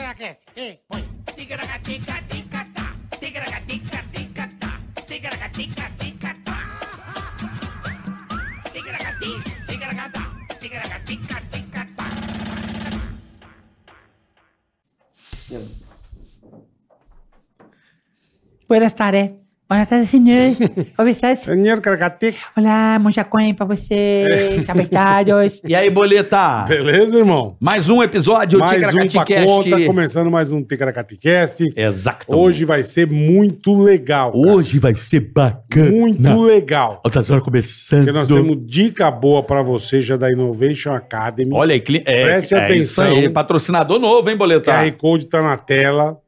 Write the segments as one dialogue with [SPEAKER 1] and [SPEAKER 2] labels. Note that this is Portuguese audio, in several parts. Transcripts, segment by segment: [SPEAKER 1] Ticaracast, e põe. Ticaracatica-ticatá, ticaracatica-ticatá, ticaracatica-ticatá. Ticaracati, ticaracatá, ticaracatica-ticatá.
[SPEAKER 2] Buenas tardes. Buenas tardes, señor. ¿Cómo estás?
[SPEAKER 3] Senhor Cracateca.
[SPEAKER 2] Hola, Monjacoin, para você. Cabestallos.
[SPEAKER 4] E aí, boleta?
[SPEAKER 3] Beleza, irmão?
[SPEAKER 4] Mais um episódio do
[SPEAKER 3] mais um pra
[SPEAKER 4] Ticaracaticast.
[SPEAKER 3] conta, começando mais um Ticaracaticast.
[SPEAKER 4] Exato.
[SPEAKER 3] Hoje vai ser muito legal, cara.
[SPEAKER 4] Hoje vai ser bacana.
[SPEAKER 3] Muito legal.
[SPEAKER 4] Altas horas começando.
[SPEAKER 3] Porque nós temos dica boa pra você já da Innovation Academy.
[SPEAKER 4] Olha aí, cli... é,
[SPEAKER 3] Preste
[SPEAKER 4] é
[SPEAKER 3] atenção.
[SPEAKER 4] Isso aí, patrocinador novo, hein,
[SPEAKER 3] o
[SPEAKER 4] boleta?
[SPEAKER 3] QR Code tá na tela.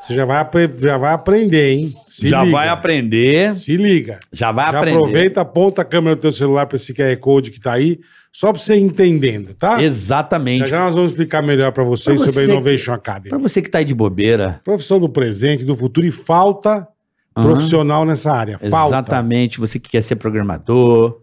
[SPEAKER 3] Você já vai, apre- já vai aprender, hein? Se
[SPEAKER 4] já
[SPEAKER 3] liga.
[SPEAKER 4] vai aprender.
[SPEAKER 3] Se liga.
[SPEAKER 4] Já vai
[SPEAKER 3] Já
[SPEAKER 4] aprender.
[SPEAKER 3] aproveita, aponta a câmera do teu celular pra esse QR Code que tá aí, só pra você ir entendendo, tá? Já,
[SPEAKER 4] Exatamente.
[SPEAKER 3] já nós vamos explicar melhor pra vocês
[SPEAKER 4] Pra
[SPEAKER 3] sobre a
[SPEAKER 4] você-
[SPEAKER 3] Innovation Academy.
[SPEAKER 4] Pra você que tá aí de bobeira.
[SPEAKER 3] Profissão do presente, do futuro e falta
[SPEAKER 4] Aham.
[SPEAKER 3] profissional nessa área. Falta.
[SPEAKER 4] Exatamente. Você que quer ser programador,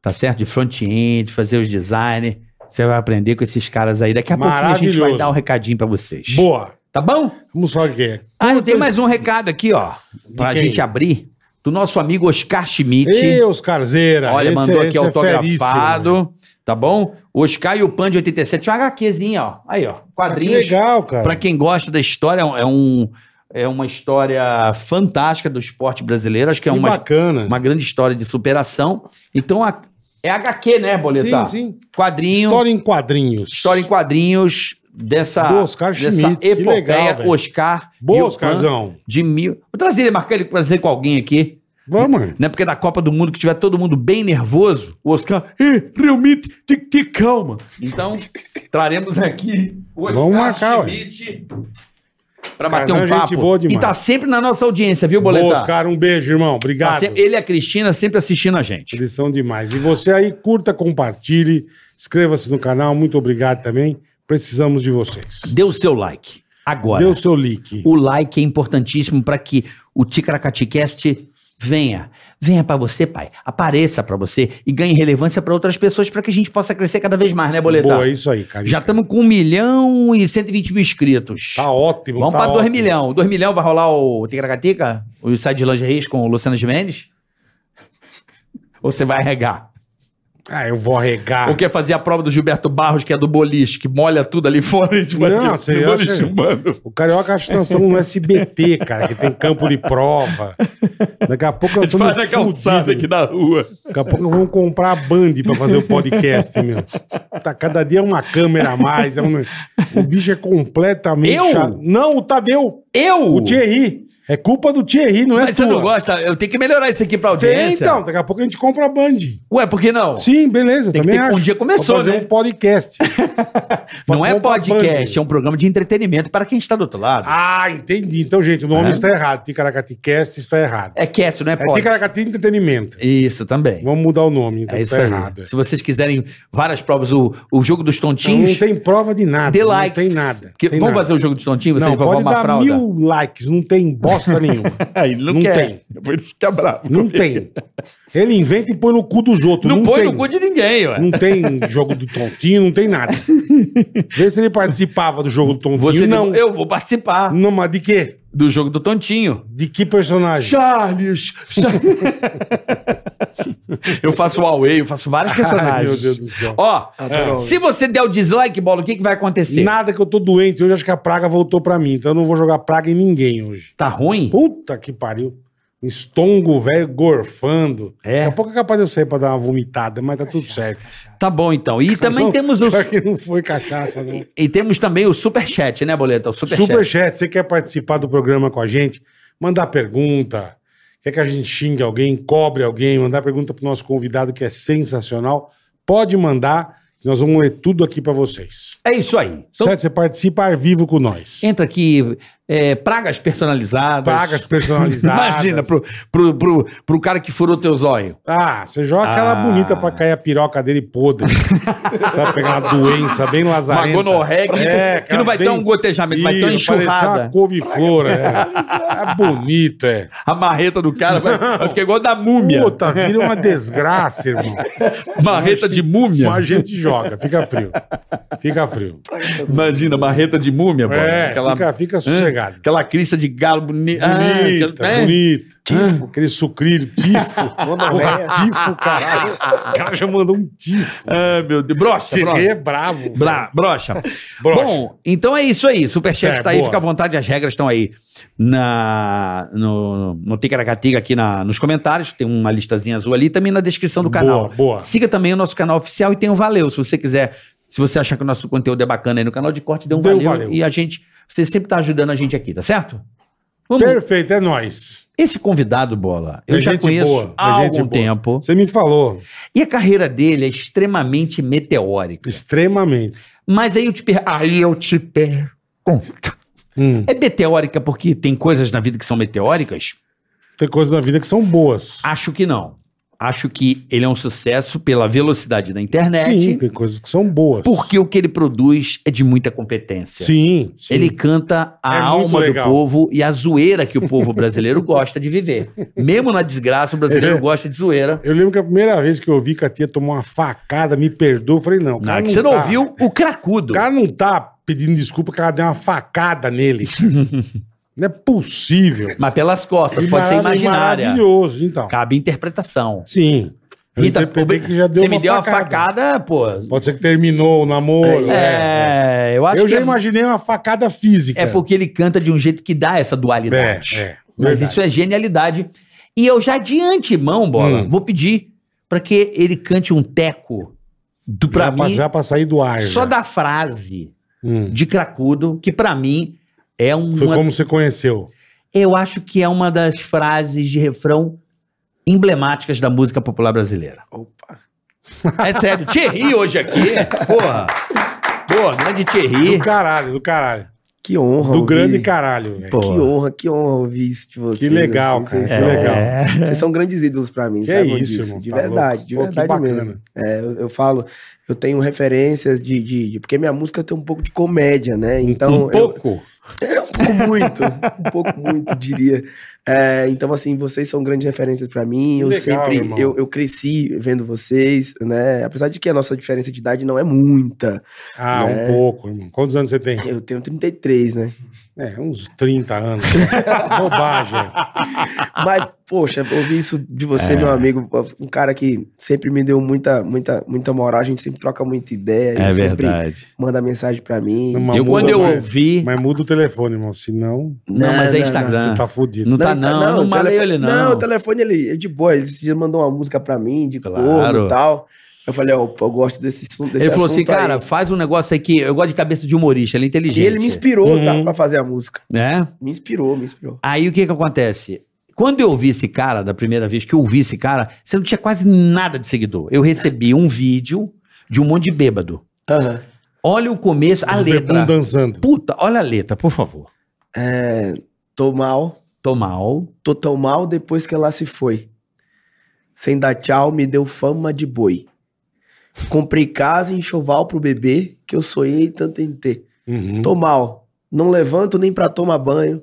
[SPEAKER 4] tá certo? De front-end, fazer os design. Você vai aprender com esses caras aí. Daqui a pouquinho a gente vai
[SPEAKER 3] Maravilhoso.
[SPEAKER 4] dar um recadinho pra vocês.
[SPEAKER 3] Boa.
[SPEAKER 4] Tá bom?
[SPEAKER 3] Vamos falar o que é.
[SPEAKER 4] Ah, eu tenho mais um recado aqui, ó. Pra
[SPEAKER 3] quem?
[SPEAKER 4] gente abrir. Do nosso amigo Oscar Schmidt.
[SPEAKER 3] Ei, Oscarzeira.
[SPEAKER 4] Olha,
[SPEAKER 3] esse
[SPEAKER 4] mandou
[SPEAKER 3] é-
[SPEAKER 4] aqui
[SPEAKER 3] esse é feríssimo.
[SPEAKER 4] autografado. tá bom? Oscar e o Pan de 87. Uma HQzinha, ó. Aí, ó.
[SPEAKER 3] Ah, que
[SPEAKER 4] Quadrinhos.
[SPEAKER 3] legal, cara.
[SPEAKER 4] Pra quem gosta da história, é um. É uma história fantástica do esporte brasileiro. Acho que é
[SPEAKER 3] Que
[SPEAKER 4] uma,
[SPEAKER 3] bacana.
[SPEAKER 4] uma grande história de superação. Então, a- é HQ, né, Boletar?
[SPEAKER 3] sim, sim.
[SPEAKER 4] Quadrinho,
[SPEAKER 3] História
[SPEAKER 4] história,
[SPEAKER 3] em quadrinhos.
[SPEAKER 4] em quadrinhos dessa,
[SPEAKER 3] Do Oscar
[SPEAKER 4] dessa
[SPEAKER 3] Schmidt. Que
[SPEAKER 4] epopeia
[SPEAKER 3] legal, velho.
[SPEAKER 4] Oscar e
[SPEAKER 3] Boa,
[SPEAKER 4] o Pan
[SPEAKER 3] Oscarzão.
[SPEAKER 4] de mil. Vou trazer ele, marcar ele pra trazer com alguém aqui.
[SPEAKER 3] Vamos. mano.
[SPEAKER 4] Né? Porque na Copa do Mundo que tiver todo mundo bem nervoso, o Oscar, "Ih, realmente tem que ter calma. Então, traremos aqui o Oscar
[SPEAKER 3] Vamos marcar,
[SPEAKER 4] Schmidt pra
[SPEAKER 3] Oscarzão
[SPEAKER 4] bater um
[SPEAKER 3] é
[SPEAKER 4] papo.
[SPEAKER 3] gente boa demais.
[SPEAKER 4] e tá sempre na nossa audiência, viu,
[SPEAKER 3] Boa,
[SPEAKER 4] Boletar?
[SPEAKER 3] Oscar, um beijo, irmão.
[SPEAKER 4] Tá
[SPEAKER 3] Obrigado.
[SPEAKER 4] sempre- ele e a Cristina sempre assistindo a gente.
[SPEAKER 3] Eles são demais. E você aí, curta, compartilhe, inscreva-se no canal. Muito obrigado também. Precisamos de vocês.
[SPEAKER 4] Dê o seu like agora.
[SPEAKER 3] Dê o seu like.
[SPEAKER 4] O like é importantíssimo para que o Ticaracaticast venha. Venha para você, pai. Apareça para você e ganhe relevância para outras pessoas para que a gente possa crescer cada vez mais, né, Boletar?
[SPEAKER 3] Boa, é isso aí, cara.
[SPEAKER 4] Já estamos com 1 milhão e 120 mil inscritos.
[SPEAKER 3] Tá ótimo.
[SPEAKER 4] Vamos
[SPEAKER 3] tá
[SPEAKER 4] para 2
[SPEAKER 3] ótimo.
[SPEAKER 4] milhão. 2 milhão vai rolar o Ticaracatica? O site de lingeries com o Luciano Gimenez? Ou você vai regar?
[SPEAKER 3] Ah, eu vou regar.
[SPEAKER 4] Ou quer fazer a prova do Gilberto Barros, que é do boliche, que molha tudo ali fora e vai
[SPEAKER 3] Não,
[SPEAKER 4] ter-
[SPEAKER 3] você
[SPEAKER 4] do boliche
[SPEAKER 3] acha-
[SPEAKER 4] humano.
[SPEAKER 3] O Carioca acha que nós estamos no SBT, cara, que tem campo de prova. Daqui a pouco nós
[SPEAKER 4] A gente
[SPEAKER 3] estamos
[SPEAKER 4] faz a calçada
[SPEAKER 3] fudidos.
[SPEAKER 4] aqui na rua.
[SPEAKER 3] Daqui a pouco nós vamos comprar a Band pra fazer o podcast, meu. Tá, cada dia é uma câmera a mais. é um- O bicho é completamente
[SPEAKER 4] Eu?
[SPEAKER 3] Não, o Tadeu.
[SPEAKER 4] Eu?
[SPEAKER 3] O Thierry. É culpa do Thierry, não é
[SPEAKER 4] Mas você
[SPEAKER 3] tua.
[SPEAKER 4] não gosta? Eu tenho que melhorar isso aqui pra
[SPEAKER 3] Tem,
[SPEAKER 4] audiência.
[SPEAKER 3] então. Daqui a pouco a gente compra a Band.
[SPEAKER 4] Ué, por que não?
[SPEAKER 3] Sim, beleza.
[SPEAKER 4] Tem que
[SPEAKER 3] também
[SPEAKER 4] ter-
[SPEAKER 3] acho.
[SPEAKER 4] um dia
[SPEAKER 3] Vou
[SPEAKER 4] começou,
[SPEAKER 3] fazer
[SPEAKER 4] né?
[SPEAKER 3] um podcast.
[SPEAKER 4] não é
[SPEAKER 3] Vamos pra
[SPEAKER 4] podcast,
[SPEAKER 3] Band.
[SPEAKER 4] é um programa de entretenimento para quem está do outro lado.
[SPEAKER 3] Ah, entendi. Então, gente, o nome
[SPEAKER 4] É.
[SPEAKER 3] está errado. Ticaracaticast está errado.
[SPEAKER 4] É cast, não é
[SPEAKER 3] É
[SPEAKER 4] podcast.
[SPEAKER 3] Ticaracati Entretenimento.
[SPEAKER 4] Isso também.
[SPEAKER 3] Vamos mudar o nome, então
[SPEAKER 4] É isso
[SPEAKER 3] tá
[SPEAKER 4] aí.
[SPEAKER 3] errado.
[SPEAKER 4] Se vocês quiserem várias provas, o, o jogo dos
[SPEAKER 3] Então,
[SPEAKER 4] tontinhos,
[SPEAKER 3] não tem prova de nada.
[SPEAKER 4] dê likes.
[SPEAKER 3] Não tem nada.
[SPEAKER 4] Que-
[SPEAKER 3] tem
[SPEAKER 4] vamos
[SPEAKER 3] nada.
[SPEAKER 4] fazer um o jogo dos tontinhos? Vocês
[SPEAKER 3] Não,
[SPEAKER 4] vão
[SPEAKER 3] pode
[SPEAKER 4] uma
[SPEAKER 3] dar
[SPEAKER 4] fralda?
[SPEAKER 3] mil likes, não tem bosta nenhuma.
[SPEAKER 4] Aí, não,
[SPEAKER 3] Não
[SPEAKER 4] quer.
[SPEAKER 3] tem.
[SPEAKER 4] Vou ficar bravo.
[SPEAKER 3] Não tem. Ele inventa e põe no cu dos outros.
[SPEAKER 4] Não,
[SPEAKER 3] Não,
[SPEAKER 4] põe
[SPEAKER 3] tem.
[SPEAKER 4] no cu de ninguém, ué.
[SPEAKER 3] Não tem jogo do tontinho, não tem nada. Vê se ele participava do jogo do tontinho.
[SPEAKER 4] Você
[SPEAKER 3] não.
[SPEAKER 4] não. Eu vou participar
[SPEAKER 3] Não, mas de quê?
[SPEAKER 4] do jogo do tontinho.
[SPEAKER 3] De que personagem?
[SPEAKER 4] Charles! Char- eu faço Huawei, eu faço vários personagens.
[SPEAKER 3] Ai, meu Deus do céu.
[SPEAKER 4] Ó,
[SPEAKER 3] Adoro.
[SPEAKER 4] se você der o dislike, bola, o que, que vai acontecer?
[SPEAKER 3] Nada que eu tô doente. Hoje acho que a praga voltou pra mim. Então eu não vou jogar praga em ninguém hoje.
[SPEAKER 4] Tá ruim?
[SPEAKER 3] Puta que pariu. Um Estongo, velho, gorfando.
[SPEAKER 4] É.
[SPEAKER 3] Daqui a pouco é capaz de eu sair pra dar uma vomitada, mas tá tudo certo.
[SPEAKER 4] Tá bom, então. E também
[SPEAKER 3] Não,
[SPEAKER 4] temos o.
[SPEAKER 3] pior que não foi cachaça, não.
[SPEAKER 4] E temos também o superchat, né, Boleta? O superchat.
[SPEAKER 3] né? Superchat, você quer participar do programa com a gente? Mandar pergunta. Quer que a gente xingue alguém, cobre alguém, mandar pergunta pro nosso convidado que é sensacional? Pode mandar, que nós vamos ler tudo aqui pra vocês.
[SPEAKER 4] É isso aí. Então,
[SPEAKER 3] certo? Você participa ao vivo com nós.
[SPEAKER 4] entra aqui, é, pragas personalizadas.
[SPEAKER 3] Pragas personalizadas.
[SPEAKER 4] Imagina, pro, pro, pro, pro cara que furou teu zóio.
[SPEAKER 3] Ah, você joga aquela
[SPEAKER 4] Ah.
[SPEAKER 3] bonita pra cair a piroca dele podre. Sabe, pegar uma doença bem
[SPEAKER 4] Uma
[SPEAKER 3] lazarenta.
[SPEAKER 4] gonorreia que,
[SPEAKER 3] É,
[SPEAKER 4] que não vai ter
[SPEAKER 3] bem-
[SPEAKER 4] um gotejamento, vai ter uma
[SPEAKER 3] Isso, parecer
[SPEAKER 4] enxurrada.
[SPEAKER 3] uma couve-flor, é. É bonito, é.
[SPEAKER 4] A marreta do cara vai, vai ficar igual da múmia.
[SPEAKER 3] Puta, vira uma desgraça, irmão.
[SPEAKER 4] marreta de múmia.
[SPEAKER 3] Mas a gente joga, fica frio. Fica frio.
[SPEAKER 4] Imagina, marreta de múmia, bola.
[SPEAKER 3] É, fica, fica sossegado.
[SPEAKER 4] aquela crista de galo Ah, bonita.
[SPEAKER 3] Bonita,
[SPEAKER 4] é?
[SPEAKER 3] bonita. Tifo. Aquele sucrilho, tifo. Porra,
[SPEAKER 5] Gonorreia.
[SPEAKER 3] tifo, caralho. O cara já mandou um tifo.
[SPEAKER 4] Ah, meu Deus. Brocha,
[SPEAKER 3] Cheguei
[SPEAKER 4] brocha.
[SPEAKER 3] é bravo.
[SPEAKER 4] Bra- brocha.
[SPEAKER 3] Brocha.
[SPEAKER 4] Bom, então é isso aí. Superchat
[SPEAKER 3] Isso é,
[SPEAKER 4] tá aí,
[SPEAKER 3] boa.
[SPEAKER 4] fica à vontade, as regras estão aí na, no, no Ticaracatiga aqui na, nos comentários. Tem uma listazinha azul ali, também na descrição do canal.
[SPEAKER 3] Boa, boa.
[SPEAKER 4] Siga também o nosso canal oficial e tem um valeu. Se você quiser, se você achar que o nosso conteúdo é bacana aí no canal de corte, dê um
[SPEAKER 3] Dê um
[SPEAKER 4] valeu,
[SPEAKER 3] valeu.
[SPEAKER 4] E a gente, você sempre tá ajudando a gente aqui, tá certo? Vamos.
[SPEAKER 3] Perfeito, é nóis.
[SPEAKER 4] Esse convidado, Bola, eu
[SPEAKER 3] É
[SPEAKER 4] já
[SPEAKER 3] gente
[SPEAKER 4] conheço
[SPEAKER 3] boa, é
[SPEAKER 4] há
[SPEAKER 3] gente
[SPEAKER 4] algum
[SPEAKER 3] boa.
[SPEAKER 4] tempo.
[SPEAKER 3] Você me falou,
[SPEAKER 4] E a carreira dele é extremamente meteórica.
[SPEAKER 3] extremamente.
[SPEAKER 4] Mas aí eu te per... aí eu te pergunto.
[SPEAKER 3] Hum,
[SPEAKER 4] É meteórica porque tem coisas na vida que são meteóricas?
[SPEAKER 3] Tem coisas na vida que são boas.
[SPEAKER 4] Acho que não. Acho que ele é um sucesso pela velocidade da internet,
[SPEAKER 3] Sim, tem coisas que são boas.
[SPEAKER 4] porque o que ele produz é de muita competência.
[SPEAKER 3] Sim, sim.
[SPEAKER 4] Ele canta a
[SPEAKER 3] É muito
[SPEAKER 4] alma do
[SPEAKER 3] legal.
[SPEAKER 4] povo e a zoeira que o povo brasileiro gosta de viver. Mesmo na desgraça, o brasileiro
[SPEAKER 3] É.
[SPEAKER 4] gosta de zoeira.
[SPEAKER 3] Eu lembro que a primeira vez que eu vi que a tia tomou uma facada, me perdoa, eu falei, não, o
[SPEAKER 4] Não,
[SPEAKER 3] cara
[SPEAKER 4] é que você não
[SPEAKER 3] tá-
[SPEAKER 4] ouviu o cracudo.
[SPEAKER 3] O cara não tá pedindo desculpa que ela deu uma facada nele. não é possível.
[SPEAKER 4] Mas pelas costas,
[SPEAKER 3] E
[SPEAKER 4] pode ser
[SPEAKER 3] mara-
[SPEAKER 4] imaginária.
[SPEAKER 3] Maravilhoso, então.
[SPEAKER 4] Cabe interpretação.
[SPEAKER 3] Sim. Eu
[SPEAKER 4] Rita,
[SPEAKER 3] interpretei
[SPEAKER 4] pô,
[SPEAKER 3] que já deu
[SPEAKER 4] você
[SPEAKER 3] uma
[SPEAKER 4] me deu
[SPEAKER 3] facada.
[SPEAKER 4] uma facada, pô.
[SPEAKER 3] Pode ser que terminou o namoro. né?
[SPEAKER 4] É, eu acho
[SPEAKER 3] Eu
[SPEAKER 4] que
[SPEAKER 3] já
[SPEAKER 4] é-
[SPEAKER 3] imaginei uma facada física.
[SPEAKER 4] é porque ele canta de um jeito que dá essa
[SPEAKER 3] É,
[SPEAKER 4] dualidade.
[SPEAKER 3] é.
[SPEAKER 4] Mas
[SPEAKER 3] verdade.
[SPEAKER 4] isso é genialidade. E eu já de antemão, bola,
[SPEAKER 3] Hum.
[SPEAKER 4] vou pedir pra que ele cante um teco do, pra
[SPEAKER 3] já, pra,
[SPEAKER 4] mim,
[SPEAKER 3] já pra sair do ar.
[SPEAKER 4] só
[SPEAKER 3] né?
[SPEAKER 4] da frase
[SPEAKER 3] Hum.
[SPEAKER 4] de Cracudo, que pra mim é um-
[SPEAKER 3] Foi
[SPEAKER 4] uma
[SPEAKER 3] como você conheceu.
[SPEAKER 4] Eu acho que é uma das frases de refrão emblemáticas da música popular brasileira.
[SPEAKER 5] Opa.
[SPEAKER 4] É sério, Thierry hoje aqui, porra. Boa, grande Thierry.
[SPEAKER 3] Do caralho, do caralho.
[SPEAKER 5] Que honra.
[SPEAKER 3] Do
[SPEAKER 5] ouvir.
[SPEAKER 3] grande caralho, velho.
[SPEAKER 4] Pô.
[SPEAKER 5] Que honra, que honra ouvir isso de vocês.
[SPEAKER 3] Que legal,
[SPEAKER 5] assim,
[SPEAKER 3] cara,
[SPEAKER 5] Vocês,
[SPEAKER 3] que
[SPEAKER 5] são,
[SPEAKER 3] legal.
[SPEAKER 5] vocês são grandes ídolos pra mim,
[SPEAKER 3] Que
[SPEAKER 5] sabe?
[SPEAKER 3] isso,
[SPEAKER 5] disso?
[SPEAKER 3] irmão,
[SPEAKER 5] De
[SPEAKER 3] tá louco.
[SPEAKER 5] verdade, de
[SPEAKER 3] Pô, que
[SPEAKER 5] verdade
[SPEAKER 3] bacana.
[SPEAKER 5] mesmo. É, eu, eu falo, eu tenho referências de, de, de- Porque minha música tem um pouco de comédia, né? Então.
[SPEAKER 4] um pouco.
[SPEAKER 5] Eu, um pouco muito. um pouco muito, eu diria. É, então, assim, vocês são grandes referências pra mim.
[SPEAKER 3] Que
[SPEAKER 5] eu
[SPEAKER 3] legal,
[SPEAKER 5] sempre.
[SPEAKER 3] irmão.
[SPEAKER 5] Eu, eu cresci vendo vocês, né? Apesar de que a nossa diferença de idade não é muita.
[SPEAKER 3] Ah, um
[SPEAKER 5] É.
[SPEAKER 3] pouco, irmão. Quantos anos você tem?
[SPEAKER 5] Eu tenho 33, né?
[SPEAKER 3] É, uns 30 anos. Bobagem. é.
[SPEAKER 5] Mas, poxa, ouvir isso de você,
[SPEAKER 4] É.
[SPEAKER 5] meu amigo, um cara que sempre me deu muita, muita, muita moral, a gente sempre troca muita ideia, ele sempre manda mensagem pra mim.
[SPEAKER 3] Não, mas
[SPEAKER 4] É Eu, quando
[SPEAKER 3] muda,
[SPEAKER 4] eu
[SPEAKER 3] mas-
[SPEAKER 4] ouvi.
[SPEAKER 3] Mas muda o telefone, irmão. Senão,
[SPEAKER 4] não, mas é
[SPEAKER 5] não,
[SPEAKER 4] Instagram.
[SPEAKER 3] você tá fudido.
[SPEAKER 4] Não tá, não. Não,
[SPEAKER 5] o
[SPEAKER 4] malei
[SPEAKER 5] telefone-
[SPEAKER 4] ele,
[SPEAKER 5] Não,
[SPEAKER 4] não.
[SPEAKER 5] o telefone ele é de boa, ele esse dia mandou uma música pra mim, de
[SPEAKER 4] Claro.
[SPEAKER 5] corno e tal. Eu falei, ó, eu gosto desse assunto. Desse
[SPEAKER 4] Ele falou assim,
[SPEAKER 5] assunto aí.
[SPEAKER 4] cara, faz um negócio aí que eu gosto de cabeça de humorista, ele é
[SPEAKER 5] E
[SPEAKER 4] inteligente.
[SPEAKER 5] ele me inspirou, tá,
[SPEAKER 3] Uhum.
[SPEAKER 5] pra fazer a música.
[SPEAKER 4] Né?
[SPEAKER 5] Me inspirou, me inspirou.
[SPEAKER 4] Aí o que que acontece? Quando eu vi esse cara, da primeira vez que eu vi esse cara, você não tinha quase nada de seguidor. Eu recebi um vídeo de um monte de bêbado.
[SPEAKER 5] Aham.
[SPEAKER 4] Olha o começo, a
[SPEAKER 3] Os bebum
[SPEAKER 4] letra.
[SPEAKER 3] dançando.
[SPEAKER 4] Puta, olha a letra, por favor.
[SPEAKER 5] É, tô mal,
[SPEAKER 4] Tô mal.
[SPEAKER 5] tô tão mal depois que ela se foi. Sem dar tchau, me deu fama de boi. Comprei casa e enxoval pro bebê que eu sonhei tanto em ter.
[SPEAKER 3] Uhum.
[SPEAKER 5] Tô mal, não levanto nem pra tomar banho.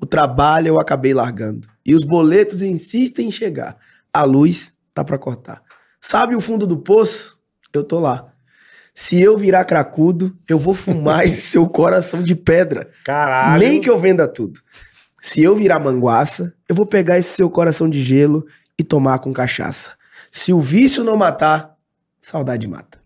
[SPEAKER 5] O trabalho eu acabei largando. E os boletos insistem em chegar. A luz tá pra cortar. Sabe o fundo do poço? Eu tô lá. Se eu virar cracudo, eu vou fumar esse seu coração de pedra.
[SPEAKER 3] Caralho.
[SPEAKER 5] Nem que eu venda tudo. Se eu virar manguaça, eu vou pegar esse seu coração de gelo e tomar com cachaça. Se o vício não matar, saudade mata.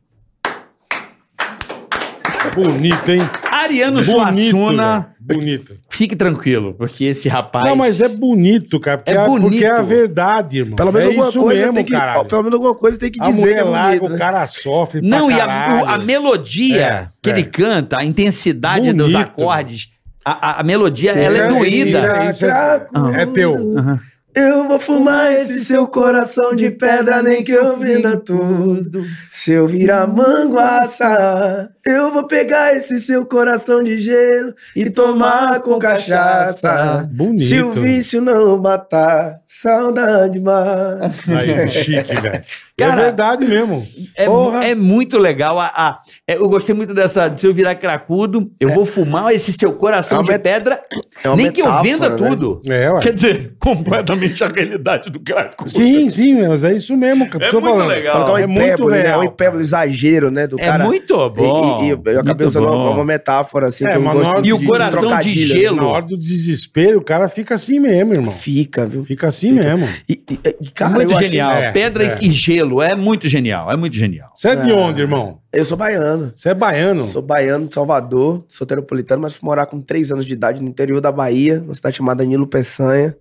[SPEAKER 3] Bonito, hein?
[SPEAKER 4] Ariano
[SPEAKER 3] Bonito.
[SPEAKER 4] Suassuna,
[SPEAKER 3] velho. Bonito.
[SPEAKER 4] fique tranquilo, porque esse rapaz.
[SPEAKER 3] Não, mas é bonito, cara. Porque
[SPEAKER 4] É
[SPEAKER 3] é, a-
[SPEAKER 4] bonito.
[SPEAKER 3] porque é a verdade, irmão.
[SPEAKER 5] Pelo menos
[SPEAKER 3] é
[SPEAKER 5] alguma
[SPEAKER 3] isso
[SPEAKER 5] coisa
[SPEAKER 3] mesmo,
[SPEAKER 5] tem que,
[SPEAKER 3] caralho.
[SPEAKER 5] pelo menos alguma coisa tem que
[SPEAKER 3] a
[SPEAKER 5] dizer que
[SPEAKER 3] mulher
[SPEAKER 5] é
[SPEAKER 3] larga,
[SPEAKER 5] bonito,
[SPEAKER 3] o
[SPEAKER 5] né?
[SPEAKER 3] cara sofre
[SPEAKER 4] Não,
[SPEAKER 3] pra
[SPEAKER 4] e a,
[SPEAKER 3] caralho.
[SPEAKER 4] o- a melodia
[SPEAKER 3] É,
[SPEAKER 4] que
[SPEAKER 3] é.
[SPEAKER 4] ele canta, a intensidade dos
[SPEAKER 3] Bonito.
[SPEAKER 4] acordes, a, a- a melodia,
[SPEAKER 5] Sim,
[SPEAKER 4] ela é
[SPEAKER 5] isso é-
[SPEAKER 4] doída.
[SPEAKER 5] isso
[SPEAKER 3] é- isso é-
[SPEAKER 5] Cracudo,
[SPEAKER 3] é teu.
[SPEAKER 4] Aham.
[SPEAKER 5] Eu vou fumar esse seu coração de pedra, nem que eu venda tudo. Se eu virar manguaça, eu vou pegar esse seu coração de gelo e tomar com cachaça.
[SPEAKER 3] Bonito.
[SPEAKER 5] Se o vício não matar, saudade mata.
[SPEAKER 3] Aí, que chique, velho. É
[SPEAKER 4] Cara,
[SPEAKER 3] verdade mesmo.
[SPEAKER 4] É,
[SPEAKER 3] Porra.
[SPEAKER 4] é muito legal. A, a- é, eu gostei muito dessa. Se eu virar cracudo, eu vou fumar esse seu coração
[SPEAKER 5] É uma
[SPEAKER 4] de
[SPEAKER 5] met-
[SPEAKER 4] pedra,
[SPEAKER 5] É uma
[SPEAKER 4] nem que eu venda
[SPEAKER 5] metáfora, né?
[SPEAKER 4] tudo.
[SPEAKER 3] É, ué.
[SPEAKER 4] Quer dizer, completamente a realidade do cracudo.
[SPEAKER 3] Sim, sim, mas é isso mesmo. Que eu
[SPEAKER 4] É
[SPEAKER 3] tô
[SPEAKER 4] muito
[SPEAKER 3] falando.
[SPEAKER 4] legal.
[SPEAKER 5] Colocar um
[SPEAKER 3] É muito
[SPEAKER 5] hipérbole, né?
[SPEAKER 3] legal.
[SPEAKER 5] Um hipérbole, exagero, né? Do
[SPEAKER 4] É
[SPEAKER 5] cara.
[SPEAKER 4] muito
[SPEAKER 5] E-
[SPEAKER 4] bom.
[SPEAKER 5] E, e eu acabei
[SPEAKER 4] muito
[SPEAKER 5] usando uma,
[SPEAKER 4] bom.
[SPEAKER 5] uma metáfora, assim,
[SPEAKER 3] É,
[SPEAKER 5] que eu
[SPEAKER 3] mas
[SPEAKER 5] gosto
[SPEAKER 3] na hora
[SPEAKER 5] de-
[SPEAKER 3] E o
[SPEAKER 5] de
[SPEAKER 4] coração de
[SPEAKER 5] trocadilho,
[SPEAKER 4] gelo.
[SPEAKER 3] Na hora do desespero, o cara fica assim mesmo, irmão.
[SPEAKER 5] né? Fica, viu?
[SPEAKER 3] Fica assim
[SPEAKER 5] Fica.
[SPEAKER 3] mesmo.
[SPEAKER 5] E, e- e, cara,
[SPEAKER 4] Tá, muito
[SPEAKER 5] eu achei-
[SPEAKER 4] genial.
[SPEAKER 3] É,
[SPEAKER 4] pedra
[SPEAKER 3] é.
[SPEAKER 4] e gelo. É muito genial. É muito genial.
[SPEAKER 3] Você é de
[SPEAKER 5] Ah.
[SPEAKER 3] onde, irmão?
[SPEAKER 5] Eu sou baiano.
[SPEAKER 3] Você é baiano?
[SPEAKER 5] Sou baiano de Salvador, sou teropolitano, mas fui morar com 3 anos de idade no interior da Bahia, numa cidade chamada Nilo Peçanha.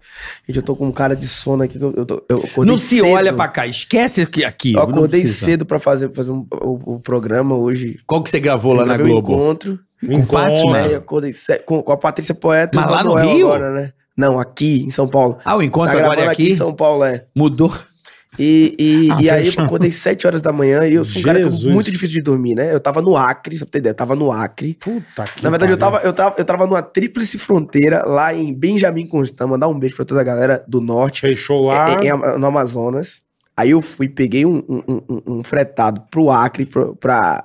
[SPEAKER 5] Gente, eu tô com um cara de sono aqui, que eu, eu, tô- eu acordei
[SPEAKER 4] não se
[SPEAKER 5] cedo.
[SPEAKER 4] olha pra cá. Esquece que é aqui.
[SPEAKER 5] Eu
[SPEAKER 4] não
[SPEAKER 5] acordei
[SPEAKER 4] precisa.
[SPEAKER 5] cedo pra fazer, fazer um- o, o programa hoje.
[SPEAKER 4] Qual que você gravou lá
[SPEAKER 5] Eu
[SPEAKER 4] na
[SPEAKER 5] gravei um
[SPEAKER 4] Globo?
[SPEAKER 5] encontro.
[SPEAKER 4] Com Fátima?
[SPEAKER 5] Né? Eu acordei ce- com, com a Patrícia Poeta e
[SPEAKER 4] Mas
[SPEAKER 5] o
[SPEAKER 4] lá no
[SPEAKER 5] Manuel
[SPEAKER 4] Rio?
[SPEAKER 5] agora, né? Não, aqui em São Paulo.
[SPEAKER 4] Ah, o
[SPEAKER 5] Tá
[SPEAKER 4] encontro agora
[SPEAKER 5] gravando
[SPEAKER 4] é
[SPEAKER 5] aqui?
[SPEAKER 4] aqui?
[SPEAKER 5] em São Paulo, é.
[SPEAKER 4] Mudou.
[SPEAKER 5] E, e,
[SPEAKER 4] Ah,
[SPEAKER 5] e aí
[SPEAKER 4] fechou.
[SPEAKER 5] eu acordei 7 horas da manhã e eu sou um cara que é
[SPEAKER 3] Jesus.
[SPEAKER 5] muito difícil de dormir, né? Eu tava no Acre, só pra ter ideia, eu tava no Acre.
[SPEAKER 3] Puta que
[SPEAKER 5] Na verdade,
[SPEAKER 3] pariu.
[SPEAKER 5] eu tava, eu, tava, eu tava numa tríplice fronteira lá em Benjamin Constant. Mandar um beijo pra toda a galera do norte,
[SPEAKER 3] Fechou lá.
[SPEAKER 5] é- é- é no Amazonas. Aí eu fui, peguei um, um- um- um fretado pro Acre, pro- pra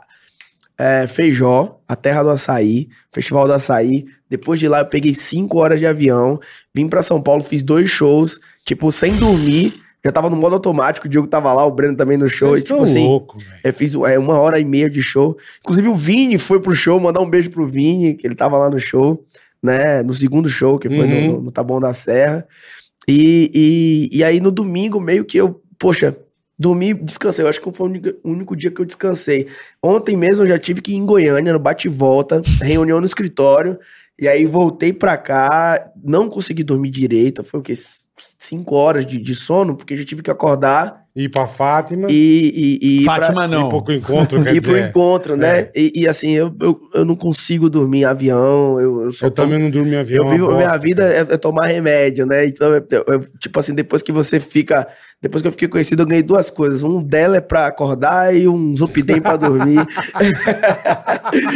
[SPEAKER 5] é, Feijó, a terra do açaí, Festival do Açaí. Depois de lá, eu peguei cinco horas de avião, vim pra São Paulo, fiz dois shows, tipo, sem dormir. Já tava no modo automático, o Diogo tava lá, o Breno também no show.
[SPEAKER 3] Vocês
[SPEAKER 5] E, tipo
[SPEAKER 3] tão
[SPEAKER 5] assim,
[SPEAKER 3] louco, velho.
[SPEAKER 5] eu fiz é, uma hora e meia de show. Inclusive, o Vini foi pro show, mandar um beijo pro Vini, que ele tava lá no show, né? No segundo show, que foi no-
[SPEAKER 3] Uhum.
[SPEAKER 5] no, no Taboão da Serra. E, e, e aí, no domingo, meio que eu, poxa, dormi, descansei. Eu acho que foi o único, o único dia que eu descansei. Ontem mesmo eu já tive que ir em Goiânia, no bate-volta, reunião no escritório. E aí voltei pra cá, não consegui dormir direito. Foi o quê? C- Cinco horas de, de sono, porque já tive que acordar
[SPEAKER 3] Ir pra Fátima, ir
[SPEAKER 5] e. e, e ir pra-
[SPEAKER 4] Fátima não.
[SPEAKER 3] pro encontro, quer
[SPEAKER 5] ir pro
[SPEAKER 3] dizer.
[SPEAKER 5] encontro, né?
[SPEAKER 3] é.
[SPEAKER 5] E, e assim, eu, eu, eu não consigo dormir em avião, eu, eu só
[SPEAKER 3] Eu
[SPEAKER 5] tomo-
[SPEAKER 3] também não durmo em avião.
[SPEAKER 5] Eu vivo,
[SPEAKER 3] uma
[SPEAKER 5] minha
[SPEAKER 3] bosta,
[SPEAKER 5] vida
[SPEAKER 3] cara.
[SPEAKER 5] é, é tomar remédio, né? Então, eu- eu- eu, tipo assim, depois que você fica. Depois que eu fiquei conhecido, eu ganhei duas coisas. Um dela é pra acordar e um zupidem pra dormir.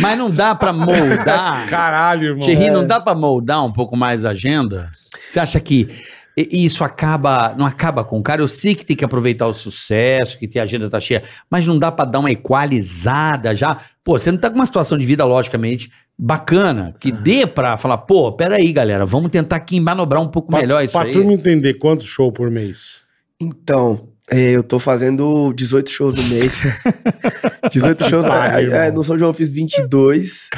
[SPEAKER 4] Mas não dá pra moldar.
[SPEAKER 3] Caralho, irmão.
[SPEAKER 4] Thierry, não dá pra moldar um pouco mais a agenda? Você acha que i- isso acaba, não acaba com o cara? Eu sei que tem que aproveitar o sucesso, que tem- a agenda tá cheia, mas não dá pra dar uma equalizada já? Pô, você não tá com uma situação de vida, logicamente, bacana, que dê pra falar, pô, peraí, galera, vamos tentar aqui manobrar um pouco
[SPEAKER 3] Pra-
[SPEAKER 4] melhor isso
[SPEAKER 3] Pra
[SPEAKER 4] aí.
[SPEAKER 3] turma entender quantos show por mês.
[SPEAKER 5] Então, é, eu tô fazendo 18 shows no mês. 18 shows.
[SPEAKER 3] Tá,
[SPEAKER 5] é,
[SPEAKER 3] irmão.
[SPEAKER 5] é, no São João eu fiz 22.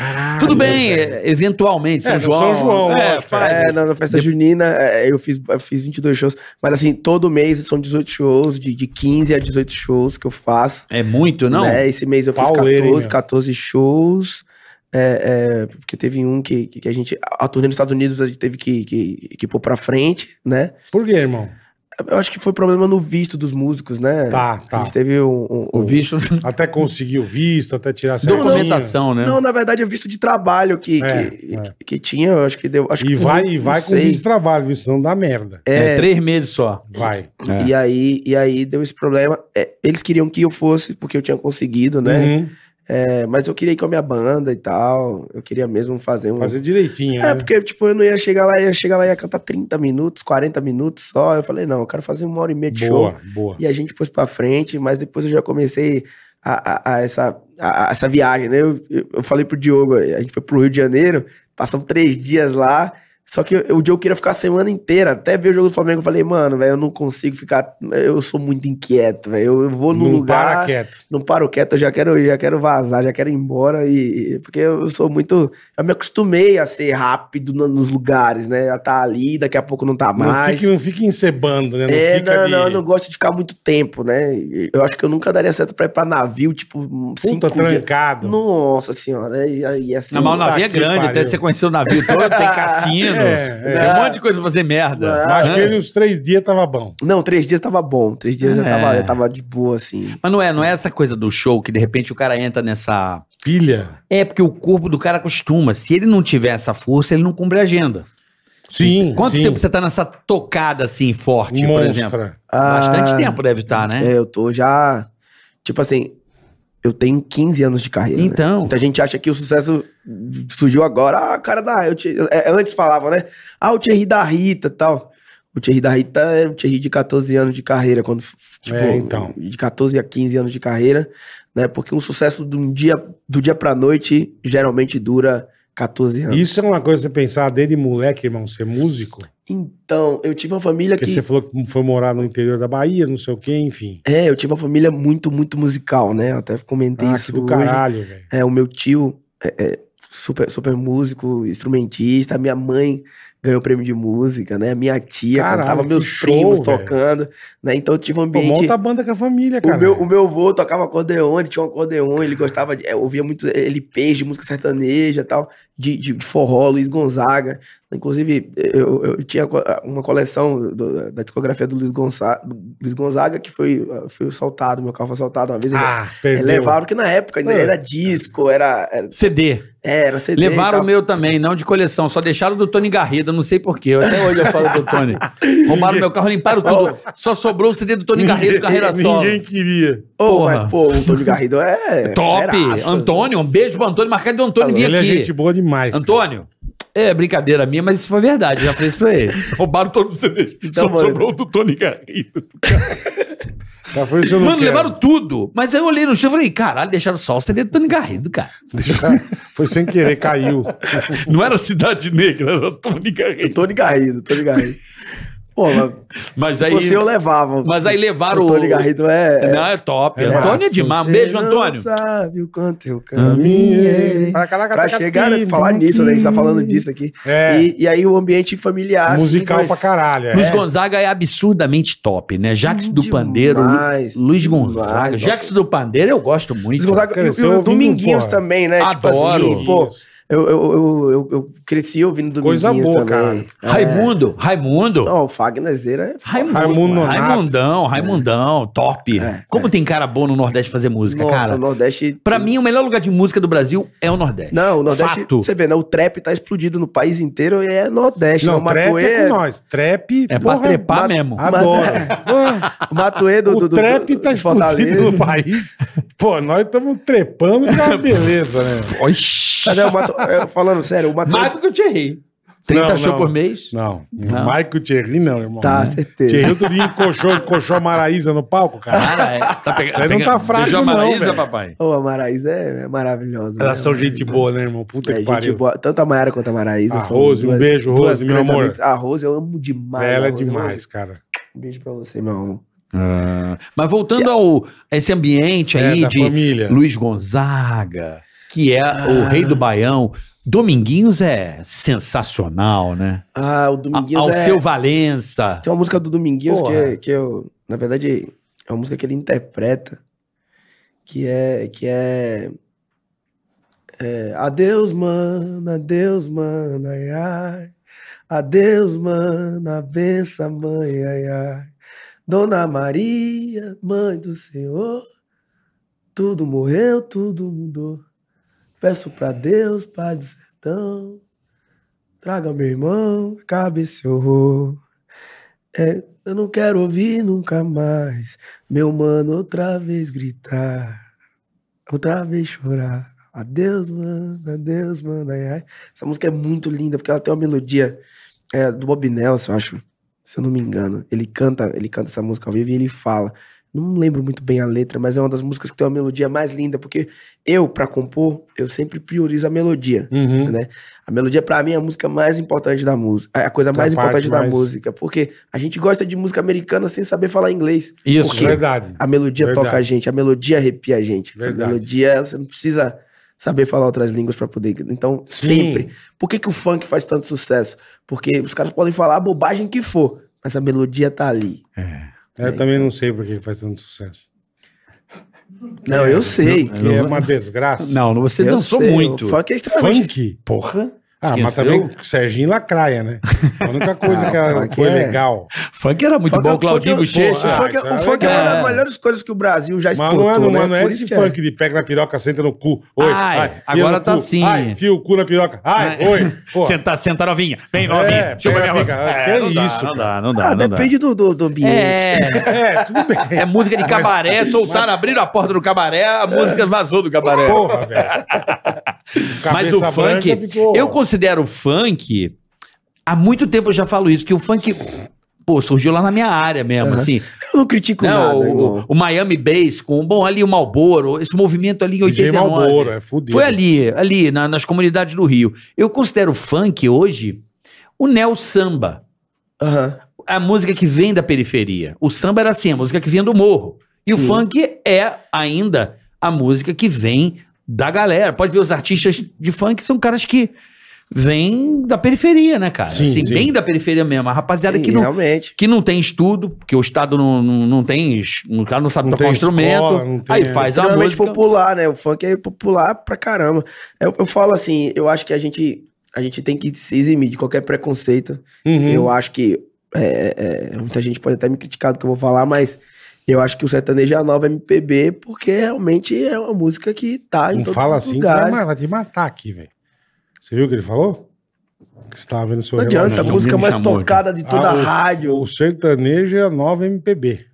[SPEAKER 4] Tudo bem, é, eventualmente, São
[SPEAKER 3] Ah, É, no
[SPEAKER 4] João.
[SPEAKER 3] São João,
[SPEAKER 4] é,
[SPEAKER 3] lógico,
[SPEAKER 4] faz.
[SPEAKER 5] É, na, na festa junina é, eu fiz, eu fiz 22 shows. Mas assim, todo mês são 18 shows, de, de 15 a 18 shows que eu faço.
[SPEAKER 4] É muito, não?
[SPEAKER 5] né? Esse mês eu fiz
[SPEAKER 3] Pauleira, hein,
[SPEAKER 5] 14,
[SPEAKER 3] meu?
[SPEAKER 5] 14 shows. É, é, porque teve um que, que que a gente. A a turnê nos Estados Unidos a gente teve que, que, que pôr pra frente, né?
[SPEAKER 3] Por quê, irmão?
[SPEAKER 5] Eu acho que foi problema no visto dos músicos, né?
[SPEAKER 3] Tá,
[SPEAKER 5] A
[SPEAKER 3] tá.
[SPEAKER 5] gente teve um. um-
[SPEAKER 4] O
[SPEAKER 5] um-
[SPEAKER 4] bicho.
[SPEAKER 3] Até conseguir o visto, até tirar certinho.
[SPEAKER 4] Documentação, né?
[SPEAKER 5] Não, na verdade é visto de trabalho que,
[SPEAKER 3] É,
[SPEAKER 5] que,
[SPEAKER 3] é.
[SPEAKER 5] que, que tinha, eu acho que deu. Acho
[SPEAKER 3] E
[SPEAKER 5] que um,
[SPEAKER 3] vai, e
[SPEAKER 5] não
[SPEAKER 3] vai com
[SPEAKER 5] sei.
[SPEAKER 3] visto de trabalho, visto não dá merda.
[SPEAKER 4] é, três meses só.
[SPEAKER 3] Vai.
[SPEAKER 4] É.
[SPEAKER 5] E, aí, e aí deu esse problema. É, eles queriam que eu fosse, porque eu tinha conseguido, né?
[SPEAKER 3] Uhum.
[SPEAKER 5] É, mas eu queria ir com a minha banda e tal. Eu queria mesmo fazer um.
[SPEAKER 3] Fazer direitinho,
[SPEAKER 5] É,
[SPEAKER 3] né?
[SPEAKER 5] porque, tipo, eu não ia chegar lá, ia chegar lá e ia cantar 30 minutos, 40 minutos só. Eu falei, não, eu quero fazer uma hora e meia de show.
[SPEAKER 3] Boa, boa.
[SPEAKER 5] E a gente pôs pra frente, mas depois eu já comecei a, a- a essa, a- a essa viagem, né? Eu, eu- eu falei pro Diogo, a gente foi pro Rio de Janeiro, passamos três dias lá. Só que o Diogo queria ficar a semana inteira, até ver o jogo do Flamengo. Eu falei, mano, velho, eu não consigo ficar. Eu sou muito inquieto, velho. Eu, eu vou num
[SPEAKER 3] Não
[SPEAKER 5] lugar.
[SPEAKER 3] para quieto.
[SPEAKER 5] Não paro quieto, eu já quero, já quero vazar, já quero ir embora. E, e- porque eu sou muito. Eu me acostumei a ser rápido no- nos lugares, né? A tá ali, daqui a pouco não tá mais.
[SPEAKER 3] Não, fique, não fique encebando, né? Não
[SPEAKER 5] É,
[SPEAKER 3] fica
[SPEAKER 5] não,
[SPEAKER 3] de-
[SPEAKER 5] não, eu não gosto de ficar muito tempo, né? Eu acho que eu nunca daria certo pra ir pra navio, tipo, um, cinco
[SPEAKER 3] Puta
[SPEAKER 5] dias.
[SPEAKER 3] trancado.
[SPEAKER 5] Nossa senhora, e, e assim...
[SPEAKER 4] Não, mas o navio é
[SPEAKER 3] Ah, que
[SPEAKER 4] grande,
[SPEAKER 3] pariu.
[SPEAKER 4] até você conhecer o navio todo, tem cassino,
[SPEAKER 3] É,
[SPEAKER 4] tem
[SPEAKER 5] é.
[SPEAKER 4] um monte de coisa pra fazer merda.
[SPEAKER 5] Não.
[SPEAKER 4] Mas,
[SPEAKER 3] Acho que ele uns três dias tava bom.
[SPEAKER 5] Não, três dias tava bom, três dias já,
[SPEAKER 4] É.
[SPEAKER 5] tava, já tava de boa, assim.
[SPEAKER 4] mas não é, não é essa coisa do show que de repente o cara entra nessa.
[SPEAKER 3] Pilha.
[SPEAKER 4] É porque o corpo do cara acostuma. Se ele não tiver essa força, ele não cumpre a agenda.
[SPEAKER 3] Sim.
[SPEAKER 4] Quanto
[SPEAKER 3] sim.
[SPEAKER 4] tempo você tá nessa tocada assim, forte, por exemplo?
[SPEAKER 3] Monstra.
[SPEAKER 4] Bastante
[SPEAKER 5] Ah,
[SPEAKER 4] tempo deve estar, né?
[SPEAKER 5] É, eu tô já. Tipo assim, eu tenho 15 anos de carreira. né?
[SPEAKER 4] Então,
[SPEAKER 5] Muita gente acha que o sucesso surgiu agora. Ah, o cara da. Eu te- é, antes falavam, né? Ah, o Thierry da Rita e tal. O Thierry da Rita era o Thierry de 14 anos de carreira, quando. f- f- Tipo,
[SPEAKER 3] É, então.
[SPEAKER 5] De 14 a 15 anos de carreira, né? Porque um sucesso de um dia, do dia pra noite geralmente dura 14 anos.
[SPEAKER 3] Isso é uma coisa que você pensar desde moleque, irmão, ser músico.
[SPEAKER 5] Então, eu tive uma família
[SPEAKER 3] Porque
[SPEAKER 5] que.
[SPEAKER 3] você falou que foi morar no interior da Bahia, não sei o quê, enfim.
[SPEAKER 5] É, eu tive uma família muito, muito musical, né? Eu até comentei
[SPEAKER 3] Ah,
[SPEAKER 5] isso.
[SPEAKER 3] que do
[SPEAKER 5] hoje.
[SPEAKER 3] caralho, velho.
[SPEAKER 5] É, o meu tio é, é super, super músico, instrumentista. a Minha mãe ganhou prêmio de música, né? Minha tia
[SPEAKER 3] Caralho,
[SPEAKER 5] cantava,
[SPEAKER 3] que
[SPEAKER 5] meus
[SPEAKER 3] show,
[SPEAKER 5] primos
[SPEAKER 3] velho.
[SPEAKER 5] tocando, né? Então eu tive um
[SPEAKER 3] Pô,
[SPEAKER 5] ambiente.
[SPEAKER 3] monta a banda com a família,
[SPEAKER 5] O
[SPEAKER 3] cara.
[SPEAKER 5] meu, o meu avô tocava acordeon, ele tinha um acordeon, ele gostava, de, é, ouvia muito LPs de música sertaneja e tal, de, de, de forró, Luiz Gonzaga. Inclusive, eu, eu tinha co- ah, uma coleção do- da discografia do Luiz Gonzaga, Luiz Gonzaga que foi, ah, foi assaltado, meu carro foi assaltado uma vez.
[SPEAKER 3] Ah,
[SPEAKER 5] eu-
[SPEAKER 3] perdeu.
[SPEAKER 5] levaram, que na época ainda
[SPEAKER 3] É.
[SPEAKER 5] era disco, era, era
[SPEAKER 4] CD.
[SPEAKER 5] é, era CD.
[SPEAKER 4] Levaram
[SPEAKER 5] e
[SPEAKER 4] o meu também, não de coleção. Só deixaram o do Tony Garrido, não sei porquê. Até hoje eu falo do Tony. Roubaram meu carro, limparam tudo. Só sobrou o CD do Tony Garrido, carreira solo.
[SPEAKER 3] Ninguém queria.
[SPEAKER 5] tal. Ô,
[SPEAKER 4] porra.
[SPEAKER 5] mas, pô, o Antônio Garrido é.
[SPEAKER 4] Top!
[SPEAKER 5] feraça.
[SPEAKER 4] Antônio, um beijo pro Antônio. Marcado do Antônio, vim
[SPEAKER 3] Ele é
[SPEAKER 4] aqui.
[SPEAKER 3] gente boa demais. cara.
[SPEAKER 4] Antônio, é brincadeira minha, mas isso foi verdade. Já falei isso pra ele. Roubaram todos os CDs.
[SPEAKER 5] Então, mano.
[SPEAKER 4] o do Tony Garrido.
[SPEAKER 3] Já Tá, foi isso, eu não
[SPEAKER 4] Mano,
[SPEAKER 3] quero.
[SPEAKER 4] levaram tudo. Mas aí eu olhei no chão e falei, caralho, deixaram só o CD do Tony Garrido, cara.
[SPEAKER 3] Tá, Foi sem querer, caiu.
[SPEAKER 4] Não era Cidade Negra, era Tony Garrido.
[SPEAKER 5] Antônio Garrido, Antônio Garrido. Pô, mas
[SPEAKER 4] Mas aí,
[SPEAKER 5] você eu levava.
[SPEAKER 4] mas aí levaram o...
[SPEAKER 5] Antônio Garrido é.
[SPEAKER 4] Não, é top.
[SPEAKER 3] É
[SPEAKER 4] Antônio é
[SPEAKER 5] Nossa,
[SPEAKER 4] demais. Um
[SPEAKER 5] você
[SPEAKER 4] beijo,
[SPEAKER 5] não
[SPEAKER 4] Antônio.
[SPEAKER 5] sabe o quanto eu
[SPEAKER 3] Caminhei.
[SPEAKER 5] caminhei.
[SPEAKER 3] tá
[SPEAKER 5] Pra chegar, né, falar nisso, né? A gente tá falando disso aqui.
[SPEAKER 3] então É,
[SPEAKER 5] E, e aí o ambiente familiar. assim,
[SPEAKER 3] musical
[SPEAKER 5] foi-
[SPEAKER 3] pra caralho. é.
[SPEAKER 4] Luiz Gonzaga é absurdamente top, né? Jax do
[SPEAKER 5] É Demais,
[SPEAKER 4] Pandeiro, Lu- Luiz
[SPEAKER 5] demais,
[SPEAKER 4] Gonzaga.
[SPEAKER 5] nossa.
[SPEAKER 4] Jax do Pandeiro eu gosto muito.
[SPEAKER 5] Luiz Gonzaga
[SPEAKER 3] Cara,
[SPEAKER 5] e,
[SPEAKER 3] esse
[SPEAKER 5] e
[SPEAKER 3] eu
[SPEAKER 5] o
[SPEAKER 3] ouvi
[SPEAKER 5] Dominguinhos
[SPEAKER 3] muito, porra.
[SPEAKER 5] também, né?
[SPEAKER 4] é Adoro.
[SPEAKER 5] Tipo assim, pô, eu, eu, eu, eu, eu cresci ouvindo Dominguinhos
[SPEAKER 3] Coisa boa,
[SPEAKER 5] também. É.
[SPEAKER 4] Raimundo, Raimundo.
[SPEAKER 5] Não, o Fagner Zeira é
[SPEAKER 4] Raimundo,
[SPEAKER 3] Então, Raimundo
[SPEAKER 4] mano.
[SPEAKER 3] Nonato.
[SPEAKER 4] Raimundão, Raimundão, top.
[SPEAKER 5] É,
[SPEAKER 4] Como tem cara bom no Nordeste fazer música,
[SPEAKER 5] Nossa,
[SPEAKER 4] cara.
[SPEAKER 5] o Nordeste.
[SPEAKER 4] Pra mim, o melhor lugar de música do Brasil é o Nordeste.
[SPEAKER 5] Não, o Nordeste.
[SPEAKER 4] Fato.
[SPEAKER 5] Você vê, né? O trap tá explodido no país inteiro e é Nordeste. né?
[SPEAKER 3] Não,
[SPEAKER 5] O
[SPEAKER 3] trap
[SPEAKER 5] Matuê.
[SPEAKER 3] é com nós. Trap,
[SPEAKER 4] é pra
[SPEAKER 3] porra,
[SPEAKER 4] trepar
[SPEAKER 5] mas-
[SPEAKER 4] mesmo.
[SPEAKER 3] Adoro.
[SPEAKER 5] O Matuê do,
[SPEAKER 3] o
[SPEAKER 5] do, do,
[SPEAKER 3] trap
[SPEAKER 5] do-
[SPEAKER 3] tá
[SPEAKER 5] de Fortaleza.
[SPEAKER 3] explodido no país. Pô, nós estamos trepando que é uma beleza, né?
[SPEAKER 4] Oxi.
[SPEAKER 5] Mas, né, o Matu- eu, falando sério, o Matuê.
[SPEAKER 4] Mais do que eu te errei. 30
[SPEAKER 3] Não,
[SPEAKER 4] shows
[SPEAKER 3] não.
[SPEAKER 4] por mês.
[SPEAKER 3] Não,
[SPEAKER 4] Não.
[SPEAKER 3] Michael Thierry não, irmão.
[SPEAKER 5] Tá,
[SPEAKER 3] Não.
[SPEAKER 5] certeza.
[SPEAKER 3] Thierry outro dia encoxou, encoxou a Maraísa no palco,
[SPEAKER 5] Ah,
[SPEAKER 3] cara.
[SPEAKER 4] Cara, é, tá pegando.
[SPEAKER 3] Isso aí não tá frágil não, velho.
[SPEAKER 4] papai.
[SPEAKER 5] Ô, a Maraísa é, é maravilhosa. né?
[SPEAKER 3] Elas são gente boa, né, irmão? Puta
[SPEAKER 5] É,
[SPEAKER 3] que
[SPEAKER 5] gente
[SPEAKER 3] pariu.
[SPEAKER 5] boa. Tanto a Mayara quanto a Maraísa.
[SPEAKER 3] A
[SPEAKER 5] são
[SPEAKER 3] Rose, um beijo, Rose,
[SPEAKER 5] duas
[SPEAKER 3] meu
[SPEAKER 5] grandes
[SPEAKER 3] amor.
[SPEAKER 5] amigas. A Rose, eu amo demais.
[SPEAKER 3] Ela
[SPEAKER 5] a
[SPEAKER 3] é
[SPEAKER 5] Rose,
[SPEAKER 3] demais,
[SPEAKER 5] Rose,
[SPEAKER 3] cara.
[SPEAKER 5] Um beijo pra você, meu amor.
[SPEAKER 4] Ah, Mas voltando ao esse ambiente
[SPEAKER 3] É,
[SPEAKER 4] aí
[SPEAKER 3] da
[SPEAKER 4] de
[SPEAKER 3] família. Ah.
[SPEAKER 4] Luiz Gonzaga, que é o rei do Baião. Dominguinhos é sensacional, né?
[SPEAKER 5] Ah, o
[SPEAKER 4] A-
[SPEAKER 5] Dominguinhos
[SPEAKER 4] Ao
[SPEAKER 5] é...
[SPEAKER 4] seu Valença.
[SPEAKER 5] Tem uma música do Dominguinhos que,
[SPEAKER 4] Porra.
[SPEAKER 5] é- que eu, na verdade, é uma música que ele interpreta, que é, que é, é, Adeus, mano, adeus, mano, ai, ai. Adeus, mano, benção, mãe, ai, ai. Dona Maria, mãe do Senhor, tudo morreu, tudo mudou. Peço pra Deus, Pai do Sertão, traga meu irmão, acabe esse horror. É, eu não quero ouvir nunca mais meu mano outra vez gritar, outra vez chorar. Adeus, mano, adeus, mano. Ai, ai. Essa música é muito linda porque ela tem uma melodia é, do Bob Nelson, eu acho, se eu não me engano. Ele canta, ele canta essa música ao vivo e ele fala. Não lembro muito bem a letra, mas é uma das músicas que tem uma melodia mais linda porque eu, pra compor, eu sempre priorizo a melodia.
[SPEAKER 3] Uhum.
[SPEAKER 5] A melodia, pra mim, é a música mais importante da música. É a coisa
[SPEAKER 3] Tá
[SPEAKER 5] mais
[SPEAKER 3] a parte
[SPEAKER 5] importante da
[SPEAKER 3] mais-
[SPEAKER 5] música. Porque a gente gosta de música americana sem saber falar inglês.
[SPEAKER 4] Isso.
[SPEAKER 5] Por quê? Ah,
[SPEAKER 3] Verdade.
[SPEAKER 5] A melodia
[SPEAKER 3] Verdade.
[SPEAKER 5] toca a gente, a melodia arrepia a gente.
[SPEAKER 3] Verdade.
[SPEAKER 5] A melodia, você não precisa saber falar outras línguas pra poder. Então,
[SPEAKER 3] Sim.
[SPEAKER 5] sempre. Por que, que o funk faz tanto sucesso? Porque os caras podem falar a bobagem que for, mas a melodia tá ali. é,
[SPEAKER 3] Eu também
[SPEAKER 5] então.
[SPEAKER 3] não sei por que faz tanto sucesso.
[SPEAKER 5] Não, eu sei.
[SPEAKER 3] Que é uma desgraça.
[SPEAKER 4] Não, você
[SPEAKER 5] Eu
[SPEAKER 4] dançou
[SPEAKER 5] sei,
[SPEAKER 4] muito.
[SPEAKER 5] O funk é extremamente.
[SPEAKER 3] Funk?
[SPEAKER 4] Porra.
[SPEAKER 3] Ah,
[SPEAKER 4] Esqueceu?
[SPEAKER 3] mas também o Serginho lacraia, né? A única coisa
[SPEAKER 5] Ah,
[SPEAKER 3] que, ela,
[SPEAKER 5] fala
[SPEAKER 3] que
[SPEAKER 5] que
[SPEAKER 3] é
[SPEAKER 5] é.
[SPEAKER 3] legal.
[SPEAKER 4] Funk era muito
[SPEAKER 5] Funk é-
[SPEAKER 4] bom,
[SPEAKER 5] funk é-
[SPEAKER 4] Claudinho
[SPEAKER 5] pô,
[SPEAKER 4] Bochecha.
[SPEAKER 5] O funk, é-
[SPEAKER 3] Ah,
[SPEAKER 5] o
[SPEAKER 3] isso
[SPEAKER 5] funk
[SPEAKER 4] é
[SPEAKER 5] é uma
[SPEAKER 4] legal.
[SPEAKER 5] das melhores coisas que o Brasil já
[SPEAKER 3] Mas não é,
[SPEAKER 5] exportou,
[SPEAKER 3] não,
[SPEAKER 5] né?
[SPEAKER 3] é- não é
[SPEAKER 5] Por
[SPEAKER 3] esse
[SPEAKER 5] que
[SPEAKER 3] funk de pega na piroca, senta no cu. Oi.
[SPEAKER 4] Ai,
[SPEAKER 3] fia
[SPEAKER 4] agora
[SPEAKER 3] no
[SPEAKER 4] tá
[SPEAKER 3] cu.
[SPEAKER 4] assim.
[SPEAKER 3] Ai, fia o cu na piroca. Ai,
[SPEAKER 4] Ai.
[SPEAKER 3] oi. Pô.
[SPEAKER 4] Senta, senta novinha. Vem,
[SPEAKER 3] É, pega, pega. Que
[SPEAKER 4] É, não
[SPEAKER 3] isso,
[SPEAKER 4] Dá,
[SPEAKER 3] cara.
[SPEAKER 4] não dá, não dá.
[SPEAKER 5] Ah,
[SPEAKER 4] não dá.
[SPEAKER 5] depende do, do, do ambiente.
[SPEAKER 4] É,
[SPEAKER 3] É, tudo bem.
[SPEAKER 4] é música de cabaré, soltaram, abriram a porta do cabaré, a música vazou do cabaré.
[SPEAKER 3] Porra, velho.
[SPEAKER 4] Mas o
[SPEAKER 3] Cabeça
[SPEAKER 4] funk,
[SPEAKER 3] branca ficou-
[SPEAKER 4] eu considero o funk. Há muito tempo eu já falo isso, que o funk, pô, surgiu lá na minha área mesmo,
[SPEAKER 5] Aham.
[SPEAKER 4] assim.
[SPEAKER 5] Eu não critico
[SPEAKER 4] Né,
[SPEAKER 5] nada,
[SPEAKER 4] o,
[SPEAKER 5] irmão.
[SPEAKER 4] o Miami Bass com, bom, ali o Malboro, esse movimento ali em
[SPEAKER 3] DJ
[SPEAKER 4] 89.
[SPEAKER 3] Malboro, é fudido.
[SPEAKER 4] Foi ali, ali, na- nas comunidades do Rio. Eu considero o funk hoje o neo samba.
[SPEAKER 5] Aham.
[SPEAKER 4] A música que vem da periferia. O samba era assim, a música que vinha do morro. E o
[SPEAKER 5] Sim.
[SPEAKER 4] funk é ainda a música que vem da galera. Pode ver os artistas de funk são caras que vêm da periferia, né, cara?
[SPEAKER 3] Sim,
[SPEAKER 4] assim,
[SPEAKER 3] sim. é
[SPEAKER 4] bem da periferia mesmo. A rapaziada
[SPEAKER 5] Sim,
[SPEAKER 4] que não,
[SPEAKER 5] Realmente.
[SPEAKER 4] que não tem estudo, porque o Estado não, não, não tem. es- O cara não sabe
[SPEAKER 3] Não
[SPEAKER 4] tocar um
[SPEAKER 3] tem
[SPEAKER 4] instrumento.
[SPEAKER 3] escola, não tem-
[SPEAKER 4] aí faz a
[SPEAKER 5] extremamente
[SPEAKER 4] música.
[SPEAKER 5] popular, né? O funk é popular pra caramba. Eu, eu falo assim, eu acho que a gente, a gente tem que se eximir de qualquer preconceito.
[SPEAKER 3] Uhum.
[SPEAKER 5] Eu acho que é, é, muita gente pode até me criticar do que eu vou falar, mas eu acho que o sertanejo é a nova MPB porque realmente é uma música que tá em
[SPEAKER 3] Não
[SPEAKER 5] todos
[SPEAKER 3] fala
[SPEAKER 5] os
[SPEAKER 3] assim, que vai,
[SPEAKER 5] lugares.
[SPEAKER 3] ma- vai te matar aqui, velho. Você viu o que ele falou? Que você tava vendo seu
[SPEAKER 5] Não adianta, tá a
[SPEAKER 4] Não,
[SPEAKER 3] relógio.
[SPEAKER 5] música é
[SPEAKER 4] me
[SPEAKER 5] mais
[SPEAKER 4] chamou,
[SPEAKER 5] tocada de toda
[SPEAKER 3] Ah,
[SPEAKER 5] a
[SPEAKER 3] o-
[SPEAKER 5] rádio.
[SPEAKER 3] O sertanejo é a nova MPB.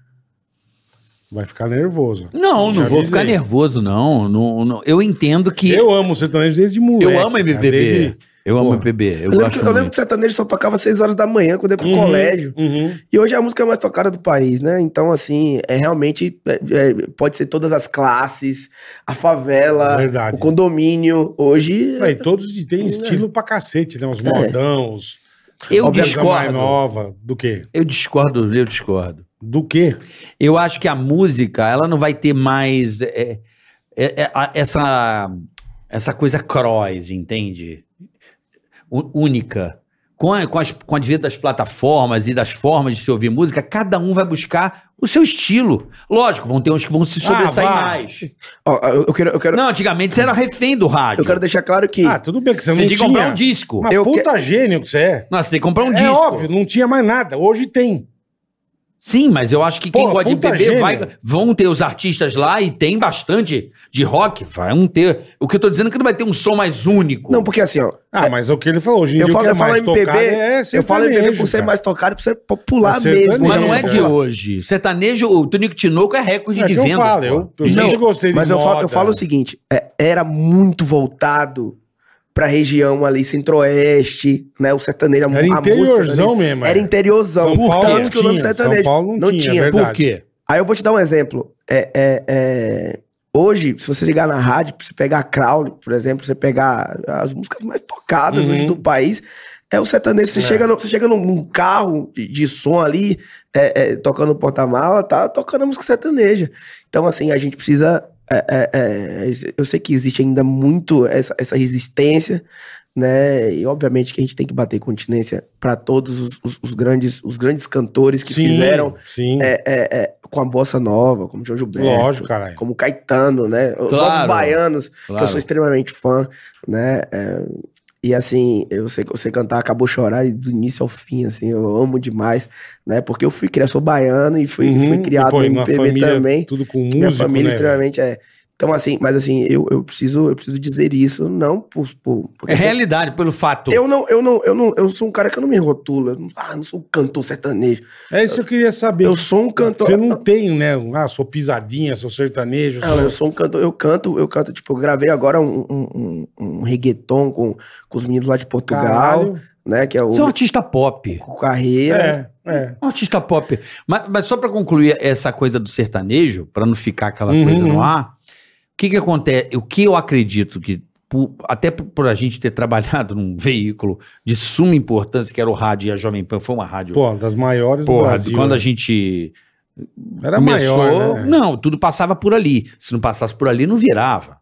[SPEAKER 3] Vai ficar nervoso.
[SPEAKER 4] Não,
[SPEAKER 3] Já
[SPEAKER 4] não vou
[SPEAKER 3] avisei.
[SPEAKER 4] ficar nervoso, não. Não- não. Eu entendo que. Eu,
[SPEAKER 3] Eu amo o sertanejo desde moleque.
[SPEAKER 4] amo
[SPEAKER 3] cara,
[SPEAKER 4] MPB.
[SPEAKER 3] desde-
[SPEAKER 4] Eu amo
[SPEAKER 3] Porra.
[SPEAKER 4] MPB. Eu,
[SPEAKER 5] Eu lembro,
[SPEAKER 4] gosto
[SPEAKER 5] que, eu lembro
[SPEAKER 4] muito.
[SPEAKER 5] que o sertanejo só tocava às 6 horas da manhã quando ia pro
[SPEAKER 3] Uhum,
[SPEAKER 5] colégio.
[SPEAKER 3] uhum.
[SPEAKER 5] E hoje é a música mais tocada do país, né? Então, assim, é realmente. é, é, pode ser todas as classes, a favela,
[SPEAKER 3] É Verdade.
[SPEAKER 5] o É. condomínio. Hoje.
[SPEAKER 3] Véi, todos têm estilo pra cacete, né? Os
[SPEAKER 5] É.
[SPEAKER 3] modão, os...
[SPEAKER 4] Eu
[SPEAKER 3] Óbvio, a mais
[SPEAKER 4] discordo.
[SPEAKER 3] nova. Do quê?
[SPEAKER 4] Eu discordo, eu discordo.
[SPEAKER 3] Do quê?
[SPEAKER 4] Eu acho que a música, ela não vai ter mais é, é, é, a- essa, essa coisa cross, entende? Ú- Única. Com a, com, as, com o advento das plataformas e das formas de se ouvir música, cada um vai buscar o seu estilo. Lógico, vão ter uns que vão
[SPEAKER 3] Ah,
[SPEAKER 4] se sobressair
[SPEAKER 3] vai.
[SPEAKER 4] mais.
[SPEAKER 5] Ó, eu, eu quero, eu, quero,
[SPEAKER 4] Não, antigamente você era refém do rádio.
[SPEAKER 5] eu quero deixar claro que.
[SPEAKER 3] Ah, tudo bem que você,
[SPEAKER 4] Você
[SPEAKER 3] não
[SPEAKER 4] tinha que comprar um
[SPEAKER 3] tinha.
[SPEAKER 4] disco.
[SPEAKER 3] Mas
[SPEAKER 5] Eu
[SPEAKER 3] puta gênio que você é.
[SPEAKER 4] Não, você tem que comprar um
[SPEAKER 3] é
[SPEAKER 4] disco.
[SPEAKER 3] óbvio, não tinha mais nada. Hoje tem.
[SPEAKER 4] Sim, mas eu acho que quem
[SPEAKER 3] Porra,
[SPEAKER 4] gosta de
[SPEAKER 3] puta
[SPEAKER 4] beber
[SPEAKER 3] gênio.
[SPEAKER 4] vai, vão ter os artistas lá e tem bastante de rock, vai um ter. O que eu tô dizendo é que não vai ter um som mais único.
[SPEAKER 5] não, porque assim, ó.
[SPEAKER 3] Ah, mas é o que ele falou. Hoje em
[SPEAKER 5] Eu
[SPEAKER 3] dia
[SPEAKER 5] falo,
[SPEAKER 3] o que é
[SPEAKER 5] eu falo
[SPEAKER 3] mais
[SPEAKER 5] MPB,
[SPEAKER 3] tocado é
[SPEAKER 5] eu falo MPB por
[SPEAKER 3] sertanejo,
[SPEAKER 5] ser
[SPEAKER 3] cara.
[SPEAKER 5] mais tocado, por ser popular
[SPEAKER 3] É
[SPEAKER 5] mesmo.
[SPEAKER 3] sertanejo,
[SPEAKER 4] mas não é de
[SPEAKER 3] porra.
[SPEAKER 4] hoje. Sertanejo, o Tonico Tinoco é recorde
[SPEAKER 3] É
[SPEAKER 4] de
[SPEAKER 3] que eu
[SPEAKER 4] venda.
[SPEAKER 3] falo, eu- eu
[SPEAKER 5] Não,
[SPEAKER 3] sempre gostei de
[SPEAKER 5] Mas eu falo, eu
[SPEAKER 3] moda.
[SPEAKER 5] falo o seguinte: é, era muito voltado pra região ali, centro-oeste, né? O sertanejo, a,
[SPEAKER 3] Era
[SPEAKER 5] a
[SPEAKER 3] interiorzão
[SPEAKER 5] música.
[SPEAKER 3] mesmo. é.
[SPEAKER 5] sertaneja. Era interiorzão.
[SPEAKER 3] São Paulo
[SPEAKER 5] Portanto,
[SPEAKER 3] não
[SPEAKER 5] que o nome
[SPEAKER 3] tinha,
[SPEAKER 5] sertanejo.
[SPEAKER 3] São Paulo não tinha, é
[SPEAKER 4] Por
[SPEAKER 3] verdade.
[SPEAKER 4] quê?
[SPEAKER 5] Aí eu vou te dar um exemplo. É, é, é, Hoje, se você ligar na rádio, se você pegar a Crowley, por exemplo, você pegar as músicas mais tocadas
[SPEAKER 3] Uhum.
[SPEAKER 5] hoje do país, é o sertanejo. Você,
[SPEAKER 3] É.
[SPEAKER 5] chega, no- você chega num, num carro de, de som ali, é, é, tocando porta-mala, tá tocando a música sertaneja. Então, assim, a gente precisa. é, é, é, eu sei que existe ainda muito essa, essa resistência, né? E obviamente que a gente tem que bater continência para todos os, os- os grandes, os grandes cantores que
[SPEAKER 3] Sim,
[SPEAKER 5] fizeram
[SPEAKER 3] Sim,
[SPEAKER 5] é, é, é, com a Bossa Nova, como João Gilberto.
[SPEAKER 3] lógico, caralho.
[SPEAKER 5] Como Caetano, né? Os
[SPEAKER 4] Claro.
[SPEAKER 5] novos baianos, que eu
[SPEAKER 4] Claro.
[SPEAKER 5] sou extremamente fã, né? É, e assim, eu sei, eu sei cantar Acabou Chorar e do início ao fim, assim, eu amo demais, né? Porque eu fui criado, sou baiano e fui, fui
[SPEAKER 3] Uhum,
[SPEAKER 5] criado
[SPEAKER 3] e, pô,
[SPEAKER 5] no
[SPEAKER 3] e uma
[SPEAKER 5] MPB
[SPEAKER 3] família
[SPEAKER 5] também.
[SPEAKER 3] Tudo com
[SPEAKER 5] Minha
[SPEAKER 3] músico,
[SPEAKER 5] família
[SPEAKER 3] né, velho?
[SPEAKER 5] extremamente é. Então, assim, mas assim, eu, eu preciso, eu preciso dizer isso, não por. por assim,
[SPEAKER 4] É realidade, pelo fato.
[SPEAKER 5] eu não, eu não, eu não, eu sou um cara que eu não me rotulo. Eu não, ah, não sou um cantor sertanejo.
[SPEAKER 3] É isso que eu queria saber.
[SPEAKER 5] Eu sou um cantor.
[SPEAKER 3] Você não tem, né? um, Ah, sou pisadinha, sou sertanejo.
[SPEAKER 5] Não,
[SPEAKER 3] sou...
[SPEAKER 5] eu sou um cantor, eu canto, eu canto, tipo, eu gravei agora um, um, um- um reggaeton com, com os meninos lá de Portugal,
[SPEAKER 3] Caralho.
[SPEAKER 5] né? Que é o
[SPEAKER 4] Você é um artista pop.
[SPEAKER 5] Mico Carreira.
[SPEAKER 3] É, é.
[SPEAKER 4] Um artista pop. Mas, mas só pra concluir essa coisa do sertanejo, pra não ficar aquela
[SPEAKER 3] Uhum,
[SPEAKER 4] coisa
[SPEAKER 3] uhum.
[SPEAKER 4] no ar, o que que acontece? O que eu acredito que, por- até por, por a gente ter trabalhado num veículo de suma importância, que era o rádio e a Jovem Pan, foi uma rádio.
[SPEAKER 3] Pô, das maiores
[SPEAKER 4] Porra,
[SPEAKER 3] do Brasil. né?
[SPEAKER 4] quando a gente
[SPEAKER 3] Era
[SPEAKER 4] começou,
[SPEAKER 3] maior, né?
[SPEAKER 4] não, tudo passava por ali. Se não passasse por ali, não virava.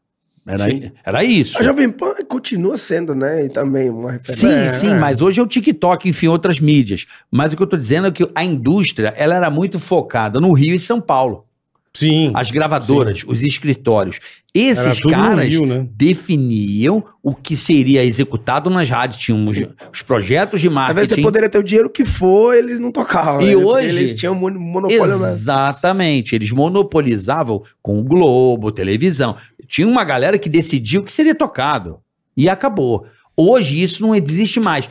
[SPEAKER 4] Era,
[SPEAKER 5] Sim.
[SPEAKER 4] era isso.
[SPEAKER 5] A Jovem Pan continua sendo, né? E também uma referência.
[SPEAKER 4] Sim,
[SPEAKER 3] É, é.
[SPEAKER 4] sim, mas hoje é o TikTok, enfim, outras mídias. Mas o que eu tô dizendo é que a indústria, ela era muito focada no Rio e São Paulo.
[SPEAKER 3] Sim.
[SPEAKER 4] As gravadoras, os escritórios. Esses
[SPEAKER 3] tudo no
[SPEAKER 4] caras
[SPEAKER 3] Rio, né?
[SPEAKER 4] definiam o que seria executado nas rádios. Tinham os, os projetos de
[SPEAKER 5] Às vezes você
[SPEAKER 4] marketing.
[SPEAKER 5] poderia ter o dinheiro que for, eles não tocavam.
[SPEAKER 4] E
[SPEAKER 5] né? Porque
[SPEAKER 4] hoje-
[SPEAKER 5] Eles tinham mon- monopólio né? mesmo.
[SPEAKER 4] Exatamente. Eles monopolizavam com o Globo, televisão. Tinha uma galera que decidiu que seria tocado. E acabou. Hoje isso não existe mais.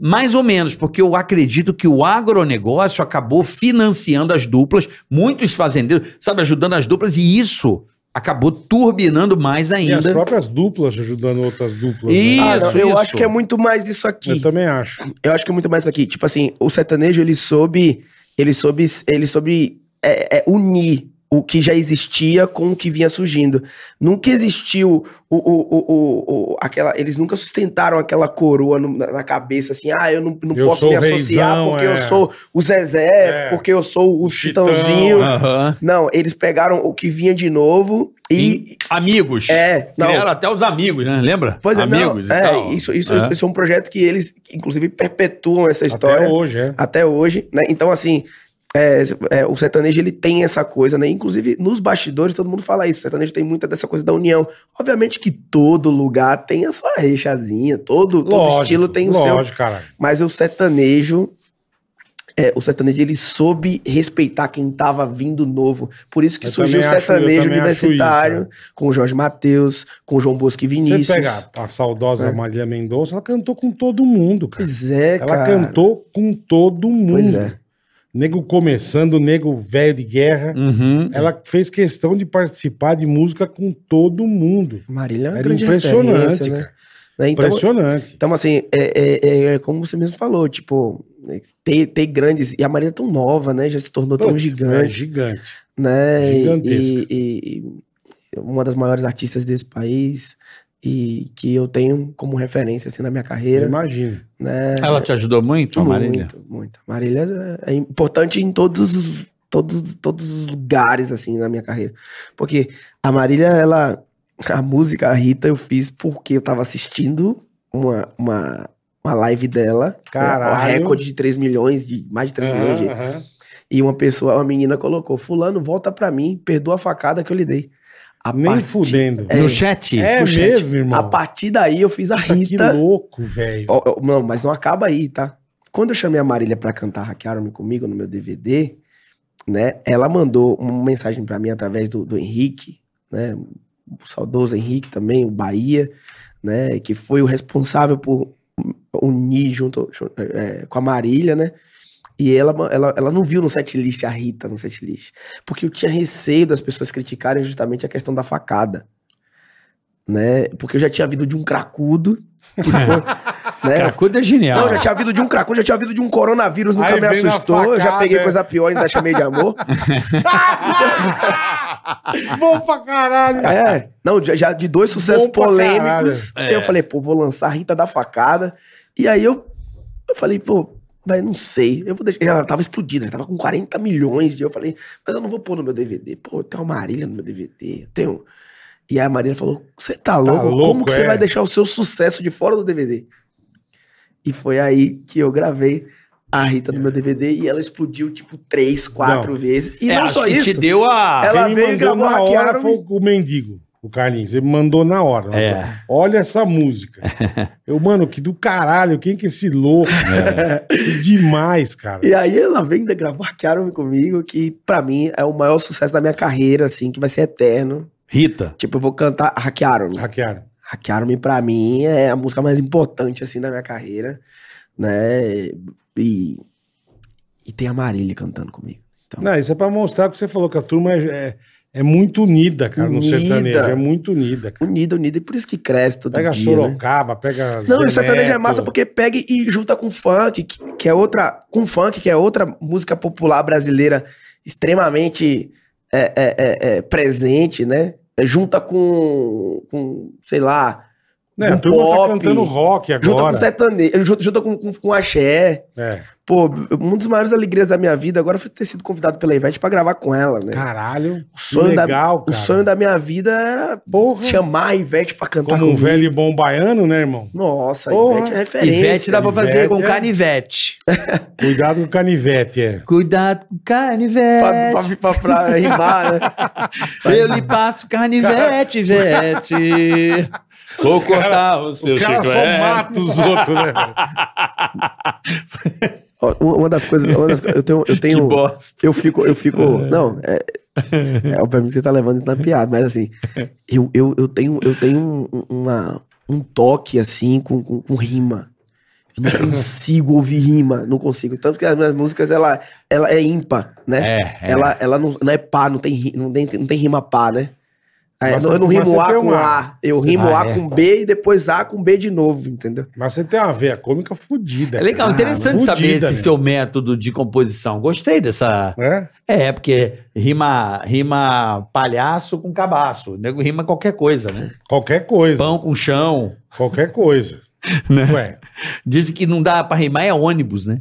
[SPEAKER 4] Mais ou menos, porque eu acredito que o agronegócio acabou financiando as duplas, muitos fazendeiros, sabe, ajudando as duplas, e isso acabou turbinando mais
[SPEAKER 3] E as
[SPEAKER 4] ainda.
[SPEAKER 3] próprias duplas ajudando outras duplas. né?
[SPEAKER 4] Isso,
[SPEAKER 5] Ah, não, eu
[SPEAKER 4] isso.
[SPEAKER 5] acho que é muito mais isso aqui.
[SPEAKER 3] Eu também acho.
[SPEAKER 5] Eu acho que é muito mais isso aqui. Tipo assim, o sertanejo, ele soube. Ele soube. Ele soube é, é, unir o que já existia com o que vinha surgindo. Nunca existiu o, o, o, o- o- aquela. Eles nunca sustentaram aquela coroa no- na, na cabeça, assim, ah, eu não, não
[SPEAKER 3] Eu
[SPEAKER 5] posso
[SPEAKER 3] sou
[SPEAKER 5] me
[SPEAKER 3] o
[SPEAKER 5] associar
[SPEAKER 3] reizão,
[SPEAKER 5] porque eu
[SPEAKER 3] é.
[SPEAKER 5] sou o Zezé,
[SPEAKER 3] É.
[SPEAKER 5] porque eu sou o
[SPEAKER 3] Chitão,
[SPEAKER 5] Chitãozinho.
[SPEAKER 4] Aham.
[SPEAKER 5] Não, eles pegaram o que vinha de novo e.
[SPEAKER 4] E amigos.
[SPEAKER 5] É, não.
[SPEAKER 4] Criaram até os amigos, né? Lembra?
[SPEAKER 5] Pois é,
[SPEAKER 4] amigos
[SPEAKER 5] não,
[SPEAKER 4] e
[SPEAKER 5] é,
[SPEAKER 4] tal.
[SPEAKER 5] isso, isso,
[SPEAKER 4] É.
[SPEAKER 5] isso é um projeto que eles, inclusive, perpetuam essa história
[SPEAKER 3] Até hoje, é.
[SPEAKER 5] até hoje, né? Então, assim, é, é, o sertanejo, ele tem essa coisa, né? Inclusive, nos bastidores, todo mundo fala isso. O sertanejo tem muita dessa coisa da união. Obviamente que todo lugar tem a sua reixazinha, todo, todo
[SPEAKER 3] Lógico,
[SPEAKER 5] estilo tem o seu.
[SPEAKER 3] Lógico, caralho.
[SPEAKER 5] Mas o sertanejo... é, o sertanejo, ele soube respeitar quem tava vindo novo. Por isso que
[SPEAKER 3] Eu
[SPEAKER 5] surgiu o
[SPEAKER 3] também acho- eu
[SPEAKER 5] sertanejo
[SPEAKER 3] também acho isso,
[SPEAKER 5] universitário,
[SPEAKER 3] né?
[SPEAKER 5] com o Jorge Matheus, com o João Bosco e Vinícius.
[SPEAKER 3] Você pega a saudosa
[SPEAKER 5] É.
[SPEAKER 3] Marília Mendonça, ela cantou com todo mundo, cara.
[SPEAKER 5] Pois é,
[SPEAKER 3] Ela
[SPEAKER 5] cara.
[SPEAKER 3] cantou com todo mundo.
[SPEAKER 5] Pois é.
[SPEAKER 3] Nego começando, nego velho de guerra.
[SPEAKER 4] Uhum.
[SPEAKER 5] É.
[SPEAKER 3] Ela fez questão de participar de música com todo mundo.
[SPEAKER 5] Marília é uma
[SPEAKER 3] Era
[SPEAKER 5] grande
[SPEAKER 3] impressionante,
[SPEAKER 5] referência, né?
[SPEAKER 3] cara.
[SPEAKER 5] Né, Então,
[SPEAKER 3] impressionante.
[SPEAKER 5] Então, assim, é, é- é- é como você mesmo falou, tipo, ter, ter grandes. E a Marina é tão nova, né? Já se tornou tão
[SPEAKER 3] Puta, É
[SPEAKER 5] gigante,
[SPEAKER 3] gigante.
[SPEAKER 5] né? E-
[SPEAKER 3] gigantesca.
[SPEAKER 5] E, e uma das maiores artistas desse país. E que eu tenho como referência, assim, na minha
[SPEAKER 3] Eu
[SPEAKER 5] carreira.
[SPEAKER 3] imagino.
[SPEAKER 5] Né?
[SPEAKER 4] Ela te ajudou muito, Marília?
[SPEAKER 5] Muito, muito. Marília é é importante em todos os, todos, todos os lugares, assim, na minha carreira. Porque a Marília, ela. A música, a Rita, eu fiz porque eu tava assistindo uma, uma, uma live dela. que foi a-
[SPEAKER 3] Caralho. É.
[SPEAKER 5] O recorde de 3 milhões, de mais de 3
[SPEAKER 3] Aham,
[SPEAKER 5] milhões. De,
[SPEAKER 3] aham.
[SPEAKER 5] e uma pessoa, uma menina colocou: Fulano, volta pra mim, perdoa a facada que eu lhe dei. A
[SPEAKER 3] Nem
[SPEAKER 5] partir-
[SPEAKER 3] fudendo.
[SPEAKER 5] É,
[SPEAKER 4] No chat?
[SPEAKER 3] É,
[SPEAKER 5] puxa,
[SPEAKER 3] mesmo, irmão.
[SPEAKER 5] A partir daí eu fiz a
[SPEAKER 3] Puta, que
[SPEAKER 5] Rita.
[SPEAKER 3] louco, velho.
[SPEAKER 5] Ó, ó, não, mas não acaba aí, tá? Quando eu chamei a Marília pra cantar Hackearam-me comigo no meu DVD, né? Ela mandou uma mensagem pra mim através do, do Henrique, né? O saudoso Henrique também, o Bahia, né? Que foi o responsável por unir junto eh, com a Marília, né? E ela, ma- ela, ela não viu no setlist a Rita no setlist. Porque eu tinha receio das pessoas criticarem justamente a questão da facada. Né? Porque eu já tinha vindo de um cracudo. Que foi, né?
[SPEAKER 4] Cracudo é genial.
[SPEAKER 5] Não, eu já tinha vindo de um cracudo, já tinha vindo de um coronavírus, nunca
[SPEAKER 3] Aí
[SPEAKER 5] me
[SPEAKER 3] vem na
[SPEAKER 5] assustou. Eu já
[SPEAKER 3] facada,
[SPEAKER 5] peguei
[SPEAKER 3] é.
[SPEAKER 5] coisa pior, ainda chamei de amor.
[SPEAKER 3] Bom pra caralho.
[SPEAKER 5] É, não, já, já de dois sucessos
[SPEAKER 3] Bom pra
[SPEAKER 5] polêmicos.
[SPEAKER 4] caralho.
[SPEAKER 5] Eu
[SPEAKER 4] É.
[SPEAKER 5] falei, pô, vou lançar a Rita da Facada. E aí eu, eu falei, pô, vai, não sei. Eu vou deixar. Ela tava explodida, ela tava com 40 milhões de. Eu falei, mas eu não vou pôr no meu DVD. Pô, eu tenho uma Marília no meu DVD, eu tenho. E aí a Marília falou: Você tá louco? Como
[SPEAKER 3] louco,
[SPEAKER 5] que você
[SPEAKER 3] é?
[SPEAKER 5] vai deixar o seu sucesso de fora do DVD? E foi aí que eu gravei a Rita no meu DVD e ela explodiu, tipo, três, quatro vezes. E
[SPEAKER 4] É,
[SPEAKER 5] não
[SPEAKER 4] acho
[SPEAKER 5] só
[SPEAKER 4] que
[SPEAKER 5] isso.
[SPEAKER 4] te deu a...
[SPEAKER 5] Ela
[SPEAKER 3] Quem me
[SPEAKER 5] veio e
[SPEAKER 3] mandou
[SPEAKER 5] gravou
[SPEAKER 3] na hora
[SPEAKER 5] Hackearam-me.
[SPEAKER 3] foi o mendigo, o Carlinhos. Ele mandou na hora.
[SPEAKER 4] É.
[SPEAKER 3] Nossa, Olha essa música. Eu, mano, que do caralho. Quem que é esse louco? Que demais, cara.
[SPEAKER 5] E aí ela vem ainda gravar Quero comigo, que pra mim é o maior sucesso da minha carreira, assim, que vai ser eterno.
[SPEAKER 4] Rita.
[SPEAKER 5] Tipo, eu vou cantar Hackearam-me.
[SPEAKER 3] Hackearam.
[SPEAKER 5] Hackearam-me pra mim é a música mais importante, assim, da minha carreira, né? E, e tem a Marília cantando comigo.
[SPEAKER 3] Não, isso é pra mostrar que você falou que a turma é, é, é muito unida, cara, no
[SPEAKER 5] Unida.
[SPEAKER 3] sertanejo. É muito unida, cara.
[SPEAKER 5] Unida, unida, e por isso que cresce todo
[SPEAKER 3] Pega
[SPEAKER 5] dia, né?
[SPEAKER 3] Sorocaba, pega.
[SPEAKER 5] Não,
[SPEAKER 3] Zé
[SPEAKER 5] o sertanejo é
[SPEAKER 3] Neto.
[SPEAKER 5] massa porque pega e junta com funk, que, que é outra. Com funk, que é outra música popular brasileira extremamente é, é, é, é, presente, né? É, Junta com, com, sei lá,
[SPEAKER 3] Né, a
[SPEAKER 5] Um
[SPEAKER 3] turma tá
[SPEAKER 5] pop.
[SPEAKER 3] cantando rock
[SPEAKER 5] Junta
[SPEAKER 3] agora.
[SPEAKER 5] com sertanejo, junta, junta com, com, com axé.
[SPEAKER 3] É.
[SPEAKER 5] Pô, uma das maiores alegrias da minha vida agora foi ter sido convidado pela Ivete pra gravar com ela, né?
[SPEAKER 3] Caralho.
[SPEAKER 5] o, sonho da,
[SPEAKER 3] legal,
[SPEAKER 5] o
[SPEAKER 3] cara.
[SPEAKER 5] sonho da minha vida era
[SPEAKER 3] Porra.
[SPEAKER 5] chamar a Ivete pra cantar
[SPEAKER 3] Como um
[SPEAKER 5] comigo.
[SPEAKER 3] velho e bom baiano, né, irmão?
[SPEAKER 5] Nossa, a
[SPEAKER 3] Porra.
[SPEAKER 5] Ivete é referência.
[SPEAKER 4] Ivete dá pra fazer
[SPEAKER 3] Ivete
[SPEAKER 4] com
[SPEAKER 3] é-
[SPEAKER 4] canivete.
[SPEAKER 3] Cuidado com o canivete, é.
[SPEAKER 4] Cuidado com
[SPEAKER 5] Pra,
[SPEAKER 4] canivete.
[SPEAKER 5] pra, pra, pra rimar, né?
[SPEAKER 4] Eu lhe passo canivete, Ivete. Vou cortar o seu é.
[SPEAKER 3] O cara só mata os outros, né?
[SPEAKER 5] Ó, Uma uma das coisas. Uma das, co- eu tenho. Eu, tenho,
[SPEAKER 4] bosta.
[SPEAKER 5] eu fico. Eu fico Não, é, é, obviamente você tá levando isso na piada, mas assim. Eu, eu, eu tenho, eu tenho um- uma, um toque, assim, com, com, com rima. Eu não consigo ouvir rima, não consigo. Tanto que as minhas músicas, ela, ela é ímpar, né?
[SPEAKER 4] É, é.
[SPEAKER 5] Ela, ela não, não é pá, não tem, ri- não tem, não tem rima pá, né? É,
[SPEAKER 3] Mas
[SPEAKER 5] não-
[SPEAKER 3] você-
[SPEAKER 5] eu não
[SPEAKER 3] mas
[SPEAKER 5] rimo
[SPEAKER 3] você
[SPEAKER 5] A
[SPEAKER 3] tem
[SPEAKER 5] com
[SPEAKER 3] uma-
[SPEAKER 5] A. Eu
[SPEAKER 4] você-
[SPEAKER 5] rimo
[SPEAKER 4] Ah,
[SPEAKER 5] A
[SPEAKER 4] é.
[SPEAKER 5] com B e depois A com B de novo, entendeu?
[SPEAKER 3] Mas você tem uma veia cômica fodida.
[SPEAKER 4] É legal,
[SPEAKER 3] cara.
[SPEAKER 4] interessante
[SPEAKER 3] Fudida,
[SPEAKER 4] saber esse
[SPEAKER 3] né?
[SPEAKER 4] seu método de composição. Gostei dessa.
[SPEAKER 3] É?
[SPEAKER 4] É, porque rima, rima palhaço com cabaço. O nego rima qualquer coisa, né?
[SPEAKER 3] Qualquer coisa.
[SPEAKER 4] Pão com chão.
[SPEAKER 3] Qualquer coisa.
[SPEAKER 4] Né?
[SPEAKER 3] Ué,
[SPEAKER 4] Dizem que não dá pra rimar, é ônibus, né?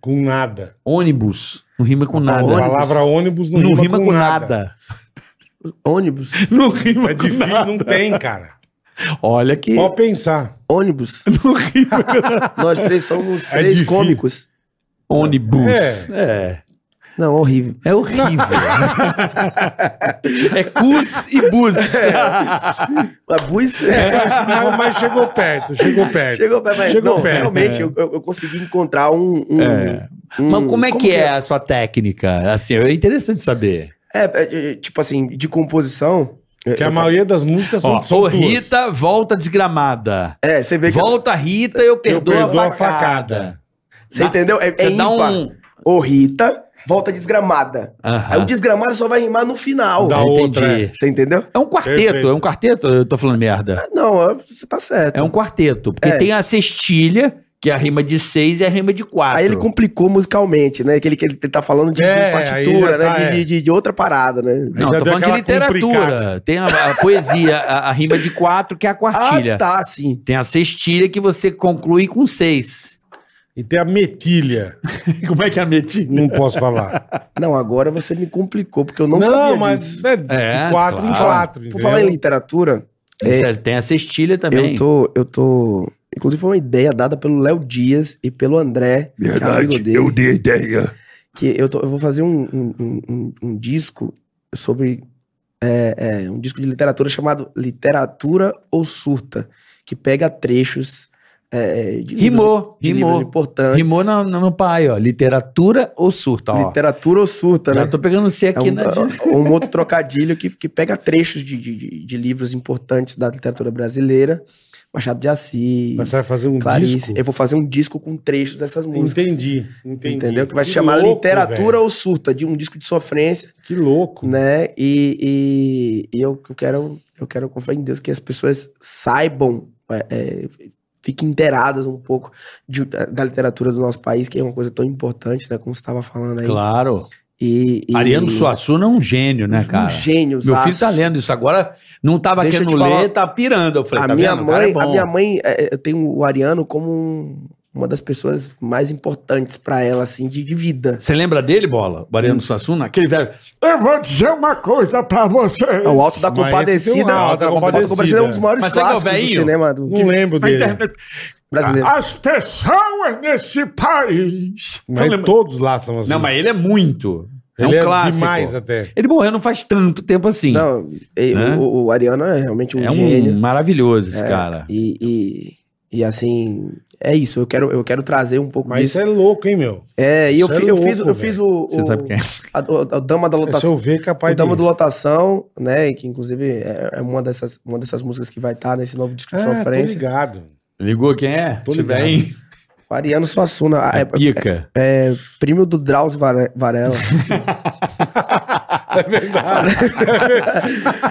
[SPEAKER 3] com nada.
[SPEAKER 4] Ônibus. Não rima com
[SPEAKER 3] A
[SPEAKER 4] nada.
[SPEAKER 3] palavra ônibus não,
[SPEAKER 4] Não rima com nada.
[SPEAKER 5] Ônibus.
[SPEAKER 4] Não rima
[SPEAKER 3] É
[SPEAKER 4] com
[SPEAKER 3] difícil,
[SPEAKER 4] nada.
[SPEAKER 3] não tem, cara.
[SPEAKER 4] Olha que.
[SPEAKER 3] Pode pensar.
[SPEAKER 5] Ônibus. Nós três somos
[SPEAKER 3] É
[SPEAKER 5] três
[SPEAKER 3] difícil.
[SPEAKER 5] cômicos.
[SPEAKER 4] Ônibus. É.
[SPEAKER 5] Não, horrível.
[SPEAKER 4] É, horrível. é cus e bus. É.
[SPEAKER 5] A Bus
[SPEAKER 3] Mas, mas chegou perto, chegou perto.
[SPEAKER 5] É. chegou perto, mas
[SPEAKER 3] Chegou
[SPEAKER 5] não,
[SPEAKER 3] perto,
[SPEAKER 5] realmente
[SPEAKER 3] é.
[SPEAKER 5] eu, eu- eu consegui encontrar um. um-
[SPEAKER 4] É.
[SPEAKER 5] um-
[SPEAKER 4] Mas como é que é a sua técnica? Assim, é interessante saber.
[SPEAKER 5] É, é, é, tipo assim, de composição.
[SPEAKER 3] Que é a maioria das músicas são,
[SPEAKER 4] Ó,
[SPEAKER 3] são
[SPEAKER 4] ô,
[SPEAKER 3] duas.
[SPEAKER 4] Rita, volta desgramada.
[SPEAKER 5] É, você vê que.
[SPEAKER 4] Volta, Rita, eu perdoo,
[SPEAKER 3] perdoo
[SPEAKER 4] a
[SPEAKER 3] a
[SPEAKER 4] facada.
[SPEAKER 3] facada.
[SPEAKER 5] Você entendeu? É, é
[SPEAKER 4] Você dá
[SPEAKER 5] ímpar.
[SPEAKER 4] um.
[SPEAKER 5] Ô, Rita, volta desgramada. Aí o
[SPEAKER 4] Aham.
[SPEAKER 5] desgramado só vai rimar no final.
[SPEAKER 3] Dá
[SPEAKER 4] Ah,
[SPEAKER 3] outra,
[SPEAKER 4] entendi.
[SPEAKER 5] Você entendeu?
[SPEAKER 4] É um quarteto,
[SPEAKER 3] Perfeito.
[SPEAKER 4] é um quarteto, eu tô falando merda.
[SPEAKER 5] Ah, Não, ó, você tá certo.
[SPEAKER 4] É um quarteto. Porque
[SPEAKER 5] É.
[SPEAKER 4] tem a cestilha, que é a rima de seis e a rima de quatro.
[SPEAKER 5] Aí ele complicou musicalmente, né? Aquele que ele tá falando de, de
[SPEAKER 3] É,
[SPEAKER 5] partitura,
[SPEAKER 3] aí já
[SPEAKER 5] né?
[SPEAKER 3] tá,
[SPEAKER 5] de-
[SPEAKER 3] é.
[SPEAKER 5] de- de- de outra parada, né?
[SPEAKER 3] Aí
[SPEAKER 4] Não,
[SPEAKER 3] já deu
[SPEAKER 4] tô falando de
[SPEAKER 3] aquela
[SPEAKER 4] literatura.
[SPEAKER 3] complicada.
[SPEAKER 4] Tem a, a poesia, a, a rima de quatro, que é a quartilha.
[SPEAKER 5] Ah, tá, sim.
[SPEAKER 4] Tem a cestilha que você conclui com seis.
[SPEAKER 3] E tem a metilha.
[SPEAKER 4] Como é que é a metinha?
[SPEAKER 3] Não posso falar.
[SPEAKER 5] Não, agora você me complicou, porque eu não, sabia disso.
[SPEAKER 3] é
[SPEAKER 4] É,
[SPEAKER 3] de quatro
[SPEAKER 4] claro.
[SPEAKER 3] em quatro.
[SPEAKER 5] Por falar em
[SPEAKER 3] entendeu?
[SPEAKER 5] literatura, É.
[SPEAKER 4] Isso, Tem a cestilha também.
[SPEAKER 5] eu tô, eu tô... Inclusive foi uma ideia dada pelo Léo Dias e pelo André, que é amigo dele. Eu dei a ideia. Que eu, tô- eu vou fazer um, um- um- um- um disco sobre... é, é, um disco de literatura chamado Literatura ou Surta, que pega trechos é, de, livros,
[SPEAKER 4] Rimou,
[SPEAKER 5] de livros
[SPEAKER 4] rimou.
[SPEAKER 5] importantes.
[SPEAKER 4] Rimou no, no, no pai, ó. Literatura ou surta, ó.
[SPEAKER 5] Literatura ou Surta,
[SPEAKER 4] Já
[SPEAKER 5] né?
[SPEAKER 4] tô pegando C
[SPEAKER 5] É
[SPEAKER 4] aqui
[SPEAKER 5] um,
[SPEAKER 4] na...
[SPEAKER 5] um outro trocadilho que, que pega trechos de, de- de- de livros importantes da literatura brasileira. Machado de Assis,
[SPEAKER 3] Mas você vai fazer um
[SPEAKER 5] Clarice.
[SPEAKER 3] disco?
[SPEAKER 5] Eu vou fazer um disco com trechos dessas músicas.
[SPEAKER 3] Entendi, entendi.
[SPEAKER 5] Entendeu? Que vai se chamar
[SPEAKER 3] louco,
[SPEAKER 5] Literatura
[SPEAKER 3] velho.
[SPEAKER 5] ou Surta, de um disco de sofrência,
[SPEAKER 3] Que louco.
[SPEAKER 5] né? E, e- e eu, eu quero, eu quero confiar em Deus que as pessoas saibam, é, é, fiquem inteiradas um pouco de- da, da literatura do nosso país, que é uma coisa tão importante, né? Como você estava falando aí.
[SPEAKER 4] Claro.
[SPEAKER 5] E, e-
[SPEAKER 4] Ariano Suassuna é um gênio, né, cara?
[SPEAKER 5] Um gênio,
[SPEAKER 4] Meu
[SPEAKER 5] zaço.
[SPEAKER 4] filho tá lendo isso agora, não tava
[SPEAKER 5] Deixa eu
[SPEAKER 4] querendo
[SPEAKER 5] te falar-
[SPEAKER 4] ler, tá pirando. Eu falei,
[SPEAKER 5] a
[SPEAKER 4] tá
[SPEAKER 5] minha
[SPEAKER 4] vendo? O cara
[SPEAKER 5] mãe,
[SPEAKER 4] é bom.
[SPEAKER 5] a minha mãe, é, é, eu tenho o Ariano como um- uma das pessoas mais importantes pra ela, assim, de, de vida.
[SPEAKER 4] Você lembra dele, Bola? O
[SPEAKER 3] Hum.
[SPEAKER 4] Ariano Suassuna? Aquele velho...
[SPEAKER 3] Eu vou dizer uma coisa pra você.
[SPEAKER 5] É, O Alto da
[SPEAKER 3] Mas esse
[SPEAKER 5] Compadecida.
[SPEAKER 3] tem um
[SPEAKER 5] O
[SPEAKER 3] Alto da
[SPEAKER 5] Alto da Compadecida é um dos maiores
[SPEAKER 4] Mas sabe qual é o
[SPEAKER 5] clássicos do
[SPEAKER 4] velhinho?
[SPEAKER 5] cinema do,
[SPEAKER 4] Hum.
[SPEAKER 3] Não lembro dele.
[SPEAKER 4] Ah,
[SPEAKER 5] brasileiro.
[SPEAKER 3] As pessoas nesse país.
[SPEAKER 4] Você
[SPEAKER 3] Mas
[SPEAKER 4] lembra?
[SPEAKER 3] todos lá são assim.
[SPEAKER 4] Não, mas ele é muito. É
[SPEAKER 3] ele
[SPEAKER 4] um
[SPEAKER 3] é
[SPEAKER 4] clássico.
[SPEAKER 3] demais até.
[SPEAKER 4] Ele morreu não faz tanto tempo assim.
[SPEAKER 5] Não, e-
[SPEAKER 4] Né?
[SPEAKER 5] o, o Ariano é realmente um
[SPEAKER 4] é um
[SPEAKER 5] gênio.
[SPEAKER 3] É.
[SPEAKER 4] maravilhoso esse cara.
[SPEAKER 5] E, e, e, assim, é isso. Eu quero, eu quero trazer um pouco
[SPEAKER 3] Mas
[SPEAKER 5] disso.
[SPEAKER 3] isso é louco, hein, meu?
[SPEAKER 5] É, e eu,
[SPEAKER 3] isso é
[SPEAKER 5] fi- eu fiz,
[SPEAKER 3] louco,
[SPEAKER 5] eu fiz o,
[SPEAKER 4] Você
[SPEAKER 5] o-
[SPEAKER 4] sabe quem é?
[SPEAKER 5] a, o- a Dama da
[SPEAKER 3] Se eu
[SPEAKER 5] Lotação.
[SPEAKER 3] ver, é capaz
[SPEAKER 5] o Dama
[SPEAKER 3] de...
[SPEAKER 5] da Lotação, né? Que inclusive é, é uma, dessas, uma dessas músicas que vai estar nesse novo disco de
[SPEAKER 3] Ah, tô
[SPEAKER 5] sofrência.
[SPEAKER 3] ligado.
[SPEAKER 4] Ligou quem é?
[SPEAKER 3] Tô
[SPEAKER 4] Se
[SPEAKER 3] ligado.
[SPEAKER 4] bem,
[SPEAKER 5] O Ariano Suassuna, é, é,
[SPEAKER 4] pica.
[SPEAKER 5] primo do Drauzio Vare- Varela.
[SPEAKER 3] É verdade.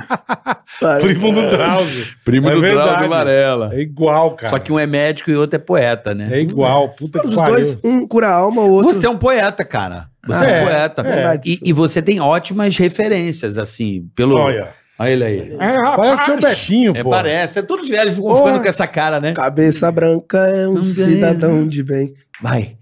[SPEAKER 3] Primo do Drauzio.
[SPEAKER 4] Primo
[SPEAKER 3] É
[SPEAKER 4] do
[SPEAKER 3] verdade.
[SPEAKER 4] Drauzio Varela.
[SPEAKER 3] É igual, cara.
[SPEAKER 4] Só que um é médico e o outro é poeta, né?
[SPEAKER 3] É igual. Puta que
[SPEAKER 5] Os
[SPEAKER 3] pariu.
[SPEAKER 5] dois, um cura a alma, o outro...
[SPEAKER 4] Você é um poeta, cara. Você
[SPEAKER 3] Ah,
[SPEAKER 4] é, um
[SPEAKER 3] é,
[SPEAKER 4] poeta.
[SPEAKER 3] é.
[SPEAKER 4] E, e você tem ótimas referências, assim, pelo,
[SPEAKER 3] Olha,
[SPEAKER 4] Olha ele aí.
[SPEAKER 3] Parece o seu Betinho,
[SPEAKER 4] É,
[SPEAKER 3] pô.
[SPEAKER 4] parece. É todos eles ficam
[SPEAKER 3] Porra.
[SPEAKER 4] ficando com essa cara, né?
[SPEAKER 5] Cabeça branca é um
[SPEAKER 4] Não ganha.
[SPEAKER 5] cidadão de bem.
[SPEAKER 4] Vai.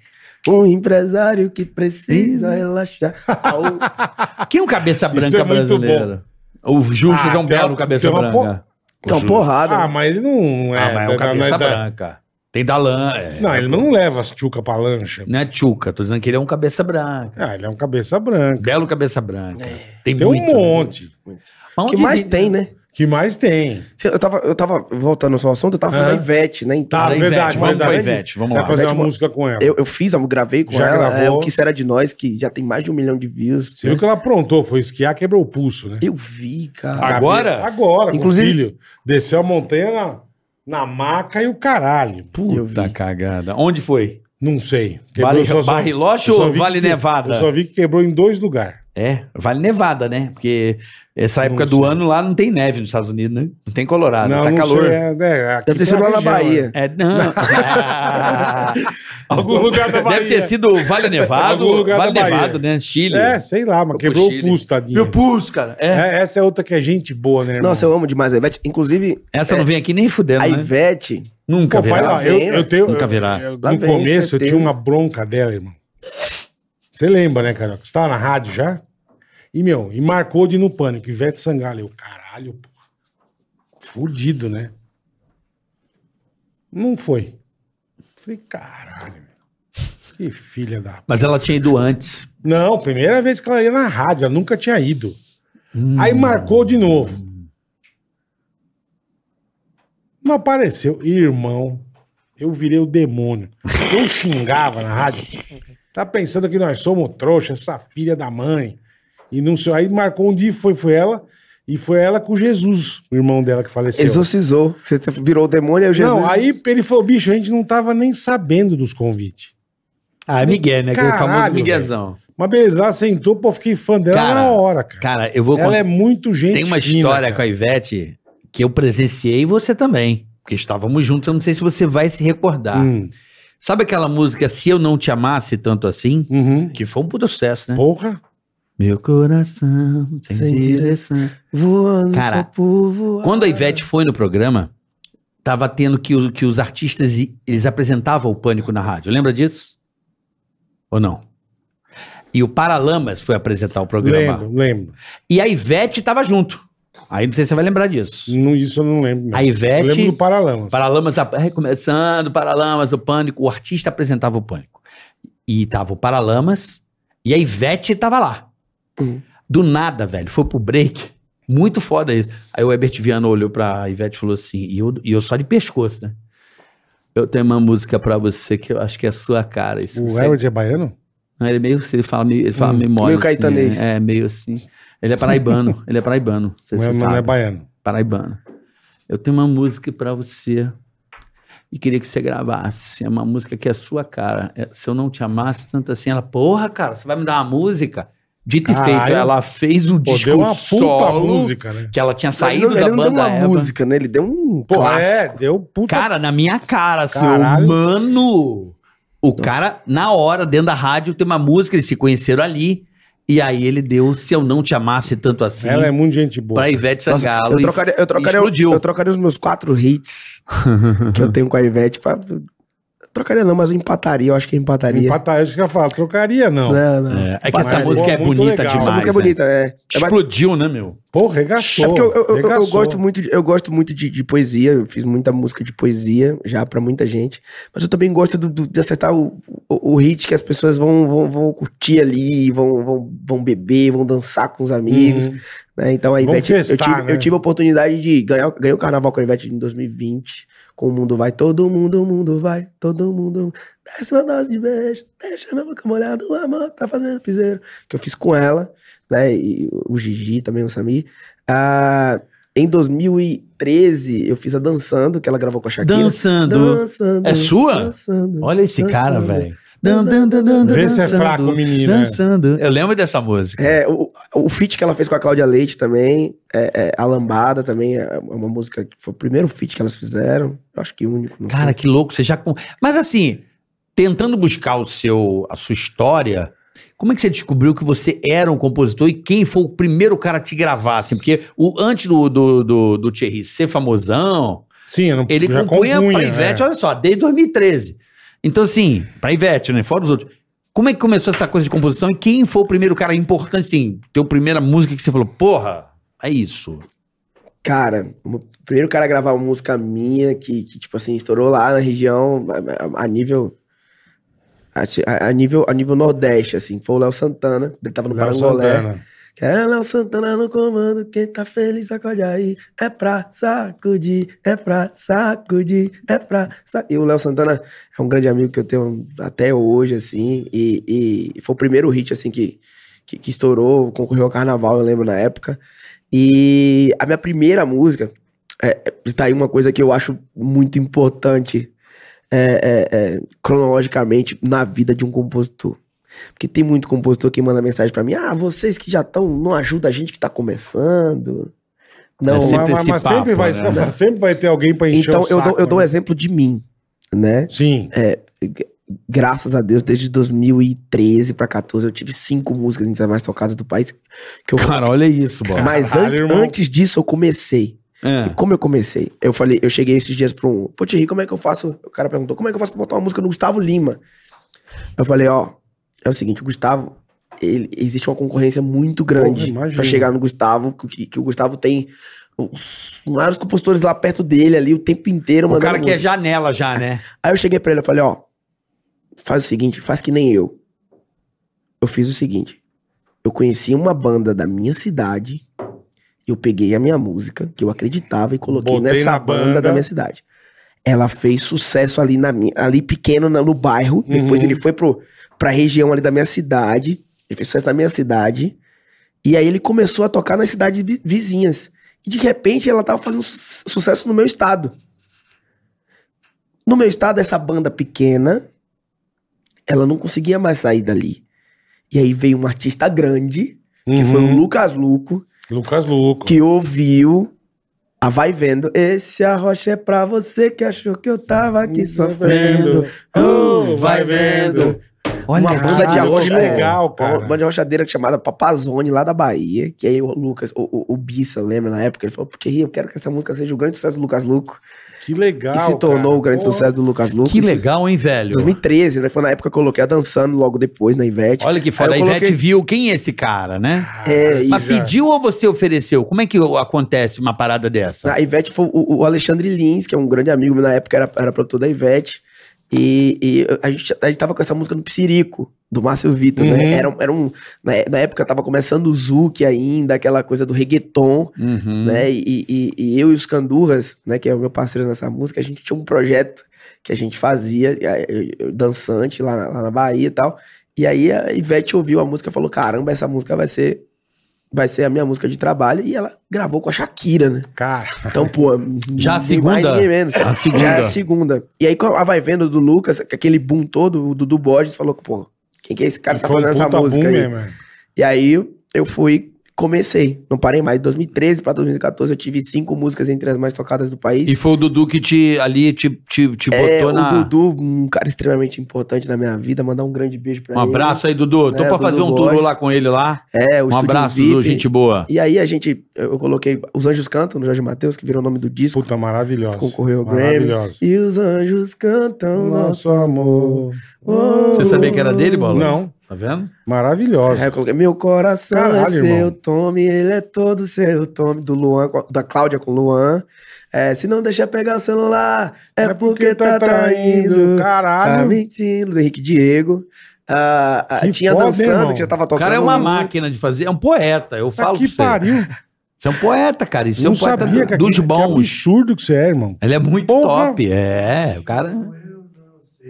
[SPEAKER 5] Um empresário que precisa relaxar. Au.
[SPEAKER 4] Quem é um cabeça
[SPEAKER 3] Isso
[SPEAKER 4] branca
[SPEAKER 3] é muito
[SPEAKER 4] brasileiro? O Júlio
[SPEAKER 3] Ah,
[SPEAKER 4] é um
[SPEAKER 3] tem
[SPEAKER 4] belo
[SPEAKER 3] uma-
[SPEAKER 4] cabeça
[SPEAKER 3] tem uma
[SPEAKER 4] branca.
[SPEAKER 5] Então,
[SPEAKER 4] Júlio.
[SPEAKER 5] porrada.
[SPEAKER 3] Ah, mas ele não é.
[SPEAKER 4] ah, mas é um
[SPEAKER 3] da-
[SPEAKER 4] cabeça
[SPEAKER 3] da- da-
[SPEAKER 4] branca. Tem Dalan. É.
[SPEAKER 3] Não, ele não leva as tchuca pra lancha.
[SPEAKER 4] Não é Tchuca, tô dizendo que ele é um cabeça branca.
[SPEAKER 3] Ah, ele é um cabeça branca.
[SPEAKER 4] Belo cabeça branca. Tem,
[SPEAKER 3] Tem
[SPEAKER 4] muito. né?
[SPEAKER 3] um monte.
[SPEAKER 4] Mas
[SPEAKER 5] o que
[SPEAKER 4] onde
[SPEAKER 5] mais
[SPEAKER 4] vive-
[SPEAKER 5] tem, né?
[SPEAKER 3] Que mais tem?
[SPEAKER 5] Eu tava, eu tava voltando ao seu assunto, eu tava falando
[SPEAKER 3] Aham.
[SPEAKER 5] da Ivete, né? Então,
[SPEAKER 3] Tá,
[SPEAKER 4] Da Ivete,
[SPEAKER 3] verdade,
[SPEAKER 4] vamos
[SPEAKER 3] verdade.
[SPEAKER 4] pra Ivete, vamos
[SPEAKER 3] Você
[SPEAKER 4] lá.
[SPEAKER 3] vai fazer
[SPEAKER 5] Ivete,
[SPEAKER 3] uma
[SPEAKER 5] mo-
[SPEAKER 3] música com ela.
[SPEAKER 5] eu, eu fiz, eu gravei com
[SPEAKER 3] Já
[SPEAKER 5] ela, é
[SPEAKER 3] gravou.
[SPEAKER 5] o que será de nós, que já tem mais de um milhão de views.
[SPEAKER 3] Você viu que ela aprontou, foi esquiar, quebrou o pulso, né?
[SPEAKER 5] Eu vi,
[SPEAKER 3] Ah,
[SPEAKER 5] cara.
[SPEAKER 4] Agora?
[SPEAKER 3] Agora,
[SPEAKER 5] Inclusive-
[SPEAKER 3] com o filho. Desceu a montanha na, na maca e o caralho.
[SPEAKER 5] eu vi.
[SPEAKER 4] Puta cagada. Onde foi?
[SPEAKER 3] Não sei.
[SPEAKER 4] Barri...
[SPEAKER 3] eu só- só-
[SPEAKER 4] Barriloche
[SPEAKER 3] eu só
[SPEAKER 4] ou
[SPEAKER 3] vi
[SPEAKER 4] Vale
[SPEAKER 3] que-
[SPEAKER 4] Nevada?
[SPEAKER 3] Eu só vi que quebrou em dois lugares.
[SPEAKER 4] É, Vale Nevada, né? Porque essa época
[SPEAKER 3] Não
[SPEAKER 4] do
[SPEAKER 3] sei.
[SPEAKER 4] ano lá não tem neve nos Estados Unidos, né? Não tem Colorado,
[SPEAKER 3] não,
[SPEAKER 4] tá
[SPEAKER 3] não
[SPEAKER 4] calor.
[SPEAKER 3] sei. É, é, aqui
[SPEAKER 5] Deve ter
[SPEAKER 3] tem
[SPEAKER 5] sido
[SPEAKER 3] uma
[SPEAKER 5] lá na
[SPEAKER 3] região, né?
[SPEAKER 5] Bahia.
[SPEAKER 4] É, não.
[SPEAKER 3] Algum lugar da Bahia.
[SPEAKER 4] Deve ter sido Vale Nevado,
[SPEAKER 3] Algum lugar
[SPEAKER 4] Vale
[SPEAKER 3] da Bahia.
[SPEAKER 4] Nevado, né? Chile.
[SPEAKER 3] É, sei lá, mas
[SPEAKER 4] Foi pro
[SPEAKER 3] quebrou o
[SPEAKER 4] Chile.
[SPEAKER 3] pulso, tadinho.
[SPEAKER 4] Meu pulso, cara. É.
[SPEAKER 3] É, essa é outra que é gente boa, né, irmão?
[SPEAKER 5] Nossa, eu amo demais a Ivete. Inclusive,
[SPEAKER 4] Essa não vem aqui nem fudendo,
[SPEAKER 5] a
[SPEAKER 4] né?
[SPEAKER 5] Ivete,
[SPEAKER 4] Nunca
[SPEAKER 3] Pô,
[SPEAKER 4] virá.
[SPEAKER 3] vai lá, eu, eu tenho.
[SPEAKER 4] Nunca
[SPEAKER 3] eu-
[SPEAKER 4] virá.
[SPEAKER 3] eu-
[SPEAKER 5] né? Lá
[SPEAKER 3] no
[SPEAKER 5] vem,
[SPEAKER 3] começo eu
[SPEAKER 5] certeza.
[SPEAKER 3] tinha uma bronca dela, irmão. Você lembra, né, cara? Você tava na rádio já? E, meu, e marcou de ir no pânico. Ivete Sangalo. Eu, caralho, porra. Fudido, né? Não foi. Falei, caralho, meu. Que filha da.
[SPEAKER 4] Mas ela tinha ido antes.
[SPEAKER 3] Não, primeira vez que ela ia na rádio, ela nunca tinha ido. Aí marcou de novo. Não apareceu. Irmão, eu virei o demônio. Eu xingava na rádio. Tá pensando que nós somos trouxa, essa filha da mãe. E não sei. Aí marcou um dia, foi, foi ela. E foi ela com Jesus, o irmão dela que faleceu.
[SPEAKER 5] exorcizou. Você você virou o demônio, aí o Jesus...
[SPEAKER 3] Não, aí ele falou, bicho, a gente não tava nem sabendo dos convites.
[SPEAKER 4] Ah, é Miguel, né? Aquele
[SPEAKER 3] Caralho,
[SPEAKER 4] famoso Miguelzão.
[SPEAKER 3] Mas beleza, ela sentou, pô, fiquei fã dela
[SPEAKER 4] Cara,
[SPEAKER 3] na hora, cara.
[SPEAKER 4] Cara, eu vou
[SPEAKER 3] Ela é muito gente
[SPEAKER 4] Tem uma
[SPEAKER 3] fina,
[SPEAKER 4] história
[SPEAKER 3] cara.
[SPEAKER 4] com a Ivete que eu presenciei e você também. Porque estávamos juntos, eu não sei se você vai se recordar.
[SPEAKER 3] Hum,
[SPEAKER 4] Sabe aquela música Se Eu Não Te Amasse Tanto Assim?
[SPEAKER 3] uhum.
[SPEAKER 4] Que foi um puto sucesso, né?
[SPEAKER 3] Porra.
[SPEAKER 4] Meu coração sem,
[SPEAKER 5] Sem
[SPEAKER 4] direção.
[SPEAKER 5] Voando
[SPEAKER 4] Cara,
[SPEAKER 5] só por voar.
[SPEAKER 4] Quando a Ivete foi no programa, tava tendo que, o- que os artistas i- eles apresentavam o pânico na rádio. Lembra disso? Ou não? E o Paralamas foi apresentar o programa.
[SPEAKER 3] Lembro, lembro.
[SPEAKER 4] E a Ivete tava junto. Aí não sei se você vai lembrar disso.
[SPEAKER 3] Não, isso eu não lembro. não.
[SPEAKER 4] A
[SPEAKER 3] Hum. Eu
[SPEAKER 4] Ivete.
[SPEAKER 3] lembro do Paralamas.
[SPEAKER 4] Paralamas ap- recomeçando, Paralamas, o Pânico. O artista apresentava o Pânico. E tava o Paralamas e a Ivete tava lá.
[SPEAKER 3] Hum.
[SPEAKER 5] Uhum.
[SPEAKER 4] Do nada, velho, foi pro break. Muito foda isso. Aí o Herbert Viana olhou pra Ivete e falou assim, e eu, e eu só de pescoço, né? Eu tenho uma música pra você que eu acho que é a sua cara. Isso,
[SPEAKER 3] O
[SPEAKER 4] você-
[SPEAKER 3] Harold é baiano?
[SPEAKER 4] Não, ele é meio, ele fala meio, ele fala
[SPEAKER 3] Hum,
[SPEAKER 4] meio mole,
[SPEAKER 5] meio
[SPEAKER 4] assim,
[SPEAKER 5] caetanês.
[SPEAKER 4] é, é, meio assim. Ele é paraibano, ele é paraibano. você-
[SPEAKER 3] Mas
[SPEAKER 4] você
[SPEAKER 3] não é
[SPEAKER 4] sabe
[SPEAKER 3] baiano.
[SPEAKER 4] paraibana. Eu tenho uma música pra você e queria que você gravasse. É uma música que é sua cara. É, se eu não te amasse tanto assim, ela, porra, cara, você vai me dar uma música? Dito
[SPEAKER 3] Caralho.
[SPEAKER 4] e feito, ela fez o
[SPEAKER 3] Pô,
[SPEAKER 4] disco
[SPEAKER 3] deu uma puta
[SPEAKER 4] solo
[SPEAKER 3] música, né?
[SPEAKER 4] que ela tinha
[SPEAKER 5] Ele
[SPEAKER 4] saído
[SPEAKER 5] não-
[SPEAKER 4] da
[SPEAKER 5] ele não deu
[SPEAKER 4] banda
[SPEAKER 5] uma
[SPEAKER 4] Eva.
[SPEAKER 5] música, né? Ele deu um
[SPEAKER 3] Pô,
[SPEAKER 5] clássico.
[SPEAKER 3] é, deu puta.
[SPEAKER 4] Cara, na minha cara, assim,
[SPEAKER 3] Caralho.
[SPEAKER 4] eu, mano. O cara, na hora, dentro da rádio, tem uma música, eles se conheceram ali. E aí ele deu Se Eu Não Te Amasse Tanto Assim
[SPEAKER 3] ela é muito gente boa.
[SPEAKER 4] pra Ivete
[SPEAKER 5] Nossa,
[SPEAKER 4] Sangalo.
[SPEAKER 5] eu
[SPEAKER 4] e-
[SPEAKER 5] trocaria, eu, trocaria,
[SPEAKER 4] explodiu.
[SPEAKER 5] eu trocaria os meus quatro hits que eu tenho com a Ivete pra... Trocaria não, mas eu empataria. Eu acho que eu empataria.
[SPEAKER 3] Empatar, isso que eu ia falar, trocaria não.
[SPEAKER 5] Não, não.
[SPEAKER 4] É, é que essa
[SPEAKER 5] Pataria.
[SPEAKER 4] música é
[SPEAKER 3] Muito
[SPEAKER 4] bonita
[SPEAKER 3] legal.
[SPEAKER 4] demais.
[SPEAKER 5] Essa música é
[SPEAKER 4] né?
[SPEAKER 5] bonita, é. É mais-
[SPEAKER 4] Explodiu, né, meu?
[SPEAKER 3] Pô, regaçou.
[SPEAKER 5] É porque eu, eu- eu- eu
[SPEAKER 3] regaçou.
[SPEAKER 5] gosto muito, de, eu gosto muito de, de poesia, eu fiz muita música de poesia já pra muita gente, mas eu também gosto do- do- de acertar o, o, o hit que as pessoas vão, vão, vão curtir ali, vão, vão, vão beber, vão dançar com os amigos,
[SPEAKER 3] Hum.
[SPEAKER 5] né? Então a
[SPEAKER 3] Vão
[SPEAKER 5] Ivete, eu,
[SPEAKER 3] festar,
[SPEAKER 5] tive,
[SPEAKER 3] né?
[SPEAKER 5] eu tive a oportunidade de ganhar, ganhei o carnaval com a Ivete em 2020, com o Mundo Vai, todo mundo, mundo vai, todo mundo, desce uma dose de beijo, deixa meu boca molhada, o amor tá fazendo piseiro, que eu fiz com ela, né, e o Gigi também, o Samir, ah, em 2013, eu fiz a Dançando, que ela gravou com a Shakira.
[SPEAKER 4] Dançando.
[SPEAKER 5] Dançando.
[SPEAKER 4] É sua?
[SPEAKER 5] Dançando.
[SPEAKER 4] Olha esse
[SPEAKER 5] dançando.
[SPEAKER 4] cara, velho.
[SPEAKER 5] Dan, dan, dan, dan,
[SPEAKER 3] Vê se é
[SPEAKER 4] Dançando,
[SPEAKER 3] fraco o menino. né?
[SPEAKER 4] Dançando. Eu lembro dessa música.
[SPEAKER 5] É, o, o feat que ela fez com a Cláudia Leite também, é, é, a Lambada também, é uma música que foi o primeiro feat que elas fizeram, eu acho que único.
[SPEAKER 3] É.
[SPEAKER 5] não sei.
[SPEAKER 4] Cara, que louco. Você já. com- Mas assim, tentando buscar o seu, a sua história, Como é que você descobriu que você era um compositor e quem foi o primeiro cara a te gravar? Assim? Porque o, antes do, do, do, do Thierry ser famosão,
[SPEAKER 3] Sim, eu não,
[SPEAKER 4] ele
[SPEAKER 3] já
[SPEAKER 4] compunha, pra
[SPEAKER 3] compunha,
[SPEAKER 4] Ivete,
[SPEAKER 3] é.
[SPEAKER 4] olha só, desde 2013. Então, assim, pra Ivete, né? Fora os outros. Como é que começou essa coisa de composição e quem foi o primeiro cara importante, assim, teu primeira música que você falou, porra, é isso.
[SPEAKER 5] Cara, o primeiro cara a gravar uma música minha que, que tipo assim, estourou lá na região a- a, a nível. assim, A, a nível, a nível Nordeste, assim, foi o Léo Santana, quando ele tava no
[SPEAKER 3] Léo
[SPEAKER 5] Parangolé.
[SPEAKER 3] Santana.
[SPEAKER 5] Que é Léo Santana no comando, quem tá feliz sacode aí. É pra sacudir, é pra sacudir, é pra sacudir. E o Léo Santana é um grande amigo que eu tenho até hoje, assim, e, e foi o primeiro hit, assim, que, que, que estourou, concorreu ao carnaval, eu lembro na época. E a minha primeira música, é, é, tá aí uma coisa que eu acho muito importante, é, é, é, cronologicamente, na vida de um compositor. Porque tem muito compositor que manda mensagem pra mim: ah, vocês que já estão, não ajuda a gente que tá começando. Não,
[SPEAKER 4] É
[SPEAKER 3] Mas-
[SPEAKER 4] sempre
[SPEAKER 3] mas,
[SPEAKER 4] esse
[SPEAKER 3] mas sempre,
[SPEAKER 4] papo,
[SPEAKER 3] vai,
[SPEAKER 4] né?
[SPEAKER 3] mas sempre vai ter alguém pra encher
[SPEAKER 5] então
[SPEAKER 3] o
[SPEAKER 5] eu
[SPEAKER 3] saco,
[SPEAKER 5] dou, eu dou um
[SPEAKER 3] né?
[SPEAKER 5] exemplo de mim, né?
[SPEAKER 3] Sim,
[SPEAKER 4] É,
[SPEAKER 5] Graças a Deus, desde 2013 pra 14 eu tive cinco músicas entre as mais tocadas do país. Que eu...
[SPEAKER 4] Cara, olha isso, bola.
[SPEAKER 5] Mas
[SPEAKER 3] caralho,
[SPEAKER 5] an-
[SPEAKER 3] irmão.
[SPEAKER 5] antes disso eu comecei. E
[SPEAKER 4] É.
[SPEAKER 5] como eu comecei? Eu falei, eu cheguei esses dias pra um. Pô, Thierry, como é que eu faço? O cara perguntou, como é que eu faço pra botar uma música no Gustavo Lima? Eu falei, ó, é o seguinte, o Gustavo, ele- existe uma concorrência muito grande
[SPEAKER 3] imagino.
[SPEAKER 5] pra chegar no Gustavo, que, que o Gustavo tem os vários compositores lá perto dele, ali, o tempo inteiro,
[SPEAKER 4] O cara
[SPEAKER 5] mandando
[SPEAKER 4] que é
[SPEAKER 5] música.
[SPEAKER 4] janela já, né?
[SPEAKER 5] Aí eu cheguei pra ele, eu falei, ó, faz o seguinte, faz que nem eu. Eu fiz o seguinte, eu conheci uma banda da minha cidade, eu peguei a minha música, que eu acreditava, e coloquei
[SPEAKER 3] Botei
[SPEAKER 5] nessa
[SPEAKER 3] na
[SPEAKER 5] banda,
[SPEAKER 3] banda.
[SPEAKER 5] da minha cidade. Ela fez sucesso ali na minha, ali pequeno na- no bairro, depois
[SPEAKER 3] Uhum.
[SPEAKER 5] ele foi pro, pra região ali da minha cidade, ele fez sucesso na minha cidade, e aí ele começou a tocar nas cidades vi- vizinhas. E de repente ela tava fazendo su- sucesso no meu estado. No meu estado, essa banda pequena, ela não conseguia mais sair dali. E aí veio um artista grande, que foi o
[SPEAKER 4] um
[SPEAKER 3] Uhum.
[SPEAKER 5] Lucas Luco,
[SPEAKER 3] Lucas Luco.
[SPEAKER 5] que ouviu a Vai Vendo. Esse arrocha é pra você que achou que eu tava tá
[SPEAKER 3] Uhum.
[SPEAKER 5] aqui sofrendo. Oh, vai vendo.
[SPEAKER 4] Olha,
[SPEAKER 5] uma banda de
[SPEAKER 3] caralho,
[SPEAKER 5] arrocha.
[SPEAKER 3] que legal,
[SPEAKER 5] uma
[SPEAKER 3] cara.
[SPEAKER 5] banda de arrochadeira chamada Papazone, lá da Bahia. Que aí o Lucas, o, o, o Bissa, lembra na época? Ele falou, porque eu quero que essa música seja o grande sucesso do Lucas Luco.
[SPEAKER 3] Que legal.
[SPEAKER 5] e se tornou
[SPEAKER 3] cara.
[SPEAKER 5] o grande
[SPEAKER 3] Porra.
[SPEAKER 5] sucesso do Lucas Luco.
[SPEAKER 4] que
[SPEAKER 5] Isso-
[SPEAKER 4] legal, hein, velho?
[SPEAKER 5] 2013, né? Foi na época que eu coloquei a dançando logo depois na Ivete.
[SPEAKER 4] Olha que foda. A
[SPEAKER 5] Aí eu
[SPEAKER 4] Ivete
[SPEAKER 5] coloquei-
[SPEAKER 4] viu quem é esse cara, né?
[SPEAKER 3] Ah,
[SPEAKER 5] É,
[SPEAKER 4] Mas
[SPEAKER 3] isso.
[SPEAKER 4] pediu ou você ofereceu? Como é que acontece uma parada dessa?
[SPEAKER 5] A Ivete foi o, o Alexandre Lins, que é um grande amigo meu na época, era, era produtor da Ivete. E, e a, gente, a gente tava com essa música no Psirico, do Márcio Vitor,
[SPEAKER 3] Uhum.
[SPEAKER 5] né? Era, um- era um, na, na época tava começando o Zouk ainda, aquela coisa do reggaeton.
[SPEAKER 4] Uhum.
[SPEAKER 5] né? E, e- e eu e os Candurras, né, que é o meu parceiro nessa música, a gente tinha um projeto que a gente fazia, eh, eu- eu- dançante lá na, lá na Bahia e tal. E aí a Ivete ouviu a música e falou: caramba, essa música vai ser. Vai ser a minha música de trabalho. E ela gravou com a Shakira, né?
[SPEAKER 3] Cara,
[SPEAKER 5] Então, pô.
[SPEAKER 4] Já a
[SPEAKER 5] ninguém mais,
[SPEAKER 4] segunda?
[SPEAKER 5] ninguém menos.
[SPEAKER 4] A segunda.
[SPEAKER 5] Já é a segunda. E aí, com a vai vendo do Lucas, com aquele boom todo, o Dudu Borges falou: pô, quem que é esse cara que tá
[SPEAKER 3] foi um
[SPEAKER 5] fazendo essa
[SPEAKER 3] puta
[SPEAKER 5] música
[SPEAKER 3] boom
[SPEAKER 5] aí?
[SPEAKER 3] mesmo, é.
[SPEAKER 5] E aí eu fui, comecei. Não parei mais. De 2013 pra 2014 eu tive cinco músicas entre as mais tocadas do país.
[SPEAKER 4] E foi o Dudu que te ali te, te, te
[SPEAKER 5] é,
[SPEAKER 4] botou
[SPEAKER 5] o
[SPEAKER 4] na.
[SPEAKER 5] Dudu, um cara extremamente importante na minha vida, mandar um grande beijo pra
[SPEAKER 4] Um
[SPEAKER 5] ele.
[SPEAKER 4] abraço aí, Dudu. Tô
[SPEAKER 5] É,
[SPEAKER 4] pra
[SPEAKER 5] Dudu
[SPEAKER 4] fazer um
[SPEAKER 5] Borges.
[SPEAKER 4] tour lá com ele lá.
[SPEAKER 5] É, o
[SPEAKER 4] Um
[SPEAKER 5] Estúdio
[SPEAKER 4] abraço,
[SPEAKER 5] VIP.
[SPEAKER 4] Dudu, gente boa.
[SPEAKER 5] E aí a gente, eu eu coloquei Os Anjos Cantam, no Jorge Matheus, que virou o nome do disco.
[SPEAKER 3] Puta, maravilhosa.
[SPEAKER 5] Concorreu ao Grammy.
[SPEAKER 3] Maravilhosa.
[SPEAKER 5] E os anjos cantam nosso amor. Oh. É,
[SPEAKER 4] Você sabia que era dele, Bola?
[SPEAKER 3] Não,
[SPEAKER 4] Tá vendo?
[SPEAKER 5] Aí
[SPEAKER 3] maravilhosa.
[SPEAKER 5] eu coloquei, meu coração é
[SPEAKER 3] Caralho,
[SPEAKER 5] seu,
[SPEAKER 3] irmão.
[SPEAKER 5] tome, ele é todo seu, tome, do Luan, com- da Cláudia com o Luan. É, se não deixar pegar o celular, é, porque, tá traindo, tá
[SPEAKER 3] Caralho.
[SPEAKER 5] mentindo, do Henrique Diego. Ah, ah,
[SPEAKER 3] Que
[SPEAKER 5] tinha
[SPEAKER 3] foda, hein,
[SPEAKER 5] dançando,
[SPEAKER 3] irmão?
[SPEAKER 5] que já tava
[SPEAKER 4] O
[SPEAKER 5] tocando.
[SPEAKER 4] cara é uma
[SPEAKER 5] muito.
[SPEAKER 4] máquina de fazer. É um poeta, eu
[SPEAKER 3] Tá
[SPEAKER 4] falo pra
[SPEAKER 3] que
[SPEAKER 4] você.
[SPEAKER 3] pariu.
[SPEAKER 4] Você é um poeta, cara. Isso é
[SPEAKER 3] Não
[SPEAKER 4] um poeta
[SPEAKER 3] sabia que
[SPEAKER 4] dos
[SPEAKER 3] que
[SPEAKER 4] bons.
[SPEAKER 3] absurdo que você é, irmão.
[SPEAKER 4] Ele é muito
[SPEAKER 3] Porra.
[SPEAKER 4] top. É, o cara.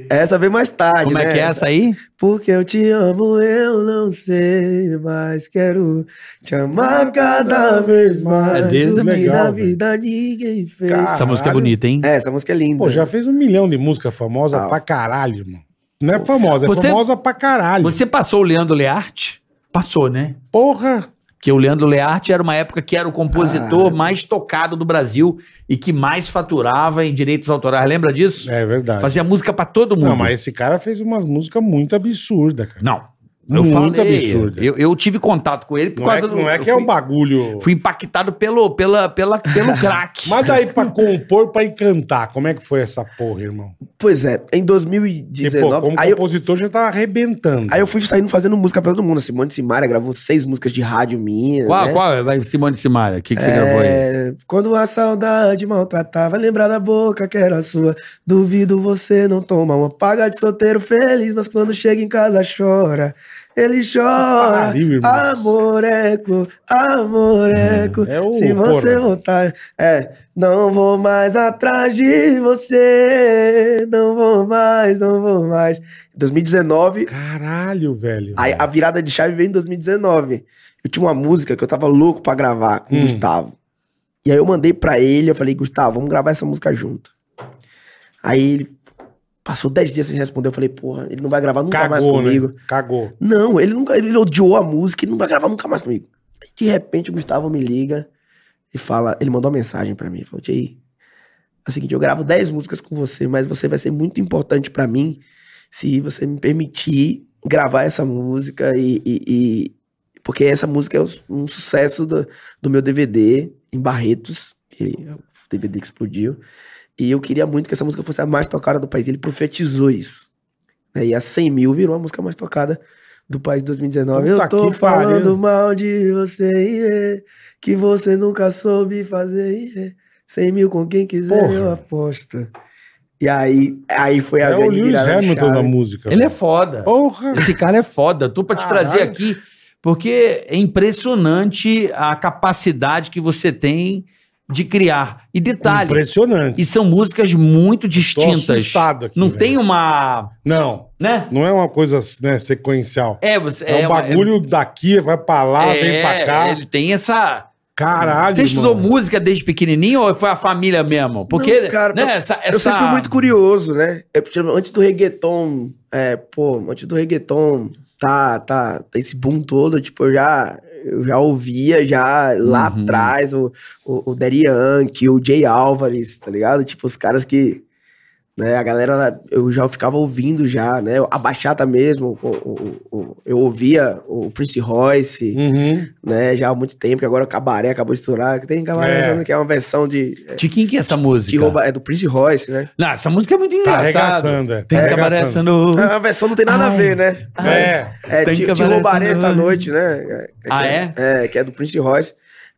[SPEAKER 5] Essa veio mais tarde,
[SPEAKER 4] Como
[SPEAKER 5] né?
[SPEAKER 4] é que é essa aí?
[SPEAKER 5] Porque eu te amo, eu não sei, mas quero te amar cada vez mais.
[SPEAKER 4] É dele,
[SPEAKER 5] o que
[SPEAKER 3] legal,
[SPEAKER 5] na
[SPEAKER 3] velho.
[SPEAKER 5] vida ninguém fez.
[SPEAKER 3] Cara,
[SPEAKER 4] Essa música é
[SPEAKER 3] Caralho.
[SPEAKER 4] bonita, hein?
[SPEAKER 5] É, essa música é linda.
[SPEAKER 3] Pô, já fez um milhão de música famosa
[SPEAKER 5] Ah,
[SPEAKER 3] pra caralho, irmão. Não é famosa, é
[SPEAKER 4] Você-
[SPEAKER 3] famosa pra
[SPEAKER 5] É.
[SPEAKER 3] caralho.
[SPEAKER 4] Você passou o Leandro Learte? Passou, né?
[SPEAKER 3] Porra.
[SPEAKER 4] Porque o Leandro Learte era uma época que era o compositor mais tocado do Brasil e que mais faturava em direitos autorais. Lembra disso?
[SPEAKER 3] É verdade.
[SPEAKER 4] Fazia música pra todo mundo.
[SPEAKER 3] Não, mas esse cara fez umas músicas muito absurdas, cara.
[SPEAKER 4] Não. Eu
[SPEAKER 3] Muito
[SPEAKER 4] falei,
[SPEAKER 3] absurdo.
[SPEAKER 4] Eu, eu tive contato com ele por
[SPEAKER 3] Não é,
[SPEAKER 4] causa do.
[SPEAKER 3] não é
[SPEAKER 4] eu
[SPEAKER 3] que é
[SPEAKER 4] fui,
[SPEAKER 3] um bagulho.
[SPEAKER 4] Fui impactado pelo, pela, pela, pelo crack.
[SPEAKER 3] Mas daí pra compor, pra ir cantar, como é que foi essa porra, irmão?
[SPEAKER 5] Pois é,
[SPEAKER 3] Porque,
[SPEAKER 5] em
[SPEAKER 3] pô,
[SPEAKER 5] 2019.
[SPEAKER 3] como
[SPEAKER 5] aí, eu,
[SPEAKER 3] compositor já tá arrebentando.
[SPEAKER 5] aí eu fui saindo fazendo música pra todo mundo. A Simone de Simaria gravou seis músicas de rádio minha.
[SPEAKER 4] Qual,
[SPEAKER 5] né?
[SPEAKER 4] qual é? Vai, Simone Simaria, o que, que você gravou aí?
[SPEAKER 5] É, quando a saudade maltratava, lembrar da boca que era sua. Duvido você não tomar uma paga de solteiro feliz, mas quando chega em casa chora. Ele chora.
[SPEAKER 3] Ah, Pariu, irmão.
[SPEAKER 5] amoreco, amoreco.
[SPEAKER 3] É o
[SPEAKER 5] se você
[SPEAKER 3] Corra.
[SPEAKER 5] voltar. É, não vou mais atrás de você. Não vou mais, não vou mais. 2019,
[SPEAKER 3] Caralho, velho.
[SPEAKER 5] Aí a virada de chave veio em 2019. Eu tinha uma música que eu tava louco pra gravar com
[SPEAKER 3] Hum.
[SPEAKER 5] o Gustavo. E aí eu mandei pra ele, eu falei, Gustavo, vamos gravar essa música junto. Aí ele passou 10 dias sem responder, eu falei, porra, ele não vai gravar nunca mais
[SPEAKER 3] Cagou,
[SPEAKER 5] comigo.
[SPEAKER 3] né? Cagou.
[SPEAKER 5] Não, ele nunca, ele odiou a música, ele não vai gravar nunca mais comigo. Aí, De repente o Gustavo me liga e fala, ele mandou uma mensagem pra mim, falou: "Tchê, é o seguinte, eu gravo 10 músicas com você, mas você vai ser muito importante pra mim se você me permitir gravar essa música e, e- e- porque essa música é um sucesso do, do meu DVD em Barretos, que é o DVD que explodiu. E eu queria muito que essa música fosse a mais tocada do país. Ele profetizou isso. né? E a 100 mil virou a música mais tocada do país em 2019.
[SPEAKER 3] Puta
[SPEAKER 5] eu tô
[SPEAKER 3] que pariu.
[SPEAKER 5] falando mal de você, iê, que você nunca soube fazer. iê. 100 mil com quem quiser,
[SPEAKER 3] Porra.
[SPEAKER 5] eu aposto. E aí, aí foi a
[SPEAKER 3] É o
[SPEAKER 5] grande
[SPEAKER 3] Lewis
[SPEAKER 5] virada de
[SPEAKER 3] Hamilton
[SPEAKER 5] chave.
[SPEAKER 3] da música.
[SPEAKER 4] Ele é
[SPEAKER 3] velho.
[SPEAKER 4] foda.
[SPEAKER 3] Porra.
[SPEAKER 4] Esse cara é foda. Tô pra te
[SPEAKER 3] Caralho.
[SPEAKER 4] trazer aqui, porque é impressionante a capacidade que você tem de criar. E detalhe,
[SPEAKER 3] Impressionante.
[SPEAKER 4] e são músicas muito
[SPEAKER 3] Tô
[SPEAKER 4] distintas.
[SPEAKER 3] assustado aqui.
[SPEAKER 4] Não
[SPEAKER 3] velho.
[SPEAKER 4] tem uma,
[SPEAKER 3] Não,
[SPEAKER 4] né?
[SPEAKER 3] não é uma coisa né, sequencial.
[SPEAKER 4] É, você
[SPEAKER 3] É, um
[SPEAKER 4] uma-
[SPEAKER 3] bagulho daqui, vai pra lá,
[SPEAKER 4] é,
[SPEAKER 3] vem pra cá.
[SPEAKER 4] Ele tem essa.
[SPEAKER 3] Caralho.
[SPEAKER 4] Você estudou
[SPEAKER 3] mano.
[SPEAKER 4] música desde pequenininho ou foi a família mesmo? Porque,
[SPEAKER 5] Não, cara,
[SPEAKER 4] né, essa, essa...
[SPEAKER 5] Eu sempre fui muito curioso, né? Eu, tipo, antes do reggaeton, é, pô, antes do reggaeton, tá, tá, tá esse boom todo, tipo, eu já, eu já ouvia já lá
[SPEAKER 4] Uhum.
[SPEAKER 5] atrás o, o, o Daddy Yankee, o Jay Álvares, tá ligado? Tipo, os caras que, né, a galera, eu já ficava ouvindo já, né? A Bachata mesmo, o- o- o- eu ouvia o Prince Royce,
[SPEAKER 4] Hum.
[SPEAKER 3] Uhum.
[SPEAKER 5] né, já há muito tempo, que agora o Cabaré acabou de estourar, que tem Cabaré,
[SPEAKER 3] É.
[SPEAKER 5] sabe, que é uma versão de...
[SPEAKER 4] De quem que é essa música?
[SPEAKER 5] Que rouba, é do Prince Royce, né?
[SPEAKER 4] Não, essa música é muito
[SPEAKER 3] Tá
[SPEAKER 4] engraçada.
[SPEAKER 3] arregaçando, é.
[SPEAKER 4] Tem
[SPEAKER 3] Tá
[SPEAKER 4] que acabar essa
[SPEAKER 3] arregaçando.
[SPEAKER 4] no...
[SPEAKER 5] A versão não tem nada a ver, né?
[SPEAKER 3] É.
[SPEAKER 5] É,
[SPEAKER 4] Tem
[SPEAKER 5] te,
[SPEAKER 4] que
[SPEAKER 5] te
[SPEAKER 4] aparecer
[SPEAKER 5] roubarei
[SPEAKER 4] no-
[SPEAKER 5] esta noite, né? que
[SPEAKER 4] Ah, é?
[SPEAKER 5] É, que é do Prince Royce.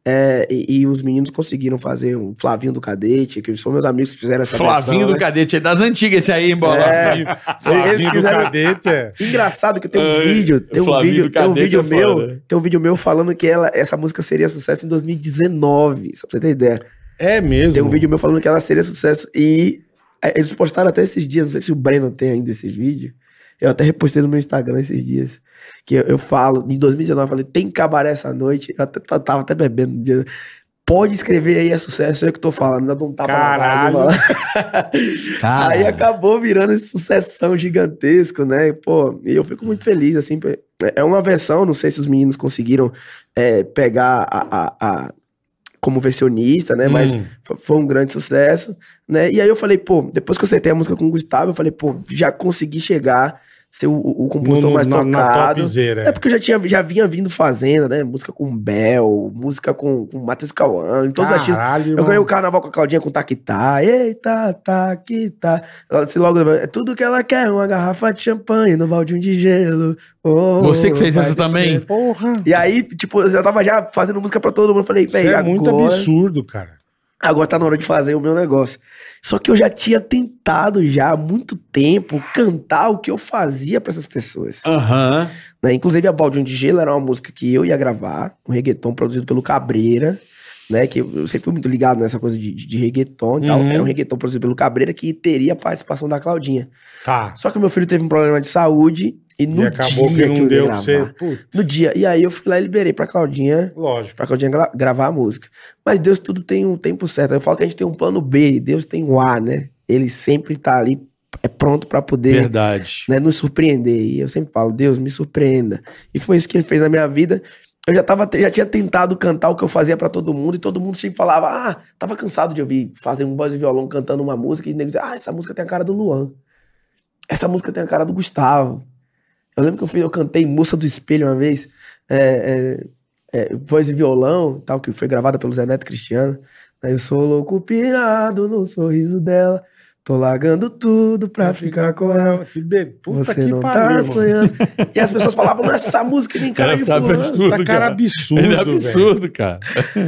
[SPEAKER 5] É, e, e os meninos conseguiram fazer um Flavinho do Cadete, que são meus amigos que fizeram essa
[SPEAKER 4] Flavinho do
[SPEAKER 5] versão, né?
[SPEAKER 4] Cadete, é das antigas esse aí, bola.
[SPEAKER 5] É.
[SPEAKER 3] Flavinho
[SPEAKER 5] Eles
[SPEAKER 3] do
[SPEAKER 5] quiseram-
[SPEAKER 3] cadete, é.
[SPEAKER 5] Engraçado que tem um
[SPEAKER 4] Ai,
[SPEAKER 5] vídeo, tem um
[SPEAKER 4] Flavinho
[SPEAKER 5] vídeo,
[SPEAKER 4] do
[SPEAKER 5] tem um
[SPEAKER 4] Cadete
[SPEAKER 5] vídeo
[SPEAKER 4] é
[SPEAKER 5] meu,
[SPEAKER 4] foda.
[SPEAKER 5] tem um vídeo meu falando que ela, essa música seria sucesso em 2019, só pra você ter ideia.
[SPEAKER 3] É mesmo.
[SPEAKER 5] Tem um vídeo meu falando que ela seria sucesso. E é, eles postaram até esses dias, não sei se o Breno tem ainda esse vídeo. Eu até repostei no meu Instagram esses dias. Que eu, eu falo, em 2019, eu falei, tem cabaré essa noite. Eu até, eu tava até bebendo no dia. Pode escrever aí, é sucesso, é eu que tô falando. Dá um tapa
[SPEAKER 3] Caralho.
[SPEAKER 5] na base,
[SPEAKER 4] é
[SPEAKER 5] Aí acabou virando esse sucessão gigantesco, né? E, Pô, e eu fico muito feliz, assim. pe- É uma versão, não sei se os meninos conseguiram é, pegar a, a- a- como versionista, né? Mas
[SPEAKER 3] Hum.
[SPEAKER 5] F- foi um grande sucesso, né? E aí eu falei, pô, depois que eu acertei a música com o Gustavo, eu falei, pô, já consegui chegar, ser o, o- o
[SPEAKER 3] No,
[SPEAKER 5] compositor
[SPEAKER 3] no,
[SPEAKER 5] mais
[SPEAKER 3] na, na
[SPEAKER 5] tocado.
[SPEAKER 3] topzera.
[SPEAKER 5] é porque eu já, tinha, já vinha vindo fazendo, né? Música com Bel, música com, com Matheus Cauã, em todos os artistas.
[SPEAKER 3] Caralho,
[SPEAKER 5] Eu
[SPEAKER 3] irmão.
[SPEAKER 5] ganhei o carnaval com a Claudinha com Taquitá. Eita, Taquitá. Ela disse logo, é tudo que ela quer, uma garrafa de champanhe no baldinho de gelo. Oh,
[SPEAKER 4] Você que fez
[SPEAKER 5] vai
[SPEAKER 4] essa
[SPEAKER 5] descer.
[SPEAKER 4] também?
[SPEAKER 3] Porra.
[SPEAKER 5] E aí, tipo, eu já tava já fazendo música pra todo mundo. Eu Falei,
[SPEAKER 3] Isso
[SPEAKER 5] velho,
[SPEAKER 3] é
[SPEAKER 5] agora...
[SPEAKER 3] muito absurdo, cara.
[SPEAKER 5] Agora tá na hora de fazer o meu negócio. Só que eu já tinha tentado já há muito tempo cantar o que eu fazia pra essas pessoas.
[SPEAKER 4] Aham.
[SPEAKER 5] né? Inclusive a Baldinho de Gelo era uma música que eu ia gravar, um reggaeton produzido pelo Cabreira, né? Que eu eu sempre fui muito ligado nessa coisa de, de, de reggaeton e tal.
[SPEAKER 3] Uhum.
[SPEAKER 5] Era um reggaeton produzido pelo Cabreira que teria a participação da Claudinha.
[SPEAKER 3] Tá.
[SPEAKER 5] Só que o meu filho teve um problema de saúde e no
[SPEAKER 3] e acabou
[SPEAKER 5] dia
[SPEAKER 3] que não
[SPEAKER 5] eu ia
[SPEAKER 3] deu pra
[SPEAKER 5] gravar,
[SPEAKER 3] você. Putz,
[SPEAKER 5] No dia. E aí eu fui lá e liberei pra Claudinha
[SPEAKER 3] lógico.
[SPEAKER 5] Pra que eu tinha gra gravar a música. Mas Deus tudo tem um tempo certo. Eu falo que a gente tem um plano B, Deus tem um A, né? Ele sempre tá ali é pronto pra poder
[SPEAKER 4] Verdade.
[SPEAKER 5] né, nos surpreender. E eu sempre falo, Deus, me surpreenda. E foi isso que ele fez na minha vida. Eu já, tava, te- já tinha tentado cantar o que eu fazia pra todo mundo, e todo mundo sempre falava, ah, tava cansado de ouvir fazer um voz e violão cantando uma música, e o nego dizia, ah, essa música tem a cara do Luan. Essa música tem a cara do Gustavo. Eu lembro que eu, fui, eu cantei Moça do Espelho uma vez, é, é, é, voz e violão e tal, que foi gravada pelo Zé Neto Cristiano. Aí eu sou louco pirado no sorriso dela, tô largando tudo pra ficar com ela.
[SPEAKER 3] Que de... Puta
[SPEAKER 5] Você
[SPEAKER 3] que
[SPEAKER 5] não
[SPEAKER 3] pariu,
[SPEAKER 5] tá
[SPEAKER 3] mano.
[SPEAKER 5] sonhando. E as pessoas falavam, "Não, essa música nem cara de
[SPEAKER 4] Cara, tá
[SPEAKER 5] fulano.
[SPEAKER 4] absurdo,
[SPEAKER 3] Tá cara
[SPEAKER 4] cara.
[SPEAKER 3] absurdo,
[SPEAKER 4] Ele é
[SPEAKER 3] velho.
[SPEAKER 4] absurdo, cara.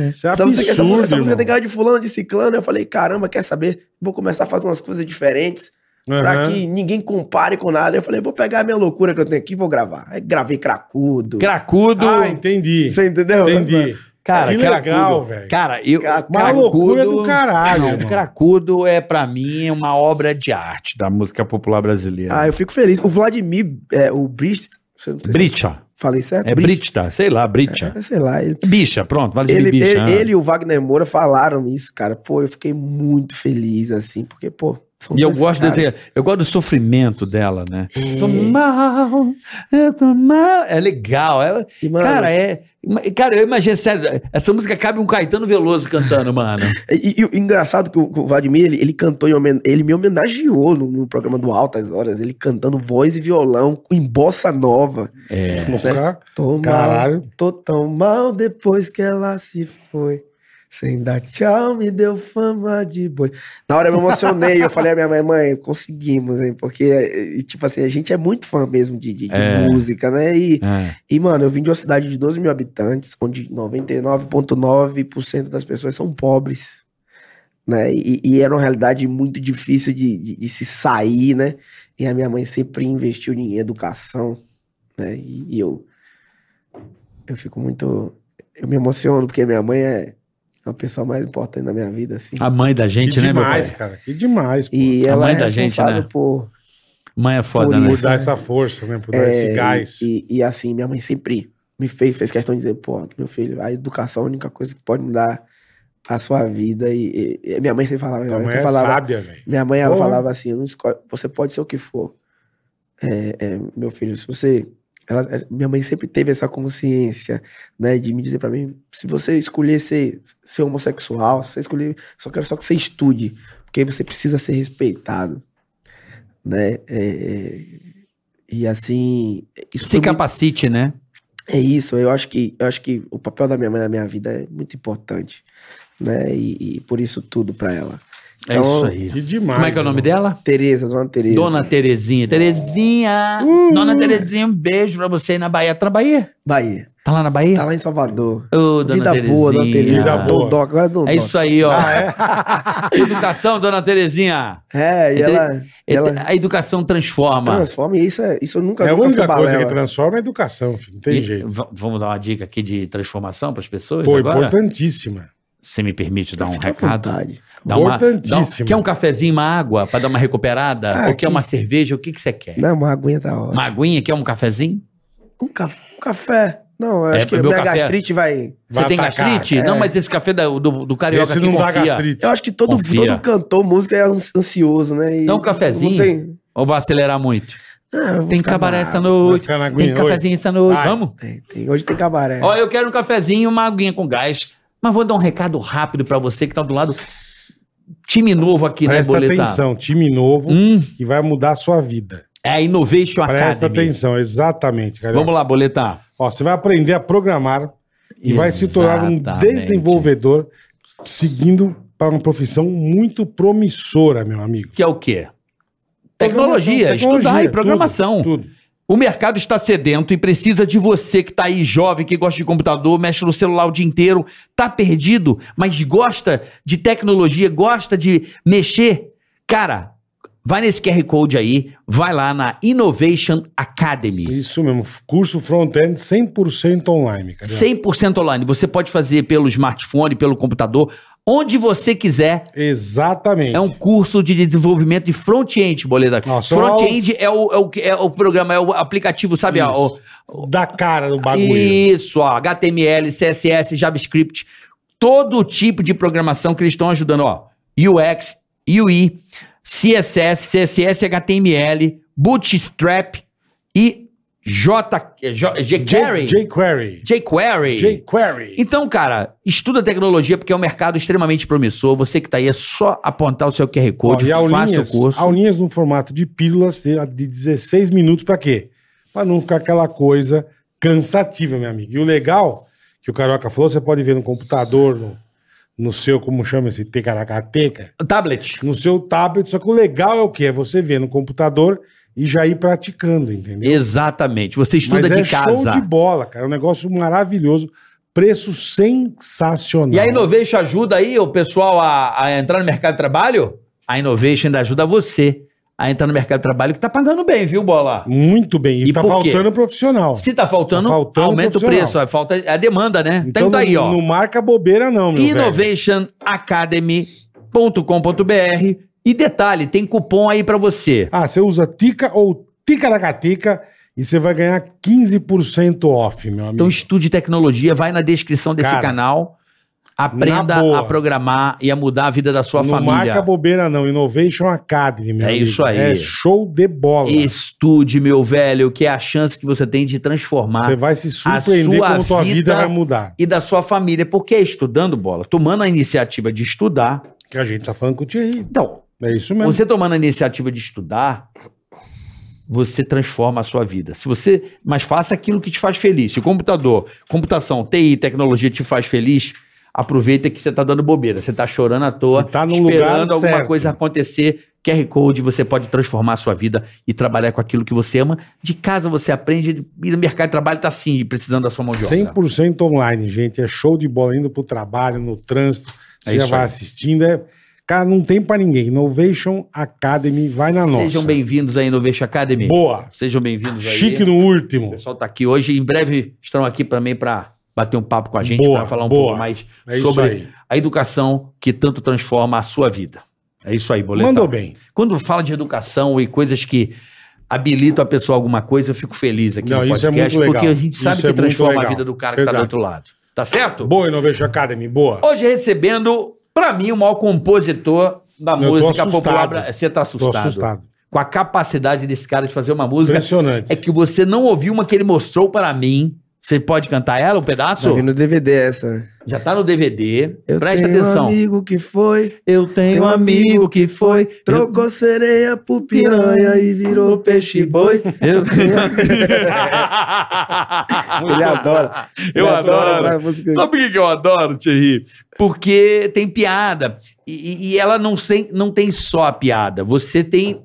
[SPEAKER 3] Isso é
[SPEAKER 5] Essa música, essa
[SPEAKER 3] absurdo,
[SPEAKER 5] música- essa música tem
[SPEAKER 3] irmão.
[SPEAKER 5] cara de fulano, de ciclano. Eu falei, caramba, quer saber? Vou começar a fazer umas coisas diferentes pra
[SPEAKER 3] Aham.
[SPEAKER 5] que ninguém compare com nada. Eu falei, vou pegar a minha loucura que eu tenho aqui e vou gravar. Aí gravei cracudo.
[SPEAKER 4] Cracudo.
[SPEAKER 3] Ah, entendi.
[SPEAKER 5] Você entendeu?
[SPEAKER 3] Entendi.
[SPEAKER 4] cara,
[SPEAKER 3] que
[SPEAKER 4] cracudo.
[SPEAKER 3] legal, velho.
[SPEAKER 4] Cara, eu.
[SPEAKER 5] é? Cracudo.
[SPEAKER 3] Uma loucura do caralho,
[SPEAKER 4] Não,
[SPEAKER 3] irmão.
[SPEAKER 4] Cracudo é, pra mim, uma obra de arte da música popular brasileira.
[SPEAKER 5] Ah, é eu fico feliz. O Vladimir, é, o Brist, você não sei se
[SPEAKER 4] Bricha.
[SPEAKER 5] eu falei certo?
[SPEAKER 4] É
[SPEAKER 5] Brist?
[SPEAKER 4] Brita, sei lá, Bricha.
[SPEAKER 5] É, sei lá, ele...
[SPEAKER 4] Bicha, pronto, vale de
[SPEAKER 5] Ele,
[SPEAKER 4] bicha.
[SPEAKER 5] ele,
[SPEAKER 4] ah.
[SPEAKER 5] ele e o Wagner Moura falaram isso, cara. Pô, eu fiquei muito feliz, assim, porque, pô, são
[SPEAKER 4] E eu
[SPEAKER 5] dois É.
[SPEAKER 4] gosto
[SPEAKER 5] caras.
[SPEAKER 4] desse, eu gosto do sofrimento dela, né? Tô mal, eu tô mal. É legal. é-
[SPEAKER 5] E, mano,
[SPEAKER 4] cara, é. Cara, eu imagino, sério, essa música cabe um Caetano Veloso cantando, mano.
[SPEAKER 5] E, e o engraçado que o, que o Vladimir, ele, ele cantou, em homen- ele me homenageou no, no programa do Altas Horas, ele cantando voz e violão em bossa nova.
[SPEAKER 4] É.
[SPEAKER 5] Né?
[SPEAKER 3] Louca.
[SPEAKER 5] Tô mal,
[SPEAKER 3] Caralho.
[SPEAKER 5] tô tão mal depois que ela se foi. Sem dar tchau, me deu fama de boi. Na hora eu me emocionei, eu falei à minha mãe, mãe, conseguimos, hein? Porque, e, tipo assim, a gente é muito fã mesmo de, de- de
[SPEAKER 4] É.
[SPEAKER 5] música, né? E,
[SPEAKER 4] é.
[SPEAKER 5] e, mano, eu vim de uma cidade de 12 mil habitantes, onde 99,9% das pessoas são pobres. Né? E, e era uma realidade muito difícil de, de, de se sair, né? E a minha mãe sempre investiu em educação, né? E, e eu, eu fico muito. Eu me emociono, porque minha mãe é a pessoa mais importante da minha vida, assim.
[SPEAKER 4] A mãe da
[SPEAKER 3] Que
[SPEAKER 4] gente, né, meu pai?
[SPEAKER 3] demais, cara. Que demais. pô.
[SPEAKER 5] E
[SPEAKER 4] a
[SPEAKER 5] ela
[SPEAKER 4] mãe
[SPEAKER 5] é
[SPEAKER 4] da gente,
[SPEAKER 5] responsável
[SPEAKER 4] né?
[SPEAKER 5] por.
[SPEAKER 4] Mãe é foda,
[SPEAKER 5] Por
[SPEAKER 4] né?
[SPEAKER 3] Por
[SPEAKER 5] isso,
[SPEAKER 3] dar
[SPEAKER 5] né?
[SPEAKER 3] essa força, né? Por dar esse gás.
[SPEAKER 5] É, E, e assim, minha mãe sempre me fez, fez questão de dizer, pô, meu filho, a educação é a única coisa que pode mudar a sua vida. E, e- e minha mãe sempre falava, minha
[SPEAKER 3] Tua
[SPEAKER 5] mãe,
[SPEAKER 3] mãe
[SPEAKER 5] sempre
[SPEAKER 3] é
[SPEAKER 5] falava,
[SPEAKER 3] sábia, velho.
[SPEAKER 5] minha mãe ela
[SPEAKER 3] Porra.
[SPEAKER 5] falava assim, não escolhe, você pode ser o que for. É, é, meu filho, se você. ela- é, minha mãe sempre teve essa consciência, né, de me dizer pra mim, se você escolher ser, ser homossexual, se você escolher, só quero só que você estude, porque você precisa ser respeitado, né? É, é, e assim, isso
[SPEAKER 4] Se
[SPEAKER 5] foi muito-
[SPEAKER 4] capacite, né?
[SPEAKER 5] é isso, eu acho que eu acho que o papel da minha mãe na minha vida é muito importante, né? E, e por isso tudo pra ela.
[SPEAKER 4] É
[SPEAKER 5] Então,
[SPEAKER 4] isso aí.
[SPEAKER 3] Que demais.
[SPEAKER 4] Como é que é o nome
[SPEAKER 3] irmão.
[SPEAKER 4] dela?
[SPEAKER 5] Tereza, dona Tereza.
[SPEAKER 4] Dona Terezinha. Terezinha!
[SPEAKER 3] Uh!
[SPEAKER 4] Dona Terezinha, um beijo pra você aí na Bahia. Tá na Bahia?
[SPEAKER 5] Bahia.
[SPEAKER 4] Tá lá na Bahia?
[SPEAKER 5] Tá lá em Salvador.
[SPEAKER 4] Ô,
[SPEAKER 5] vida boa, dona Tereza.
[SPEAKER 3] Vida boa.
[SPEAKER 5] Dondoca, agora é Dondoca.
[SPEAKER 4] É isso aí, ó. Educação, dona Terezinha.
[SPEAKER 5] É, e
[SPEAKER 4] Entre-
[SPEAKER 5] ela, ela
[SPEAKER 4] A educação transforma.
[SPEAKER 5] transforma, e isso, é, isso eu nunca
[SPEAKER 3] É a
[SPEAKER 5] nunca
[SPEAKER 3] única
[SPEAKER 5] fui
[SPEAKER 3] coisa que
[SPEAKER 5] balela.
[SPEAKER 3] transforma é a educação, filho. Não tem
[SPEAKER 4] E
[SPEAKER 3] jeito.
[SPEAKER 4] v- Vamos dar uma dica aqui de transformação para as pessoas
[SPEAKER 3] Pô,
[SPEAKER 4] agora?
[SPEAKER 3] importantíssima.
[SPEAKER 4] Se me permite dar um
[SPEAKER 5] Fica à
[SPEAKER 4] recado.
[SPEAKER 5] vontade.
[SPEAKER 4] Dá uma, dá um-
[SPEAKER 3] Importantíssimo.
[SPEAKER 4] quer um cafezinho, uma água para dar uma recuperada?
[SPEAKER 5] Ah,
[SPEAKER 4] Ou quer
[SPEAKER 5] que-
[SPEAKER 4] uma cerveja? O que, que você quer?
[SPEAKER 5] Não, uma aguinha da hora.
[SPEAKER 4] Uma aguinha? Quer um cafezinho?
[SPEAKER 5] Um, ca- um café. Não, eu
[SPEAKER 4] É,
[SPEAKER 5] acho que
[SPEAKER 4] meu
[SPEAKER 5] minha
[SPEAKER 4] café-
[SPEAKER 5] gastrite vai...
[SPEAKER 3] Vai
[SPEAKER 4] você tem
[SPEAKER 3] atacar. é.
[SPEAKER 4] gastrite? Não, mas esse café da- do, do carioca
[SPEAKER 3] Esse
[SPEAKER 4] aqui
[SPEAKER 3] não dá
[SPEAKER 4] confia.
[SPEAKER 3] gastrite.
[SPEAKER 5] Eu acho que todo,
[SPEAKER 4] Confia.
[SPEAKER 5] todo cantor, música é ans- ansioso, né? E
[SPEAKER 4] Dá um cafezinho.
[SPEAKER 5] não tem-
[SPEAKER 4] Ou vai acelerar muito?
[SPEAKER 5] Ah, eu vou
[SPEAKER 4] Tem
[SPEAKER 5] ficar
[SPEAKER 4] cabaré
[SPEAKER 5] bravo.
[SPEAKER 4] essa
[SPEAKER 3] Vai
[SPEAKER 4] noite.
[SPEAKER 3] ficar na
[SPEAKER 4] Tem
[SPEAKER 3] aguinha. Oi.
[SPEAKER 4] cafezinho essa noite.
[SPEAKER 3] Vai.
[SPEAKER 4] Vamos?
[SPEAKER 5] Tem, tem. Hoje tem cabaré.
[SPEAKER 4] Ó, eu quero um cafezinho, uma aguinha com gás. Mas vou dar um recado rápido pra você que tá do lado. Time novo aqui,
[SPEAKER 3] Presta
[SPEAKER 4] né, Boletar?
[SPEAKER 3] atenção. Time novo
[SPEAKER 4] Hum,
[SPEAKER 3] que vai mudar a sua vida.
[SPEAKER 4] é a Innovation
[SPEAKER 3] Presta
[SPEAKER 4] Academy.
[SPEAKER 3] atenção. Exatamente, cara.
[SPEAKER 4] Vamos lá, Boletar.
[SPEAKER 3] Ó, você vai aprender a programar e vai se tornar um
[SPEAKER 4] Exatamente.
[SPEAKER 3] desenvolvedor seguindo para uma profissão muito promissora, meu amigo.
[SPEAKER 4] Que é o quê? Tecnologia,
[SPEAKER 3] Programação,
[SPEAKER 4] estudar
[SPEAKER 3] tecnologia,
[SPEAKER 4] e programação.
[SPEAKER 3] Tudo. tudo.
[SPEAKER 4] O mercado está sedento e precisa de você que está aí jovem, que gosta de computador, mexe no celular o dia inteiro, tá perdido, mas gosta de tecnologia, gosta de mexer. Cara, vai nesse QR Code aí, vai lá na Innovation Academy.
[SPEAKER 3] Isso mesmo. Curso front-end 100% online, cara.
[SPEAKER 4] 100% online. Você pode fazer pelo smartphone, pelo computador, onde você quiser.
[SPEAKER 3] Exatamente.
[SPEAKER 4] É um curso de desenvolvimento de front-end, boleta.
[SPEAKER 3] Ó, só
[SPEAKER 4] Front-end é, o, é, o, que- é o programa, é o aplicativo, sabe?
[SPEAKER 3] Isso.
[SPEAKER 4] Ó,
[SPEAKER 3] Da cara do bagulho.
[SPEAKER 4] Isso, ó, HTML, CSS, JavaScript, todo tipo de programação que eles estão ajudando, ó. UX, UI, CSS, CSS, HTML, Bootstrap e J, é, J,
[SPEAKER 3] J-
[SPEAKER 4] jQuery.
[SPEAKER 3] jQuery.
[SPEAKER 4] jQuery.
[SPEAKER 3] jQuery.
[SPEAKER 4] Então, cara, estuda tecnologia porque é um mercado extremamente promissor. Você que tá aí é só apontar o seu QR
[SPEAKER 3] Ó,
[SPEAKER 4] Code,
[SPEAKER 3] e
[SPEAKER 4] faça
[SPEAKER 3] aulinhas,
[SPEAKER 4] o curso.
[SPEAKER 3] aulinhas no formato de pílulas de de 16 ah, minutos para quê? Pra não ficar aquela coisa cansativa, meu amigo. E o legal, que o Carioca falou, você pode ver no computador, no, no seu, como chama esse, tecaracateca,
[SPEAKER 4] Tablet.
[SPEAKER 3] no seu tablet. Só que o legal é o que? É você ver no computador e já ir praticando, entendeu?
[SPEAKER 4] Exatamente. Você estuda
[SPEAKER 3] Mas
[SPEAKER 4] de
[SPEAKER 3] é show
[SPEAKER 4] casa.
[SPEAKER 3] de bola, cara. É um negócio maravilhoso. Preço sensacional.
[SPEAKER 4] E a Innovation ajuda aí o pessoal a, a entrar no mercado de trabalho? A Innovation ainda ajuda você a entrar no mercado de trabalho que tá pagando bem, viu, Bola?
[SPEAKER 3] Muito bem. E,
[SPEAKER 4] E
[SPEAKER 3] tá
[SPEAKER 4] por quê?
[SPEAKER 3] faltando profissional.
[SPEAKER 4] Se tá faltando,
[SPEAKER 3] Tá faltando
[SPEAKER 4] aumenta o
[SPEAKER 3] profissional.
[SPEAKER 4] preço. ó, Falta a demanda, né? Então,
[SPEAKER 3] Então
[SPEAKER 4] tá aí,
[SPEAKER 3] não,
[SPEAKER 4] ó.
[SPEAKER 3] Não marca bobeira, não, meu velho.
[SPEAKER 4] innovationacademy.com.br e detalhe, tem cupom aí pra você.
[SPEAKER 3] Ah, você usa Tica ou Ticaracatica e você vai ganhar 15% off, meu amigo.
[SPEAKER 4] Então estude tecnologia, vai na descrição desse
[SPEAKER 3] Hum. Cara,
[SPEAKER 4] canal, aprenda
[SPEAKER 3] na boa.
[SPEAKER 4] a programar e a mudar a vida da sua
[SPEAKER 3] não marca
[SPEAKER 4] família.
[SPEAKER 3] bobeira, não. Innovation Academy, meu
[SPEAKER 4] É
[SPEAKER 3] amigo.
[SPEAKER 4] isso aí.
[SPEAKER 3] É show de bola.
[SPEAKER 4] Estude, meu velho, que é a chance que você tem de transformar
[SPEAKER 3] Você vai se surpreender
[SPEAKER 4] sua
[SPEAKER 3] como tua vida,
[SPEAKER 4] vida-
[SPEAKER 3] vai mudar.
[SPEAKER 4] e da sua família, porque é estudando bola, tomando a iniciativa de estudar.
[SPEAKER 3] Que a gente tá falando com o Thierry.
[SPEAKER 4] Então,
[SPEAKER 3] É isso mesmo.
[SPEAKER 4] Você tomando a iniciativa de estudar, você transforma a sua vida. Se você, mas faça aquilo que te faz feliz. Se o computador, computação, TI, tecnologia te faz feliz, aproveita que você está dando bobeira, você está chorando à toa,
[SPEAKER 3] E tá no
[SPEAKER 4] esperando
[SPEAKER 3] lugar
[SPEAKER 4] alguma
[SPEAKER 3] certo.
[SPEAKER 4] coisa acontecer. QR Code, você pode transformar a sua vida e trabalhar com aquilo que você ama. De casa você aprende e no mercado de trabalho está sim precisando da sua mão de obra.
[SPEAKER 3] 100% online, gente. É show de bola indo pro trabalho, no trânsito. Você
[SPEAKER 4] É
[SPEAKER 3] já
[SPEAKER 4] isso
[SPEAKER 3] vai
[SPEAKER 4] aí.
[SPEAKER 3] assistindo. É... Cara, não tem pra ninguém. Innovation Academy, vai na nossa.
[SPEAKER 4] Sejam bem-vindos aí no Innovation Academy.
[SPEAKER 3] Boa.
[SPEAKER 4] Sejam bem-vindos aí.
[SPEAKER 3] Chique no
[SPEAKER 4] O
[SPEAKER 3] último.
[SPEAKER 4] pessoal está aqui hoje. Em breve estarão aqui também para bater um papo com a gente,
[SPEAKER 3] Boa,
[SPEAKER 4] para falar um
[SPEAKER 3] boa.
[SPEAKER 4] pouco mais
[SPEAKER 3] É isso
[SPEAKER 4] sobre
[SPEAKER 3] aí.
[SPEAKER 4] a educação que tanto transforma a sua vida. É isso aí, boletão.
[SPEAKER 3] Mandou bem.
[SPEAKER 4] Quando fala de educação e coisas que habilitam a pessoa a alguma coisa, eu fico feliz aqui
[SPEAKER 3] Não,
[SPEAKER 4] no
[SPEAKER 3] isso é
[SPEAKER 4] podcast,
[SPEAKER 3] muito
[SPEAKER 4] porque a
[SPEAKER 3] legal.
[SPEAKER 4] gente sabe
[SPEAKER 3] Isso é
[SPEAKER 4] que
[SPEAKER 3] muito
[SPEAKER 4] transforma a
[SPEAKER 3] legal.
[SPEAKER 4] vida do cara que está do
[SPEAKER 3] Verdade.
[SPEAKER 4] outro lado. Tá certo?
[SPEAKER 3] Boa, Innovation Academy, boa.
[SPEAKER 4] Hoje recebendo, para mim, o maior compositor da
[SPEAKER 3] Eu tô
[SPEAKER 4] música
[SPEAKER 3] assustado.
[SPEAKER 4] popular. bra- Você tá
[SPEAKER 3] Tô
[SPEAKER 4] assustado.
[SPEAKER 3] assustado.
[SPEAKER 4] Com a capacidade desse cara de fazer uma música
[SPEAKER 3] Impressionante.
[SPEAKER 4] é que você não ouviu uma que ele mostrou para mim. Você pode cantar ela um pedaço?
[SPEAKER 5] Vai vir no DVD essa, né?
[SPEAKER 4] Já tá no DVD.
[SPEAKER 5] Eu
[SPEAKER 4] Presta
[SPEAKER 5] tenho
[SPEAKER 4] atenção.
[SPEAKER 5] um amigo que foi,
[SPEAKER 4] Eu tenho
[SPEAKER 5] um amigo
[SPEAKER 4] que foi.
[SPEAKER 5] trocou sereia por piranha e virou peixe boi.
[SPEAKER 4] Eu tenho.
[SPEAKER 5] Ele adora.
[SPEAKER 4] Eu
[SPEAKER 5] Ele
[SPEAKER 4] adoro.
[SPEAKER 5] essa música.
[SPEAKER 4] Sabe por que que eu adoro, Thierry? Porque tem piada. E, e- e ela não, sem, não tem só a piada. Você tem.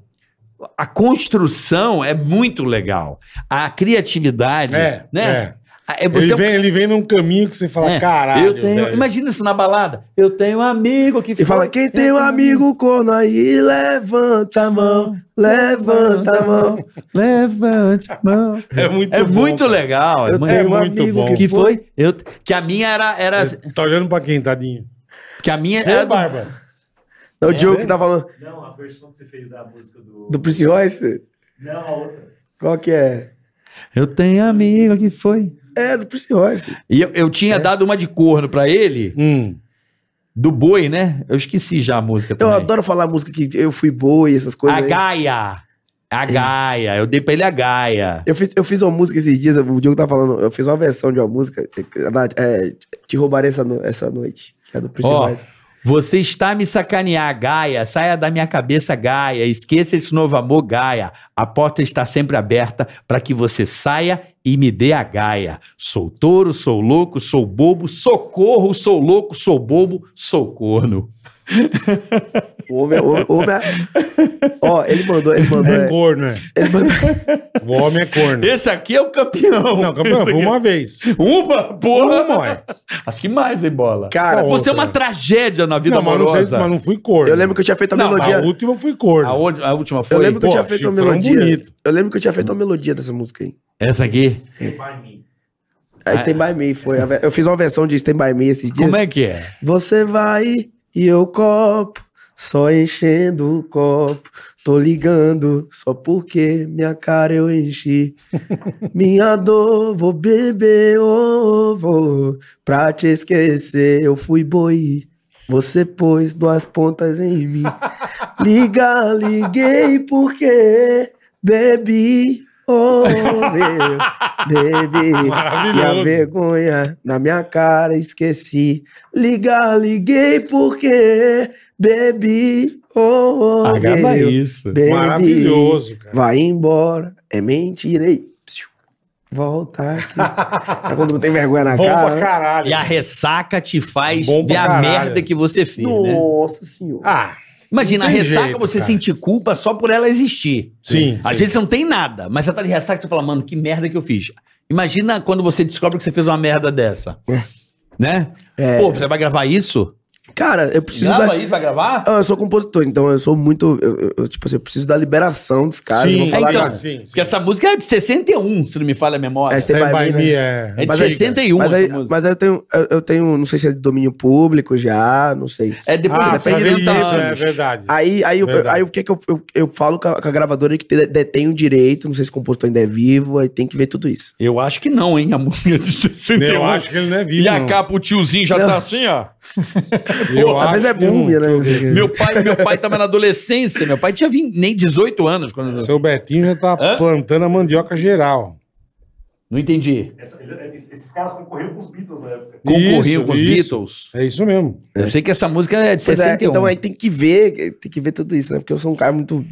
[SPEAKER 4] A construção é muito legal. A criatividade.
[SPEAKER 3] É,
[SPEAKER 4] né?
[SPEAKER 3] é.
[SPEAKER 4] É, você
[SPEAKER 3] Ele
[SPEAKER 4] é um
[SPEAKER 3] vem, ele vem num caminho que você fala,
[SPEAKER 4] É,
[SPEAKER 3] caralho.
[SPEAKER 4] eu tenho,
[SPEAKER 3] velho.
[SPEAKER 4] imagina isso na balada. Eu tenho um amigo que
[SPEAKER 5] E fala, quem tem um amigo corno aí, levanta a mão, levanta a mão.
[SPEAKER 4] Levante a mão.
[SPEAKER 3] É muito,
[SPEAKER 4] É
[SPEAKER 3] bom,
[SPEAKER 4] muito
[SPEAKER 3] cara.
[SPEAKER 4] legal. é
[SPEAKER 5] Eu
[SPEAKER 4] muito-
[SPEAKER 5] tenho
[SPEAKER 3] É
[SPEAKER 5] um
[SPEAKER 3] muito
[SPEAKER 5] amigo
[SPEAKER 3] bom.
[SPEAKER 5] que
[SPEAKER 4] que
[SPEAKER 5] foi.
[SPEAKER 4] foi? Eu, que a minha era, era assim,
[SPEAKER 3] Ele Tá olhando pra quem, tadinho?
[SPEAKER 4] que a minha
[SPEAKER 3] É,
[SPEAKER 4] era do-
[SPEAKER 3] Barba.
[SPEAKER 5] É o Diogo que tá falando
[SPEAKER 6] Não, a versão que você fez da música do.
[SPEAKER 5] do Prince Royce?
[SPEAKER 6] Não, a outra.
[SPEAKER 5] Qual que é?
[SPEAKER 4] Eu tenho um amigo que foi.
[SPEAKER 5] É, do Prince Royce.
[SPEAKER 4] E eu, eu
[SPEAKER 5] É.
[SPEAKER 4] tinha dado uma de corno pra ele
[SPEAKER 3] Hum.
[SPEAKER 4] do boi, né? Eu esqueci já a música
[SPEAKER 5] Eu
[SPEAKER 4] também.
[SPEAKER 5] adoro falar música que eu fui boa e essas coisas.
[SPEAKER 4] a
[SPEAKER 5] aí. É.
[SPEAKER 4] Gaia. A Gaia. Eu dei pra ele a Gaia.
[SPEAKER 5] Eu fiz, eu fiz uma música esses dias, o Diogo tá falando, eu fiz uma versão de uma música, da- é, Te Roubarei Essa, No- essa Noite, que é do Prince
[SPEAKER 4] Ó,
[SPEAKER 5] Royce.
[SPEAKER 4] Você está me sacanear, Gaia. Saia da minha cabeça, Gaia. Esqueça esse novo amor, Gaia. A porta está sempre aberta para que você saia e me dê a Gaia. Sou touro, sou louco, sou bobo, socorro, sou louco, sou bobo, sou corno.
[SPEAKER 5] O homem, é- o homem, o homem é- Ó, ele mandou, ele mandou,
[SPEAKER 3] É
[SPEAKER 5] é,
[SPEAKER 3] corno, é.
[SPEAKER 5] ele mandou,
[SPEAKER 3] O homem é corno.
[SPEAKER 4] Esse aqui é o campeão.
[SPEAKER 3] Não, campeão, foi uma vez.
[SPEAKER 4] Uma, porra.
[SPEAKER 3] Uma, ué.
[SPEAKER 4] Acho que mais, hein, bola.
[SPEAKER 5] cara,
[SPEAKER 4] Você é uma
[SPEAKER 3] outra.
[SPEAKER 4] tragédia na vida
[SPEAKER 3] não, mas não, sei,
[SPEAKER 4] amorosa.
[SPEAKER 3] mas não fui corno.
[SPEAKER 5] eu lembro que eu tinha feito a
[SPEAKER 4] Não,
[SPEAKER 5] melodia,
[SPEAKER 3] A última fui corno.
[SPEAKER 4] a, ol- a última foi.
[SPEAKER 5] eu lembro que eu
[SPEAKER 3] Pô,
[SPEAKER 5] tinha feito uma
[SPEAKER 3] achei frango
[SPEAKER 5] melodia,
[SPEAKER 3] bonito.
[SPEAKER 5] eu lembro que eu tinha feito uma melodia dessa música aí.
[SPEAKER 4] Essa aqui.
[SPEAKER 6] By Me.
[SPEAKER 5] A Stand By Me foi, a ve- eu fiz uma versão de Stand By Me esses dias.
[SPEAKER 4] Como é que é?
[SPEAKER 5] Você vai e eu copo, só enchendo o copo. Tô ligando só porque minha cara eu enchi. Minha dor, vou beber ovo pra te esquecer. Eu fui boi, você pôs duas pontas em mim. Liga, liguei porque bebi ovo, bebi. E a
[SPEAKER 3] Maravilhoso.
[SPEAKER 5] vergonha na minha cara esqueci. Liga, liguei porque bebi. Oh, oh,
[SPEAKER 4] Acaba
[SPEAKER 5] meu,
[SPEAKER 4] isso.
[SPEAKER 5] bebi.
[SPEAKER 3] Maravilhoso, cara.
[SPEAKER 5] Vai embora, é mentira. ei, psiu. Vou voltar aqui. Pra quando não tem vergonha na
[SPEAKER 3] Bom
[SPEAKER 5] cara.
[SPEAKER 3] pra
[SPEAKER 5] né?
[SPEAKER 3] caralho.
[SPEAKER 4] E a ressaca te faz
[SPEAKER 3] Bom pra
[SPEAKER 4] ver a
[SPEAKER 3] caralho.
[SPEAKER 4] merda que você fez, né?
[SPEAKER 5] Nossa senhora.
[SPEAKER 3] Ah,
[SPEAKER 4] Imagina, a
[SPEAKER 3] Não tem
[SPEAKER 4] ressaca
[SPEAKER 3] jeito,
[SPEAKER 4] você
[SPEAKER 3] cara.
[SPEAKER 4] sentir culpa só por ela existir.
[SPEAKER 3] Sim,
[SPEAKER 4] Às
[SPEAKER 3] sim.
[SPEAKER 4] vezes você não tem nada, mas você tá de ressaca e você fala, mano, que merda que eu fiz. Imagina quando você descobre que você fez uma merda dessa.
[SPEAKER 3] É.
[SPEAKER 4] Né? Pô, você vai gravar isso?
[SPEAKER 5] Cara, eu É. preciso
[SPEAKER 4] Grava
[SPEAKER 5] da...
[SPEAKER 4] isso, vai gravar?
[SPEAKER 5] Ah, Eu sou compositor, então eu sou muito. eu- eu- eu, tipo assim, eu preciso da liberação dos caras. eu vou
[SPEAKER 3] Sim,
[SPEAKER 5] falar
[SPEAKER 4] É, então,
[SPEAKER 5] agora.
[SPEAKER 3] sim, sim.
[SPEAKER 4] Porque essa música é de 61, se não me falha a memória.
[SPEAKER 5] É,
[SPEAKER 4] É,
[SPEAKER 5] você
[SPEAKER 3] Stand
[SPEAKER 5] vai
[SPEAKER 3] by
[SPEAKER 5] ver,
[SPEAKER 3] me
[SPEAKER 5] né?
[SPEAKER 3] é...
[SPEAKER 4] de
[SPEAKER 5] mas aí-
[SPEAKER 4] 61.
[SPEAKER 5] Mas aí,
[SPEAKER 4] essa música.
[SPEAKER 5] mas aí eu tenho, eu, eu tenho, não sei se é de domínio público já, não sei.
[SPEAKER 4] É depois
[SPEAKER 3] Ah,
[SPEAKER 4] que você
[SPEAKER 3] precisa
[SPEAKER 4] perde
[SPEAKER 3] ver
[SPEAKER 4] 30
[SPEAKER 3] isso, é
[SPEAKER 4] anos.
[SPEAKER 3] verdade.
[SPEAKER 5] Aí, aí, eu-
[SPEAKER 3] Verdade.
[SPEAKER 5] aí o que que eu, eu, eu falo com a, com a gravadora que te- detém o direito, não sei se o compositor ainda é vivo, aí tem que ver tudo isso.
[SPEAKER 4] Eu acho que não, hein? A música de 61.
[SPEAKER 3] Eu acho que ele não é vivo,
[SPEAKER 4] E a
[SPEAKER 3] não.
[SPEAKER 4] capa, o tiozinho já
[SPEAKER 5] Não.
[SPEAKER 4] tá assim, ó.
[SPEAKER 3] Eu
[SPEAKER 5] Às vezes é
[SPEAKER 3] que não.
[SPEAKER 5] múmia, né?
[SPEAKER 4] Meu pai, meu pai tava na adolescência. Meu pai tinha 20, nem 18 anos quando.
[SPEAKER 3] Seu Betinho já tá
[SPEAKER 4] Hã?
[SPEAKER 3] plantando a mandioca geral.
[SPEAKER 4] Não entendi.
[SPEAKER 6] Essa- ele- Esses caras concorriam com os Beatles na época.
[SPEAKER 4] Concorriam
[SPEAKER 3] Isso,
[SPEAKER 4] com os
[SPEAKER 3] isso.
[SPEAKER 4] Beatles.
[SPEAKER 3] É isso mesmo.
[SPEAKER 4] Eu sei que essa música é de
[SPEAKER 5] Pois é,
[SPEAKER 4] 61.
[SPEAKER 5] então aí tem que ver, tem que ver tudo isso, né? Porque eu sou um cara muito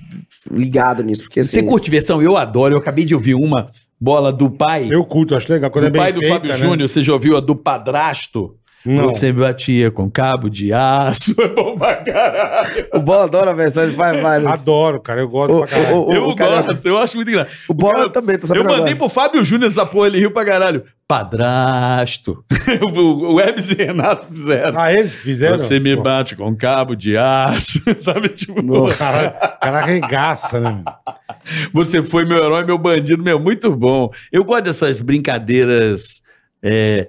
[SPEAKER 5] ligado nisso. Porque assim.
[SPEAKER 4] Você curte versão? Eu adoro. Eu acabei de ouvir uma bola do pai.
[SPEAKER 3] Eu curto, acho legal. Quando
[SPEAKER 4] do
[SPEAKER 3] é bem
[SPEAKER 4] pai do
[SPEAKER 3] feita,
[SPEAKER 4] Fábio
[SPEAKER 3] né?
[SPEAKER 4] Júnior. Você já ouviu a do padrasto?
[SPEAKER 3] Não.
[SPEAKER 4] Você batia com cabo de aço. É bom pra caralho.
[SPEAKER 5] O Bola adora a versão de Vai Vai. né?
[SPEAKER 3] Adoro, cara. Eu gosto
[SPEAKER 5] O-
[SPEAKER 3] pra caralho.
[SPEAKER 5] o- o-
[SPEAKER 4] eu
[SPEAKER 5] cara-
[SPEAKER 4] gosto. Eu acho muito engraçado.
[SPEAKER 5] O Bola
[SPEAKER 4] cara-
[SPEAKER 5] também, tô
[SPEAKER 4] Eu
[SPEAKER 5] sabendo
[SPEAKER 4] mandei
[SPEAKER 5] agora.
[SPEAKER 4] pro Fábio Júnior essa porra. Ele riu pra caralho. Padrasto. o o Hermes e Renato fizeram.
[SPEAKER 3] Ah, eles que fizeram?
[SPEAKER 4] Você me
[SPEAKER 3] Pô,
[SPEAKER 4] bate com cabo de aço, sabe? Tipo,
[SPEAKER 5] Nossa.
[SPEAKER 3] Caralho, o cara arregaça, né? meu?
[SPEAKER 4] você foi meu herói, meu bandido, meu, muito bom. Eu gosto dessas brincadeiras é,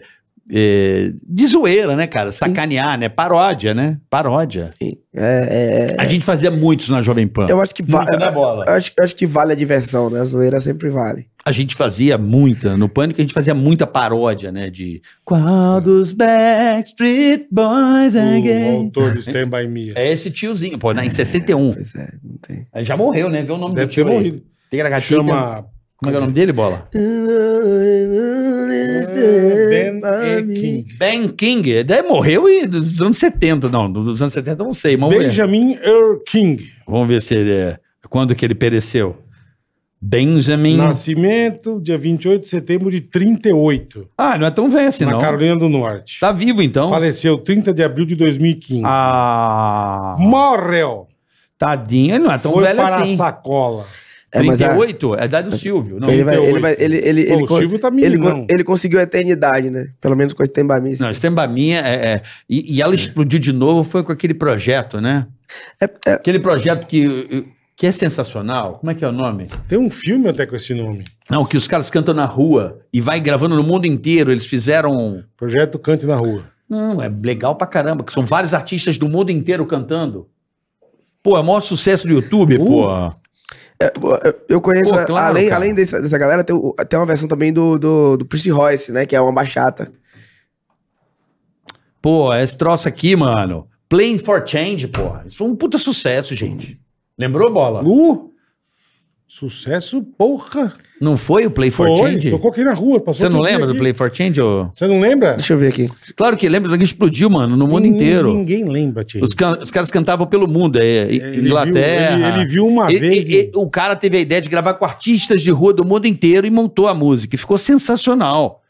[SPEAKER 4] é, de zoeira, né, cara? Sacanear, né? Paródia, né? Paródia.
[SPEAKER 5] É, é, é.
[SPEAKER 4] A gente fazia muitos na Jovem Pan.
[SPEAKER 5] Eu acho que
[SPEAKER 4] Muita na
[SPEAKER 5] vale.
[SPEAKER 4] bola.
[SPEAKER 5] Acho, acho que vale a diversão, né? A zoeira sempre vale.
[SPEAKER 4] A gente fazia muita, no Pânico a gente fazia muita paródia, né? De qual dos Backstreet Boys é
[SPEAKER 3] O
[SPEAKER 4] gay?
[SPEAKER 3] autor do Stand By Me.
[SPEAKER 4] É esse tiozinho, pô, na, em 61.
[SPEAKER 5] Pois é, não tem.
[SPEAKER 4] Ele Já morreu, né? Vê o nome
[SPEAKER 3] Deve
[SPEAKER 4] do tio
[SPEAKER 3] ter
[SPEAKER 4] aí.
[SPEAKER 3] morrido.
[SPEAKER 4] Tem que Chama...
[SPEAKER 3] Chama
[SPEAKER 4] Como é que é o nome dele, Bola?
[SPEAKER 3] Ah, Ben E. King.
[SPEAKER 4] Ben King, daí morreu e dos anos 70, não, dos anos 70 eu não sei, vamos ver.
[SPEAKER 3] Benjamin Er King.
[SPEAKER 4] Vamos ver se ele é, quando que ele pereceu. Benjamin.
[SPEAKER 3] Nascimento, dia 28 de setembro de 38,
[SPEAKER 4] Ah, não é tão velho assim
[SPEAKER 3] na
[SPEAKER 4] não.
[SPEAKER 3] Carolina do Norte.
[SPEAKER 4] Tá vivo então.
[SPEAKER 3] Faleceu 30 de abril de 2015.
[SPEAKER 4] Ah,
[SPEAKER 3] Morreu.
[SPEAKER 4] tadinho, ele não é tão
[SPEAKER 3] Foi
[SPEAKER 4] velho
[SPEAKER 3] para
[SPEAKER 4] assim.
[SPEAKER 3] a sacola.
[SPEAKER 5] É, mas a-
[SPEAKER 4] 38, é a idade do Silvio, não.
[SPEAKER 5] Ele vai, ele vai, ele, ele,
[SPEAKER 3] Pô,
[SPEAKER 5] ele,
[SPEAKER 3] o
[SPEAKER 5] con-
[SPEAKER 3] Silvio tá
[SPEAKER 5] ele,
[SPEAKER 3] meninão.
[SPEAKER 5] con- ele conseguiu a eternidade, né? Pelo menos com esse Tembami.
[SPEAKER 4] Não, Stemba Minha, é, é, e, e ela explodiu de novo, foi com aquele projeto, né?
[SPEAKER 5] É- é-
[SPEAKER 4] Aquele projeto que, que é sensacional, como é que é o nome?
[SPEAKER 3] Tem um filme até com esse nome.
[SPEAKER 4] Não, que os caras cantam na rua e vai gravando no mundo inteiro. Eles fizeram.
[SPEAKER 3] Projeto Cante na Rua.
[SPEAKER 4] Não, é legal pra caramba, que são vários artistas do mundo inteiro cantando. Pô, é o maior sucesso do YouTube,
[SPEAKER 3] Uh.
[SPEAKER 4] pô.
[SPEAKER 5] é, pô, eu- eu conheço,
[SPEAKER 4] Pô, claro,
[SPEAKER 5] além,
[SPEAKER 4] cara.
[SPEAKER 5] além dessa, dessa galera, tem, o- tem uma versão também do, do, do Prince Royce, né? Que é uma bachata.
[SPEAKER 4] Pô, esse troço aqui, mano. Playing for Change, pô. Isso foi um puta sucesso, gente. Lembrou, Bola?
[SPEAKER 3] Uh! Sucesso, porra!
[SPEAKER 4] Não foi o Play for
[SPEAKER 3] Foi,
[SPEAKER 4] Change?
[SPEAKER 3] tocou aqui na rua. Passou
[SPEAKER 4] Você não
[SPEAKER 3] outro dia
[SPEAKER 4] lembra do
[SPEAKER 3] aqui.
[SPEAKER 4] Play for Change? ô?
[SPEAKER 3] Você não lembra?
[SPEAKER 5] Deixa eu ver aqui.
[SPEAKER 4] Claro que lembra, que explodiu, mano, no mundo
[SPEAKER 3] Nin-
[SPEAKER 4] inteiro.
[SPEAKER 3] Ninguém lembra, Tio.
[SPEAKER 4] Os, can- os caras cantavam pelo mundo, é,
[SPEAKER 3] Ele viu-
[SPEAKER 4] Inglaterra.
[SPEAKER 3] ele, ele viu uma
[SPEAKER 4] E- e-
[SPEAKER 3] vez.
[SPEAKER 4] e- o cara teve a ideia de gravar com artistas de rua do mundo inteiro e montou a música. E ficou sensacional.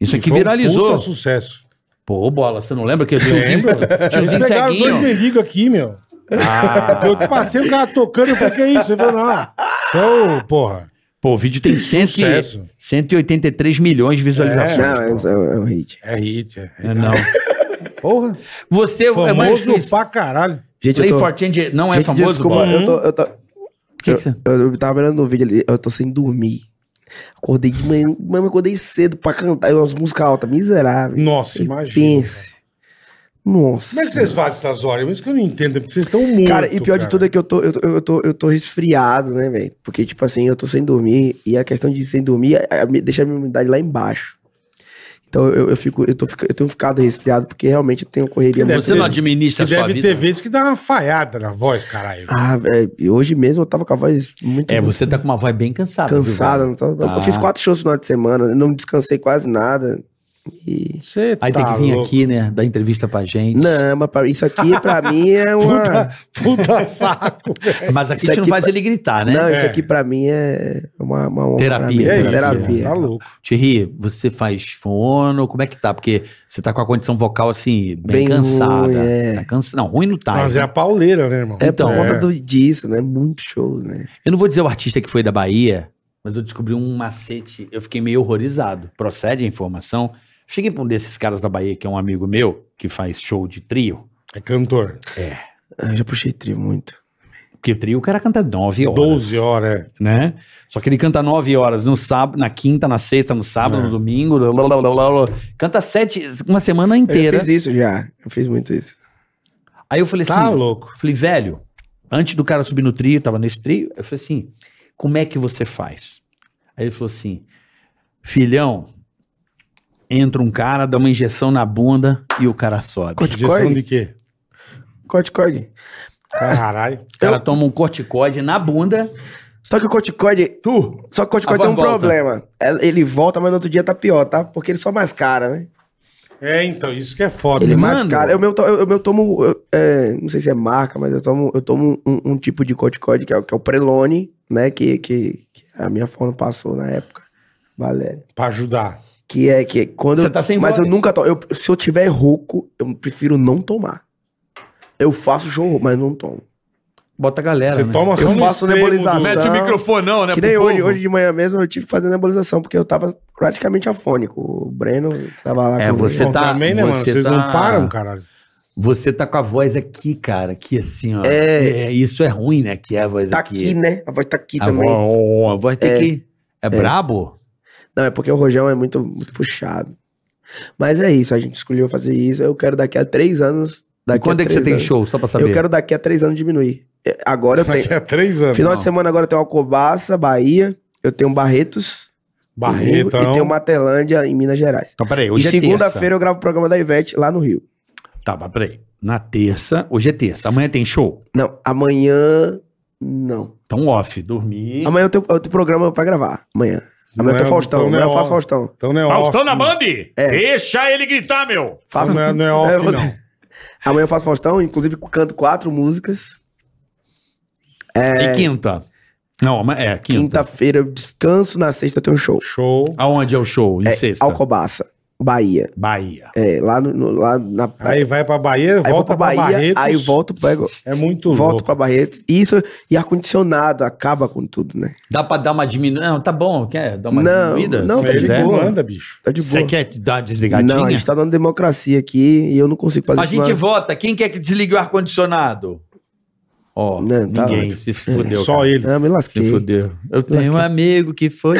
[SPEAKER 4] Isso aqui
[SPEAKER 3] foi um
[SPEAKER 4] viralizou.
[SPEAKER 3] puta sucesso.
[SPEAKER 4] Pô, bola, você não lembra que eu
[SPEAKER 3] Lembra? Eles
[SPEAKER 4] tiozinho
[SPEAKER 3] pegaram dois
[SPEAKER 4] ceguinho?
[SPEAKER 3] mendigos aqui, meu. Eu que
[SPEAKER 4] Ah,
[SPEAKER 3] passei o cara tocando, eu falei, que é isso? Eu falei, não. Só o- porra.
[SPEAKER 4] pô, o vídeo tem cento e-
[SPEAKER 3] Sucesso.
[SPEAKER 4] 183 milhões de visualizações.
[SPEAKER 5] não, é, é, é um hit.
[SPEAKER 3] É hit, é.
[SPEAKER 4] É, não.
[SPEAKER 3] Porra.
[SPEAKER 4] Você é mais
[SPEAKER 3] Famoso
[SPEAKER 4] difícil.
[SPEAKER 3] pra caralho.
[SPEAKER 5] Gente,
[SPEAKER 4] Play
[SPEAKER 5] eu tô,
[SPEAKER 4] for Change não é
[SPEAKER 5] gente,
[SPEAKER 4] famoso, Hum?
[SPEAKER 5] desculpa,
[SPEAKER 4] bola?
[SPEAKER 5] eu tô, eu tô,
[SPEAKER 4] Que que você-
[SPEAKER 5] eu, eu tava vendo um vídeo ali, eu tô sem dormir. Acordei de manhã, mas eu acordei cedo pra cantar umas músicas altas, miserável.
[SPEAKER 3] Nossa,
[SPEAKER 5] E
[SPEAKER 3] imagina.
[SPEAKER 5] Pense. Nossa.
[SPEAKER 3] Como é que vocês fazem essas horas? Isso que eu não entendo, é porque vocês estão muito.
[SPEAKER 5] Cara, e pior de
[SPEAKER 3] cara.
[SPEAKER 5] tudo é que eu tô, eu, tô- eu, tô, eu tô resfriado, né, velho? Porque, tipo assim, eu tô sem dormir. E a questão de sem dormir é- é- me- deixa a minha imunidade lá embaixo. Então eu, eu, fico, eu, tô, fica- eu tenho ficado resfriado porque realmente eu tenho correria
[SPEAKER 3] Que deve
[SPEAKER 5] muito.
[SPEAKER 4] Você
[SPEAKER 3] ter-
[SPEAKER 4] não administra
[SPEAKER 3] que
[SPEAKER 4] a é sua
[SPEAKER 3] deve ter
[SPEAKER 4] vida. né?
[SPEAKER 3] vezes que dá uma falhada na voz, caralho.
[SPEAKER 5] Ah, velho, e hoje mesmo eu tava com a voz muito
[SPEAKER 4] É, você tá com uma voz bem cansada. viu,
[SPEAKER 5] cansada.
[SPEAKER 4] bola?
[SPEAKER 5] não tava-
[SPEAKER 4] Ah.
[SPEAKER 5] Eu fiz quatro shows no final de semana, não descansei quase nada. E-
[SPEAKER 3] Você
[SPEAKER 4] Aí tem
[SPEAKER 3] tá
[SPEAKER 4] que vir
[SPEAKER 3] louco.
[SPEAKER 4] aqui, né? Dar entrevista pra gente.
[SPEAKER 5] Não, mas pra- isso aqui pra mim é uma.
[SPEAKER 3] Puta saco.
[SPEAKER 4] Mas aqui
[SPEAKER 5] Isso
[SPEAKER 4] a gente não
[SPEAKER 5] aqui
[SPEAKER 4] faz ele gritar, né?
[SPEAKER 5] Não,
[SPEAKER 3] É.
[SPEAKER 5] isso aqui pra mim é uma, uma honra.
[SPEAKER 4] Terapia,
[SPEAKER 3] Que
[SPEAKER 5] pra mim,
[SPEAKER 3] é isso,
[SPEAKER 5] né? terapia.
[SPEAKER 3] Tá louco.
[SPEAKER 4] Thierry, você faz fono, como é que tá? Porque você tá com a condição vocal assim, bem,
[SPEAKER 5] Bem
[SPEAKER 4] cansada.
[SPEAKER 5] ruim, é.
[SPEAKER 4] Tá cansa... Não, ruim não tá.
[SPEAKER 3] Mas é
[SPEAKER 4] né?
[SPEAKER 3] a pauleira, né, irmão?
[SPEAKER 5] É
[SPEAKER 4] Então,
[SPEAKER 5] por conta
[SPEAKER 3] é.
[SPEAKER 5] do, disso, né? Muito show, né?
[SPEAKER 4] Eu não vou dizer o artista que foi da Bahia, mas eu descobri um macete, eu fiquei meio horrorizado. Procede a informação. Cheguei pra um desses caras da Bahia, que é um amigo meu, que faz show de trio.
[SPEAKER 3] É cantor.
[SPEAKER 5] Ah, Eu já puxei trio muito.
[SPEAKER 4] Porque o trio o cara canta 9 horas.
[SPEAKER 3] 12 horas, é.
[SPEAKER 4] né? Só que ele canta 9 horas no sábado, na quinta, na sexta, no sábado,
[SPEAKER 3] É.
[SPEAKER 4] no domingo, blá, blá, blá, blá, blá. canta sete, uma semana
[SPEAKER 5] Eu já
[SPEAKER 4] inteira.
[SPEAKER 5] fiz isso já. Eu fiz muito isso.
[SPEAKER 4] Aí eu falei
[SPEAKER 3] Tá
[SPEAKER 4] assim,
[SPEAKER 3] louco.
[SPEAKER 4] falei, velho, antes do cara subir no trio, tava nesse trio, eu falei assim, como é que você faz? Aí ele falou assim, filhão, entra um cara, dá uma injeção na bunda e o cara sobe. O
[SPEAKER 3] Injeção
[SPEAKER 5] Corticoide?
[SPEAKER 3] de quê?
[SPEAKER 5] Corticoide.
[SPEAKER 3] Caralho.
[SPEAKER 4] cara toma um corticoide na bunda,
[SPEAKER 5] Só que o corticoide. Tu? Só que o corticoide
[SPEAKER 4] A
[SPEAKER 5] tem um
[SPEAKER 4] voz volta.
[SPEAKER 5] problema. Ele- Ele volta, mas no outro dia tá pior, tá? Porque ele só mascara, né?
[SPEAKER 3] É, então, isso que é foda.
[SPEAKER 5] Ele
[SPEAKER 4] Mano.
[SPEAKER 5] mascara. Eu, meu, to- eu, eu meu tomo. eu- é, não sei se é marca, mas eu tomo, eu tomo um, um tipo de corticoide que é, o- que é o Prelone, né? Que, que, que a minha forma passou na época. Valéria.
[SPEAKER 3] Pra ajudar.
[SPEAKER 5] Que é que é quando.
[SPEAKER 4] Você
[SPEAKER 5] eu-
[SPEAKER 4] tá sem
[SPEAKER 5] mas
[SPEAKER 4] voz.
[SPEAKER 5] eu nunca tomo. Eu- se eu tiver rouco, eu prefiro não tomar. Eu faço show, rouco, mas não tomo.
[SPEAKER 4] bota a galera,
[SPEAKER 3] Você
[SPEAKER 4] né?
[SPEAKER 3] toma
[SPEAKER 5] Eu
[SPEAKER 3] no
[SPEAKER 5] faço
[SPEAKER 3] extremo
[SPEAKER 5] nebulização.
[SPEAKER 3] do-
[SPEAKER 5] Mete o microfone,
[SPEAKER 4] não,
[SPEAKER 5] que nem hoje, hoje de manhã mesmo eu tive que fazer nebulização, porque eu tava praticamente afônico. O Breno tava lá
[SPEAKER 4] É,
[SPEAKER 5] comigo.
[SPEAKER 4] Você
[SPEAKER 3] Bom,
[SPEAKER 4] tá-
[SPEAKER 3] também, né, mano?
[SPEAKER 4] você
[SPEAKER 3] Vocês
[SPEAKER 4] tá-
[SPEAKER 3] não param, caralho.
[SPEAKER 4] Você tá com a voz aqui, cara, que assim, ó.
[SPEAKER 5] É.
[SPEAKER 4] é, isso é ruim, né? Que é a voz
[SPEAKER 5] Tá
[SPEAKER 4] aqui.
[SPEAKER 5] aqui, né? A voz tá aqui
[SPEAKER 4] a,
[SPEAKER 5] também.
[SPEAKER 4] voz, a voz tem que. É, brabo?
[SPEAKER 5] Não, é porque o Rojão é muito, muito puxado. Mas é isso, a gente escolheu fazer isso. Eu quero daqui a três anos.
[SPEAKER 4] E
[SPEAKER 5] Daqui
[SPEAKER 4] quando
[SPEAKER 5] a
[SPEAKER 4] é que você
[SPEAKER 5] três
[SPEAKER 4] tem
[SPEAKER 5] anos-
[SPEAKER 4] show? Só pra saber.
[SPEAKER 5] Eu quero daqui a três anos diminuir. É, Agora eu tenho.
[SPEAKER 3] Daqui a três anos.
[SPEAKER 5] Final
[SPEAKER 4] é? Não.
[SPEAKER 5] de semana agora eu tenho Alcobaça, Bahia. Eu tenho Barretos. domingo,
[SPEAKER 3] Barretão.
[SPEAKER 5] E tenho Matelândia em Minas Gerais.
[SPEAKER 4] Então, peraí,
[SPEAKER 5] e
[SPEAKER 4] hoje é
[SPEAKER 5] segunda-feira eu gravo o programa da Ivete lá no Rio.
[SPEAKER 4] terça. Tá, mas peraí. Na terça, hoje é terça. Amanhã tem show?
[SPEAKER 5] Não, amanhã. Não.
[SPEAKER 4] Então, off, dormir.
[SPEAKER 5] Amanhã eu tenho, eu tenho programa pra gravar. Amanhã. Amanhã
[SPEAKER 3] Não
[SPEAKER 5] eu tenho
[SPEAKER 3] é-
[SPEAKER 5] Faustão.
[SPEAKER 3] então não é
[SPEAKER 5] amanhã eu faço
[SPEAKER 3] off.
[SPEAKER 5] Faustão.
[SPEAKER 3] Então não é
[SPEAKER 7] Faustão
[SPEAKER 3] off,
[SPEAKER 5] né?
[SPEAKER 7] na
[SPEAKER 3] não.
[SPEAKER 7] Band?
[SPEAKER 5] É.
[SPEAKER 7] Deixa ele gritar, meu!
[SPEAKER 5] Faço...
[SPEAKER 3] Não é- não é off,
[SPEAKER 5] eu vou-
[SPEAKER 3] não.
[SPEAKER 5] Amanhã eu faço Faustão, inclusive canto quatro músicas. É.
[SPEAKER 4] E quinta? Não, ama- é, quinta.
[SPEAKER 5] Quinta-feira eu descanso, na sexta eu tenho um show.
[SPEAKER 3] Show.
[SPEAKER 4] Aonde é o show? Em
[SPEAKER 5] É,
[SPEAKER 4] sexta?
[SPEAKER 5] Alcobaça, Bahia.
[SPEAKER 4] Bahia.
[SPEAKER 5] É, lá, no, no- lá na
[SPEAKER 3] Aí vai pra Bahia,
[SPEAKER 5] Aí vou pra
[SPEAKER 3] volta pra
[SPEAKER 5] Bahia,
[SPEAKER 3] Barretos.
[SPEAKER 5] aí volto, pego,
[SPEAKER 3] É muito
[SPEAKER 5] volto
[SPEAKER 3] louco.
[SPEAKER 5] pra Barretos. E Isso, e ar-condicionado, acaba com tudo, né?
[SPEAKER 4] Dá pra dar uma diminuída? Não, tá bom. Quer dar uma
[SPEAKER 5] Não,
[SPEAKER 4] diminuída?
[SPEAKER 5] não,
[SPEAKER 4] Se
[SPEAKER 5] tá de
[SPEAKER 3] Ele
[SPEAKER 4] quiser.
[SPEAKER 5] boa.
[SPEAKER 3] manda, bicho.
[SPEAKER 5] Tá de
[SPEAKER 4] Você
[SPEAKER 5] boa.
[SPEAKER 4] quer dar uma desligadinha?
[SPEAKER 5] Não, a gente tá dando democracia aqui e eu não consigo fazer
[SPEAKER 4] a
[SPEAKER 5] isso.
[SPEAKER 4] gente
[SPEAKER 5] mas-
[SPEAKER 4] vota. Quem quer que desligue o ar-condicionado? Ó,
[SPEAKER 5] Não, tá
[SPEAKER 4] ninguém.
[SPEAKER 5] ótimo.
[SPEAKER 4] se fudeu.
[SPEAKER 3] Só
[SPEAKER 4] cara.
[SPEAKER 3] ele.
[SPEAKER 5] Ah, me
[SPEAKER 4] Se
[SPEAKER 5] lasquei.
[SPEAKER 4] fudeu. Eu tenho
[SPEAKER 5] Lasquei.
[SPEAKER 4] um amigo que foi.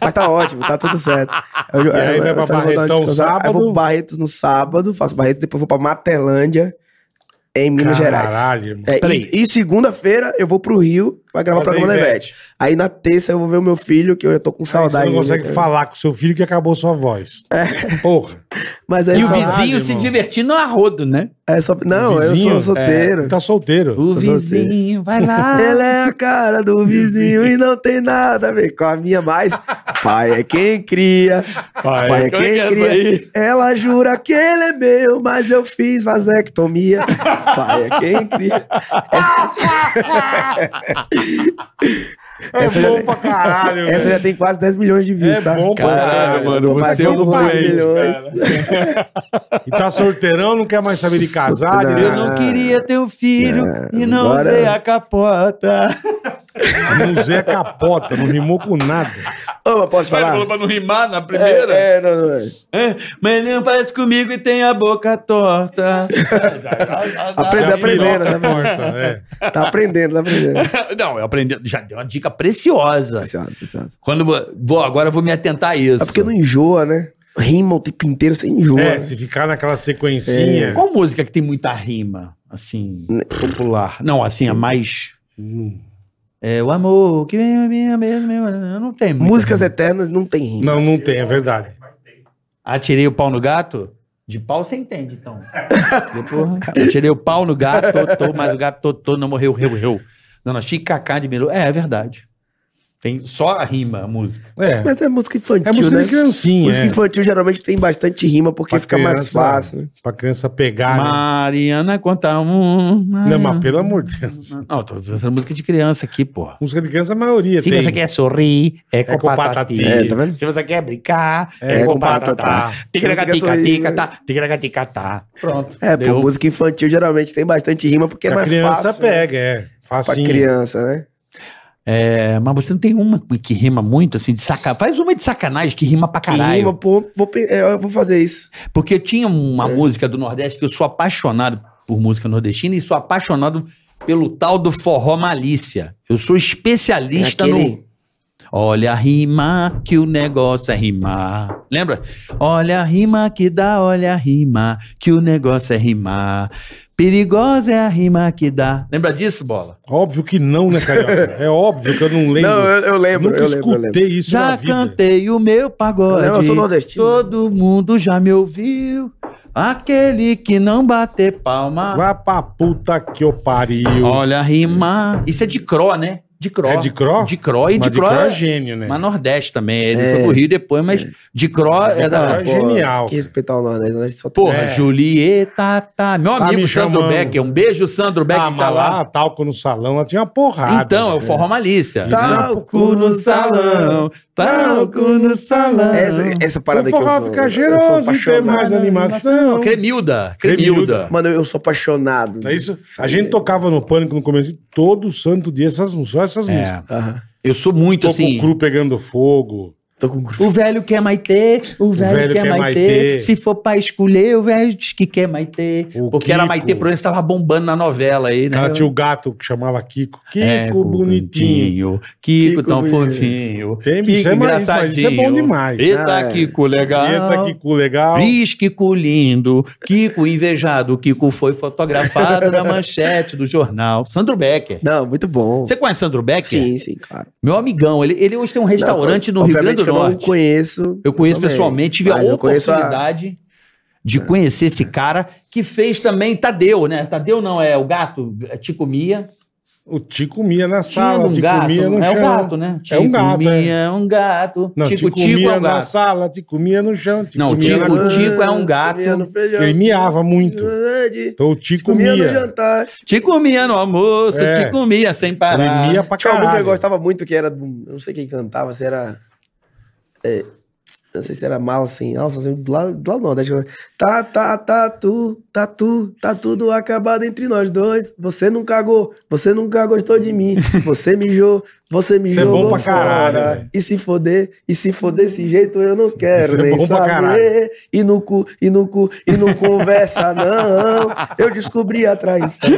[SPEAKER 5] Mas tá ótimo, tá tudo certo. Eu,
[SPEAKER 3] E aí vai pra
[SPEAKER 5] eu tava dando uma
[SPEAKER 3] Barretão
[SPEAKER 5] descansada, Aí
[SPEAKER 3] sábado.
[SPEAKER 5] eu vou pro Barretos no sábado, faço Barretos, depois vou pra Matelândia, em Minas Gerais.
[SPEAKER 3] Caralho, irmão.
[SPEAKER 5] É,
[SPEAKER 4] Peraí.
[SPEAKER 5] e e segunda-feira eu vou pro Rio pra gravar o
[SPEAKER 3] Fazer
[SPEAKER 5] programa da
[SPEAKER 3] Ivete.
[SPEAKER 5] Ivete. Aí na terça eu vou ver o meu filho, que eu já tô com
[SPEAKER 3] Aí
[SPEAKER 5] saudade.
[SPEAKER 3] Você não consegue
[SPEAKER 5] dele.
[SPEAKER 3] falar com seu filho que acabou sua voz. Porra.
[SPEAKER 5] Mas aí
[SPEAKER 4] E o
[SPEAKER 5] só-
[SPEAKER 3] Caralho,
[SPEAKER 4] vizinho se
[SPEAKER 3] irmão.
[SPEAKER 4] divertindo a rodo, né?
[SPEAKER 5] é só- Não, eu
[SPEAKER 3] Vizinho,
[SPEAKER 5] sou solteiro.
[SPEAKER 3] Tá solteiro.
[SPEAKER 4] O
[SPEAKER 5] solteiro.
[SPEAKER 4] vizinho, vai lá.
[SPEAKER 5] Ela é a cara do vizinho e não tem nada a ver com a minha, mas pai é quem cria, pai, é
[SPEAKER 4] como é que é
[SPEAKER 5] quem
[SPEAKER 4] essa aí?
[SPEAKER 5] cria. Ela jura que ele é meu, mas eu fiz vasectomia. Pai é quem cria. Essa
[SPEAKER 3] é
[SPEAKER 5] já-
[SPEAKER 3] bom pra caralho,
[SPEAKER 5] Essa já
[SPEAKER 3] velho.
[SPEAKER 5] tem quase 10 milhões de views,
[SPEAKER 3] É
[SPEAKER 5] tá?
[SPEAKER 3] bom pra caralho,
[SPEAKER 4] mano,
[SPEAKER 5] mas
[SPEAKER 4] você é um
[SPEAKER 5] quando vai
[SPEAKER 4] doente,
[SPEAKER 5] milhões.
[SPEAKER 3] E tá solteirão, não quer mais saber de casar. de-
[SPEAKER 4] Eu não queria ter um filho
[SPEAKER 5] Não,
[SPEAKER 4] e não
[SPEAKER 5] agora-
[SPEAKER 4] usei a capota.
[SPEAKER 3] Não Zé capota, não rimou com nada.
[SPEAKER 5] Ô, mas posso falar?
[SPEAKER 4] pra não rimar na
[SPEAKER 5] É, é, não, não, é.
[SPEAKER 4] Mas ele não parece comigo e tem a boca torta.
[SPEAKER 5] Aprende- aprendendo,
[SPEAKER 3] Piroca
[SPEAKER 5] tá vendo?
[SPEAKER 3] torta, é.
[SPEAKER 5] Tá aprendendo, tá aprendendo.
[SPEAKER 4] Não, eu aprendi. Já deu uma dica preciosa.
[SPEAKER 5] Precioso, precioso.
[SPEAKER 4] Quando vou, vou- agora eu vou me atentar a isso.
[SPEAKER 5] É porque não enjoa, né? Rima o tempo inteiro, você enjoa.
[SPEAKER 3] É,
[SPEAKER 5] né?
[SPEAKER 3] se ficar naquela sequencinha.
[SPEAKER 5] É.
[SPEAKER 4] Qual música que tem muita rima, assim, popular? Não, assim, a mais.
[SPEAKER 3] Hum.
[SPEAKER 4] É o amor que vem a minha mesma. eu Não tem muita
[SPEAKER 5] Músicas
[SPEAKER 4] rima.
[SPEAKER 5] eternas não tem rima.
[SPEAKER 3] Não, não tem, é verdade.
[SPEAKER 4] Atirei Ah, o pau no gato? De pau você entende, então. Depois, atirei o pau no gato, totô, mas o gato totô não morreu, reu, reu. Dona Chica Cacá de Miru. É, é verdade. Tem só a rima, a música.
[SPEAKER 3] É,
[SPEAKER 5] Mas é música infantil,
[SPEAKER 3] é música
[SPEAKER 5] né?
[SPEAKER 3] de criancinha.
[SPEAKER 5] música
[SPEAKER 3] é.
[SPEAKER 5] infantil geralmente tem bastante rima porque
[SPEAKER 3] Pra
[SPEAKER 5] fica mais
[SPEAKER 3] criança,
[SPEAKER 5] fácil. né?
[SPEAKER 3] Pra criança
[SPEAKER 4] Ah,
[SPEAKER 3] pegar, né?
[SPEAKER 4] Mariana conta um.
[SPEAKER 3] Não, mas pelo amor de Deus.
[SPEAKER 4] Não, tô fazendo música de criança aqui, porra.
[SPEAKER 3] Música de criança, a maioria
[SPEAKER 4] Se
[SPEAKER 3] tem.
[SPEAKER 4] você quer sorrir, é com,
[SPEAKER 3] É com patati.
[SPEAKER 4] patati.
[SPEAKER 5] É, tá vendo?
[SPEAKER 4] Se você quer brincar,
[SPEAKER 3] É
[SPEAKER 4] é,
[SPEAKER 5] com
[SPEAKER 4] com patatá.
[SPEAKER 5] Se
[SPEAKER 4] Ticaracatica,
[SPEAKER 5] você quer
[SPEAKER 4] ticatá, ticaracatica, Pronto.
[SPEAKER 5] É,
[SPEAKER 4] Deu.
[SPEAKER 5] pô, música infantil geralmente tem bastante rima porque é
[SPEAKER 3] Pra
[SPEAKER 5] mais
[SPEAKER 3] criança
[SPEAKER 5] fácil. né?
[SPEAKER 3] pega, é.
[SPEAKER 5] Pra
[SPEAKER 3] Facinho.
[SPEAKER 5] criança, né?
[SPEAKER 4] É, mas você não tem uma que rima muito, assim, de sacanagem. Faz uma de sacanagem que rima pra
[SPEAKER 5] Que
[SPEAKER 4] caralho.
[SPEAKER 5] rima, pô, vou, pe- é, eu vou fazer isso.
[SPEAKER 4] Porque tinha
[SPEAKER 5] É.
[SPEAKER 4] uma música do Nordeste que eu sou apaixonado por música nordestina e sou apaixonado pelo tal do forró malícia. Eu sou especialista no.
[SPEAKER 5] Aquele-
[SPEAKER 4] Olha a rima que o negócio é rimar. Lembra? Olha a rima que dá, olha a rima que o negócio é rimar. Perigosa é a rima que dá. Lembra disso, bola?
[SPEAKER 3] Óbvio que não, né, Carioca? é óbvio que eu não lembro.
[SPEAKER 5] Não, eu, eu lembro,
[SPEAKER 3] Nunca
[SPEAKER 5] eu lembro, eu
[SPEAKER 3] escutei
[SPEAKER 5] lembro.
[SPEAKER 3] isso na
[SPEAKER 4] Já
[SPEAKER 3] vida.
[SPEAKER 4] cantei o meu
[SPEAKER 5] Eu,
[SPEAKER 4] pagode.
[SPEAKER 5] lembro, eu sou nordestino.
[SPEAKER 4] Todo mundo já me ouviu. Aquele que não bater palma.
[SPEAKER 3] Vai pra puta que eu pariu.
[SPEAKER 4] Olha a rima. Isso é de Cro, né? De Cro.
[SPEAKER 3] É de Cro?
[SPEAKER 4] De Cro e
[SPEAKER 3] Mas
[SPEAKER 4] de Cro.
[SPEAKER 3] Cro
[SPEAKER 4] é-
[SPEAKER 3] é gênio, né?
[SPEAKER 4] Mas Nordeste também. Ele
[SPEAKER 5] É.
[SPEAKER 4] foi pro Rio depois, mas de Cro é
[SPEAKER 3] Cro
[SPEAKER 4] da.
[SPEAKER 3] é genial.
[SPEAKER 5] Tem que respeitar o Nordeste, o Nordeste só tem-
[SPEAKER 4] Porra,
[SPEAKER 3] É.
[SPEAKER 4] Julieta, tá. Meu
[SPEAKER 3] Tá me
[SPEAKER 4] amigo Sandro
[SPEAKER 3] chamando.
[SPEAKER 4] Becker. Um beijo, Sandro Becker,
[SPEAKER 3] ah,
[SPEAKER 4] que
[SPEAKER 3] mas
[SPEAKER 4] tá
[SPEAKER 3] lá,
[SPEAKER 4] lá.
[SPEAKER 3] talco no salão, ela tinha uma porrada.
[SPEAKER 4] Então, é o
[SPEAKER 3] né?
[SPEAKER 4] Forró Malícia.
[SPEAKER 5] Talco no salão,
[SPEAKER 4] talco no salão.
[SPEAKER 5] Essa, essa parada
[SPEAKER 3] o
[SPEAKER 5] aqui eu
[SPEAKER 3] forró
[SPEAKER 5] sou,
[SPEAKER 3] fica
[SPEAKER 5] eu sou
[SPEAKER 3] cheiroso, tem
[SPEAKER 5] apaixonado.
[SPEAKER 4] né?
[SPEAKER 3] mais animação.
[SPEAKER 4] Cremilda,
[SPEAKER 3] Cremilda.
[SPEAKER 4] Cremilda.
[SPEAKER 5] Mano, eu sou apaixonado.
[SPEAKER 3] É isso. A gente tocava no Pânico no começo, todo santo dia, essas, só essas músicas.
[SPEAKER 4] É,
[SPEAKER 5] Aham.
[SPEAKER 4] eu sou muito
[SPEAKER 3] Tô
[SPEAKER 4] assim.
[SPEAKER 3] com o cru pegando fogo.
[SPEAKER 5] Tô com
[SPEAKER 4] O velho quer Maitê, o velho,
[SPEAKER 3] velho
[SPEAKER 4] quer,
[SPEAKER 3] quer
[SPEAKER 4] Maitê.
[SPEAKER 3] Maitê.
[SPEAKER 4] Se for pra escolher, o velho diz que quer Maitê.
[SPEAKER 3] O
[SPEAKER 4] porque era
[SPEAKER 3] Kiko.
[SPEAKER 4] Maitê Proença, tava bombando na novela aí, né?
[SPEAKER 3] Ela tinha o gato que chamava Kiko. Kiko
[SPEAKER 4] É,
[SPEAKER 3] bonitinho.
[SPEAKER 4] Kiko,
[SPEAKER 5] Kiko
[SPEAKER 4] tão fofinho.
[SPEAKER 5] bonitinho.
[SPEAKER 3] Tem,
[SPEAKER 4] Kiko
[SPEAKER 3] isso é mais- mas isso é bom demais.
[SPEAKER 4] Eita,
[SPEAKER 5] Ah, é.
[SPEAKER 4] Kiko legal.
[SPEAKER 3] Eita, Kiko legal.
[SPEAKER 4] Diz Kiko lindo, Kiko invejado, Kiko foi fotografado na manchete do jornal. Sandro Becker.
[SPEAKER 5] Não, muito bom.
[SPEAKER 4] Você conhece Sandro Becker?
[SPEAKER 5] Sim, sim, claro.
[SPEAKER 4] Meu amigão, ele, ele hoje tem um restaurante
[SPEAKER 5] Não,
[SPEAKER 4] no Rio
[SPEAKER 5] obviamente
[SPEAKER 4] Grande do
[SPEAKER 5] que Eu não
[SPEAKER 4] Norte.
[SPEAKER 5] conheço.
[SPEAKER 4] Eu conheço pessoalmente, tive a
[SPEAKER 5] mas eu conheço a-
[SPEAKER 4] oportunidade
[SPEAKER 3] É.
[SPEAKER 4] de conhecer esse cara que fez também Tadeu, né? Tadeu não é o gato, é Tico Mia.
[SPEAKER 3] O Tico Mia na
[SPEAKER 4] Tinha
[SPEAKER 3] sala,
[SPEAKER 4] um
[SPEAKER 3] Tico
[SPEAKER 4] gato,
[SPEAKER 3] Mia no
[SPEAKER 4] é
[SPEAKER 3] chão.
[SPEAKER 4] o gato, né?
[SPEAKER 3] É um gato,
[SPEAKER 4] Tico
[SPEAKER 3] é.
[SPEAKER 4] Mia é um gato.
[SPEAKER 3] Não,
[SPEAKER 4] Tico Tico,
[SPEAKER 3] Mia
[SPEAKER 4] é um
[SPEAKER 3] na
[SPEAKER 4] gato.
[SPEAKER 3] sala, Tico Mia no chão, Tico
[SPEAKER 4] Não,
[SPEAKER 3] Mia na
[SPEAKER 4] Tico-
[SPEAKER 3] cozinha.
[SPEAKER 4] Tico é um gato.
[SPEAKER 3] Ele miava muito. Então o Tico
[SPEAKER 5] Comia no
[SPEAKER 3] Mia,
[SPEAKER 5] jantar.
[SPEAKER 4] Tico Mia no almoço,
[SPEAKER 3] É.
[SPEAKER 4] Tico Mia sem parar.
[SPEAKER 3] ele mia pra
[SPEAKER 5] Tinha uma música que
[SPEAKER 3] caralho.
[SPEAKER 4] tá?
[SPEAKER 5] eu gostava muito, que era. do- eu Não sei quem cantava, se era. é, não sei se era mala sem alça, assim, lá, lá não, deixa eu... Tá, tá, tá, tu, tá, tu, tá tudo acabado entre nós dois. Você não cagou, você nunca gostou de mim, você mijou, você me
[SPEAKER 3] Isso é bom
[SPEAKER 5] jogou
[SPEAKER 3] pra caralho,
[SPEAKER 5] fora.
[SPEAKER 3] velho.
[SPEAKER 5] e se foder, e se for desse jeito eu não quero
[SPEAKER 3] Isso é
[SPEAKER 5] nem
[SPEAKER 3] bom pra caralho.
[SPEAKER 5] saber. E no cu, e no cu, e não conversa não. Eu descobri a traição.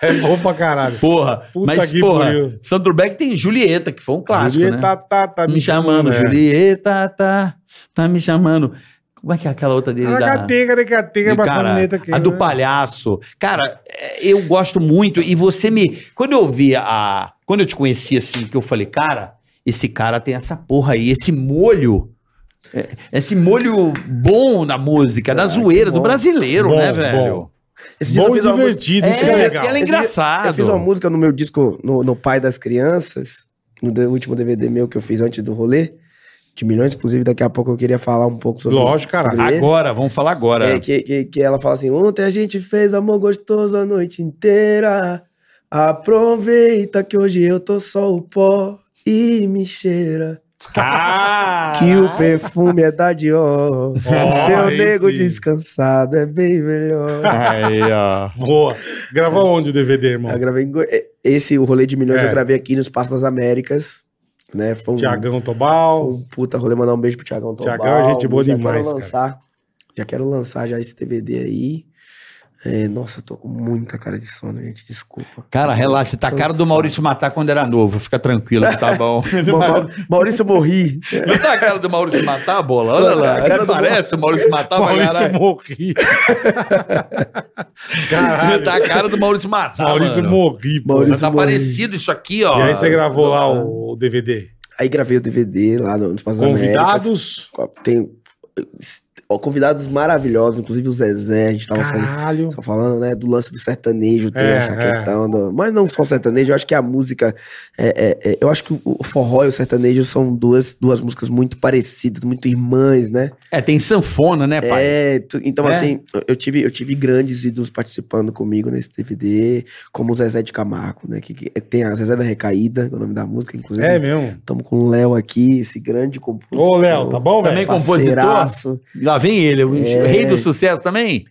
[SPEAKER 3] É bom pra caralho.
[SPEAKER 4] Porra,
[SPEAKER 3] Puta
[SPEAKER 4] mas
[SPEAKER 3] que
[SPEAKER 4] porra,
[SPEAKER 3] pariu.
[SPEAKER 4] Sandro Beck tem Julieta, que foi um clássico,
[SPEAKER 3] Julieta
[SPEAKER 4] né?
[SPEAKER 3] tá, tá, tá
[SPEAKER 4] Me chamando,
[SPEAKER 3] é.
[SPEAKER 4] Julieta tá, tá me chamando. Como é que é aquela outra dele? da-
[SPEAKER 3] Aracatega, aracatega,
[SPEAKER 4] E, cara,
[SPEAKER 3] maçaneta aqui.
[SPEAKER 4] a do
[SPEAKER 3] né?
[SPEAKER 4] palhaço. Cara, é, eu gosto muito. E você me. Quando eu vi a. Quando eu te conheci assim, que eu falei, cara, esse cara tem essa porra aí, esse molho. é, Esse molho bom na música, da zoeira, do
[SPEAKER 5] Ah, bom.
[SPEAKER 4] brasileiro,
[SPEAKER 3] Bom,
[SPEAKER 4] né, velho?
[SPEAKER 3] bom.
[SPEAKER 5] Esse dia eu
[SPEAKER 3] Bom e
[SPEAKER 5] fiz uma música-
[SPEAKER 3] divertido, isso
[SPEAKER 4] É,
[SPEAKER 3] que é legal.
[SPEAKER 4] porque ela é
[SPEAKER 5] Esse dia-
[SPEAKER 4] engraçado.
[SPEAKER 5] Eu fiz uma música no meu disco, no, no Pai das Crianças, no de- último DVD meu que eu fiz antes do rolê, de milhões, inclusive daqui a pouco eu queria falar um pouco sobre
[SPEAKER 3] Lógico, cara.
[SPEAKER 5] sobre ele.
[SPEAKER 4] Agora, vamos falar agora.
[SPEAKER 5] É, que, que, que ela fala assim: ontem a gente fez amor gostoso a noite inteira. Aproveita que hoje eu tô só o pó e me cheira.
[SPEAKER 4] Ah!
[SPEAKER 5] Que o perfume é da Dior.
[SPEAKER 3] Ó,
[SPEAKER 5] Seu
[SPEAKER 3] aí
[SPEAKER 5] nego
[SPEAKER 3] sim.
[SPEAKER 5] descansado é bem melhor.
[SPEAKER 4] Aí, ó.
[SPEAKER 3] Boa. Grava onde o DVD, irmão?
[SPEAKER 5] Eu gravei em Go- eh, Esse, o rolê de milhões,
[SPEAKER 3] É.
[SPEAKER 5] eu gravei aqui no Espaço das Américas. Né? Foi um,
[SPEAKER 3] Tiagão
[SPEAKER 5] foi
[SPEAKER 3] Tobal.
[SPEAKER 5] um puta rolê. Mandar um beijo pro Tiagão Tobal.
[SPEAKER 3] Tiagão é gente boa
[SPEAKER 5] já
[SPEAKER 3] demais,
[SPEAKER 5] Quero lançar, Já quero lançar já esse DVD aí. É, nossa, eu tô com muita cara de sono, gente. Desculpa.
[SPEAKER 4] Cara, relaxa, tá a cara do Maurício Matar quando era novo. Fica tranquilo, que tá bom.
[SPEAKER 3] é
[SPEAKER 5] Ma- Ma- Maurício Morri.
[SPEAKER 4] Não tá a cara do Maurício Matar, bola? Olha
[SPEAKER 5] Tá,
[SPEAKER 4] lá.
[SPEAKER 5] a
[SPEAKER 4] ele
[SPEAKER 5] cara do
[SPEAKER 4] parece o Maurício Matar, mas
[SPEAKER 3] Maurício
[SPEAKER 4] caralho.
[SPEAKER 3] Morri. Caralho.
[SPEAKER 4] Tá a cara do Maurício Matar.
[SPEAKER 3] Maurício
[SPEAKER 4] mano.
[SPEAKER 3] Morri, pô.
[SPEAKER 5] Maurício
[SPEAKER 4] Mas tá
[SPEAKER 5] Morri.
[SPEAKER 4] parecido isso aqui, ó.
[SPEAKER 3] E aí você gravou lá o DVD.
[SPEAKER 5] Aí gravei o DVD lá no, no Espaço das Américas.
[SPEAKER 3] Convidados.
[SPEAKER 5] Tem ó, convidados maravilhosos, inclusive o Zezé, a gente tava falando,
[SPEAKER 3] Caralho.
[SPEAKER 5] só falando, né, do lance do sertanejo, tem
[SPEAKER 3] É,
[SPEAKER 5] essa
[SPEAKER 3] é.
[SPEAKER 5] questão do... Mas não só o sertanejo, eu acho que a música, é, é, é, eu acho que o forró e o sertanejo são duas, duas músicas muito parecidas, muito irmãs, né?
[SPEAKER 4] É, tem sanfona, né, pai?
[SPEAKER 5] É, tu- então
[SPEAKER 4] É?
[SPEAKER 5] assim, eu- eu tive, eu tive grandes ídolos participando comigo nesse DVD, como o Zezé de Camargo, né? Que, que tem a Zezé da Recaída, que é o nome da música, inclusive.
[SPEAKER 3] É mesmo.
[SPEAKER 5] Estamos com o Léo aqui, esse grande compositor.
[SPEAKER 3] Ô, Léo, tá bom,
[SPEAKER 4] Também
[SPEAKER 3] velho?
[SPEAKER 4] com- compositor?
[SPEAKER 5] parceiraço.
[SPEAKER 4] Lá vem ele, o
[SPEAKER 5] É.
[SPEAKER 4] rei do sucesso também?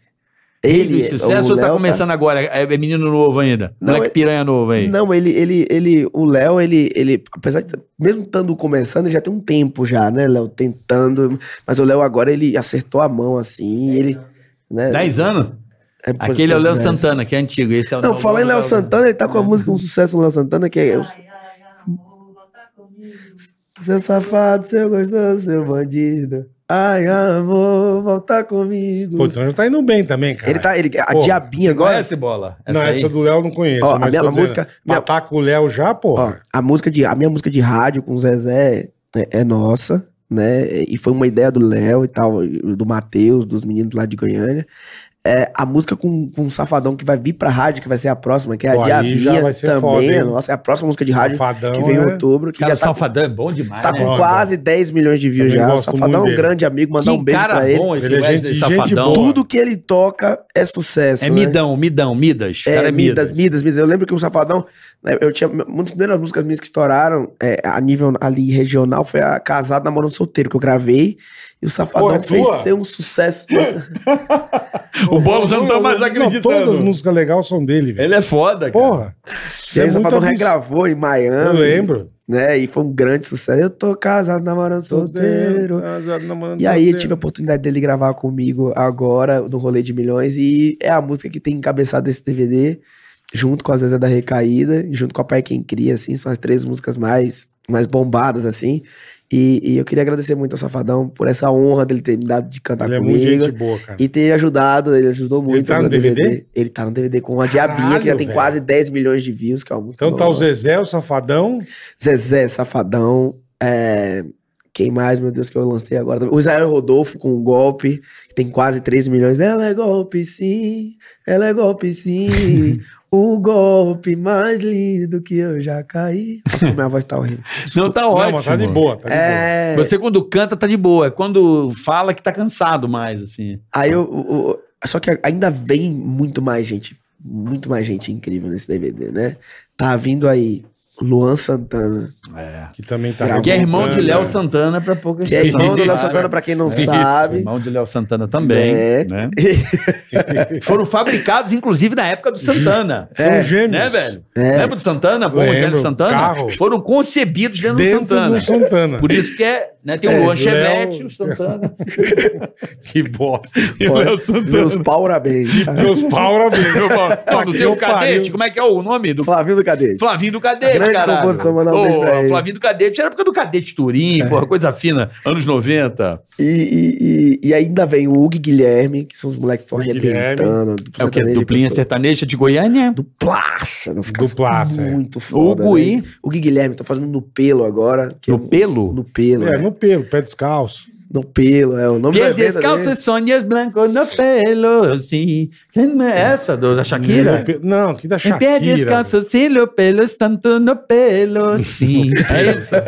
[SPEAKER 4] rei
[SPEAKER 5] Ele, é
[SPEAKER 4] do sucesso
[SPEAKER 5] o
[SPEAKER 4] ou tá
[SPEAKER 5] Léo
[SPEAKER 4] começando agora? É, é menino novo ainda.
[SPEAKER 5] Não,
[SPEAKER 4] Moleque
[SPEAKER 5] é-
[SPEAKER 4] piranha novo aí.
[SPEAKER 5] Não, ele, ele, ele, o Léo, ele, ele, apesar de, mesmo estando começando, ele já tem um tempo já, né, Léo, tentando, mas o Léo agora, ele acertou a mão, assim, e ele, né.
[SPEAKER 4] Dez anos?
[SPEAKER 5] é, pois-
[SPEAKER 4] Aquele é o
[SPEAKER 5] pois
[SPEAKER 4] Léo Santana, que é antigo. Esse é o
[SPEAKER 5] Não,
[SPEAKER 4] novo,
[SPEAKER 5] falar em
[SPEAKER 4] o
[SPEAKER 5] Léo Santana, ele tá com a música, um sucesso no Léo Santana, que é... Seu safado, seu gostoso, seu bandido. Ai, amor, volta comigo.
[SPEAKER 3] Pô, então já tá indo bem também, cara.
[SPEAKER 5] ele tá, ele, a
[SPEAKER 3] Pô,
[SPEAKER 5] diabinha agora.
[SPEAKER 4] Conhece bola? Essa
[SPEAKER 3] não,
[SPEAKER 4] aí?
[SPEAKER 3] essa do Léo eu não conheço.
[SPEAKER 5] Ó, a
[SPEAKER 3] mas
[SPEAKER 5] minha
[SPEAKER 3] tô dizendo,
[SPEAKER 5] música- minha-
[SPEAKER 3] Matar com o Léo já,
[SPEAKER 5] Ó,
[SPEAKER 3] porra.
[SPEAKER 5] a música de, a minha música de rádio com o Zezé é, é nossa, né? E foi uma ideia do Léo e tal, e do Matheus, dos meninos lá de Goiânia. É, a música com, com o Safadão que vai vir pra rádio, que vai ser a próxima, que é a
[SPEAKER 3] Pô, aí
[SPEAKER 5] Diabinha
[SPEAKER 3] já vai ser
[SPEAKER 5] também.
[SPEAKER 3] foda, hein?
[SPEAKER 5] é nossa, é a próxima música de rádio
[SPEAKER 3] Safadão,
[SPEAKER 5] que vem em
[SPEAKER 3] né?
[SPEAKER 5] outubro, que
[SPEAKER 4] Cara, o
[SPEAKER 5] já tá,
[SPEAKER 4] Safadão é bom demais,
[SPEAKER 5] tá
[SPEAKER 4] né?
[SPEAKER 5] com
[SPEAKER 3] Ó,
[SPEAKER 5] quase 10 milhões de views
[SPEAKER 3] Também
[SPEAKER 5] já. O
[SPEAKER 3] gosto muito
[SPEAKER 5] Safadão é um
[SPEAKER 3] dele.
[SPEAKER 5] grande amigo, mandar
[SPEAKER 4] que
[SPEAKER 5] um beijo
[SPEAKER 4] cara
[SPEAKER 5] pra ele.
[SPEAKER 4] bom esse
[SPEAKER 3] Ele é
[SPEAKER 4] Wesley
[SPEAKER 3] gente- gente
[SPEAKER 4] Safadão.
[SPEAKER 3] boa.
[SPEAKER 5] Tudo que ele toca é sucesso.
[SPEAKER 4] É
[SPEAKER 5] né?
[SPEAKER 4] midão, midão, midas.
[SPEAKER 5] É,
[SPEAKER 4] cara é
[SPEAKER 5] Midas,
[SPEAKER 4] midas.
[SPEAKER 5] Midas, Midas. Eu lembro que o Safadão, né, eu tinha, uma das primeiras músicas minhas que estouraram é, a nível ali regional foi a Casado Namorando Solteiro, que eu gravei. E o Safadão
[SPEAKER 3] Porra, é
[SPEAKER 5] fez
[SPEAKER 3] tua?
[SPEAKER 5] ser um sucesso. Nossa,
[SPEAKER 4] O Bola já não tá
[SPEAKER 3] Não,
[SPEAKER 4] mais acreditando.
[SPEAKER 3] todas as músicas legais são dele, velho.
[SPEAKER 4] Ele é foda, cara.
[SPEAKER 3] Porra.
[SPEAKER 5] e aí o
[SPEAKER 3] Isso é muito
[SPEAKER 5] Safadão
[SPEAKER 3] absurdo.
[SPEAKER 5] regravou em Miami.
[SPEAKER 3] Eu lembro.
[SPEAKER 5] Né, e foi um grande sucesso. Eu tô casado, namorando solteiro. E aí eu tive a oportunidade dele gravar comigo agora, no Rolê de Milhões, e é a música que tem encabeçado esse DVD, junto com a Zezé da Recaída, e junto com a Pai Quem Cria, assim, são as três músicas mais, mais bombadas, assim. E, e eu queria agradecer muito ao Safadão por essa honra dele ter me dado de cantar
[SPEAKER 3] Ele é muito
[SPEAKER 5] tá comigo.
[SPEAKER 3] gente boa, cara.
[SPEAKER 5] e ter ajudado, ele ajudou muito.
[SPEAKER 3] tá
[SPEAKER 5] meu
[SPEAKER 3] no DVD?
[SPEAKER 5] Ele tá no DVD com a Diabinha, que já
[SPEAKER 3] Caralho,
[SPEAKER 5] tem
[SPEAKER 3] velho.
[SPEAKER 5] quase 10 milhões de views, que é uma música
[SPEAKER 3] Então tá o
[SPEAKER 5] nova.
[SPEAKER 3] Zezé, o Safadão.
[SPEAKER 4] Tá
[SPEAKER 5] Zezé, Safadão, é, quem mais, meu Deus, que eu lancei agora? também? O Israel Rodolfo com o golpe, que tem quase 3 milhões. Ela é golpe, sim, ela é golpe, sim. o golpe mais lindo que eu já caí. Nossa, como minha voz tá horrível.
[SPEAKER 4] Não, tá
[SPEAKER 3] Não,
[SPEAKER 4] ótimo.
[SPEAKER 3] mas tá de boa, tá de boa.
[SPEAKER 5] É,
[SPEAKER 4] Você quando canta tá de boa, é quando fala que tá cansado mais, assim.
[SPEAKER 5] aí eu, o- o- Só que ainda vem muito mais gente, muito mais gente incrível nesse DVD, né? Tá vindo aí Luan Santana,
[SPEAKER 4] É.
[SPEAKER 3] Que também tá.
[SPEAKER 5] Que
[SPEAKER 4] Que é irmão de
[SPEAKER 3] revoltando,
[SPEAKER 4] Léo
[SPEAKER 3] né?
[SPEAKER 4] Santana pra poucas
[SPEAKER 5] que é irmão do Luan
[SPEAKER 4] pessoas.
[SPEAKER 5] Santana, pra quem não
[SPEAKER 4] Isso,
[SPEAKER 5] sabe.
[SPEAKER 4] Irmão de Léo Santana também.
[SPEAKER 5] É.
[SPEAKER 4] né? Foram fabricados, inclusive, na época do Santana.
[SPEAKER 3] São
[SPEAKER 5] É.
[SPEAKER 3] gêmeos.
[SPEAKER 4] Né, velho?
[SPEAKER 5] É.
[SPEAKER 4] Lembra do Santana? Bom,
[SPEAKER 3] Lembro,
[SPEAKER 4] Rogério Santana?
[SPEAKER 3] carro.
[SPEAKER 4] Foram concebidos dentro,
[SPEAKER 3] Dentro
[SPEAKER 4] do Santana.
[SPEAKER 3] do Santana.
[SPEAKER 4] Por isso que é, né, tem o
[SPEAKER 5] É,
[SPEAKER 4] Luan
[SPEAKER 3] Léo-
[SPEAKER 4] Chevette, o Santana.
[SPEAKER 3] Que bosta.
[SPEAKER 4] E o
[SPEAKER 5] Olha,
[SPEAKER 4] Léo Santana.
[SPEAKER 5] É, Meus parabéns. tá? cara.
[SPEAKER 3] Meus pau na
[SPEAKER 4] Meu pau. Não, não tem o Cadete, como é que é o nome do
[SPEAKER 5] Flavinho do Cadete.
[SPEAKER 4] Flavinho do Cadete,
[SPEAKER 5] Grande
[SPEAKER 4] cara.
[SPEAKER 5] compositor, mandar um beijo pra ele. É.
[SPEAKER 4] Flavinho do Cadete era a época do Cadete Turim, porra, coisa fina, anos 90.
[SPEAKER 5] E, e- e- e ainda vem o Hugo e Guilherme, que são os moleques que estão
[SPEAKER 3] Hugo e Guilherme.
[SPEAKER 5] arrebentando.
[SPEAKER 4] É o que? Duplinha sertaneja de Goiânia?
[SPEAKER 5] Duplaça. Nos
[SPEAKER 3] Duplaça, é.
[SPEAKER 5] Muito foda.
[SPEAKER 4] Hugo e-
[SPEAKER 5] né? Hugo e Guilherme, tá fazendo no pelo agora. que é
[SPEAKER 4] No
[SPEAKER 5] um-
[SPEAKER 4] pelo?
[SPEAKER 5] No pelo,
[SPEAKER 3] É,
[SPEAKER 5] é.
[SPEAKER 3] no pelo, pé descalço.
[SPEAKER 5] No pelo, é o nome
[SPEAKER 4] Pies
[SPEAKER 5] banda dele.
[SPEAKER 4] descalços, sonhos brancos no pelo, sim. Quem é essa do, da
[SPEAKER 3] No
[SPEAKER 5] Hum.
[SPEAKER 4] Shakira?
[SPEAKER 3] pe- Não, que da
[SPEAKER 4] Em pé
[SPEAKER 3] Shakira. velho.
[SPEAKER 4] descalço, silo pelo, santo no pelo, sim. É isso? É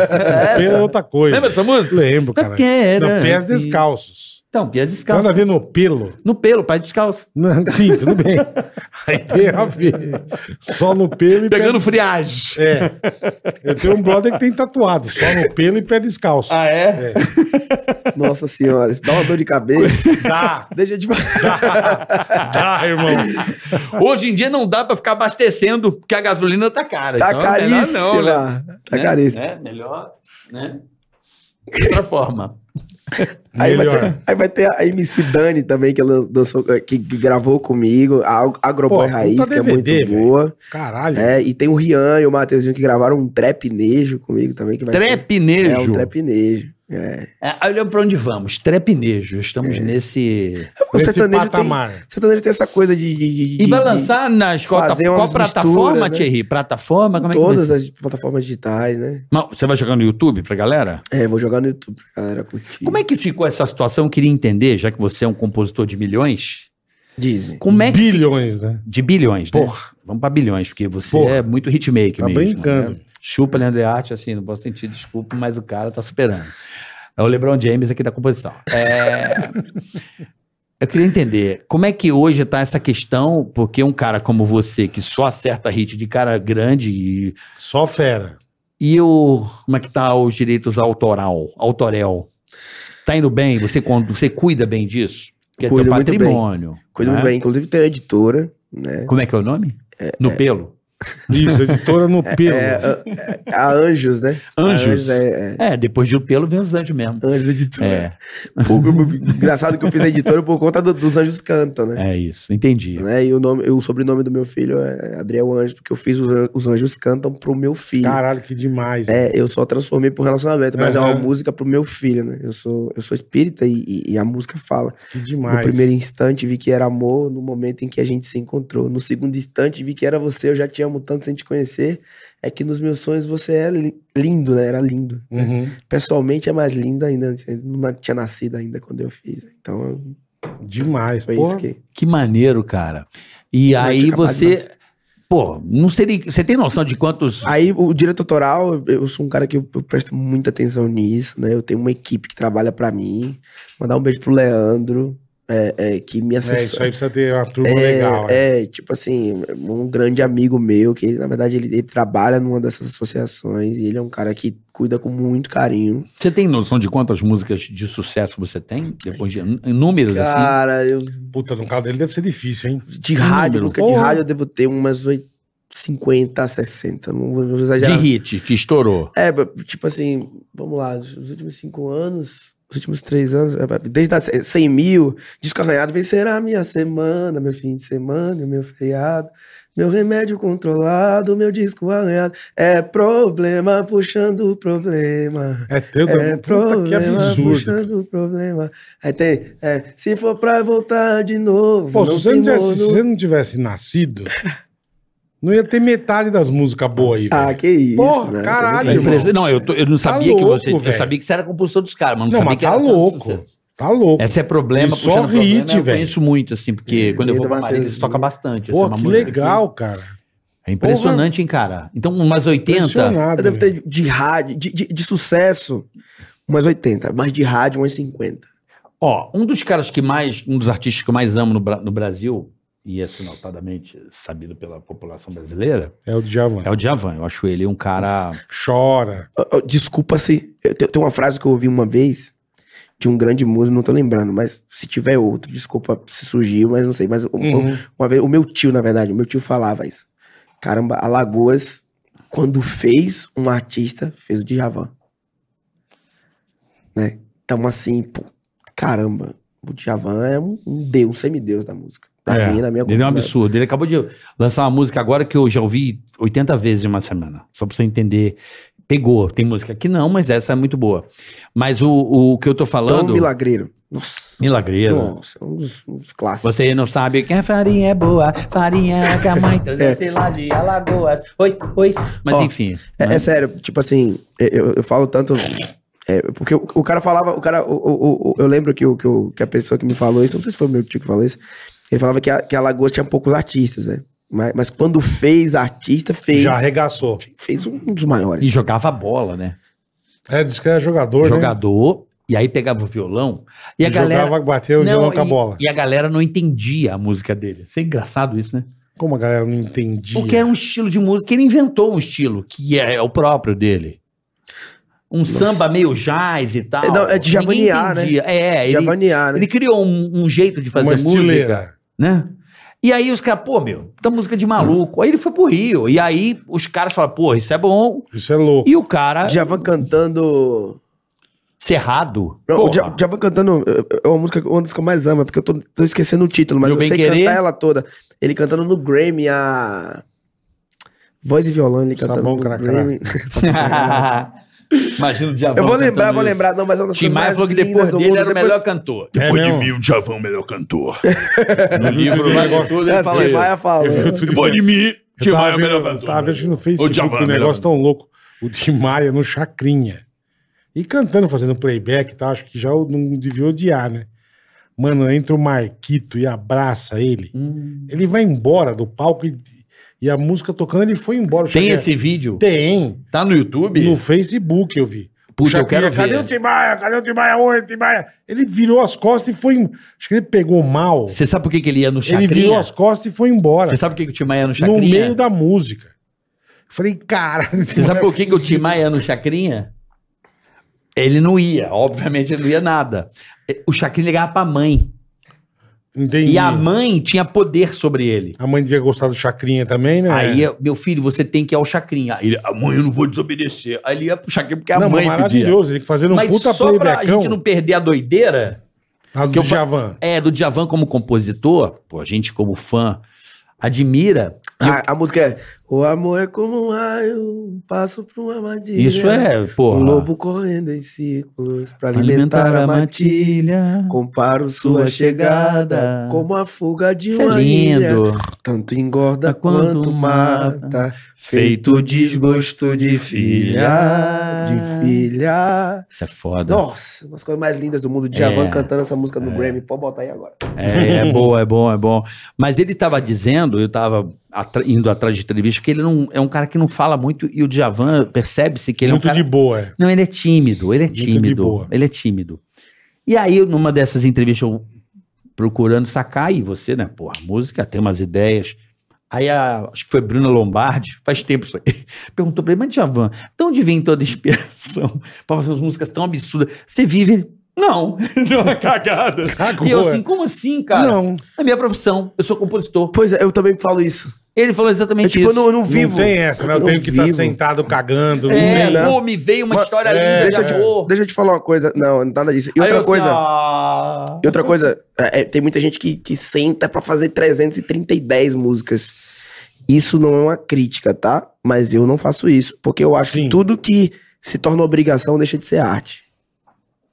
[SPEAKER 3] Pelo é
[SPEAKER 4] essa?
[SPEAKER 3] outra coisa.
[SPEAKER 4] Lembra dessa música?
[SPEAKER 3] Lembro, cara.
[SPEAKER 4] Quero, né?
[SPEAKER 3] Não, pés
[SPEAKER 4] sim.
[SPEAKER 3] descalços.
[SPEAKER 4] Então, pés
[SPEAKER 3] Nada a
[SPEAKER 4] descalços.
[SPEAKER 3] ver no pelo.
[SPEAKER 4] No pelo, pai descalço.
[SPEAKER 3] Não, Sim, tudo bem. Aí tem a ver. Só no pelo e pé
[SPEAKER 4] Pegando
[SPEAKER 3] des-
[SPEAKER 4] friagem.
[SPEAKER 3] É. Eu tenho um brother que tem tatuado, só no pelo e pé descalço.
[SPEAKER 4] Ah, é?
[SPEAKER 5] Nossa senhora, isso dá uma dor de cabeça.
[SPEAKER 3] Dá,
[SPEAKER 5] Deixa eu te falar.
[SPEAKER 4] Ah, tá,
[SPEAKER 3] dá, irmão.
[SPEAKER 4] Hoje em dia não dá pra ficar abastecendo, porque a gasolina tá cara.
[SPEAKER 5] Tá
[SPEAKER 4] Então é melhor
[SPEAKER 5] caríssima.
[SPEAKER 4] né?
[SPEAKER 5] Tá
[SPEAKER 4] Né?
[SPEAKER 5] caríssima.
[SPEAKER 4] É, melhor, né? Outra forma.
[SPEAKER 5] Aí vai,
[SPEAKER 3] Melhor.
[SPEAKER 5] ter, aí vai ter a MC Dani também, que, ela lançou- que, que gravou comigo. A Agroboy
[SPEAKER 3] Pô,
[SPEAKER 5] Raiz,
[SPEAKER 3] puta
[SPEAKER 5] que é muito
[SPEAKER 3] DVD, velho.
[SPEAKER 5] boa.
[SPEAKER 3] Caralho.
[SPEAKER 5] É, e tem o Rian e o Mateuzinho que gravaram um trapnejo comigo também. Que vai ser-
[SPEAKER 4] Trepinejo.
[SPEAKER 5] É, um trapnejo.
[SPEAKER 4] É, aí olhando pra onde vamos, trepinejo,
[SPEAKER 5] É.
[SPEAKER 4] estamos nesse...
[SPEAKER 5] O
[SPEAKER 3] Nesse
[SPEAKER 5] sertanejo tá tem,
[SPEAKER 3] patamar.
[SPEAKER 5] sertanejo tem essa coisa de. de- de-
[SPEAKER 4] E
[SPEAKER 5] de-
[SPEAKER 4] vai lançar nas qual,
[SPEAKER 5] fazer
[SPEAKER 4] qual
[SPEAKER 5] umas
[SPEAKER 4] plataforma,
[SPEAKER 5] misturas, né?
[SPEAKER 4] Thierry? Plataforma?
[SPEAKER 5] de
[SPEAKER 4] Como é que vai
[SPEAKER 5] todas
[SPEAKER 4] ser?
[SPEAKER 5] as plataformas digitais, né?
[SPEAKER 4] Mas Você vai jogar no YouTube pra galera?
[SPEAKER 5] É, vou jogar no YouTube pra galera curtir.
[SPEAKER 4] Como é que ficou essa situação? Eu queria entender, já que você é um compositor de milhões.
[SPEAKER 5] Dizem.
[SPEAKER 4] Como é que...
[SPEAKER 3] Bilhões, né?
[SPEAKER 4] De bilhões, né?
[SPEAKER 3] Porra.
[SPEAKER 4] Vamos pra bilhões, porque você
[SPEAKER 3] Porra.
[SPEAKER 4] é muito hitmaker
[SPEAKER 3] Tá
[SPEAKER 4] mesmo.
[SPEAKER 3] brincando.
[SPEAKER 4] né? Chupa Leandro e Arte, assim, no bom sentido, desculpa, mas o cara tá superando. É o LeBron James aqui da composição. É, Eu queria entender, como é que hoje tá essa questão, porque um cara como você, que só acerta hit de cara grande e...
[SPEAKER 3] Só fera.
[SPEAKER 4] E o... Como é que tá os direitos autoral, autorel? Tá indo bem? Você, con- você cuida bem disso? Porque é teu
[SPEAKER 5] Cuido muito bem.
[SPEAKER 4] patrimônio.
[SPEAKER 5] Coisa
[SPEAKER 4] né?
[SPEAKER 5] muito bem. Inclusive tem a editora, né?
[SPEAKER 4] Como é que é o nome? no pelo?
[SPEAKER 3] Isso, editora no pelo.
[SPEAKER 5] É, a- é, a Anjos, né?
[SPEAKER 4] Anjos.
[SPEAKER 5] A Anjos é, é,
[SPEAKER 4] É, depois de o pelo vem os anjos mesmo.
[SPEAKER 5] Anjos Editora.
[SPEAKER 4] É,
[SPEAKER 5] Pô, engraçado que eu fiz a editora por conta do- dos Anjos Cantam, né?
[SPEAKER 4] é isso, entendi.
[SPEAKER 5] Né? E o, nome, o sobrenome do meu filho é Adriel Anjos, porque eu fiz os, An- os Anjos Cantam pro meu filho.
[SPEAKER 3] Caralho, que demais. né?
[SPEAKER 5] É, eu só transformei pro relacionamento, mas é uma
[SPEAKER 3] Aham.
[SPEAKER 5] música pro meu filho, né? Eu sou, eu sou espírita e, e- e a música fala.
[SPEAKER 3] Que demais.
[SPEAKER 5] No primeiro instante vi que era amor, no momento em que a gente se encontrou. No segundo instante vi que era você, eu já te amo tanto sem te conhecer. É que nos meus sonhos você é li- lindo, né? Era lindo. né?
[SPEAKER 3] Uhum.
[SPEAKER 5] Pessoalmente é mais lindo ainda, né? Você não tinha nascido ainda quando eu fiz. Então
[SPEAKER 3] Demais.
[SPEAKER 5] foi
[SPEAKER 3] Porra,
[SPEAKER 5] isso que.
[SPEAKER 4] Que maneiro, cara. E
[SPEAKER 3] é
[SPEAKER 5] Não,
[SPEAKER 4] aí
[SPEAKER 5] tinha acabado
[SPEAKER 4] você. Pô, não seria. Você tem noção de quantos.
[SPEAKER 5] Aí o direito autoral, eu sou um cara que eu, eu presto muita atenção nisso, né? Eu tenho uma equipe que trabalha pra mim. Mandar um beijo pro Leandro, é, é, que me
[SPEAKER 3] É, isso aí
[SPEAKER 5] assessora.
[SPEAKER 3] precisa ter uma turma
[SPEAKER 5] É,
[SPEAKER 3] legal. É.
[SPEAKER 5] é, tipo assim, um grande amigo meu, que ele, na verdade ele, ele trabalha numa dessas associações e ele é um cara que cuida com muito carinho.
[SPEAKER 4] Você tem noção de quantas músicas de sucesso você tem? Depois de n- números assim?
[SPEAKER 5] Cara, eu,
[SPEAKER 3] Puta, no caso dele deve ser difícil, hein?
[SPEAKER 5] de rádio,
[SPEAKER 4] número,
[SPEAKER 5] música de
[SPEAKER 4] porra.
[SPEAKER 5] rádio, eu devo ter umas 8, 50, 60, não vou, não vou
[SPEAKER 4] De
[SPEAKER 5] exagerar.
[SPEAKER 4] hit, que estourou.
[SPEAKER 5] É, ba- tipo assim, vamos lá, os os últimos cinco anos, os últimos três anos, é, ba- desde a ce- 100 mil, disco arranhado, vencerá minha semana, meu fim de semana, meu feriado, meu remédio controlado, meu disco arranhado. É problema puxando problema.
[SPEAKER 3] É teu
[SPEAKER 5] É
[SPEAKER 3] também. Puta, que
[SPEAKER 5] problema
[SPEAKER 3] absurdo.
[SPEAKER 5] puxando problema. Aí tem, é, se for pra voltar de novo,
[SPEAKER 3] Pô, se
[SPEAKER 5] não
[SPEAKER 3] você
[SPEAKER 5] tem
[SPEAKER 3] não, tivesse, se
[SPEAKER 5] mono-
[SPEAKER 3] você não tivesse nascido, não ia ter metade das músicas boas aí,
[SPEAKER 5] Ah,
[SPEAKER 3] velho.
[SPEAKER 5] que isso,
[SPEAKER 3] Porra,
[SPEAKER 5] né?
[SPEAKER 3] caralho,
[SPEAKER 4] É
[SPEAKER 3] irmão.
[SPEAKER 4] impressionante. Não, eu, tô- eu não sabia que
[SPEAKER 3] Tá louco,
[SPEAKER 4] você. Eu
[SPEAKER 3] velho.
[SPEAKER 4] sabia que você era compulsor dos caras, mas não,
[SPEAKER 3] Não,
[SPEAKER 4] sabia
[SPEAKER 3] mas
[SPEAKER 4] que era
[SPEAKER 3] tá
[SPEAKER 4] tanto
[SPEAKER 3] louco.
[SPEAKER 4] sucesso.
[SPEAKER 3] Tá louco.
[SPEAKER 4] Essa é problema,
[SPEAKER 3] E só
[SPEAKER 4] puxando problema,
[SPEAKER 3] hit,
[SPEAKER 4] eu
[SPEAKER 3] velho.
[SPEAKER 4] conheço muito, assim, porque quando eu vou
[SPEAKER 5] Ainda
[SPEAKER 4] pra Marília,
[SPEAKER 5] bateu-
[SPEAKER 4] eles tocam bastante. essa é
[SPEAKER 3] Pô,
[SPEAKER 4] uma
[SPEAKER 3] que
[SPEAKER 4] música
[SPEAKER 3] legal, cara.
[SPEAKER 4] É impressionante, hein, cara? Então, umas 80.
[SPEAKER 3] Impressionado.
[SPEAKER 5] Eu devo
[SPEAKER 3] velho.
[SPEAKER 5] ter de rádio, de, de, de sucesso, umas 80, mas de rádio, umas 50.
[SPEAKER 4] Ó, um dos caras que mais. Um dos artistas que eu mais amo no, Bra- no Brasil, e é notadamente sabido pela população brasileira,
[SPEAKER 3] É o Djavan.
[SPEAKER 4] é o Djavan. Eu acho ele um cara.
[SPEAKER 3] Chora.
[SPEAKER 5] Ó, ó, Desculpa se. eu te- Tem uma frase que eu ouvi uma vez de um grande músico, não tô lembrando, mas se tiver outro, desculpa se surgiu, mas não sei. Mas um- um-
[SPEAKER 3] Uhum.
[SPEAKER 5] uma vez, o meu tio, na verdade, o meu tio falava isso. Caramba, Alagoas, quando fez um artista, fez o Djavan. Né? Então, assim, pô, caramba, o Djavan é um, um deus, um semideus da música. Da
[SPEAKER 4] É,
[SPEAKER 5] minha, da minha
[SPEAKER 4] Ele é um
[SPEAKER 5] cultura.
[SPEAKER 4] absurdo. Ele acabou de lançar uma música agora que eu já ouvi 80 vezes em uma semana. Só pra você entender. Pegou. Tem música que não, mas essa é muito boa. Mas o, o que eu tô
[SPEAKER 5] Tão
[SPEAKER 4] falando.
[SPEAKER 5] É um milagreiro. Nossa.
[SPEAKER 4] Milagreiro.
[SPEAKER 5] Nossa, é um dos, um dos clássicos.
[SPEAKER 4] Você não sabe que a farinha é boa, farinha é que a mãe trouxe lá de Alagoas. Oi, oi. Mas
[SPEAKER 5] Ó,
[SPEAKER 4] enfim.
[SPEAKER 5] É,
[SPEAKER 4] né?
[SPEAKER 5] é sério, tipo assim, é, eu, eu falo tanto. é, porque o, o cara falava, o cara. o- o- o- eu lembro que, o, que, o- que a pessoa que me falou isso, não sei se foi meu tio que falou isso, ele falava que a, que a Lagoa tinha poucos artistas, né? Mas, mas quando fez artista, fez.
[SPEAKER 3] Já arregaçou.
[SPEAKER 5] Fez um dos maiores.
[SPEAKER 4] E jogava bola, né?
[SPEAKER 3] É, diz que era jogador, né?
[SPEAKER 4] Jogador, e aí pegava o violão, e a galera.
[SPEAKER 3] Jogava, bateu o violão
[SPEAKER 4] Não,
[SPEAKER 3] com a
[SPEAKER 4] e-
[SPEAKER 3] bola.
[SPEAKER 4] e a galera não entendia a música dele. Isso é engraçado isso, né?
[SPEAKER 3] Como a galera não entendia.
[SPEAKER 4] Porque era um estilo de música, ele inventou um estilo, que é o próprio dele. Um samba meio jazz e tal.
[SPEAKER 5] É, não, é de
[SPEAKER 4] Ninguém
[SPEAKER 5] javanear, né?
[SPEAKER 4] entendia. É, ele,
[SPEAKER 5] Javanear, né?
[SPEAKER 4] ele criou um, um jeito de fazer
[SPEAKER 3] uma
[SPEAKER 4] música.
[SPEAKER 3] estileira.
[SPEAKER 4] né? E aí os caras, pô, meu, tá música de maluco. Aí ele foi pro Rio. E aí os caras falaram, pô, isso é bom.
[SPEAKER 3] Isso é louco.
[SPEAKER 4] E o cara,
[SPEAKER 5] Djavan cantando.
[SPEAKER 4] cerrado.
[SPEAKER 5] Não,
[SPEAKER 4] porra,
[SPEAKER 5] o Dja- Djavan cantando é, é uma música, uma das que eu mais amo, é porque eu tô, tô esquecendo o título, mas
[SPEAKER 4] Meu
[SPEAKER 5] eu
[SPEAKER 4] Bem
[SPEAKER 5] sei
[SPEAKER 4] Querer?
[SPEAKER 5] cantar ela toda. Ele cantando no Grammy a. Voz e violão, ele
[SPEAKER 3] Sabão
[SPEAKER 4] tá
[SPEAKER 5] cantando. no
[SPEAKER 3] cracrá.
[SPEAKER 5] Grammy.
[SPEAKER 4] Imagina o Djavan.
[SPEAKER 5] Eu vou lembrar,
[SPEAKER 4] Tá cantando
[SPEAKER 5] vou
[SPEAKER 4] isso.
[SPEAKER 5] lembrar. Não, mas é uma das
[SPEAKER 4] Tim
[SPEAKER 5] coisas
[SPEAKER 4] Maia
[SPEAKER 5] mais
[SPEAKER 4] falou que
[SPEAKER 5] lindas
[SPEAKER 4] depois
[SPEAKER 5] do
[SPEAKER 4] dele
[SPEAKER 5] mundo.
[SPEAKER 4] era o
[SPEAKER 5] Depois-
[SPEAKER 4] melhor cantor.
[SPEAKER 3] Depois de mim,
[SPEAKER 7] o Djavan, melhor cantor.
[SPEAKER 4] No livro, vai com tudo,
[SPEAKER 5] É,
[SPEAKER 4] ele
[SPEAKER 5] Tim
[SPEAKER 4] fala
[SPEAKER 5] Maia fala.
[SPEAKER 7] de mim, é
[SPEAKER 3] Eu tava vendo, eu tava vendo no
[SPEAKER 7] Ô,
[SPEAKER 3] Facebook
[SPEAKER 7] Djavan,
[SPEAKER 3] um
[SPEAKER 7] melhor
[SPEAKER 3] negócio
[SPEAKER 7] cantor.
[SPEAKER 3] tão louco. O Tim Maia no Chacrinha. E cantando, fazendo playback e tal. Acho que já eu não devia odiar, né? Mano, entra o Marquito e abraça ele. Ele vai embora do palco e, e a música tocando, ele foi embora. Eu
[SPEAKER 4] Tem
[SPEAKER 3] cheguei-
[SPEAKER 4] esse vídeo?
[SPEAKER 3] Tem.
[SPEAKER 4] Tá no YouTube?
[SPEAKER 3] No Facebook eu vi.
[SPEAKER 4] Puta, eu
[SPEAKER 3] Chacrinha,
[SPEAKER 4] quero
[SPEAKER 3] Cadê o
[SPEAKER 4] ver.
[SPEAKER 3] Tim Maia? Cadê o Tim Maia? Oi, Tim Maia. Ele virou as costas e foi. em- Acho que ele pegou mal.
[SPEAKER 4] Você sabe por que, que ele ia no
[SPEAKER 3] Ele
[SPEAKER 4] Chacrinha?
[SPEAKER 3] virou as costas e foi embora.
[SPEAKER 4] Você sabe por que, que o Tim Maia ia no
[SPEAKER 3] no
[SPEAKER 4] Chacrinha?
[SPEAKER 3] meio da música. Falei, cara.
[SPEAKER 4] Você sabe por que, que o Tim Maia ia no Chacrinha? Ele não ia, obviamente ele não ia nada. É, O Chacrinha ligava pra mãe.
[SPEAKER 3] Entendi.
[SPEAKER 4] E a mãe tinha poder sobre ele.
[SPEAKER 3] A mãe devia gostar do Chacrinha também, né?
[SPEAKER 4] Aí, eu, meu filho, você tem que ir ao Chacrinha. Ele, a mãe, eu não vou desobedecer. Aí ele ia pro Chacrinha porque a
[SPEAKER 3] Não,
[SPEAKER 4] mãe pedia.
[SPEAKER 3] maravilhoso. Ele fazendo um
[SPEAKER 4] Mas
[SPEAKER 3] puta
[SPEAKER 4] só pra a gente
[SPEAKER 3] playbackão.
[SPEAKER 4] não perder a doideira,
[SPEAKER 3] A do
[SPEAKER 4] que eu-
[SPEAKER 3] Javan.
[SPEAKER 4] é, do Djavan como compositor, pô, a gente como fã admira.
[SPEAKER 5] Ah, a música é O amor é como um raio, um passo pra uma armadilha.
[SPEAKER 4] Isso é, pô.
[SPEAKER 5] Um lobo correndo em círculos pra alimentar, a matilha. Comparo sua
[SPEAKER 4] Sua
[SPEAKER 5] chegada,
[SPEAKER 4] chegada.
[SPEAKER 5] como a fuga de
[SPEAKER 4] Isso é
[SPEAKER 5] uma ilha.
[SPEAKER 4] lindo.
[SPEAKER 5] Tanto engorda
[SPEAKER 4] Quanto
[SPEAKER 5] quanto
[SPEAKER 4] mata.
[SPEAKER 5] mata. Feito desgosto de filha, de filha.
[SPEAKER 4] Isso é foda.
[SPEAKER 5] Nossa, uma das coisas mais lindas do mundo. Djavan
[SPEAKER 4] É.
[SPEAKER 5] cantando essa música no Grammy. Pode botar aí agora.
[SPEAKER 4] É, é bom, é bom, é bom. Mas ele tava dizendo, eu tava atra- indo atrás de entrevista, que ele não é um cara que não fala muito e o Djavan percebe-se que ele
[SPEAKER 3] Muito
[SPEAKER 4] é um cara...
[SPEAKER 3] de boa, é.
[SPEAKER 4] Não, ele é tímido, ele é
[SPEAKER 3] Muito de
[SPEAKER 4] tímido.
[SPEAKER 3] boa.
[SPEAKER 4] Ele é tímido. E aí, numa dessas entrevistas, eu procurando sacar, e você, né? Porra, música tem umas ideias. Aí, a- acho que foi Bruna Lombardi, faz tempo isso aí, perguntou pra ele, mas Djavan, de onde vem toda a inspiração pra fazer umas músicas tão absurdas? Você vive? Ele, não, deu uma cagada.
[SPEAKER 3] Cagou,
[SPEAKER 4] E eu assim,
[SPEAKER 3] é.
[SPEAKER 4] como assim, cara?
[SPEAKER 3] Não,
[SPEAKER 4] É minha profissão, eu sou compositor.
[SPEAKER 5] Pois é, eu também falo isso.
[SPEAKER 4] Ele falou
[SPEAKER 5] É
[SPEAKER 4] exatamente
[SPEAKER 5] tipo, eu
[SPEAKER 4] isso.
[SPEAKER 5] não, eu não vivo.
[SPEAKER 3] não tem essa, né? Eu
[SPEAKER 5] Eu
[SPEAKER 3] tenho que estar
[SPEAKER 5] vivo.
[SPEAKER 3] sentado cagando. não
[SPEAKER 4] É,
[SPEAKER 3] tem, né?
[SPEAKER 4] pô, me veio uma
[SPEAKER 3] Mas-
[SPEAKER 4] história
[SPEAKER 3] é,
[SPEAKER 4] linda
[SPEAKER 5] deixa eu
[SPEAKER 4] de
[SPEAKER 5] te-
[SPEAKER 4] amor.
[SPEAKER 5] Deixa eu te falar uma coisa. Não, não nada disso. E
[SPEAKER 4] Aí eu
[SPEAKER 5] outra
[SPEAKER 4] assim,
[SPEAKER 5] coisa.
[SPEAKER 4] ah.
[SPEAKER 5] E outra coisa, é, é, tem muita gente que, que senta pra fazer 330 e 10 músicas. Isso não é uma crítica, tá? Mas eu não faço isso, porque eu acho
[SPEAKER 3] Sim.
[SPEAKER 5] que tudo que se torna obrigação deixa de ser arte.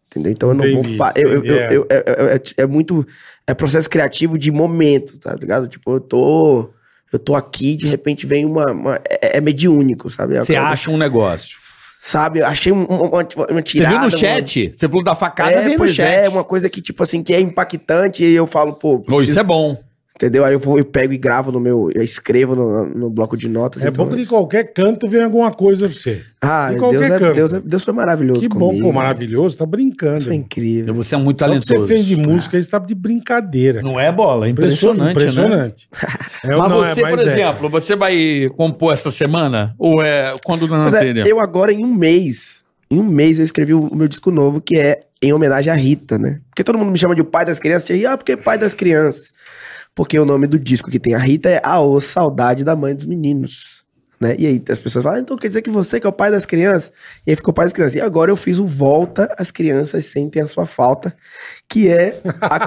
[SPEAKER 5] Entendeu? Então eu não
[SPEAKER 3] Entendi,
[SPEAKER 5] vou. pa- Eu, eu, eu,
[SPEAKER 3] entendi,
[SPEAKER 5] eu- é, é- é muito. É processo criativo de momento, tá ligado? Tipo, eu tô. Eu tô aqui, de repente vem uma. uma- é, é mediúnico, sabe?
[SPEAKER 4] Você
[SPEAKER 5] Eu-
[SPEAKER 4] acha um negócio.
[SPEAKER 5] Sabe? Eu achei um- um- uma, uma,
[SPEAKER 4] Você
[SPEAKER 5] tirada.
[SPEAKER 4] viu no
[SPEAKER 5] uma-
[SPEAKER 4] chat? Você falou da facada,
[SPEAKER 5] é,
[SPEAKER 4] veio no
[SPEAKER 5] pois
[SPEAKER 4] chat.
[SPEAKER 5] é, uma coisa que, tipo assim, que é impactante e eu falo, pô,
[SPEAKER 4] Pô,
[SPEAKER 5] preciso-
[SPEAKER 4] isso é bom.
[SPEAKER 5] entendeu? Aí eu vou, eu pego e gravo no meu, eu escrevo no, no bloco de notas.
[SPEAKER 3] É
[SPEAKER 5] então-
[SPEAKER 3] bom que de qualquer canto vem alguma coisa pra você.
[SPEAKER 5] Ah,
[SPEAKER 3] em
[SPEAKER 5] Deus,
[SPEAKER 3] qualquer
[SPEAKER 5] é-
[SPEAKER 3] canto.
[SPEAKER 5] Deus, é- Deus foi maravilhoso
[SPEAKER 3] Que bom,
[SPEAKER 5] comigo.
[SPEAKER 3] pô, maravilhoso. Tá brincando.
[SPEAKER 5] Isso é
[SPEAKER 3] irmão.
[SPEAKER 5] incrível.
[SPEAKER 4] Você é muito
[SPEAKER 3] Só que
[SPEAKER 4] talentoso.
[SPEAKER 3] você fez de
[SPEAKER 5] né?
[SPEAKER 3] música, isso tá de brincadeira.
[SPEAKER 4] Não é bola? É Impressionante, né?
[SPEAKER 3] Impressionante. É,
[SPEAKER 4] mas
[SPEAKER 3] não, é,
[SPEAKER 4] você, por
[SPEAKER 3] é.
[SPEAKER 4] exemplo, você vai compor essa semana? Ou é quando não
[SPEAKER 5] Mas é,
[SPEAKER 4] entendeu?
[SPEAKER 5] eu agora, em um mês, em um mês eu escrevi o, o meu disco novo, que é em homenagem à Rita, né? Porque todo mundo me chama de o pai das crianças, e ah, porque pai das crianças. Porque o nome do disco que tem a Rita é Aô, Saudade da Mãe dos Meninos. Né? E aí as pessoas falam, ah, então quer dizer que você que é o pai das crianças? E aí ficou o pai das crianças. E agora eu fiz o Volta, as crianças sentem a sua falta, que é a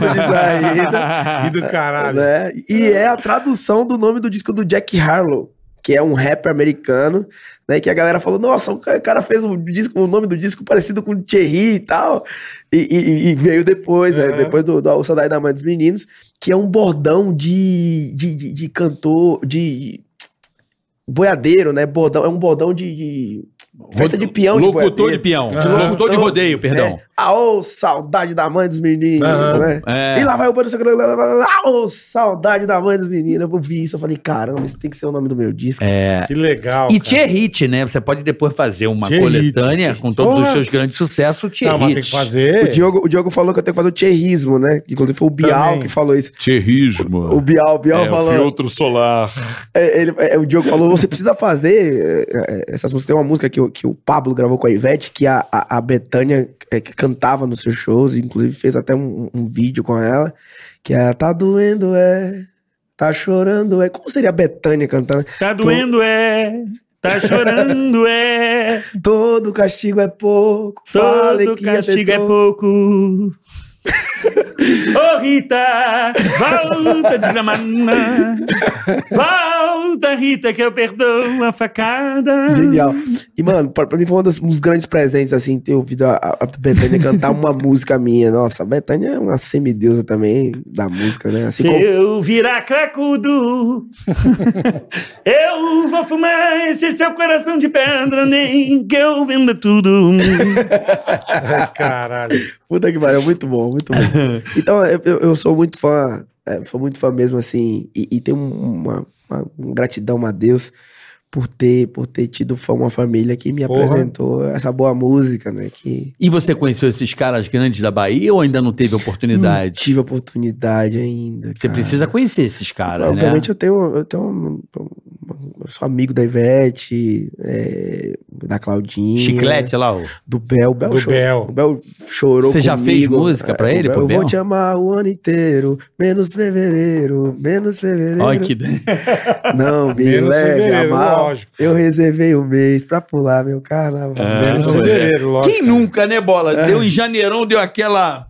[SPEAKER 5] do Desaída.
[SPEAKER 3] E do caralho.
[SPEAKER 5] Né? E é a tradução do nome do disco do Jack Harlow, que é um rapper americano, né? Que a galera falou, nossa, o ca- o cara fez um disco, o nome do disco parecido com Thierry e tal. E, e- e veio depois, né?
[SPEAKER 3] Uhum.
[SPEAKER 5] Depois do, do Saudade da Mãe dos Meninos, que é um bordão de, de, de, de cantor, de... Boiadeiro, né? Bordão, é um bordão de... de festa de peão de
[SPEAKER 4] Locutor de
[SPEAKER 5] boiadeiro.
[SPEAKER 4] peão.
[SPEAKER 3] Ah.
[SPEAKER 4] Locutor de rodeio, perdão.
[SPEAKER 5] né? Ah, ô, saudade da mãe dos meninos,
[SPEAKER 3] Aham.
[SPEAKER 5] né?
[SPEAKER 4] É.
[SPEAKER 5] E lá vai o Bando Secreto. lá, lá, lá, lá, Ô, saudade da mãe dos meninos. Eu vi isso. Eu falei, caramba, isso tem que ser o nome do meu disco.
[SPEAKER 3] Que legal.
[SPEAKER 4] É. E
[SPEAKER 3] cara.
[SPEAKER 4] Tier Hit, né? Você pode depois fazer uma
[SPEAKER 3] Tier Hit,
[SPEAKER 4] coletânea
[SPEAKER 3] Tier
[SPEAKER 4] com todos
[SPEAKER 3] Hit.
[SPEAKER 4] os seus grandes sucessos, Tier
[SPEAKER 3] Não, mas tem
[SPEAKER 4] Hit.
[SPEAKER 3] que fazer.
[SPEAKER 5] O, Diogo, o Diogo falou que eu tenho que fazer o tcherrismo, né? Inclusive foi o Bial
[SPEAKER 3] Também.
[SPEAKER 5] que falou isso. O
[SPEAKER 7] Terrismo.
[SPEAKER 5] Bial, o
[SPEAKER 4] É,
[SPEAKER 5] Bial falou.
[SPEAKER 7] filtro solar.
[SPEAKER 5] é, ele- é, o Diogo falou: você precisa fazer é, é, essas músicas. Tem uma música que, o- que o Pablo gravou com a Ivete, que a, a, a Betânia é, que cantava nos seus shows, inclusive fez até um, um vídeo com ela, que é Tá doendo, é. Tá chorando, é. Como seria a Betânia cantando?
[SPEAKER 7] Tá
[SPEAKER 5] doendo,
[SPEAKER 7] é. Tá chorando, é.
[SPEAKER 5] Todo castigo é pouco. Fale que castigo é pouco.
[SPEAKER 7] pouco. Ô Rita, volta de Gramana, Pergunta, Rita, que eu perdoo a facada.
[SPEAKER 5] Genial. E, mano, pra, pra mim foi um dos, um dos grandes presentes, assim, ter ouvido a, a a Bethânia cantar uma música minha. Nossa, a Bethânia é uma semideusa também da música, né? Assim
[SPEAKER 7] Se
[SPEAKER 5] como
[SPEAKER 7] eu virar cracudo, eu vou fumar esse seu coração de pedra, nem que eu venda tudo.
[SPEAKER 3] Caralho.
[SPEAKER 5] Puta que pariu, muito bom, muito bom. Então, eu, eu- eu sou muito fã, é, sou muito fã mesmo, assim, e, e tenho uma, uma- uma gratidão a Deus por ter, por ter tido fa- uma família que me
[SPEAKER 3] Porra.
[SPEAKER 5] apresentou essa boa música, né? Que
[SPEAKER 4] E você conheceu esses caras grandes da Bahia ou ainda não teve
[SPEAKER 5] não
[SPEAKER 4] oportunidade?
[SPEAKER 5] tive oportunidade ainda.
[SPEAKER 4] Você
[SPEAKER 5] cara.
[SPEAKER 4] precisa conhecer esses caras,
[SPEAKER 5] Obviamente
[SPEAKER 4] né?
[SPEAKER 5] eu tenho, eu tenho um- um- eu sou amigo da Ivete, é, da Claudinha,
[SPEAKER 4] Chiclete lá, ó.
[SPEAKER 5] do Bel, o Bel
[SPEAKER 3] Do
[SPEAKER 5] chorou.
[SPEAKER 3] Bel.
[SPEAKER 5] O Bel chorou
[SPEAKER 4] Você já fez
[SPEAKER 5] comigo. É,
[SPEAKER 4] música pra ele,
[SPEAKER 5] o Bel,
[SPEAKER 4] pro
[SPEAKER 5] Eu
[SPEAKER 4] Bel?
[SPEAKER 5] vou te amar o ano inteiro, menos fevereiro, menos fevereiro.
[SPEAKER 4] Olha que...
[SPEAKER 5] Não me
[SPEAKER 3] Menos
[SPEAKER 5] leve a
[SPEAKER 3] fevereiro,
[SPEAKER 5] mal.
[SPEAKER 3] lógico.
[SPEAKER 5] Eu reservei o mês pra pular meu carnaval.
[SPEAKER 4] Ah,
[SPEAKER 3] Menos
[SPEAKER 5] É,
[SPEAKER 3] fevereiro, lógico.
[SPEAKER 4] Quem nunca, né, Bola? Deu em janeirão, deu aquela...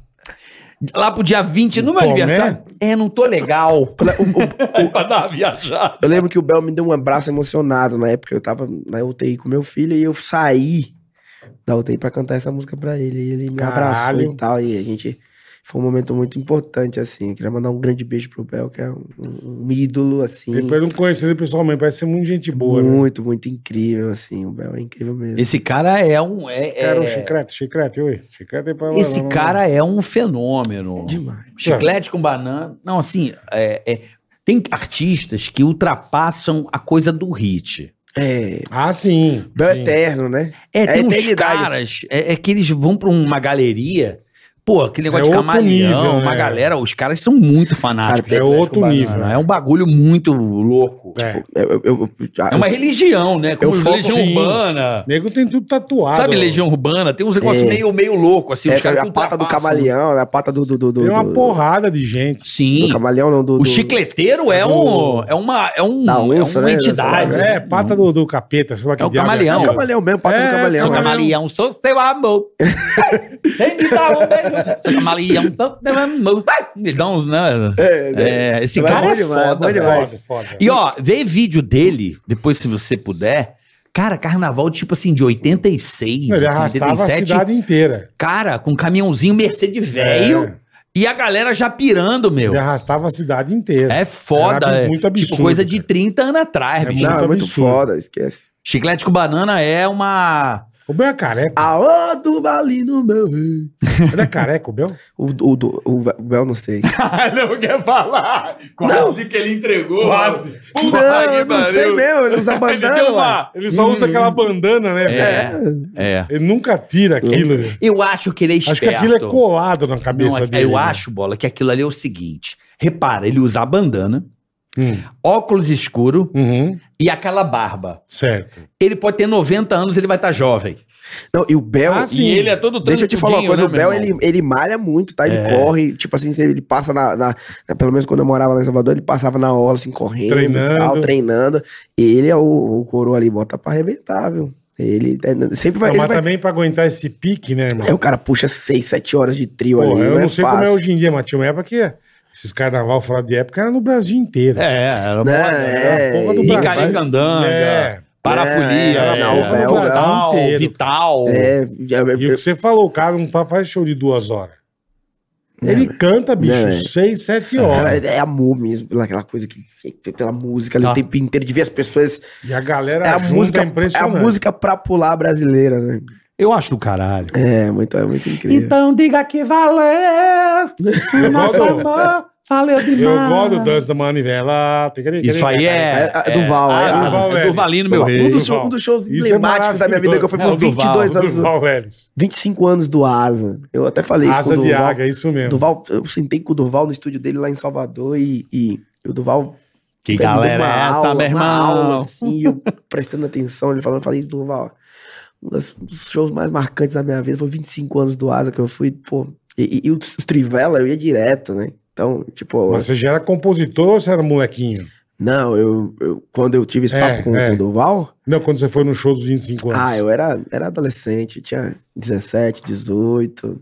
[SPEAKER 4] Lá pro dia 20, no meu
[SPEAKER 3] Tomé?
[SPEAKER 4] aniversário. É, não tô legal. pra dar uma viajada.
[SPEAKER 5] Eu lembro que o Bel me deu um abraço emocionado na época. Eu tava na UTI com meu filho e eu saí da UTI pra cantar essa música pra ele. E ele me
[SPEAKER 3] Caralho.
[SPEAKER 5] abraçou e tal. E a gente. Foi um momento muito importante, assim. Eu queria mandar um grande beijo pro Bel, que é um, um ídolo, assim.
[SPEAKER 3] Depois eu não conheço ele pessoalmente, parece ser muito gente boa, né?
[SPEAKER 5] muito, muito incrível, assim. O Bel é incrível mesmo.
[SPEAKER 4] Esse cara é um... é- é-
[SPEAKER 3] Cara, o chiclete, chiclete, oi. Chiclete é pra lá,
[SPEAKER 4] Esse
[SPEAKER 3] lá, lá.
[SPEAKER 4] cara é um fenômeno.
[SPEAKER 5] Demais.
[SPEAKER 4] Chiclete com banana. Não, assim, é- é- tem artistas que ultrapassam a coisa do hit.
[SPEAKER 5] É.
[SPEAKER 3] Ah, sim.
[SPEAKER 5] Bel é
[SPEAKER 3] sim.
[SPEAKER 5] eterno, né?
[SPEAKER 4] É,
[SPEAKER 5] É
[SPEAKER 4] tem uns
[SPEAKER 5] eternidade.
[SPEAKER 4] caras é, é que eles vão pra uma galeria. Pô, aquele negócio
[SPEAKER 3] É
[SPEAKER 4] de
[SPEAKER 3] outro
[SPEAKER 4] camaleão,
[SPEAKER 3] nível,
[SPEAKER 4] uma
[SPEAKER 3] né?
[SPEAKER 4] galera, os caras são muito fanáticos.
[SPEAKER 3] É outro nível.
[SPEAKER 4] Mano, é um bagulho muito louco.
[SPEAKER 3] É.
[SPEAKER 5] Eu, eu, eu- ah,
[SPEAKER 4] É uma religião, né? Como
[SPEAKER 5] Eu assim, foco,
[SPEAKER 4] religião
[SPEAKER 3] sim.
[SPEAKER 4] urbana.
[SPEAKER 3] Nego tem tudo tatuado.
[SPEAKER 4] Sabe
[SPEAKER 3] ó.
[SPEAKER 4] Legião Urbana? Tem uns negócios
[SPEAKER 5] É.
[SPEAKER 4] meio, meio louco, assim. os
[SPEAKER 5] é,
[SPEAKER 4] caras
[SPEAKER 5] a
[SPEAKER 4] que
[SPEAKER 5] pata do
[SPEAKER 4] ultrapassam.
[SPEAKER 5] camaleão, né? a pata do. do, do, do
[SPEAKER 3] Tem uma
[SPEAKER 5] do-
[SPEAKER 3] porrada de gente.
[SPEAKER 5] Do
[SPEAKER 4] Sim.
[SPEAKER 5] camaleão, não, do.
[SPEAKER 4] O
[SPEAKER 5] do-
[SPEAKER 4] chicleteiro é,
[SPEAKER 3] do-
[SPEAKER 4] um, é uma, é um,
[SPEAKER 5] Da
[SPEAKER 4] é
[SPEAKER 5] onça,
[SPEAKER 4] uma
[SPEAKER 5] né?
[SPEAKER 4] entidade.
[SPEAKER 5] Dessa-
[SPEAKER 3] É, pata do, do capeta, sei lá que
[SPEAKER 4] o
[SPEAKER 3] diabo
[SPEAKER 5] É
[SPEAKER 4] camaleão.
[SPEAKER 5] o
[SPEAKER 3] aquilo.
[SPEAKER 5] camaleão mesmo, pata
[SPEAKER 3] É,
[SPEAKER 5] do camaleão.
[SPEAKER 4] Sou
[SPEAKER 3] Não,
[SPEAKER 4] camaleão, sou seu amor. Vem me
[SPEAKER 3] tá
[SPEAKER 4] dar um beijo. Sou camaleão, sou seu amor. Vai, Me dá uns, né?
[SPEAKER 5] É,
[SPEAKER 4] É, esse
[SPEAKER 5] Mas
[SPEAKER 4] cara
[SPEAKER 5] bom
[SPEAKER 4] é
[SPEAKER 5] demais,
[SPEAKER 4] foda,
[SPEAKER 5] bom
[SPEAKER 4] velho.
[SPEAKER 5] demais.
[SPEAKER 3] Foda, foda.
[SPEAKER 4] E ó, vê vídeo dele, depois se você puder. Cara, carnaval tipo assim de 86,
[SPEAKER 3] Ele
[SPEAKER 4] assim,
[SPEAKER 3] arrastava a
[SPEAKER 4] 87.
[SPEAKER 3] cidade inteira.
[SPEAKER 4] Cara, com um caminhãozinho Mercedes velho
[SPEAKER 3] É,
[SPEAKER 4] e a galera já pirando, meu.
[SPEAKER 3] Ele arrastava a cidade inteira.
[SPEAKER 4] É foda,
[SPEAKER 3] Era
[SPEAKER 4] é
[SPEAKER 3] muito absurdo,
[SPEAKER 4] tipo coisa de
[SPEAKER 3] cara.
[SPEAKER 4] 30 anos atrás,
[SPEAKER 3] É
[SPEAKER 4] bicho.
[SPEAKER 5] Não, é
[SPEAKER 3] muito
[SPEAKER 5] muito
[SPEAKER 3] absurdo.
[SPEAKER 5] foda, esquece.
[SPEAKER 4] Chiclete com banana é uma.
[SPEAKER 3] O Bel é careca.
[SPEAKER 5] Aô, do balino, meu rei.
[SPEAKER 3] Ele é careca, o Bel?
[SPEAKER 5] O, o, do- o, o Bel, não sei.
[SPEAKER 4] não quer falar!
[SPEAKER 5] Quase
[SPEAKER 4] que ele entregou!
[SPEAKER 3] Quase.
[SPEAKER 5] não, eu não sei mesmo, ele usa bandana. ué.
[SPEAKER 3] Ah, Ele só usa aquela bandana, né? velho?
[SPEAKER 4] É.
[SPEAKER 3] Ele nunca tira aquilo. velho.
[SPEAKER 4] Eu acho que ele é esperto.
[SPEAKER 3] Acho que aquilo é colado na
[SPEAKER 4] Não, é,
[SPEAKER 3] cabeça
[SPEAKER 4] eu
[SPEAKER 3] dele. né?
[SPEAKER 4] acho, bola, que aquilo ali é o seguinte. Repara, ele usa a bandana,
[SPEAKER 3] Hum.
[SPEAKER 4] óculos escuro
[SPEAKER 3] Uhum.
[SPEAKER 4] e aquela barba.
[SPEAKER 3] Certo.
[SPEAKER 4] Ele pode ter 90 anos, ele vai estar jovem.
[SPEAKER 5] Não, e o Bel.
[SPEAKER 3] Ah, sim.
[SPEAKER 4] E ele é todo
[SPEAKER 5] Deixa eu te falar uma coisa, o
[SPEAKER 3] né,
[SPEAKER 5] Bel ele, ele malha muito, tá? Ele
[SPEAKER 3] É.
[SPEAKER 5] corre, tipo assim, ele passa na, na- na- Pelo menos quando eu morava lá em Salvador, ele passava na aula, assim, correndo,
[SPEAKER 3] Treinando.
[SPEAKER 5] treinando. Tal, treinando. Ele é o, o coroa ali, bota pra arrebentar, viu? Ele é, sempre vai.
[SPEAKER 3] Não,
[SPEAKER 5] ele
[SPEAKER 3] mas
[SPEAKER 5] vai-
[SPEAKER 3] também pra aguentar esse pique, né, irmão?
[SPEAKER 5] Aí o cara puxa 6, 7 horas de trio
[SPEAKER 3] Pô,
[SPEAKER 5] ali.
[SPEAKER 3] eu não
[SPEAKER 5] não, é
[SPEAKER 3] sei
[SPEAKER 5] fácil.
[SPEAKER 3] como é hoje em dia, mas tinha uma época que esses carnaval fora de época era no Brasil inteiro.
[SPEAKER 4] É, era
[SPEAKER 5] Não,
[SPEAKER 4] moda, né?
[SPEAKER 5] é,
[SPEAKER 3] porra do
[SPEAKER 5] e-
[SPEAKER 3] Brasil.
[SPEAKER 4] Picaricandanga,
[SPEAKER 3] É.
[SPEAKER 4] parafolia,
[SPEAKER 5] É, não,
[SPEAKER 4] é,
[SPEAKER 5] Bel,
[SPEAKER 4] Total,
[SPEAKER 3] Bel inteiro.
[SPEAKER 4] vital.
[SPEAKER 5] É,
[SPEAKER 3] E o que você falou, o cara não tá, faz show de duas horas. Ele canta, bicho,
[SPEAKER 5] Não, é.
[SPEAKER 3] seis, sete
[SPEAKER 5] Os cara,
[SPEAKER 3] horas.
[SPEAKER 5] é amor mesmo, pela aquela coisa que pela música ali
[SPEAKER 4] Tá.
[SPEAKER 5] o tempo inteiro de ver as pessoas.
[SPEAKER 3] E a galera
[SPEAKER 5] É a
[SPEAKER 3] junta,
[SPEAKER 5] música,
[SPEAKER 3] é
[SPEAKER 5] é a
[SPEAKER 3] impressionante.
[SPEAKER 5] música pra pular brasileira, né?
[SPEAKER 4] Eu acho do caralho.
[SPEAKER 5] É, muito, é muito incrível.
[SPEAKER 2] Então diga que valeu.
[SPEAKER 3] Eu
[SPEAKER 2] O nosso
[SPEAKER 3] gosto-
[SPEAKER 2] amor valeu demais.
[SPEAKER 3] Eu gosto do Dança da Manivela.
[SPEAKER 4] Isso aí é.
[SPEAKER 5] É, é do Val,
[SPEAKER 4] ah,
[SPEAKER 5] é do
[SPEAKER 3] Val
[SPEAKER 4] é do
[SPEAKER 3] Lelis.
[SPEAKER 4] Valino,
[SPEAKER 5] Meu
[SPEAKER 4] meu rei.
[SPEAKER 5] um, dos,
[SPEAKER 3] Duval.
[SPEAKER 5] um dos shows
[SPEAKER 3] Isso é
[SPEAKER 5] emblemáticos da minha vida que eu fui
[SPEAKER 4] É, o
[SPEAKER 5] por 22
[SPEAKER 4] Duval,
[SPEAKER 5] anos.
[SPEAKER 3] Duval Ellis.
[SPEAKER 5] 25 anos do Asa. Eu até falei isso com
[SPEAKER 3] Asa
[SPEAKER 5] o
[SPEAKER 3] de
[SPEAKER 5] Duval.
[SPEAKER 3] águia, é isso mesmo.
[SPEAKER 5] Duval. Eu sentei com o Duval no estúdio dele lá em Salvador e, e o Duval
[SPEAKER 4] Que
[SPEAKER 5] Ele me deu
[SPEAKER 4] galera é
[SPEAKER 5] uma
[SPEAKER 4] essa,
[SPEAKER 5] aula,
[SPEAKER 4] meu
[SPEAKER 5] uma aula,
[SPEAKER 4] irmão?
[SPEAKER 5] assim, eu prestando atenção, ele falando, eu falei, Durval, um das- dos shows mais marcantes da minha vida foi 25 anos do Asa que eu fui, pô, e, e, e os Trivela eu ia direto, né? Então, tipo,
[SPEAKER 3] Mas você já era compositor ou você era molequinho?
[SPEAKER 5] não, eu, eu- quando eu tive esse
[SPEAKER 3] É,
[SPEAKER 5] papo com,
[SPEAKER 3] é.
[SPEAKER 5] com o ah, Durval,
[SPEAKER 3] Não, quando você foi no show dos 25 anos.
[SPEAKER 5] ah, eu era, era adolescente, eu tinha 17, 18,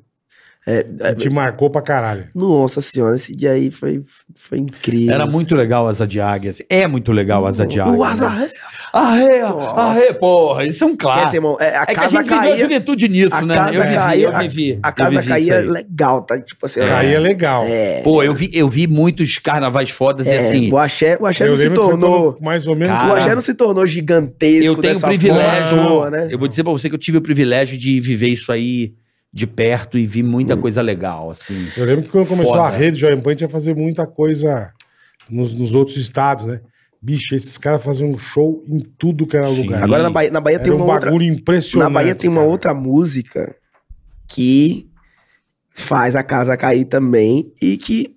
[SPEAKER 5] É,
[SPEAKER 3] E
[SPEAKER 5] é,
[SPEAKER 4] Tipo
[SPEAKER 3] te marcou pra caralho.
[SPEAKER 5] nossa senhora, esse dia aí foi, foi incrível.
[SPEAKER 4] Era muito legal asa de águia. assim. É muito legal asa de águia.
[SPEAKER 5] O Asa
[SPEAKER 4] né?
[SPEAKER 5] Ré.
[SPEAKER 4] Arre,
[SPEAKER 5] Nossa.
[SPEAKER 4] arre, porra, isso é um
[SPEAKER 5] Essa,
[SPEAKER 4] clássico.
[SPEAKER 5] irmão, é, a
[SPEAKER 4] É que a
[SPEAKER 5] casa
[SPEAKER 4] gente viveu a
[SPEAKER 5] caía.
[SPEAKER 4] juventude nisso,
[SPEAKER 5] a
[SPEAKER 4] né?
[SPEAKER 5] casa
[SPEAKER 4] eu vivi,
[SPEAKER 5] caía,
[SPEAKER 4] eu vivi.
[SPEAKER 5] A
[SPEAKER 4] eu
[SPEAKER 5] casa
[SPEAKER 4] vivi isso
[SPEAKER 5] caía
[SPEAKER 4] aí.
[SPEAKER 5] legal, tá? Tipo assim.
[SPEAKER 3] Caía legal.
[SPEAKER 5] É.
[SPEAKER 4] Pô, eu vi, eu vi muitos carnavais fodas e
[SPEAKER 5] é,
[SPEAKER 4] assim.
[SPEAKER 5] o axé, o axé
[SPEAKER 3] Eu
[SPEAKER 5] não se
[SPEAKER 3] lembro que foi
[SPEAKER 5] tornou.
[SPEAKER 3] quando mais ou menos.
[SPEAKER 4] Cara,
[SPEAKER 5] o axé não se tornou gigantesco
[SPEAKER 4] eu tenho
[SPEAKER 5] dessa
[SPEAKER 4] privilégio.
[SPEAKER 5] forma à toa, né?
[SPEAKER 4] Eu vou dizer pra você que eu tive o privilégio de viver isso aí de perto e vi
[SPEAKER 5] Hum.
[SPEAKER 4] muita coisa legal, assim.
[SPEAKER 3] Eu lembro que quando começou
[SPEAKER 4] Foda.
[SPEAKER 3] a rede Jovem Pan, a gente ia fazer muita coisa nos, nos outros estados, né? Bicho, esses caras faziam um show em tudo que era
[SPEAKER 4] Sim.
[SPEAKER 3] lugar.
[SPEAKER 5] Agora na Bahia, na Bahia
[SPEAKER 3] Era
[SPEAKER 5] tem
[SPEAKER 3] um
[SPEAKER 5] uma outra.
[SPEAKER 3] bagulho impressionante.
[SPEAKER 5] Na Bahia tem uma
[SPEAKER 3] cara.
[SPEAKER 5] outra música que faz a casa cair também e que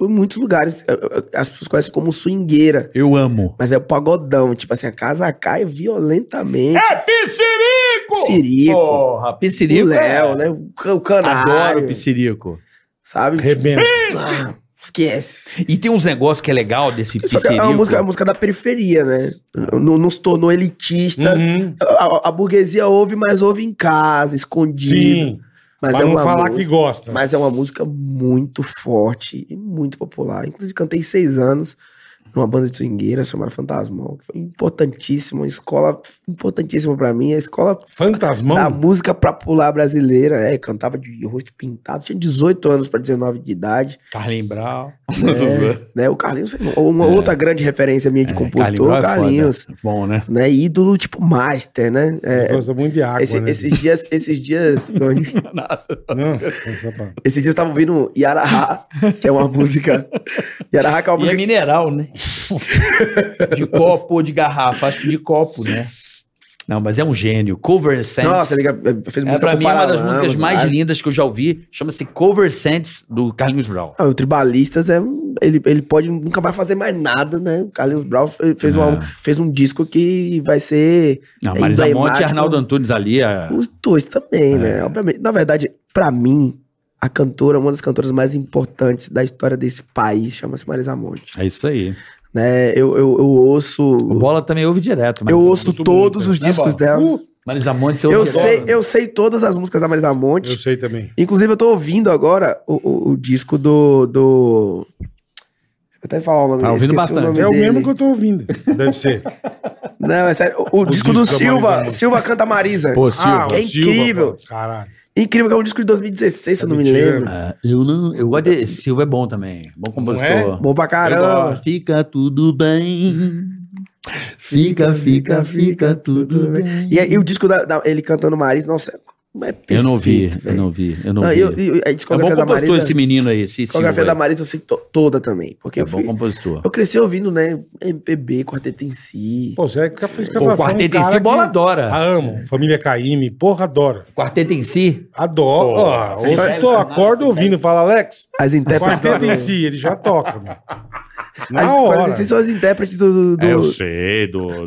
[SPEAKER 5] em muitos lugares eh, eh, as pessoas conhecem como swingueira.
[SPEAKER 4] Eu amo.
[SPEAKER 5] Mas é o pagodão, tipo assim, a casa cai violentamente.
[SPEAKER 7] É piscirico!
[SPEAKER 5] Sirico,
[SPEAKER 4] Porra,
[SPEAKER 5] o
[SPEAKER 4] Piscirico.
[SPEAKER 5] Léo, né? O can- o canário,
[SPEAKER 4] é. Adoro Piscirico.
[SPEAKER 5] sabe? Tipo,
[SPEAKER 3] Rebenta.
[SPEAKER 5] ah, esquece.
[SPEAKER 4] E tem uns negócios que é legal desse
[SPEAKER 5] Só que é
[SPEAKER 4] Piscirico.
[SPEAKER 5] uma música, é uma música da periferia, né? Não, não se tornou elitista.
[SPEAKER 3] Uhum.
[SPEAKER 5] A, a- a burguesia ouve, mas ouve em casa, escondido.
[SPEAKER 3] Sim,
[SPEAKER 5] mas
[SPEAKER 3] pra
[SPEAKER 5] é
[SPEAKER 3] não
[SPEAKER 5] uma
[SPEAKER 3] falar
[SPEAKER 5] música-
[SPEAKER 3] que gosta.
[SPEAKER 5] Mas é uma música muito forte e muito popular. Inclusive, cantei seis anos numa banda de swingueira chamada Fantasmão, que foi importantíssima, uma escola importantíssima pra mim, a escola da
[SPEAKER 3] Fantasmão?
[SPEAKER 5] música pra pular brasileira. É, cantava de rosto pintado, tinha 18 anos pra 19 de idade.
[SPEAKER 4] Carlinhos Brau.
[SPEAKER 5] É, né? O Carlinhos, uma outra grande referência minha de
[SPEAKER 4] Brau
[SPEAKER 5] compositor, o
[SPEAKER 4] é foda.
[SPEAKER 5] Carlinhos.
[SPEAKER 4] Bom, né?
[SPEAKER 5] né? Ídolo tipo master, né? É,
[SPEAKER 3] Gosta muito de água,
[SPEAKER 5] esse-
[SPEAKER 3] né?
[SPEAKER 5] Esses dias, esses dias,
[SPEAKER 3] Não, só pra-
[SPEAKER 5] Esses dias eu tava ouvindo Yarahá, que é uma música. Yarahá que é uma
[SPEAKER 4] E é
[SPEAKER 5] música.
[SPEAKER 4] mineral, né? De copo ou de garrafa. Acho que de copo, né? Não, mas é um gênio. Cover Sense.
[SPEAKER 5] Nossa, ele fez música
[SPEAKER 4] é, pra
[SPEAKER 5] pro
[SPEAKER 4] mim é uma das
[SPEAKER 5] Paralamas,
[SPEAKER 4] músicas mais
[SPEAKER 5] né?
[SPEAKER 4] lindas que eu já ouvi. Chama-se Cover Sense, do Carlinhos Brown.
[SPEAKER 5] Ah, o Tribalistas é um. Ele, ele pode nunca mais fazer mais nada, né? O Carlinhos Brown fe- fez,
[SPEAKER 4] É.
[SPEAKER 5] uma- fez um disco que vai ser.
[SPEAKER 4] Não,
[SPEAKER 5] É
[SPEAKER 4] Marisa Monte e
[SPEAKER 5] emblemático.
[SPEAKER 4] Arnaldo Antunes ali. é-
[SPEAKER 5] Os dois também,
[SPEAKER 4] É.
[SPEAKER 5] né? Obviamente. Na verdade, pra mim, a cantora, uma das cantoras mais importantes da história desse país, chama-se Marisa Monte.
[SPEAKER 4] É isso aí.
[SPEAKER 5] Né? Eu, eu, eu
[SPEAKER 4] O
[SPEAKER 5] ouço.
[SPEAKER 4] Bola também ouve direto. Marisa
[SPEAKER 5] Eu
[SPEAKER 4] Monte.
[SPEAKER 5] ouço
[SPEAKER 3] muito bonita,
[SPEAKER 5] todos
[SPEAKER 3] É
[SPEAKER 5] os
[SPEAKER 4] né,
[SPEAKER 5] discos
[SPEAKER 4] Bola?
[SPEAKER 5] dela.
[SPEAKER 4] Marisa Monte, você ouve
[SPEAKER 5] Eu
[SPEAKER 4] direto,
[SPEAKER 5] sei,
[SPEAKER 4] né?
[SPEAKER 5] eu sei todas as músicas da Marisa Monte.
[SPEAKER 3] Eu sei também.
[SPEAKER 5] Inclusive, eu tô ouvindo agora o, o- o disco do. do... Eu até ia falar o nome
[SPEAKER 4] Tá ouvindo
[SPEAKER 5] esqueci
[SPEAKER 4] bastante.
[SPEAKER 5] nome
[SPEAKER 3] É o
[SPEAKER 5] dele.
[SPEAKER 3] mesmo que eu tô ouvindo. Deve ser.
[SPEAKER 5] Não, é sério. O, o disco do
[SPEAKER 3] disco da Marisa
[SPEAKER 5] Silva.
[SPEAKER 3] Monte.
[SPEAKER 5] Silva canta Marisa.
[SPEAKER 4] Pô, Silva.
[SPEAKER 3] Ah, o
[SPEAKER 5] é incrível.
[SPEAKER 3] pô. Caralho.
[SPEAKER 5] Incrível, que é um disco de 2016, se eu não me
[SPEAKER 3] Mentira.
[SPEAKER 5] lembro.
[SPEAKER 4] Ah, eu não. Eu gosto de. Silva é bom também. Bom compositor.
[SPEAKER 5] Bom pra caramba.
[SPEAKER 4] Fica tudo bem. Fica, fica, fica tudo bem.
[SPEAKER 5] E, aí, e o disco da, da- ele cantando Marisa, nossa, é perfeito,
[SPEAKER 4] Eu não vi, eu
[SPEAKER 5] velho.
[SPEAKER 4] não vi, eu não
[SPEAKER 5] Não,
[SPEAKER 4] vi.
[SPEAKER 5] eu- eu- a
[SPEAKER 4] é bom
[SPEAKER 5] discografia da
[SPEAKER 4] compositor
[SPEAKER 5] Marisa.
[SPEAKER 4] esse menino aí, esse
[SPEAKER 5] a discografia
[SPEAKER 4] Silva
[SPEAKER 5] da
[SPEAKER 4] aí.
[SPEAKER 5] Marisa eu sei to- toda também. Porque
[SPEAKER 4] É
[SPEAKER 5] eu,
[SPEAKER 4] bom
[SPEAKER 5] fui,
[SPEAKER 4] compositor.
[SPEAKER 5] eu cresci ouvindo, né? MPB, Quarteto em Si.
[SPEAKER 3] Pô, você é que fez
[SPEAKER 4] Pô, o Quarteto em Si, bola adora.
[SPEAKER 3] A amo. Família Caime, porra, adora.
[SPEAKER 4] Quarteto em si?
[SPEAKER 3] Adoro.
[SPEAKER 4] Pô, é
[SPEAKER 3] Ó,
[SPEAKER 4] você
[SPEAKER 3] hoje
[SPEAKER 4] deve
[SPEAKER 3] eu tô,
[SPEAKER 4] sanar,
[SPEAKER 3] acordo
[SPEAKER 4] você
[SPEAKER 3] ouvindo. Fala, Alex,
[SPEAKER 5] As intérpretes.
[SPEAKER 3] quarteto em
[SPEAKER 5] do-
[SPEAKER 3] si, ele já toca, meu. Na
[SPEAKER 5] As,
[SPEAKER 3] hora.
[SPEAKER 5] quarteto em si são as intérpretes do. do-
[SPEAKER 4] É,
[SPEAKER 5] do-
[SPEAKER 7] sei, do. Do,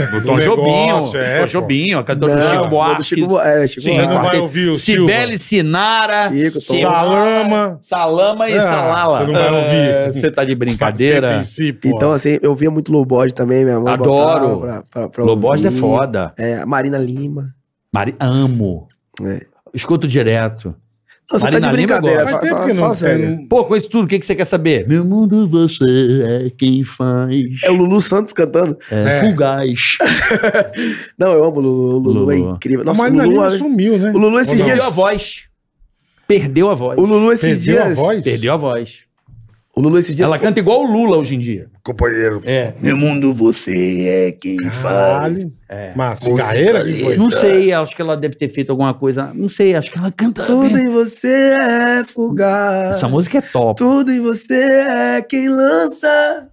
[SPEAKER 3] Do negócio, é, pô.
[SPEAKER 4] Jobim, a cantora
[SPEAKER 5] Não, do
[SPEAKER 4] Buarque.
[SPEAKER 5] Chico, Bo- é, Chico
[SPEAKER 3] Você
[SPEAKER 4] Sim,
[SPEAKER 5] Buarque.
[SPEAKER 3] não vai
[SPEAKER 4] quarteto.
[SPEAKER 3] ouvir o
[SPEAKER 4] Cibele Sinara,
[SPEAKER 5] Chico, Tom.
[SPEAKER 3] Salama.
[SPEAKER 4] Salama e
[SPEAKER 3] Ah,
[SPEAKER 4] Salala.
[SPEAKER 3] você não vai ouvir.
[SPEAKER 4] É, Você tá de
[SPEAKER 3] Quarteto
[SPEAKER 4] brincadeira.
[SPEAKER 3] em si, pô.
[SPEAKER 5] Então, assim, eu via muito Lobode também, minha mãe.
[SPEAKER 4] Adoro.
[SPEAKER 5] botava Pra, pra, pra
[SPEAKER 4] Loboz é
[SPEAKER 5] ouvir.
[SPEAKER 4] foda.
[SPEAKER 5] É, a Marina Lima.
[SPEAKER 4] Mari... Amo.
[SPEAKER 5] É.
[SPEAKER 4] Escuto direto.
[SPEAKER 5] Não, você tá
[SPEAKER 4] Marina
[SPEAKER 5] de
[SPEAKER 4] Lima
[SPEAKER 5] brincadeira.
[SPEAKER 4] eu
[SPEAKER 3] Faz
[SPEAKER 5] Fala,
[SPEAKER 3] tempo
[SPEAKER 5] fala,
[SPEAKER 3] que não
[SPEAKER 5] fala
[SPEAKER 3] tem- né?
[SPEAKER 5] sério.
[SPEAKER 4] Pô, com isso tudo, o que, que você quer saber? Meu mundo, você é quem faz.
[SPEAKER 5] É o Lulu Santos cantando.
[SPEAKER 3] É.
[SPEAKER 4] Fugaz.
[SPEAKER 5] Não, eu amo o Lulu. O Lulu, é
[SPEAKER 4] Lulu.
[SPEAKER 5] incrível.
[SPEAKER 3] A
[SPEAKER 5] Nossa, o
[SPEAKER 3] Marina
[SPEAKER 5] Lulu, é-
[SPEAKER 3] Lima sumiu, né?
[SPEAKER 5] o Lulu esses
[SPEAKER 3] Ou não?
[SPEAKER 4] Perdeu
[SPEAKER 5] dias.
[SPEAKER 4] a voz. Perdeu a voz.
[SPEAKER 5] o Lulu esses
[SPEAKER 3] Perdeu a
[SPEAKER 5] dias.
[SPEAKER 3] voz?
[SPEAKER 4] Perdeu a voz.
[SPEAKER 5] O Lulu é esses dias.
[SPEAKER 4] Ela canta igual o Lula hoje em dia.
[SPEAKER 6] Companheiro.
[SPEAKER 4] É.
[SPEAKER 7] Meu mundo, você é quem faz.
[SPEAKER 3] Caralho.
[SPEAKER 4] É.
[SPEAKER 3] Mas carreira que foi.
[SPEAKER 5] é.
[SPEAKER 4] Não sei, acho que ela deve ter feito alguma coisa. Não sei, acho que ela canta.
[SPEAKER 5] Tudo
[SPEAKER 4] bem.
[SPEAKER 5] em você é fugaz.
[SPEAKER 4] Essa música é top.
[SPEAKER 5] Tudo em você é quem lança,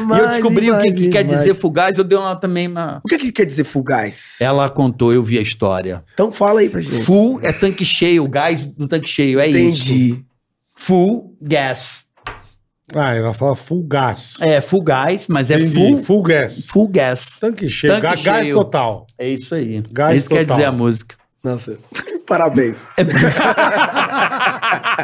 [SPEAKER 4] E
[SPEAKER 5] mais.
[SPEAKER 4] eu descobri
[SPEAKER 5] e
[SPEAKER 4] o que,
[SPEAKER 5] mais
[SPEAKER 4] que
[SPEAKER 5] e
[SPEAKER 4] quer
[SPEAKER 5] mais.
[SPEAKER 4] dizer É. fugaz, eu dei uma também uma.
[SPEAKER 5] O que, que quer dizer fugaz?
[SPEAKER 4] Ela contou, eu vi a história.
[SPEAKER 5] Então fala aí pra gente.
[SPEAKER 4] Full é tanque cheio, gás no tanque cheio, é isso.
[SPEAKER 5] Entendi.
[SPEAKER 4] Full gas.
[SPEAKER 3] Ah, ela fala full gas.
[SPEAKER 4] É, full gás, mas é
[SPEAKER 3] Entendi,
[SPEAKER 4] full,
[SPEAKER 3] full gas.
[SPEAKER 4] full gas.
[SPEAKER 3] Tanque cheio.
[SPEAKER 4] Tanque
[SPEAKER 3] ga- gás
[SPEAKER 4] cheio.
[SPEAKER 3] total.
[SPEAKER 4] É isso aí.
[SPEAKER 3] Gás
[SPEAKER 4] isso quer
[SPEAKER 3] total.
[SPEAKER 4] dizer a música.
[SPEAKER 5] Nossa, parabéns.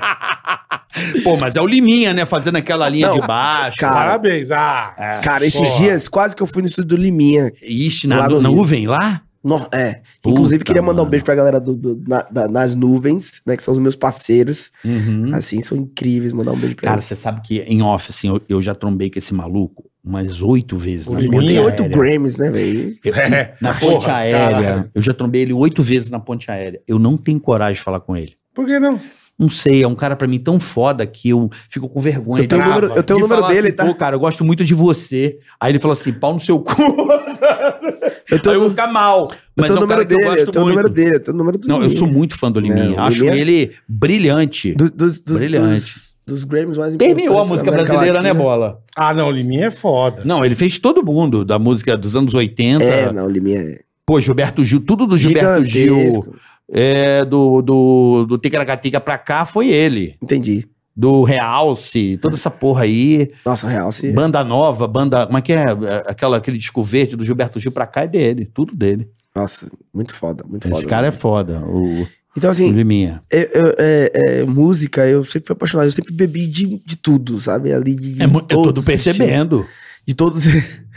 [SPEAKER 4] Pô, mas é o Liminha, né? Fazendo aquela linha
[SPEAKER 5] Não,
[SPEAKER 4] de baixo.
[SPEAKER 5] cara.
[SPEAKER 3] Parabéns. Ah,
[SPEAKER 4] É.
[SPEAKER 5] Cara, esses
[SPEAKER 3] porra.
[SPEAKER 5] dias quase que eu fui no estúdio do Liminha.
[SPEAKER 4] Ixi, na,
[SPEAKER 5] Lá no
[SPEAKER 4] na
[SPEAKER 5] Rio.
[SPEAKER 4] nuvem lá?
[SPEAKER 5] No- é.
[SPEAKER 4] Puta,
[SPEAKER 5] Inclusive, queria mandar
[SPEAKER 4] mano.
[SPEAKER 5] um beijo pra galera do, do- na- da- nas nuvens, né? Que são os meus parceiros.
[SPEAKER 4] Uhum.
[SPEAKER 5] Assim, são incríveis. Mandar um beijo pra
[SPEAKER 4] Cara,
[SPEAKER 5] eles.
[SPEAKER 4] você sabe que em off, assim, eu, eu já trombei com esse maluco umas oito vezes.
[SPEAKER 3] O
[SPEAKER 4] na
[SPEAKER 3] Liminha
[SPEAKER 4] ponte
[SPEAKER 5] Tem oito
[SPEAKER 4] aérea.
[SPEAKER 5] Grammys, né, velho?
[SPEAKER 3] É,
[SPEAKER 4] Na
[SPEAKER 3] porra,
[SPEAKER 4] ponte aérea.
[SPEAKER 3] caralho.
[SPEAKER 4] Eu já trombei ele oito vezes na ponte aérea. Eu não tenho coragem de falar com ele.
[SPEAKER 3] Por que não?
[SPEAKER 4] Não sei, é um cara pra mim tão foda que eu fico com vergonha.
[SPEAKER 5] Eu tenho o
[SPEAKER 4] de-
[SPEAKER 5] número, eu tenho o
[SPEAKER 4] de
[SPEAKER 5] número
[SPEAKER 4] falar
[SPEAKER 5] dele,
[SPEAKER 4] assim,
[SPEAKER 5] tá?
[SPEAKER 4] Pô, cara, eu gosto muito de você. Aí ele falou assim, pau no seu cu.
[SPEAKER 5] Eu
[SPEAKER 4] Aí eu
[SPEAKER 5] tenho,
[SPEAKER 4] vou ficar mal.
[SPEAKER 5] eu
[SPEAKER 4] Mas é
[SPEAKER 5] tenho o
[SPEAKER 4] um
[SPEAKER 5] número
[SPEAKER 4] cara que eu
[SPEAKER 5] dele, eu
[SPEAKER 4] gosto
[SPEAKER 5] tenho o
[SPEAKER 4] muito.
[SPEAKER 5] número dele, eu tenho o número do
[SPEAKER 4] Não, eu
[SPEAKER 5] Liminha.
[SPEAKER 4] sou muito fã do Liminha.
[SPEAKER 5] Não, o
[SPEAKER 4] Acho
[SPEAKER 5] Liminha-
[SPEAKER 4] ele é brilhante.
[SPEAKER 5] Do- dos- dos-
[SPEAKER 4] Brilhante.
[SPEAKER 5] Dos, dos Grammys mais importantes.
[SPEAKER 4] Permeou a música
[SPEAKER 5] da América
[SPEAKER 4] brasileira, né,
[SPEAKER 5] Latina.
[SPEAKER 4] Bola?
[SPEAKER 3] Ah, não, o Liminha é foda.
[SPEAKER 4] Não, ele fez todo mundo da música dos anos 80.
[SPEAKER 5] É, não, o Liminha é
[SPEAKER 4] Pô, Gilberto Gil, tudo do Gilberto Gil.
[SPEAKER 5] gigantesco.
[SPEAKER 4] é, do, do, do Ticaracatica pra cá foi ele.
[SPEAKER 5] Entendi.
[SPEAKER 4] Do Realce, toda essa porra aí.
[SPEAKER 5] Nossa, real, assim, se...
[SPEAKER 4] Banda nova, banda. Como é que é? Aquela, aquele disco verde do Gilberto Gil pra cá é dele, tudo dele.
[SPEAKER 5] Nossa, muito foda, muito foda.
[SPEAKER 4] Esse cara é Hum. foda, o,
[SPEAKER 5] Então,
[SPEAKER 4] o
[SPEAKER 5] assim,
[SPEAKER 4] Liminha.
[SPEAKER 5] eu- eu- é- é, música, eu sempre fui apaixonado, eu sempre bebi de, de tudo, sabe? Ali de, de
[SPEAKER 4] É, mu- eu tô
[SPEAKER 5] todos os estilos.
[SPEAKER 4] percebendo.
[SPEAKER 5] De todos.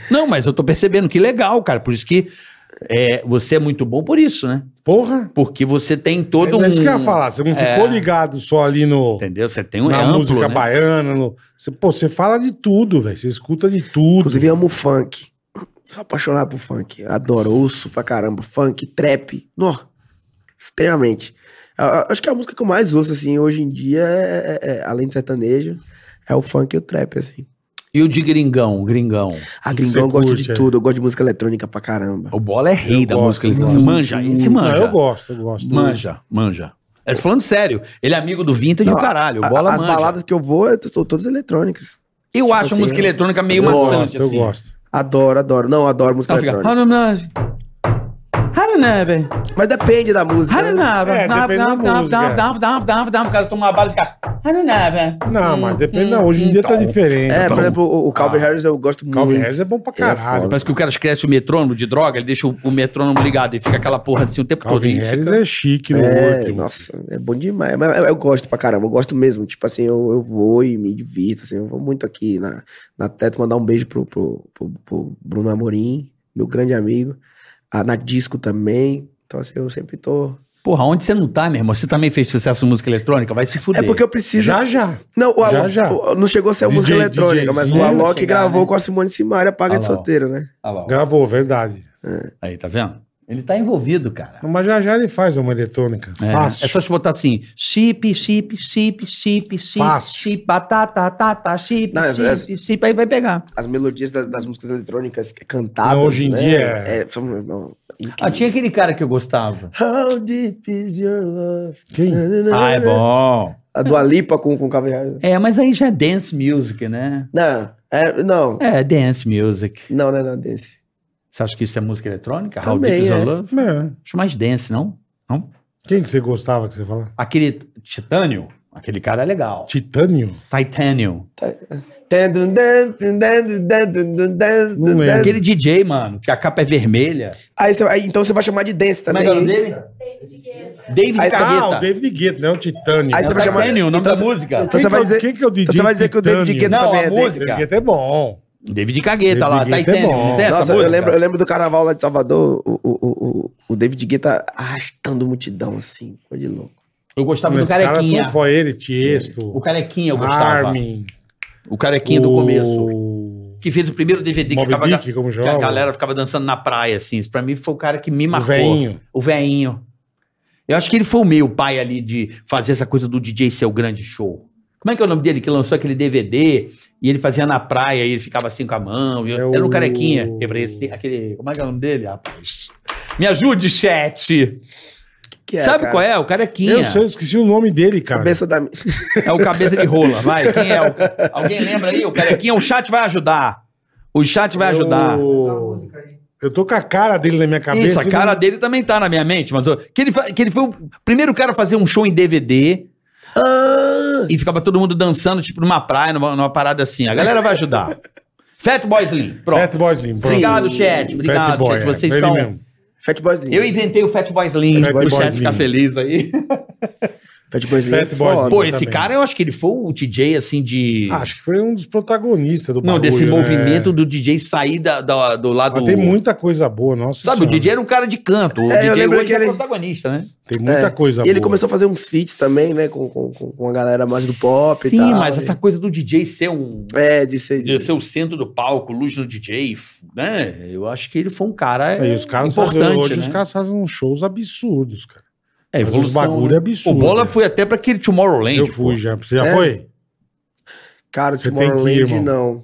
[SPEAKER 4] Não, mas eu tô percebendo, que legal, cara. Por isso que é, você é muito bom por isso, né?
[SPEAKER 3] Porra.
[SPEAKER 4] Porque você tem todo um.
[SPEAKER 3] é isso que eu ia falar. Você não ficou ligado só ali no,
[SPEAKER 4] Entendeu? Você tem um é
[SPEAKER 3] na
[SPEAKER 4] amplo,
[SPEAKER 3] música
[SPEAKER 4] né?
[SPEAKER 3] baiana. no- Você, pô, você fala de tudo, velho. Você escuta de tudo.
[SPEAKER 5] Inclusive, amo funk. Sou apaixonado por funk. Adoro, ouço pra caramba. Funk, trap. Nó. Extremamente. A- a- Acho que a música que eu mais ouço, assim, hoje em dia, é- é- é, além do sertanejo, é o funk e o trap, assim.
[SPEAKER 4] E o de gringão, gringão.
[SPEAKER 5] A
[SPEAKER 3] que
[SPEAKER 5] gringão eu
[SPEAKER 3] você
[SPEAKER 5] gosto
[SPEAKER 3] curte,
[SPEAKER 5] de
[SPEAKER 3] é?
[SPEAKER 5] tudo. Eu gosto de música eletrônica pra caramba.
[SPEAKER 4] O bola é rei
[SPEAKER 3] Eu
[SPEAKER 4] da
[SPEAKER 3] gosto
[SPEAKER 4] música.
[SPEAKER 3] muito.
[SPEAKER 4] eletrônica. manja, esse manja.
[SPEAKER 3] Não, eu gosto, eu gosto.
[SPEAKER 4] Manja, manja. É, falando sério, ele é amigo do Vintage
[SPEAKER 5] Não,
[SPEAKER 4] o caralho. O
[SPEAKER 5] A-
[SPEAKER 4] bola
[SPEAKER 5] As
[SPEAKER 4] manja.
[SPEAKER 5] baladas que eu vou, eu tô, todas eletrônicas.
[SPEAKER 4] eu
[SPEAKER 5] tipo
[SPEAKER 4] acho a
[SPEAKER 5] assim,
[SPEAKER 4] música
[SPEAKER 5] eu-
[SPEAKER 4] eletrônica meio
[SPEAKER 3] né? eu
[SPEAKER 4] maçante,
[SPEAKER 3] gosto,
[SPEAKER 4] assim.
[SPEAKER 3] eu gosto.
[SPEAKER 5] Adoro, adoro. Não, adoro música
[SPEAKER 4] Então fica.
[SPEAKER 5] eletrônica.
[SPEAKER 4] Hanunave. Hanunave.
[SPEAKER 5] Mas depende da música. né?
[SPEAKER 4] Hanunave.
[SPEAKER 3] É, depende da música. é.
[SPEAKER 4] O cara toma uma bala e fica. Hanunave.
[SPEAKER 3] Não, mas depende. Não, hoje em dia tá
[SPEAKER 4] então.
[SPEAKER 3] diferente.
[SPEAKER 5] É,
[SPEAKER 3] É,
[SPEAKER 5] por exemplo, o, o Calvin
[SPEAKER 4] Ah.
[SPEAKER 5] Harris eu gosto muito.
[SPEAKER 3] Calvin Harris é bom pra
[SPEAKER 5] É foda.
[SPEAKER 3] caralho.
[SPEAKER 4] Parece que o cara esquece o metrônomo de droga, ele deixa o, o metrônomo ligado e fica aquela porra assim o tempo
[SPEAKER 3] Calvin
[SPEAKER 4] todo.
[SPEAKER 3] Harris é chique no
[SPEAKER 5] É,
[SPEAKER 3] último.
[SPEAKER 5] nossa, é bom demais. Mas eu, eu gosto pra caramba, eu gosto mesmo. Tipo assim, eu, eu vou e me divirto, assim, eu vou muito aqui na, na teto mandar um beijo pro, pro, pro- pro Bruno Amorim, meu grande amigo. Ah, na disco também. Então, assim, eu sempre tô.
[SPEAKER 4] Porra, onde você não tá, meu irmão? Você também fez sucesso em música eletrônica? Vai se fuder.
[SPEAKER 5] É porque eu preciso.
[SPEAKER 3] Já, já.
[SPEAKER 5] Não, o
[SPEAKER 3] Já,
[SPEAKER 5] Alok,
[SPEAKER 3] já.
[SPEAKER 5] o- não chegou a ser a
[SPEAKER 3] DJ,
[SPEAKER 5] música eletrônica, mas o
[SPEAKER 3] DJzinho,
[SPEAKER 5] Alok
[SPEAKER 4] chegar,
[SPEAKER 5] gravou
[SPEAKER 4] né?
[SPEAKER 5] com a Simone Simaria, Paga
[SPEAKER 4] Ah
[SPEAKER 5] de
[SPEAKER 4] lá, ó.
[SPEAKER 5] Solteiro, né?
[SPEAKER 4] Ah lá, ó.
[SPEAKER 3] Gravou, verdade.
[SPEAKER 4] Aí, tá vendo? Ele tá envolvido, cara.
[SPEAKER 3] Mas já já ele faz uma eletrônica.
[SPEAKER 4] É,
[SPEAKER 3] Fácil.
[SPEAKER 4] é só te botar assim, chip, chip, chip, chip, chip,
[SPEAKER 3] Fácil.
[SPEAKER 4] chip, batata, tata, chip,
[SPEAKER 3] é,
[SPEAKER 5] Não,
[SPEAKER 4] chip,
[SPEAKER 5] essa-
[SPEAKER 4] chip, aí vai pegar.
[SPEAKER 5] As melodias das, das músicas eletrônicas cantadas.
[SPEAKER 3] Não, hoje em
[SPEAKER 5] né?
[SPEAKER 3] dia é-
[SPEAKER 5] É, são, não, incrível.
[SPEAKER 4] Ah, tinha aquele cara que eu gostava.
[SPEAKER 5] How deep is your love?
[SPEAKER 3] Quem?
[SPEAKER 4] Ah, é bom.
[SPEAKER 5] A Dua Lipa com, com Calvin Harris.
[SPEAKER 4] É, mas aí já é dance music, né?
[SPEAKER 5] Não, é, não,
[SPEAKER 4] É, dance music.
[SPEAKER 5] não, não é não, desse.
[SPEAKER 4] Você acha que isso é música eletrônica?
[SPEAKER 5] Também,
[SPEAKER 4] Is Your
[SPEAKER 5] é.
[SPEAKER 4] Love?
[SPEAKER 3] É.
[SPEAKER 4] Acho mais dance, não?
[SPEAKER 3] Quem que você gostava que você falava?
[SPEAKER 4] Aquele Titânio, aquele cara é legal.
[SPEAKER 3] Titânio?
[SPEAKER 4] Titanium.
[SPEAKER 3] Não lembro.
[SPEAKER 5] Aquele-
[SPEAKER 4] Aquele DJ, mano, que a capa é vermelha.
[SPEAKER 5] Aí você, aí, então você vai chamar de dance
[SPEAKER 4] Como
[SPEAKER 5] também.
[SPEAKER 4] é que é o nome dele? David
[SPEAKER 5] Aí você-
[SPEAKER 4] Cagueta.
[SPEAKER 3] Ah, o David Guetta, não é o Titânio.
[SPEAKER 5] Aí você
[SPEAKER 4] Titanium,
[SPEAKER 5] vai
[SPEAKER 4] o
[SPEAKER 5] chamar-
[SPEAKER 4] nome
[SPEAKER 5] Então
[SPEAKER 4] da
[SPEAKER 5] você-
[SPEAKER 4] música.
[SPEAKER 5] Então você
[SPEAKER 3] Quem
[SPEAKER 5] vai
[SPEAKER 3] que é o-
[SPEAKER 5] dizer-
[SPEAKER 3] quem que é o DJ
[SPEAKER 5] então você vai dizer que o David
[SPEAKER 3] Titânio?
[SPEAKER 5] Guetta
[SPEAKER 4] Não,
[SPEAKER 5] também
[SPEAKER 4] a
[SPEAKER 5] é
[SPEAKER 4] música.
[SPEAKER 5] dance.
[SPEAKER 3] David Guetta é bom.
[SPEAKER 4] David Cagueta lá,
[SPEAKER 3] David Guetta é
[SPEAKER 4] Titanium.
[SPEAKER 3] bom.
[SPEAKER 4] não tem essa
[SPEAKER 5] Nossa, eu
[SPEAKER 4] música?
[SPEAKER 5] lembro, eu lembro do carnaval lá de Salvador, o, o, o, o- o David Guetta arrastando multidão, assim, coisa de louco.
[SPEAKER 4] Eu gostava
[SPEAKER 3] Mas
[SPEAKER 4] do
[SPEAKER 3] os caras
[SPEAKER 4] carequinha.
[SPEAKER 3] são foi ele, Tiesto,
[SPEAKER 4] O carequinha eu gostava.
[SPEAKER 3] Armin.
[SPEAKER 4] O carequinha do
[SPEAKER 3] o-
[SPEAKER 4] começo. Que fez o primeiro DVD que,
[SPEAKER 3] Moby
[SPEAKER 4] ficava,
[SPEAKER 3] Dick, como
[SPEAKER 4] que a
[SPEAKER 3] chamava?
[SPEAKER 4] galera ficava dançando na praia, assim. Isso pra mim foi o cara que me
[SPEAKER 3] O
[SPEAKER 4] marcou.
[SPEAKER 3] veinho.
[SPEAKER 4] O veinho. Eu acho que ele foi o meu pai ali de fazer essa coisa do DJ ser o grande show. Como é que é o nome dele que lançou aquele DVD e ele fazia na praia e ele ficava assim com a mão? e
[SPEAKER 3] É
[SPEAKER 4] era
[SPEAKER 3] o-
[SPEAKER 4] um carequinha. Quebra esse- Aquele, como é que é o nome dele? rapaz? Me ajude, chat.
[SPEAKER 5] Que é,
[SPEAKER 4] Sabe
[SPEAKER 5] cara?
[SPEAKER 4] qual é? O carequinha.
[SPEAKER 3] Eu sei, eu esqueci o nome dele, cara.
[SPEAKER 5] Cabeça da.
[SPEAKER 4] É o cabeça de rola, vai. Quem é? O... Alguém lembra aí? O carequinha, o chat vai ajudar. O chat
[SPEAKER 3] É
[SPEAKER 4] vai ajudar.
[SPEAKER 3] Eu... eu tô com a cara dele na minha cabeça.
[SPEAKER 4] Isso, a
[SPEAKER 3] e não-
[SPEAKER 4] cara dele também tá na minha mente, mas eu- que ele, fa- que ele foi o primeiro cara a fazer um show em DVD
[SPEAKER 5] Ah,
[SPEAKER 4] e ficava todo mundo dançando, tipo, numa praia, numa, numa parada assim. A galera vai ajudar. Fat Boy Slim, pronto.
[SPEAKER 3] Fat Boy Slim. pronto.
[SPEAKER 4] Obrigado, chat.
[SPEAKER 3] Fat
[SPEAKER 4] Obrigado,
[SPEAKER 3] Boy,
[SPEAKER 4] chat.
[SPEAKER 3] é,
[SPEAKER 4] Vocês
[SPEAKER 3] ele
[SPEAKER 4] são.
[SPEAKER 3] mesmo.
[SPEAKER 5] Fat Boyzinho.
[SPEAKER 4] Eu inventei o Fat Boy Slim,
[SPEAKER 3] Fat
[SPEAKER 4] pro
[SPEAKER 3] Boy
[SPEAKER 4] chat
[SPEAKER 3] Slim.
[SPEAKER 4] ficar feliz aí.
[SPEAKER 5] Fat Boys Slim é
[SPEAKER 3] Fat Boys
[SPEAKER 5] foda.
[SPEAKER 4] Pô, esse
[SPEAKER 3] também.
[SPEAKER 4] cara, eu acho que ele foi o DJ, assim, de...
[SPEAKER 3] Ah, acho que foi um dos protagonistas do
[SPEAKER 4] não,
[SPEAKER 3] bagulho,
[SPEAKER 4] desse
[SPEAKER 3] né?
[SPEAKER 4] movimento do DJ sair da, da- do lado...
[SPEAKER 3] Mas tem muita coisa boa, nossa.
[SPEAKER 4] Sabe, o
[SPEAKER 3] senhora.
[SPEAKER 4] DJ era um cara de canto. O
[SPEAKER 5] É, eu
[SPEAKER 4] DJ
[SPEAKER 5] lembro
[SPEAKER 4] hoje
[SPEAKER 5] que
[SPEAKER 4] é
[SPEAKER 5] ele-
[SPEAKER 4] protagonista, né?
[SPEAKER 3] Tem muita
[SPEAKER 5] É,
[SPEAKER 3] coisa
[SPEAKER 5] E ele
[SPEAKER 3] boa.
[SPEAKER 5] começou a fazer uns feats também, né? Com, com, com com a galera mais do pop
[SPEAKER 4] Sim,
[SPEAKER 5] e tal.
[SPEAKER 4] mas
[SPEAKER 5] e-
[SPEAKER 4] essa coisa do DJ ser um...
[SPEAKER 5] É, de ser...
[SPEAKER 4] De ser o centro do palco, luz no DJ, f- né? Eu acho que ele foi um cara
[SPEAKER 3] Aí os caras
[SPEAKER 4] importante,
[SPEAKER 3] fazem, hoje
[SPEAKER 4] né?
[SPEAKER 3] os caras fazem uns shows absurdos, cara.
[SPEAKER 4] É,
[SPEAKER 3] Mas os bagulho é
[SPEAKER 4] O
[SPEAKER 3] absurdo.
[SPEAKER 4] Bola
[SPEAKER 3] né?
[SPEAKER 4] foi até pra aquele Tomorrowland.
[SPEAKER 3] Eu fui já. Você já
[SPEAKER 5] Sério?
[SPEAKER 3] foi?
[SPEAKER 5] Cara, o
[SPEAKER 3] Você tem que ir,
[SPEAKER 5] Tomorrowland
[SPEAKER 3] irmão.
[SPEAKER 5] não.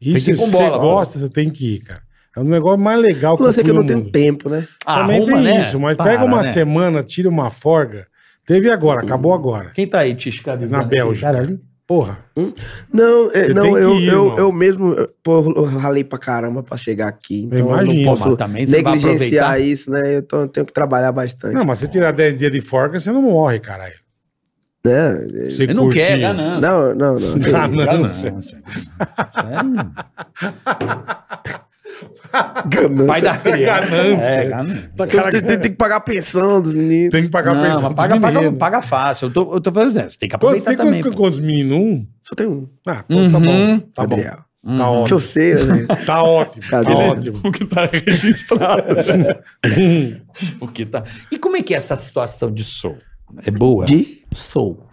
[SPEAKER 3] Isso
[SPEAKER 4] que ir com
[SPEAKER 3] você
[SPEAKER 4] bola, Bola.
[SPEAKER 3] gosta, você tem que ir, cara. É um negócio mais legal
[SPEAKER 5] O lance é que eu
[SPEAKER 3] fui
[SPEAKER 5] não
[SPEAKER 3] no
[SPEAKER 5] tenho
[SPEAKER 3] mundo.
[SPEAKER 5] tempo, né?
[SPEAKER 4] Ah,
[SPEAKER 3] Também
[SPEAKER 4] arruma,
[SPEAKER 3] tem
[SPEAKER 4] né?
[SPEAKER 3] isso, mas
[SPEAKER 4] Para,
[SPEAKER 3] pega uma
[SPEAKER 4] né? Hum.
[SPEAKER 3] semana, tira uma forga. Teve agora, acabou agora.
[SPEAKER 4] Quem tá aí te escravizando?
[SPEAKER 3] Na Bélgica.
[SPEAKER 4] Aquele cara ali?
[SPEAKER 3] Porra.
[SPEAKER 5] Não, é,
[SPEAKER 3] Você
[SPEAKER 5] não
[SPEAKER 3] tem que
[SPEAKER 5] eu,
[SPEAKER 3] ir,
[SPEAKER 5] eu,
[SPEAKER 3] irmão.
[SPEAKER 5] eu mesmo... eu- Pô, eu ralei pra caramba pra chegar aqui. Então eu
[SPEAKER 3] imagino,
[SPEAKER 5] não posso
[SPEAKER 4] mas também você vai
[SPEAKER 5] negligenciar
[SPEAKER 4] aproveitar.
[SPEAKER 5] isso, né? Eu tô- tenho que trabalhar bastante.
[SPEAKER 3] Não, mas você tirar 10 dias de forga, você não morre, caralho.
[SPEAKER 5] Né?
[SPEAKER 3] Você
[SPEAKER 4] Ele não
[SPEAKER 3] curtir.
[SPEAKER 4] quer, ganância.
[SPEAKER 5] Não, não, não.
[SPEAKER 3] Ganância.
[SPEAKER 4] Ganância. É,
[SPEAKER 5] Ganância.
[SPEAKER 4] Pai da criança.
[SPEAKER 3] Ganância.
[SPEAKER 4] É, ganância.
[SPEAKER 3] Cara,
[SPEAKER 5] Tem, tem- tem que pagar a pensão dos meninos.
[SPEAKER 3] Tem que pagar a
[SPEAKER 4] Não,
[SPEAKER 3] pensão
[SPEAKER 4] mas
[SPEAKER 3] dos
[SPEAKER 4] paga, paga,
[SPEAKER 3] meninos.
[SPEAKER 4] paga fácil. Eu tô, eu tô falando, assim, você tem que
[SPEAKER 3] Quantos,
[SPEAKER 4] aproveitar
[SPEAKER 3] tem
[SPEAKER 4] também.
[SPEAKER 3] quantos,
[SPEAKER 4] pô.
[SPEAKER 3] quantos meninos? Um?
[SPEAKER 5] Só tem um.
[SPEAKER 3] Ah, então tá
[SPEAKER 4] Uhum.
[SPEAKER 3] bom. Tá bom.
[SPEAKER 5] Adriel.
[SPEAKER 3] Tá
[SPEAKER 5] Que eu
[SPEAKER 3] ótimo.
[SPEAKER 5] sei, né?
[SPEAKER 3] Tá ótimo. Tá
[SPEAKER 5] Cadê?
[SPEAKER 3] ótimo.
[SPEAKER 4] O que tá registrado. o que tá... E como é que é essa situação de sou? É boa?
[SPEAKER 5] De?
[SPEAKER 4] Sou.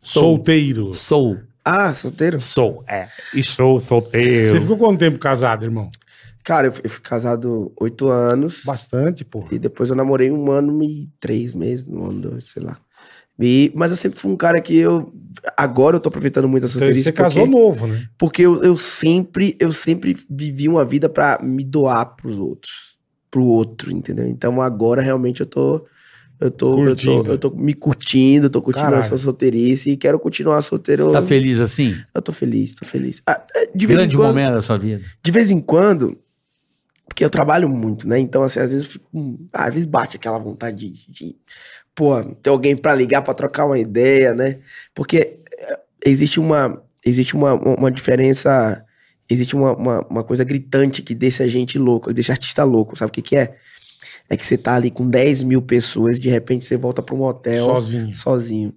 [SPEAKER 3] Solteiro.
[SPEAKER 4] Sou.
[SPEAKER 5] Ah, solteiro?
[SPEAKER 4] Sou. É.
[SPEAKER 7] Estou solteiro.
[SPEAKER 3] Você ficou quanto tempo casado, irmão?
[SPEAKER 5] Cara, eu fui, eu fui casado oito anos.
[SPEAKER 3] Bastante, porra.
[SPEAKER 5] E depois eu namorei um ano e três meses, um ano, dois, sei lá. E, mas eu sempre fui um cara que eu. Agora eu tô aproveitando muito a
[SPEAKER 3] Então,
[SPEAKER 5] solteirice.
[SPEAKER 3] você casou
[SPEAKER 5] porque,
[SPEAKER 3] novo, né?
[SPEAKER 5] Porque eu, eu sempre, eu sempre vivi uma vida pra me doar pros outros. Pro outro, entendeu? Então agora realmente eu tô. Eu tô, eu tô,
[SPEAKER 3] Curtindo.
[SPEAKER 5] eu tô me curtindo, tô curtindo
[SPEAKER 3] Caralho.
[SPEAKER 5] essa solteirice e quero continuar solteiro.
[SPEAKER 4] Tá feliz assim?
[SPEAKER 5] eu tô feliz, tô feliz. Ah, é, de vez em
[SPEAKER 4] Grande
[SPEAKER 5] quando-
[SPEAKER 4] momento da sua vida.
[SPEAKER 5] de vez em quando, porque eu trabalho muito, né? Então, assim, às vezes, eu fico, hum, ah, às vezes bate aquela vontade de, de- pô, ter alguém pra ligar, pra trocar uma ideia, né? Porque eh, existe uma, existe uma, uma diferença, existe uma, uma, uma coisa gritante que deixa a gente louco, que deixa artista louco, sabe o que que é? É que você tá ali com 10 mil pessoas e de repente você volta pra um hotel
[SPEAKER 3] Sozinho.
[SPEAKER 5] sozinho.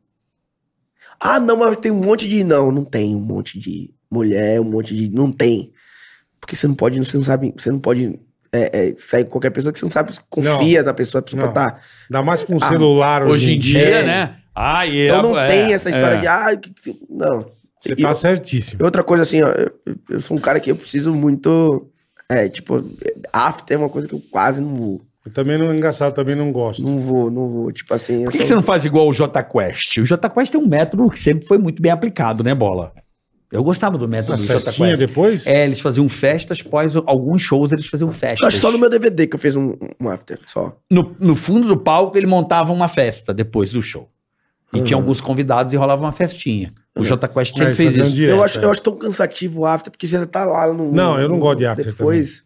[SPEAKER 5] Ah, não, mas tem um monte de. Não, não tem um monte de mulher, um monte de. Não tem. Porque você não pode, você não sabe, você não pode é, é, sair com qualquer pessoa que você não sabe, confia na pessoa, a pessoa
[SPEAKER 3] Não.
[SPEAKER 5] tá.
[SPEAKER 3] Ainda mais com o
[SPEAKER 5] Ah,
[SPEAKER 3] celular
[SPEAKER 4] Hoje em dia,
[SPEAKER 5] é.
[SPEAKER 4] né? Ah, e
[SPEAKER 5] Então
[SPEAKER 4] é-
[SPEAKER 5] não
[SPEAKER 4] é,
[SPEAKER 5] tem essa história
[SPEAKER 4] é.
[SPEAKER 5] de. Ah, que- que- não.
[SPEAKER 3] Você
[SPEAKER 5] E
[SPEAKER 3] tá
[SPEAKER 5] eu-
[SPEAKER 3] certíssimo.
[SPEAKER 5] e outra coisa assim, ó, eu, eu sou um cara que eu preciso muito. É, tipo, after é uma coisa que eu quase não vou.
[SPEAKER 3] Eu também não, engraçado, também não gosto.
[SPEAKER 5] Não vou, não vou. Tipo assim. eu
[SPEAKER 4] Por que, que você
[SPEAKER 5] sou-
[SPEAKER 4] não faz igual o Jota Quest? O Jota Quest é um método que sempre foi muito bem aplicado, né, Bola? Eu gostava do método
[SPEAKER 3] As
[SPEAKER 4] do
[SPEAKER 5] tá
[SPEAKER 4] Jota
[SPEAKER 3] festinhas
[SPEAKER 4] Quest.
[SPEAKER 3] depois?
[SPEAKER 4] É, eles faziam festas, pós alguns shows eles faziam festas.
[SPEAKER 5] Eu acho só no meu DVD que eu fiz um, um after, só.
[SPEAKER 4] no, no fundo do palco ele montava uma festa depois do show. E
[SPEAKER 5] Uhum.
[SPEAKER 4] tinha alguns convidados e rolava uma festinha. O
[SPEAKER 5] É.
[SPEAKER 4] Jota Quest sempre
[SPEAKER 3] Mas
[SPEAKER 4] fez
[SPEAKER 3] faziam
[SPEAKER 4] isso.
[SPEAKER 3] direto,
[SPEAKER 5] eu, acho,
[SPEAKER 3] é.
[SPEAKER 5] eu acho tão cansativo o after, porque já tá lá no.
[SPEAKER 3] Não, eu não gosto de after
[SPEAKER 5] Depois.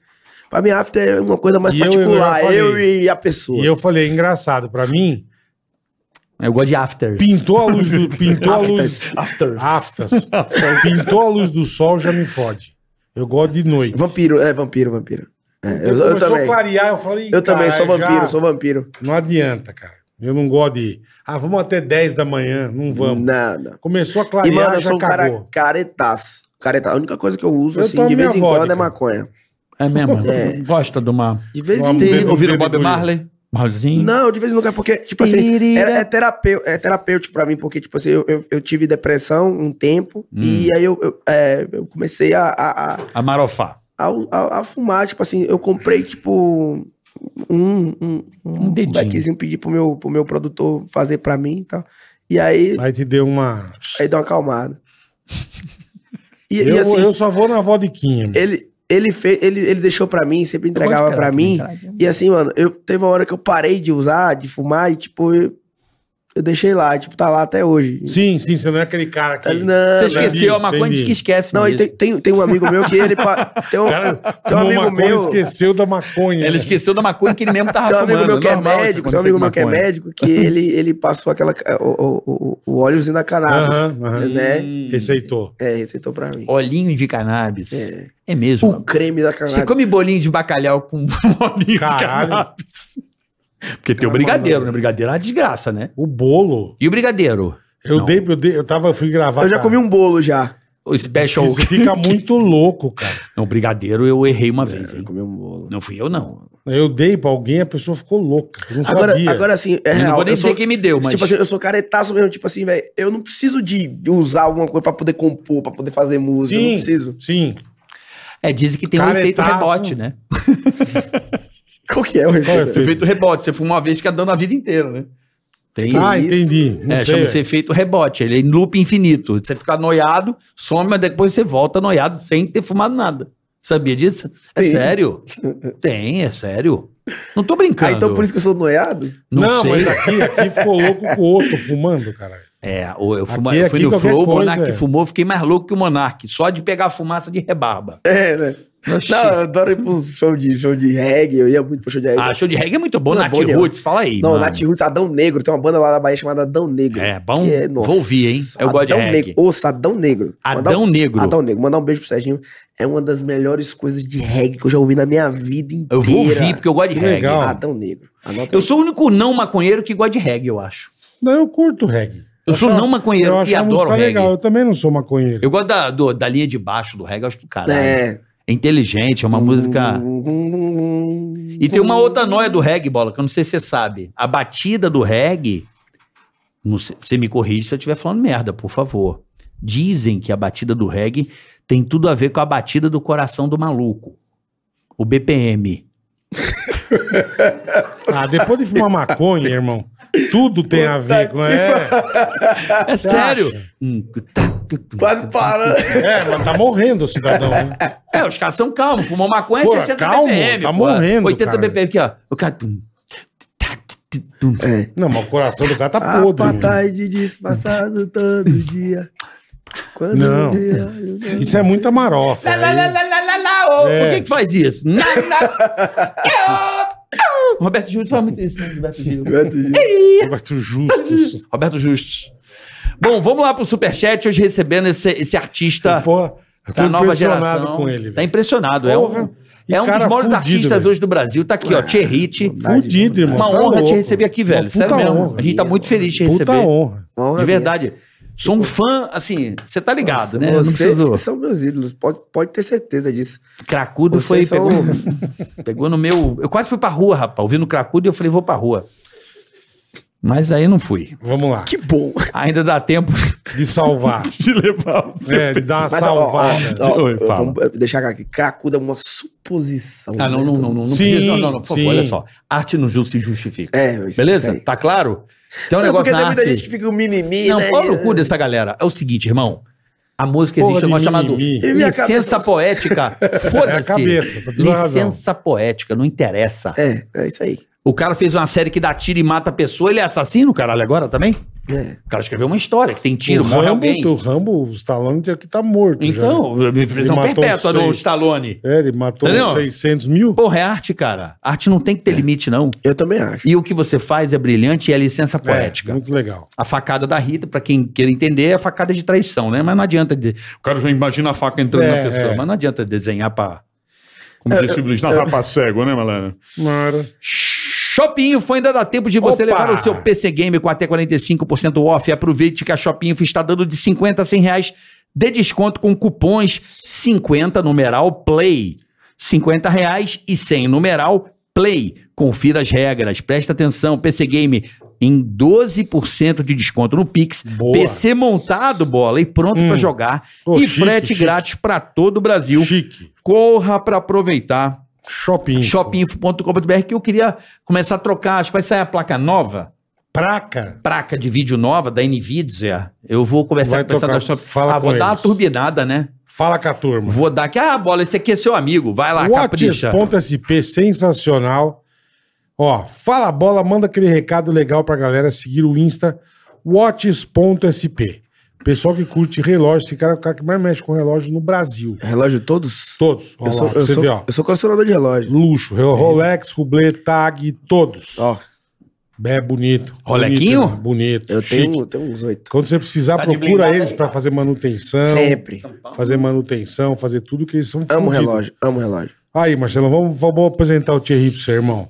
[SPEAKER 5] Pra mim, after é uma coisa mais
[SPEAKER 3] E eu- eu já
[SPEAKER 5] particular.
[SPEAKER 3] falei.
[SPEAKER 5] Eu, e a pessoa.
[SPEAKER 3] E eu falei, é engraçado, pra mim,
[SPEAKER 4] Eu gosto de afters.
[SPEAKER 3] pintou a luz do. Pintou a luz.
[SPEAKER 5] Afters.
[SPEAKER 4] Afters.
[SPEAKER 3] Aftas. Pintou a luz do sol, já me fode. Eu gosto de noite.
[SPEAKER 5] Vampiro, é, vampiro, vampiro. É, eu, eu
[SPEAKER 3] Começou a
[SPEAKER 5] também.
[SPEAKER 3] clarear, eu falei.
[SPEAKER 5] Eu também sou
[SPEAKER 3] "Caralho, já-
[SPEAKER 5] vampiro, sou vampiro.
[SPEAKER 3] Não adianta, cara. Eu não gosto de. Ah, vamos até 10 da manhã. Não vamos.
[SPEAKER 5] Nada.
[SPEAKER 3] Começou a
[SPEAKER 5] E,
[SPEAKER 3] clarear,
[SPEAKER 5] mano, eu
[SPEAKER 3] já
[SPEAKER 5] sou um cara
[SPEAKER 3] acabou.
[SPEAKER 5] caretaço. Careta. A única coisa que eu uso,
[SPEAKER 3] Eu
[SPEAKER 5] assim,
[SPEAKER 3] tomo
[SPEAKER 5] de vez
[SPEAKER 3] minha
[SPEAKER 5] em quando
[SPEAKER 3] vodka.
[SPEAKER 5] é maconha.
[SPEAKER 4] É mesmo?
[SPEAKER 5] É.
[SPEAKER 4] Gosta de uma.
[SPEAKER 5] De vez
[SPEAKER 3] Vamos um ver.
[SPEAKER 5] em quando.
[SPEAKER 4] Tem,
[SPEAKER 3] dedo-
[SPEAKER 4] ouviram
[SPEAKER 3] dedo
[SPEAKER 4] Bob
[SPEAKER 3] bonito.
[SPEAKER 4] Marley? Marlezinho?
[SPEAKER 5] Não, de vez em quando, porque, tipo assim,
[SPEAKER 4] Tirira.
[SPEAKER 5] é, é, terapeu- é terapêutico pra mim, porque, tipo assim, eu, eu, eu tive depressão um tempo,
[SPEAKER 4] Hum.
[SPEAKER 5] e aí eu, eu, é, eu comecei a- a- a
[SPEAKER 4] A Marofá.
[SPEAKER 5] a, a- a fumar, tipo assim, eu comprei, tipo, um, um, um,
[SPEAKER 4] dedinho.
[SPEAKER 5] beckzinho, pedi pro meu, pro meu produtor fazer pra mim e tal. E aí,
[SPEAKER 3] Aí te deu uma.
[SPEAKER 5] aí deu uma acalmada. E,
[SPEAKER 3] Eu,
[SPEAKER 5] e assim,
[SPEAKER 3] eu só vou na vodiquinha. meu.
[SPEAKER 5] ele, ele, fez, ele, ele deixou pra mim, sempre entregava pra mim. E assim, mano, eu teve uma hora que eu parei de usar, de fumar, e tipo, eu, eu deixei lá, tipo, tá lá até hoje.
[SPEAKER 3] Sim, sim, você não é aquele cara que.
[SPEAKER 5] Tá- Não,
[SPEAKER 4] Você
[SPEAKER 3] Entendi,
[SPEAKER 4] esqueceu a maconha,
[SPEAKER 3] entendi.
[SPEAKER 4] diz que esquece.
[SPEAKER 5] não, e
[SPEAKER 4] mesmo.
[SPEAKER 5] tem, tem, tem um amigo meu que ele. pa- Tem um,
[SPEAKER 3] O cara
[SPEAKER 5] tem
[SPEAKER 3] fumou
[SPEAKER 5] um amigo
[SPEAKER 3] maconha e
[SPEAKER 5] meu.
[SPEAKER 3] esqueceu da maconha. né?
[SPEAKER 4] Ele esqueceu da maconha que ele mesmo tava
[SPEAKER 5] Tem um
[SPEAKER 4] Ah, fumando.
[SPEAKER 5] amigo meu que é
[SPEAKER 4] normal isso
[SPEAKER 5] médico,
[SPEAKER 4] acontecer
[SPEAKER 5] tem um amigo
[SPEAKER 4] com
[SPEAKER 5] meu que é
[SPEAKER 4] maconha.
[SPEAKER 5] médico que ele, ele passou aquela, é, o, o, o, o óleozinho da cannabis,
[SPEAKER 3] Aham, aham.
[SPEAKER 5] né?
[SPEAKER 4] Hum.
[SPEAKER 3] Receitou.
[SPEAKER 5] É, receitou pra mim.
[SPEAKER 4] Olhinho de cannabis. É,
[SPEAKER 5] É.
[SPEAKER 4] mesmo.
[SPEAKER 5] O creme da cannabis.
[SPEAKER 4] Você come bolinho de bacalhau com bolinho
[SPEAKER 3] Caralho.
[SPEAKER 4] de cannabis. Porque tem o brigadeiro, né? O brigadeiro é uma desgraça, né?
[SPEAKER 3] O bolo.
[SPEAKER 4] E o brigadeiro?
[SPEAKER 3] Eu
[SPEAKER 4] Não.
[SPEAKER 3] dei, eu dei, eu tava, eu fui gravar.
[SPEAKER 5] Eu já
[SPEAKER 3] cara.
[SPEAKER 5] comi um bolo já.
[SPEAKER 4] O special.
[SPEAKER 3] Você fica muito louco, cara.
[SPEAKER 4] Não, o brigadeiro eu errei uma vez, hein?
[SPEAKER 5] comi um bolo.
[SPEAKER 4] Não fui eu, não.
[SPEAKER 3] Eu dei pra alguém, a pessoa ficou louca. Eu não
[SPEAKER 5] Agora,
[SPEAKER 3] sabia.
[SPEAKER 5] agora assim, é
[SPEAKER 4] Eu não
[SPEAKER 5] real.
[SPEAKER 4] vou nem
[SPEAKER 5] eu
[SPEAKER 4] dizer
[SPEAKER 5] sou,
[SPEAKER 4] quem me deu, mas.
[SPEAKER 5] Tipo assim, eu sou caretaço mesmo, tipo assim, velho, eu não preciso de usar alguma coisa pra poder compor, pra poder fazer música, eu
[SPEAKER 3] Sim.
[SPEAKER 5] não preciso.
[SPEAKER 3] Sim.
[SPEAKER 4] é, dizem que tem um efeito
[SPEAKER 3] Caretaço.
[SPEAKER 4] rebote, né?
[SPEAKER 5] Qual que é o
[SPEAKER 3] Qual é,
[SPEAKER 5] efeito?
[SPEAKER 3] Fê?
[SPEAKER 4] Efeito rebote. Você fuma uma vez e fica dando a vida inteira, né? Tem
[SPEAKER 3] Ah,
[SPEAKER 5] isso?
[SPEAKER 3] entendi. Não
[SPEAKER 4] É,
[SPEAKER 3] sei,
[SPEAKER 4] chama-se
[SPEAKER 3] velho.
[SPEAKER 4] efeito rebote. Ele é em loop infinito. Você fica noiado, some, mas depois você volta noiado sem ter fumado nada. Sabia disso? É
[SPEAKER 5] Tem.
[SPEAKER 4] sério? Tem, é sério. Não tô brincando.
[SPEAKER 5] Ah, então por isso que eu sou noiado?
[SPEAKER 4] Não,
[SPEAKER 3] Não,
[SPEAKER 4] sei.
[SPEAKER 3] mas aqui, aqui ficou louco com o outro fumando, cara.
[SPEAKER 4] É, o- eu, fuma-
[SPEAKER 3] Aqui-
[SPEAKER 4] eu fui
[SPEAKER 3] aqui
[SPEAKER 4] no
[SPEAKER 3] qualquer
[SPEAKER 4] Flow, o
[SPEAKER 3] coisa,
[SPEAKER 4] Monark
[SPEAKER 3] é.
[SPEAKER 4] fumou, eu fiquei mais louco que o Monark, só de pegar a fumaça de rebarba.
[SPEAKER 5] É, né?
[SPEAKER 4] Oxi.
[SPEAKER 5] Não, eu adoro ir pro show de, show de reggae, eu ia muito pro show de reggae.
[SPEAKER 4] Ah, show de reggae é muito bom,
[SPEAKER 5] Não, é
[SPEAKER 4] Nath
[SPEAKER 5] bom demais.
[SPEAKER 4] Roots, fala aí.
[SPEAKER 5] não,
[SPEAKER 4] mano.
[SPEAKER 5] Nath Roots, Adão Negro, tem uma banda lá na Bahia chamada Adão Negro.
[SPEAKER 4] É, bom?
[SPEAKER 5] que é-
[SPEAKER 4] Vou ouvir, hein? Eu gosto de
[SPEAKER 5] Adão
[SPEAKER 4] reggae.
[SPEAKER 5] Negro. Ouça, Adão Negro. Mandar
[SPEAKER 4] Adão Negro.
[SPEAKER 5] Adão Negro, mandar um beijo pro Serginho. É uma das melhores coisas de reggae que eu já ouvi na minha vida inteira.
[SPEAKER 4] Eu vou ouvir, porque eu gosto de
[SPEAKER 3] Que
[SPEAKER 4] reggae.
[SPEAKER 3] legal.
[SPEAKER 5] Adão Negro. Anota
[SPEAKER 4] Eu
[SPEAKER 5] aí.
[SPEAKER 4] sou o único não maconheiro que gosta de reggae, eu acho.
[SPEAKER 3] Não, eu curto reggae.
[SPEAKER 4] Eu sou
[SPEAKER 3] acho-
[SPEAKER 4] não maconheiro
[SPEAKER 3] eu acho
[SPEAKER 4] e
[SPEAKER 3] a
[SPEAKER 4] adoro
[SPEAKER 3] música
[SPEAKER 4] reggae.
[SPEAKER 3] legal. Eu também não sou maconheiro.
[SPEAKER 4] Eu gosto da, do- da linha de baixo do reggae, eu acho do caralho. É.
[SPEAKER 5] É.
[SPEAKER 4] inteligente, é
[SPEAKER 3] Hum.
[SPEAKER 4] uma música. E
[SPEAKER 5] E
[SPEAKER 4] tem uma outra noia do reggae, bola, que eu não sei se você sabe. A batida do reggae. não sei- você me corrige se eu estiver falando merda, por favor. Dizem que a batida do reggae tem tudo a ver com a batida do coração do maluco. O BPM.
[SPEAKER 3] Ah, depois de fumar maconha, irmão, tudo tem a ver com... É,
[SPEAKER 4] É sério. Hum, tá,
[SPEAKER 5] Quase parando.
[SPEAKER 3] é, mas tá morrendo o cidadão, né?
[SPEAKER 4] É, os caras são calmos. Fumou maconha,
[SPEAKER 3] Porra,
[SPEAKER 4] 60
[SPEAKER 3] calmo,
[SPEAKER 4] BPM.
[SPEAKER 3] tá
[SPEAKER 4] pô.
[SPEAKER 3] morrendo,
[SPEAKER 4] 80
[SPEAKER 3] cara.
[SPEAKER 4] BPM aqui, ó. O cara... tá,
[SPEAKER 5] É.
[SPEAKER 3] Não, mas o coração do cara
[SPEAKER 4] Ah,
[SPEAKER 3] tá
[SPEAKER 5] A
[SPEAKER 3] podre. irmão.
[SPEAKER 5] batalha de despassado todo dia. Quando
[SPEAKER 3] Não.
[SPEAKER 5] eu olho, não.
[SPEAKER 3] Isso é muita marofa.
[SPEAKER 4] Lá, lá, lá,
[SPEAKER 3] aí-
[SPEAKER 4] lá, lá, lá, lá, ô.
[SPEAKER 2] oh.
[SPEAKER 3] É.
[SPEAKER 4] Por que que faz isso? Na, na- Eu- eu. Roberto Justus faz muito isso, né, Roberto Justus? É
[SPEAKER 3] Roberto Justus.
[SPEAKER 4] Roberto Justus. Bom, vamos lá pro Superchat, hoje recebendo esse, esse artista
[SPEAKER 3] Eu tô- eu tô
[SPEAKER 4] da nova
[SPEAKER 3] impressionado
[SPEAKER 4] geração.
[SPEAKER 3] com ele.
[SPEAKER 4] tá
[SPEAKER 3] velho.
[SPEAKER 4] impressionado, é
[SPEAKER 3] Porra,
[SPEAKER 4] um,
[SPEAKER 3] e
[SPEAKER 4] é um dos
[SPEAKER 3] cara
[SPEAKER 4] maiores
[SPEAKER 3] fudido,
[SPEAKER 4] artistas
[SPEAKER 3] velho.
[SPEAKER 4] hoje do Brasil. Tá aqui, ó, Tierrit.
[SPEAKER 3] Fudido, irmão.
[SPEAKER 4] né? Uma
[SPEAKER 3] Tá
[SPEAKER 4] honra te
[SPEAKER 3] louco.
[SPEAKER 4] receber aqui, velho.
[SPEAKER 3] Uma
[SPEAKER 4] Sério
[SPEAKER 3] puta
[SPEAKER 4] mesmo.
[SPEAKER 3] honra.
[SPEAKER 4] a gente tá muito feliz de te
[SPEAKER 3] Puta
[SPEAKER 4] receber.
[SPEAKER 3] honra.
[SPEAKER 4] De verdade. Sou um fã, assim, você tá ligado, né? Eu Não
[SPEAKER 5] Vocês
[SPEAKER 4] preciso...
[SPEAKER 5] que são meus ídolos, pode, pode ter certeza disso.
[SPEAKER 4] Cracudo
[SPEAKER 5] Vocês
[SPEAKER 4] foi.
[SPEAKER 5] são- um-
[SPEAKER 4] Pegou, pegou no meu. Eu quase fui pra rua, rapaz. Ouvindo Cracudo e eu falei, vou pra rua. Mas aí não fui.
[SPEAKER 3] Vamos lá.
[SPEAKER 5] Que bom.
[SPEAKER 4] Ainda dá tempo
[SPEAKER 3] De salvar.
[SPEAKER 4] de levar o seu.
[SPEAKER 3] É, de dar uma
[SPEAKER 5] Mas, ó, ó,
[SPEAKER 3] salvada.
[SPEAKER 5] ó,
[SPEAKER 4] Oi, fala.
[SPEAKER 5] vamos deixar aqui. Cracuda é uma suposição.
[SPEAKER 4] Ah, não,
[SPEAKER 5] né?
[SPEAKER 4] não, não, não, não
[SPEAKER 3] Sim,
[SPEAKER 4] precisa. Não, não, não, por favor,
[SPEAKER 3] sim.
[SPEAKER 4] olha só. Arte não ju- se justifica.
[SPEAKER 5] É, isso
[SPEAKER 4] Beleza?
[SPEAKER 5] aí.
[SPEAKER 4] Tá claro? Tem um
[SPEAKER 5] Não,
[SPEAKER 4] negócio
[SPEAKER 5] porque
[SPEAKER 4] na
[SPEAKER 5] tem muita
[SPEAKER 4] arte.
[SPEAKER 5] gente que fica um mimimi,
[SPEAKER 4] Não,
[SPEAKER 5] né?
[SPEAKER 4] pau no cu dessa galera. É o seguinte, irmão. A música
[SPEAKER 3] Porra
[SPEAKER 4] existe um
[SPEAKER 3] de
[SPEAKER 4] negócio chamado
[SPEAKER 3] mimimi.
[SPEAKER 5] E minha
[SPEAKER 4] licença
[SPEAKER 5] cabeça?
[SPEAKER 4] poética.
[SPEAKER 3] É a
[SPEAKER 4] Foda-se.
[SPEAKER 3] cabeça. Tá tudo razão.
[SPEAKER 4] licença poética, não interessa.
[SPEAKER 5] É, é isso aí.
[SPEAKER 4] O cara fez uma série que dá tiro e mata a pessoa, ele é assassino, caralho, agora também?
[SPEAKER 5] É.
[SPEAKER 4] O cara escreveu uma história que tem tiro,
[SPEAKER 3] o
[SPEAKER 4] morre
[SPEAKER 3] Rambo,
[SPEAKER 4] alguém.
[SPEAKER 3] O Rambo, o Stallone tinha que tá morto
[SPEAKER 4] Então, prisão
[SPEAKER 3] matou
[SPEAKER 4] perpétua do
[SPEAKER 3] seis.
[SPEAKER 4] Stallone.
[SPEAKER 3] já. É, ele matou
[SPEAKER 4] Entendeu?
[SPEAKER 3] uns 600 mil.
[SPEAKER 4] Porra, é arte, cara. Arte não tem que ter limite, não.
[SPEAKER 5] Eu também acho.
[SPEAKER 4] E o que você faz é brilhante e é licença
[SPEAKER 3] É,
[SPEAKER 4] poética.
[SPEAKER 3] muito legal.
[SPEAKER 4] A facada da Rita, pra quem queira entender, é a facada de traição, né? Mas não adianta dizer. O cara já imagina a faca entrando
[SPEAKER 3] É,
[SPEAKER 4] na pessoa,
[SPEAKER 3] é.
[SPEAKER 4] mas não adianta desenhar pra. Como disse o Luiz, na rapa cego, né, malandro?
[SPEAKER 3] Mara.
[SPEAKER 4] Shopinho foi ainda dá tempo de você
[SPEAKER 3] Opa!
[SPEAKER 4] levar o seu PC Game com até 45% off. Aproveite que a Shopinho está dando de 50 a 100 reais de desconto com cupons 50 numeral play. 50 reais e 100 numeral play. Confira as regras. Presta atenção, PC Game em 12% de desconto no Pix.
[SPEAKER 3] Boa.
[SPEAKER 4] PC montado, bola e pronto
[SPEAKER 3] Hum.
[SPEAKER 4] pra jogar.
[SPEAKER 3] Ô,
[SPEAKER 4] e
[SPEAKER 3] chique,
[SPEAKER 4] frete
[SPEAKER 3] chique.
[SPEAKER 4] grátis pra todo o Brasil.
[SPEAKER 3] Chique.
[SPEAKER 4] Corra pra aproveitar
[SPEAKER 3] Shopping.
[SPEAKER 4] shopinfo.com.br que eu queria começar a trocar, acho que vai sair a placa nova,
[SPEAKER 3] Praca.
[SPEAKER 4] placa de vídeo nova da Nvidia. Eu vou conversar
[SPEAKER 3] Vai
[SPEAKER 4] com o pessoal da
[SPEAKER 3] trocar,
[SPEAKER 4] Shop.
[SPEAKER 3] fala com
[SPEAKER 4] ah, vou dar uma
[SPEAKER 3] eles.
[SPEAKER 4] turbinada, né?
[SPEAKER 3] Fala com a turma.
[SPEAKER 4] Vou dar aqui, ah, bola, esse aqui é seu amigo, vai lá, capricha.
[SPEAKER 3] Watches.sp, sensacional. Ó, fala a bola, manda aquele recado legal pra galera seguir o Insta Watches.sp. Pessoal que curte relógio, esse cara é o cara que mais mexe com relógio no Brasil.
[SPEAKER 5] Relógio todos?
[SPEAKER 3] Todos. Ó
[SPEAKER 5] Eu sou,
[SPEAKER 3] lá, pra
[SPEAKER 5] eu,
[SPEAKER 3] você
[SPEAKER 5] sou,
[SPEAKER 3] vê, ó.
[SPEAKER 5] eu sou colecionador de relógio.
[SPEAKER 3] Luxo, Ro- Rolex, Rublet, Tag, todos.
[SPEAKER 5] É. Ó,
[SPEAKER 3] É bonito.
[SPEAKER 4] Rolequinho?
[SPEAKER 3] Bonito. né? bonito
[SPEAKER 5] eu
[SPEAKER 3] chique.
[SPEAKER 5] tenho, eu tenho uns oito.
[SPEAKER 3] Quando você precisar,
[SPEAKER 4] Tá de
[SPEAKER 3] procura
[SPEAKER 4] blindado
[SPEAKER 3] eles
[SPEAKER 4] aí,
[SPEAKER 3] pra fazer manutenção.
[SPEAKER 5] Sempre.
[SPEAKER 3] Fazer manutenção, fazer tudo que eles são
[SPEAKER 5] Amo
[SPEAKER 3] fodidos.
[SPEAKER 5] relógio, amo relógio.
[SPEAKER 3] Aí, Marcelo, vamos, vamos apresentar o Thierry pro seu irmão.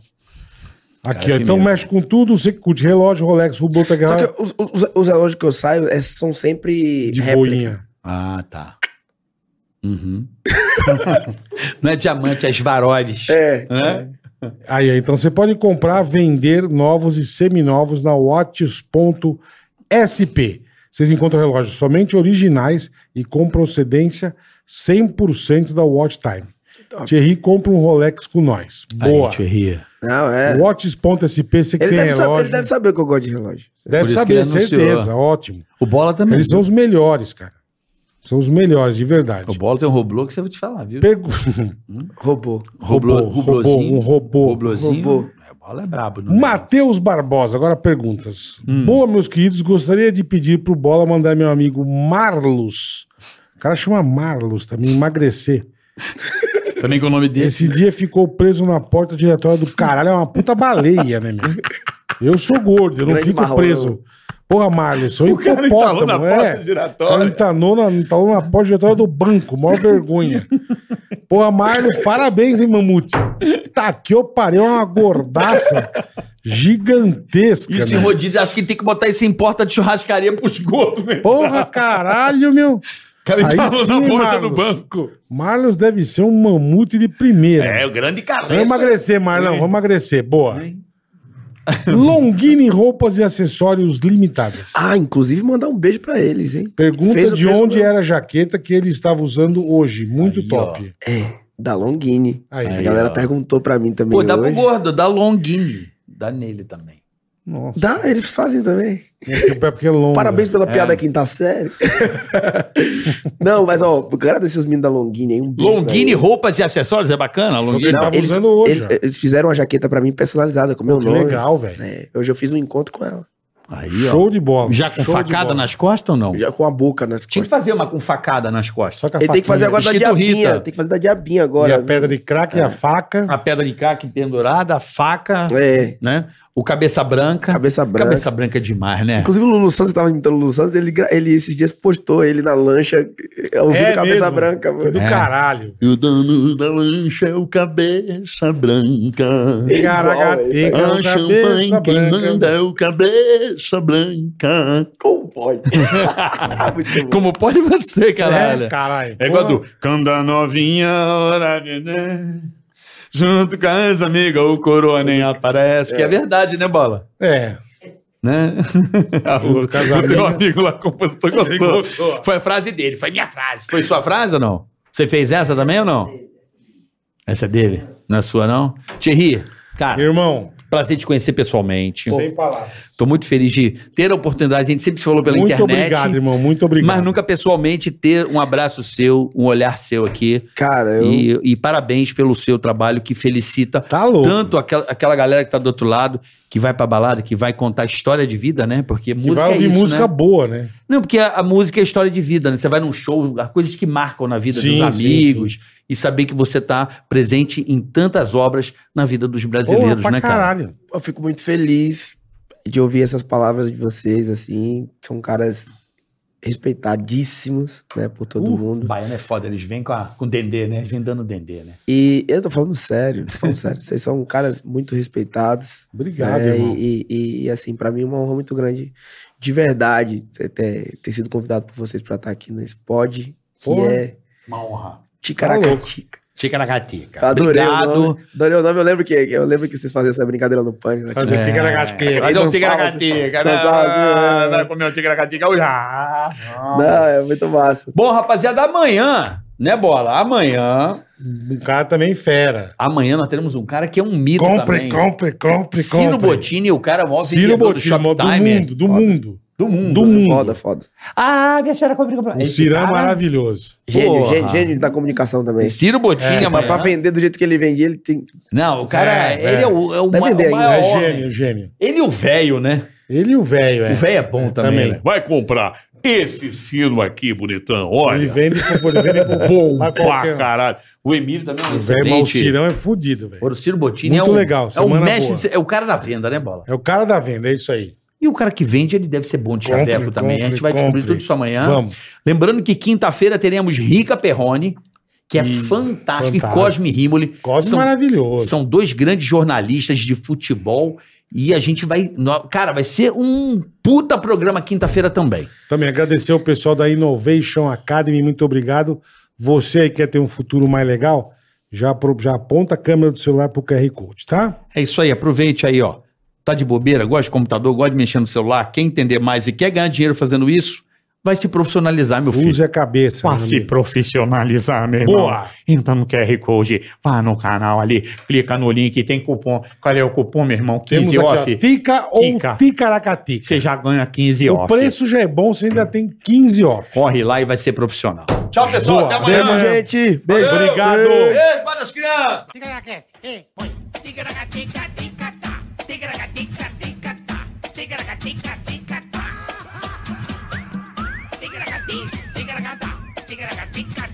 [SPEAKER 3] Aqui,
[SPEAKER 4] Cara,
[SPEAKER 3] ó,
[SPEAKER 4] que
[SPEAKER 3] então
[SPEAKER 4] medo.
[SPEAKER 3] mexe com tudo, você que curte relógio, Rolex, robô,
[SPEAKER 5] Só
[SPEAKER 3] guerra
[SPEAKER 5] que os, os, os relógios que eu saio é, são sempre
[SPEAKER 3] de
[SPEAKER 5] réplica.
[SPEAKER 3] boinha.
[SPEAKER 4] Ah, tá. Uhum. Não é diamante, é esvaroles.
[SPEAKER 5] É.
[SPEAKER 4] Hã?
[SPEAKER 3] Aí, ó, então você pode comprar, vender novos e seminovos na watches.sp. Vocês encontram relógios somente originais e com procedência 100% da Watch Time.
[SPEAKER 5] Top.
[SPEAKER 3] Thierry compra um Rolex com nós. Boa.
[SPEAKER 4] Aí, Thierry.
[SPEAKER 5] Não, é.
[SPEAKER 3] Watches.sp, você que
[SPEAKER 5] Ele
[SPEAKER 3] tem
[SPEAKER 5] deve, saber,
[SPEAKER 3] relógio.
[SPEAKER 5] ele deve saber que eu gosto de relógio.
[SPEAKER 3] Deve
[SPEAKER 4] Por isso que
[SPEAKER 3] saber,
[SPEAKER 4] ele anunciou.
[SPEAKER 3] certeza. Ótimo.
[SPEAKER 4] O Bola também.
[SPEAKER 3] Eles são os melhores, cara. São os melhores, de verdade.
[SPEAKER 4] O Bola tem um Roblox, eu vou te falar, viu?
[SPEAKER 3] Pergu-
[SPEAKER 5] Robô.
[SPEAKER 4] Roblo-
[SPEAKER 3] Robô, robô,
[SPEAKER 4] Rublozinho.
[SPEAKER 3] um robô.
[SPEAKER 4] Rublozinho.
[SPEAKER 5] Robô.
[SPEAKER 4] É, O Bola é brabo, né?
[SPEAKER 3] Matheus Barbosa, agora perguntas.
[SPEAKER 4] Hum.
[SPEAKER 3] Boa, meus queridos, gostaria de pedir pro Bola mandar meu amigo Marlos. O cara chama Marlos também, emagrecer.
[SPEAKER 4] Também com o nome desse.
[SPEAKER 3] Esse dia ficou preso na porta diretória do caralho, é uma puta baleia, né, meu? Eu sou gordo, eu não
[SPEAKER 5] Grande
[SPEAKER 3] fico
[SPEAKER 5] marrom,
[SPEAKER 3] preso. Porra, Marlos, sou hipopótamo, é. O cara
[SPEAKER 7] giratória.
[SPEAKER 3] entanou na, entalou na porta diretória do banco, maior vergonha. Porra, Marlos, parabéns, hein, Mamute? Tá que eu parei uma gordaça gigantesca.
[SPEAKER 4] Isso em
[SPEAKER 3] meu.
[SPEAKER 4] rodízio, acho que tem que botar isso em porta de churrascaria pros gordos, meu.
[SPEAKER 3] Porra, caralho, meu.
[SPEAKER 4] O cara tá
[SPEAKER 3] Aí
[SPEAKER 4] entrou
[SPEAKER 3] sim,
[SPEAKER 4] na porta
[SPEAKER 3] Marlos.
[SPEAKER 4] do banco.
[SPEAKER 3] Marlos deve ser um mamute de primeira.
[SPEAKER 4] É, o grande
[SPEAKER 3] Vamos
[SPEAKER 4] cabeça.
[SPEAKER 3] emagrecer, Marlão, vamos emagrecer. Boa. Longini Roupas e Acessórios Limitadas.
[SPEAKER 5] Ah, inclusive mandar um beijo pra eles, hein?
[SPEAKER 3] Pergunta
[SPEAKER 5] Fez-
[SPEAKER 3] de
[SPEAKER 5] fez-
[SPEAKER 3] onde era a jaqueta que ele estava usando hoje. Muito
[SPEAKER 4] Aí,
[SPEAKER 3] top.
[SPEAKER 5] É, da Longini.
[SPEAKER 3] Aí.
[SPEAKER 5] A galera
[SPEAKER 4] ó.
[SPEAKER 5] perguntou pra mim também.
[SPEAKER 4] Pô, dá pro
[SPEAKER 5] hoje.
[SPEAKER 4] gordo, dá longuinho. Dá nele também.
[SPEAKER 3] Nossa.
[SPEAKER 5] Dá, eles fazem também.
[SPEAKER 3] É porque é longo.
[SPEAKER 5] Parabéns pela
[SPEAKER 4] É.
[SPEAKER 5] piada quinta série. Não, mas ó, eu quero agradecer os meninos da Longini aí. Um beijo
[SPEAKER 4] Longini, roupas e acessórios, é bacana?
[SPEAKER 3] Foi o que ele
[SPEAKER 4] Longini.
[SPEAKER 5] Não,
[SPEAKER 3] tava
[SPEAKER 5] eles-
[SPEAKER 3] usando hoje.
[SPEAKER 5] Eles,
[SPEAKER 3] ó.
[SPEAKER 5] eles fizeram uma jaqueta pra mim personalizada com o meu
[SPEAKER 3] que
[SPEAKER 5] nome.
[SPEAKER 3] legal, velho.
[SPEAKER 5] É, hoje eu fiz um encontro com ela.
[SPEAKER 4] Aí, ó.
[SPEAKER 3] Show de bola.
[SPEAKER 4] Já com
[SPEAKER 3] Show de
[SPEAKER 4] facada
[SPEAKER 3] bola.
[SPEAKER 4] nas costas ou não?
[SPEAKER 5] Já com a boca nas
[SPEAKER 4] Tinha que
[SPEAKER 5] costas.
[SPEAKER 4] fazer uma com facada nas costas.
[SPEAKER 3] Só que a
[SPEAKER 5] Ele tem que fazer
[SPEAKER 3] faquinha
[SPEAKER 5] agora da
[SPEAKER 4] Escrito
[SPEAKER 5] diabinha.
[SPEAKER 4] Rita.
[SPEAKER 5] Tem que fazer da diabinha agora. né? Ah,
[SPEAKER 3] E a pedra de crack e a faca.
[SPEAKER 4] A pedra de caque pendurada, a faca,
[SPEAKER 5] É,
[SPEAKER 4] né? O cabeça branca.
[SPEAKER 5] cabeça branca.
[SPEAKER 4] Cabeça branca é demais, né?
[SPEAKER 5] Inclusive o Lulu Santos, tava imitando o Lulu Santos, ele, gra- ele esses dias postou ele na lancha, eh, ouvindo
[SPEAKER 3] É
[SPEAKER 5] cabeça
[SPEAKER 3] mesmo?
[SPEAKER 5] branca, mano.
[SPEAKER 3] Do
[SPEAKER 4] É.
[SPEAKER 3] caralho.
[SPEAKER 8] E o dono da lancha é o cabeça branca.
[SPEAKER 3] Caraca,
[SPEAKER 5] velho.
[SPEAKER 4] É
[SPEAKER 3] tem
[SPEAKER 4] um
[SPEAKER 8] A
[SPEAKER 3] cabeça
[SPEAKER 8] champanhe quem
[SPEAKER 3] branca.
[SPEAKER 8] manda é o cabeça branca.
[SPEAKER 5] Como pode? Muito bom.
[SPEAKER 4] Como pode você, caralho?
[SPEAKER 3] É, caralho.
[SPEAKER 7] É igual a
[SPEAKER 3] Porra.
[SPEAKER 7] do Canda novinha, hora de né? Junto com as amigas, o coroa nem aparece.
[SPEAKER 4] Que é verdade, né, Bola?
[SPEAKER 3] É.
[SPEAKER 4] Né?
[SPEAKER 3] Junto com as
[SPEAKER 4] o
[SPEAKER 3] amigas.
[SPEAKER 4] teu amigo lá, compositor, gostou. Foi a frase dele, foi minha frase. Foi sua frase ou não? Você fez essa também ou não? Essa é dele? Não é sua, não? Thierry, cara,
[SPEAKER 3] Irmão,
[SPEAKER 4] prazer te conhecer pessoalmente.
[SPEAKER 3] sem palavras.
[SPEAKER 4] Tô muito feliz de ter a oportunidade, a gente sempre se falou pela
[SPEAKER 3] Muito
[SPEAKER 4] internet.
[SPEAKER 3] obrigado, irmão. Muito obrigado.
[SPEAKER 4] Mas nunca pessoalmente ter um abraço seu, um olhar seu aqui.
[SPEAKER 5] Cara, eu...
[SPEAKER 4] E, e parabéns pelo seu trabalho que felicita
[SPEAKER 3] Tá louco.
[SPEAKER 4] tanto aquela, aquela galera que tá do outro lado, que vai pra balada, que vai contar história de vida, né? Porque
[SPEAKER 3] que
[SPEAKER 4] música
[SPEAKER 3] vai
[SPEAKER 4] é
[SPEAKER 3] ouvir
[SPEAKER 4] isso,
[SPEAKER 3] música
[SPEAKER 4] né?
[SPEAKER 3] boa, né?
[SPEAKER 4] Não, porque a, a música é história de vida, né? Você vai num show, há coisas que marcam na vida
[SPEAKER 3] Sim,
[SPEAKER 4] dos
[SPEAKER 3] sim,
[SPEAKER 4] amigos. E saber que você tá presente em tantas obras na vida dos brasileiros,
[SPEAKER 3] Porra, pra
[SPEAKER 4] né, cara?
[SPEAKER 3] caralho.
[SPEAKER 5] eu fico muito feliz de ouvir essas palavras de vocês, assim, são caras respeitadíssimos, né, por todo
[SPEAKER 4] Uh,
[SPEAKER 5] mundo.
[SPEAKER 4] Baiano é foda, eles vêm com, a, com dendê, né? Eles vêm dando dendê, né?
[SPEAKER 5] E eu tô falando sério, tô falando sério, vocês são caras muito respeitados,
[SPEAKER 4] É,
[SPEAKER 3] Obrigado,
[SPEAKER 5] né,
[SPEAKER 3] irmão.
[SPEAKER 5] e, e- e, assim, pra mim é uma honra muito grande, de verdade, ter, ter- ter sido convidado por vocês pra estar aqui nesse pod, que
[SPEAKER 3] Porra.
[SPEAKER 5] é
[SPEAKER 4] Uma honra.
[SPEAKER 5] Ticaracatica.
[SPEAKER 4] Tica na gatica.
[SPEAKER 5] Eu
[SPEAKER 3] Tá
[SPEAKER 5] Adorei o
[SPEAKER 4] Obrigado.
[SPEAKER 5] nome, adorei o nome, eu lembro que, eu lembro que vocês faziam essa brincadeira no pânico. né,
[SPEAKER 3] Fazer
[SPEAKER 4] É.
[SPEAKER 3] pica na gatinha.
[SPEAKER 5] Aí
[SPEAKER 7] Cadê o
[SPEAKER 5] dançava
[SPEAKER 7] tigra-gatica?
[SPEAKER 4] né?
[SPEAKER 5] assim,
[SPEAKER 4] Ah,
[SPEAKER 5] dançava assim,
[SPEAKER 7] Vai comer o tigra-gatica hoje. Ah,
[SPEAKER 5] Não, é muito massa.
[SPEAKER 4] Bom, rapaziada, amanhã, né, Bola? Amanhã,
[SPEAKER 3] Um cara também fera.
[SPEAKER 4] amanhã nós teremos um cara que é um mito
[SPEAKER 3] Compre,
[SPEAKER 4] também.
[SPEAKER 3] compre, compre, compre.
[SPEAKER 4] Ciro Bottini, o cara mó
[SPEAKER 3] Ciro
[SPEAKER 4] vendedor do
[SPEAKER 3] Bottini, irmão, do
[SPEAKER 4] Shoptime.
[SPEAKER 3] mundo, do mundo.
[SPEAKER 4] Do mundo.
[SPEAKER 3] Do mundo.
[SPEAKER 5] Foda, foda.
[SPEAKER 4] Ah, minha senhora compra compra.
[SPEAKER 3] O Ciro é
[SPEAKER 4] cara-
[SPEAKER 3] maravilhoso.
[SPEAKER 5] Gênio,
[SPEAKER 4] Porra.
[SPEAKER 5] gênio, gênio da comunicação também.
[SPEAKER 4] Ciro Bottini,
[SPEAKER 5] Mas
[SPEAKER 4] amanhã.
[SPEAKER 5] pra vender do jeito que ele vendia, ele tem.
[SPEAKER 4] Não, o cara,
[SPEAKER 3] É,
[SPEAKER 4] ele é,
[SPEAKER 3] é.
[SPEAKER 4] o, é o,
[SPEAKER 5] Vai
[SPEAKER 4] ma-
[SPEAKER 5] vender
[SPEAKER 4] o
[SPEAKER 5] ainda,
[SPEAKER 4] maior
[SPEAKER 3] É
[SPEAKER 4] homem.
[SPEAKER 3] gênio, gênio.
[SPEAKER 4] Ele e o velho, né?
[SPEAKER 3] Ele e o velho, é.
[SPEAKER 4] O velho é bom também.
[SPEAKER 3] também.
[SPEAKER 4] né?
[SPEAKER 6] Vai comprar esse sino aqui, bonitão. Olha,
[SPEAKER 3] Ele vende com ele vende com
[SPEAKER 6] bom
[SPEAKER 3] vai
[SPEAKER 6] pra
[SPEAKER 3] qualquer- um.
[SPEAKER 6] caralho.
[SPEAKER 4] O Emílio também é um
[SPEAKER 3] O velho, mas o
[SPEAKER 4] excelente.
[SPEAKER 3] Cirão é fudido, velho.
[SPEAKER 4] O Ciro Bottini
[SPEAKER 3] Muito
[SPEAKER 4] é um,
[SPEAKER 3] legal,
[SPEAKER 4] é um
[SPEAKER 3] semana
[SPEAKER 4] mestre,
[SPEAKER 3] boa.
[SPEAKER 4] de- é o cara da venda, né, Bola?
[SPEAKER 3] É o cara da venda, é isso aí.
[SPEAKER 4] E o cara que vende, ele deve ser bom de
[SPEAKER 3] Compre,
[SPEAKER 4] chaveco também. a gente
[SPEAKER 3] compre,
[SPEAKER 4] vai descobrir
[SPEAKER 3] compre.
[SPEAKER 4] tudo isso amanhã.
[SPEAKER 3] Vamos.
[SPEAKER 4] Lembrando que quinta-feira teremos Rica Perrone, que é
[SPEAKER 3] Hum,
[SPEAKER 4] fantástico. E
[SPEAKER 3] fantástico.
[SPEAKER 4] Cosme Rimoli.
[SPEAKER 3] Cosme
[SPEAKER 4] são,
[SPEAKER 3] maravilhoso.
[SPEAKER 4] são dois grandes jornalistas de futebol. E a gente vai. nó- Cara, vai ser um puta programa quinta-feira também.
[SPEAKER 3] Também agradecer o pessoal da Innovation Academy, muito obrigado. Você aí quer ter um futuro mais legal? Já, apro- já aponta a câmera do celular pro QR Code, tá?
[SPEAKER 4] É isso aí, aproveite aí, ó. Tá de bobeira, gosta de computador, gosta de mexer no celular, quer entender mais e quer ganhar dinheiro fazendo isso, vai se profissionalizar, meu filho.
[SPEAKER 3] Use a cabeça. meu
[SPEAKER 7] Pra se
[SPEAKER 3] amigo.
[SPEAKER 7] profissionalizar, meu irmão.
[SPEAKER 3] Boa!
[SPEAKER 7] Entra no QR um Code, vá no canal ali, clica no link, tem cupom. Qual é o cupom, meu irmão? 15
[SPEAKER 3] Temos aqui, ó,
[SPEAKER 7] off.
[SPEAKER 3] tica ou
[SPEAKER 7] Tica.
[SPEAKER 3] ticaracatica.
[SPEAKER 7] Você já ganha 15
[SPEAKER 3] O
[SPEAKER 7] off.
[SPEAKER 3] preço já é bom, você ainda tem 15 off.
[SPEAKER 4] Corre lá e vai ser profissional. Tchau,
[SPEAKER 3] pessoal, até amanhã.
[SPEAKER 5] Beijo, gente. Beijo.
[SPEAKER 3] Obrigado.
[SPEAKER 4] Beijo para as crianças.
[SPEAKER 1] Ticaracast, hey, boy. Ticaracatica, ticatá. Ticaracatica, ticatá. Ticaracatica, ticatá. Ticaracati, ticaracatá. Ticaracatica,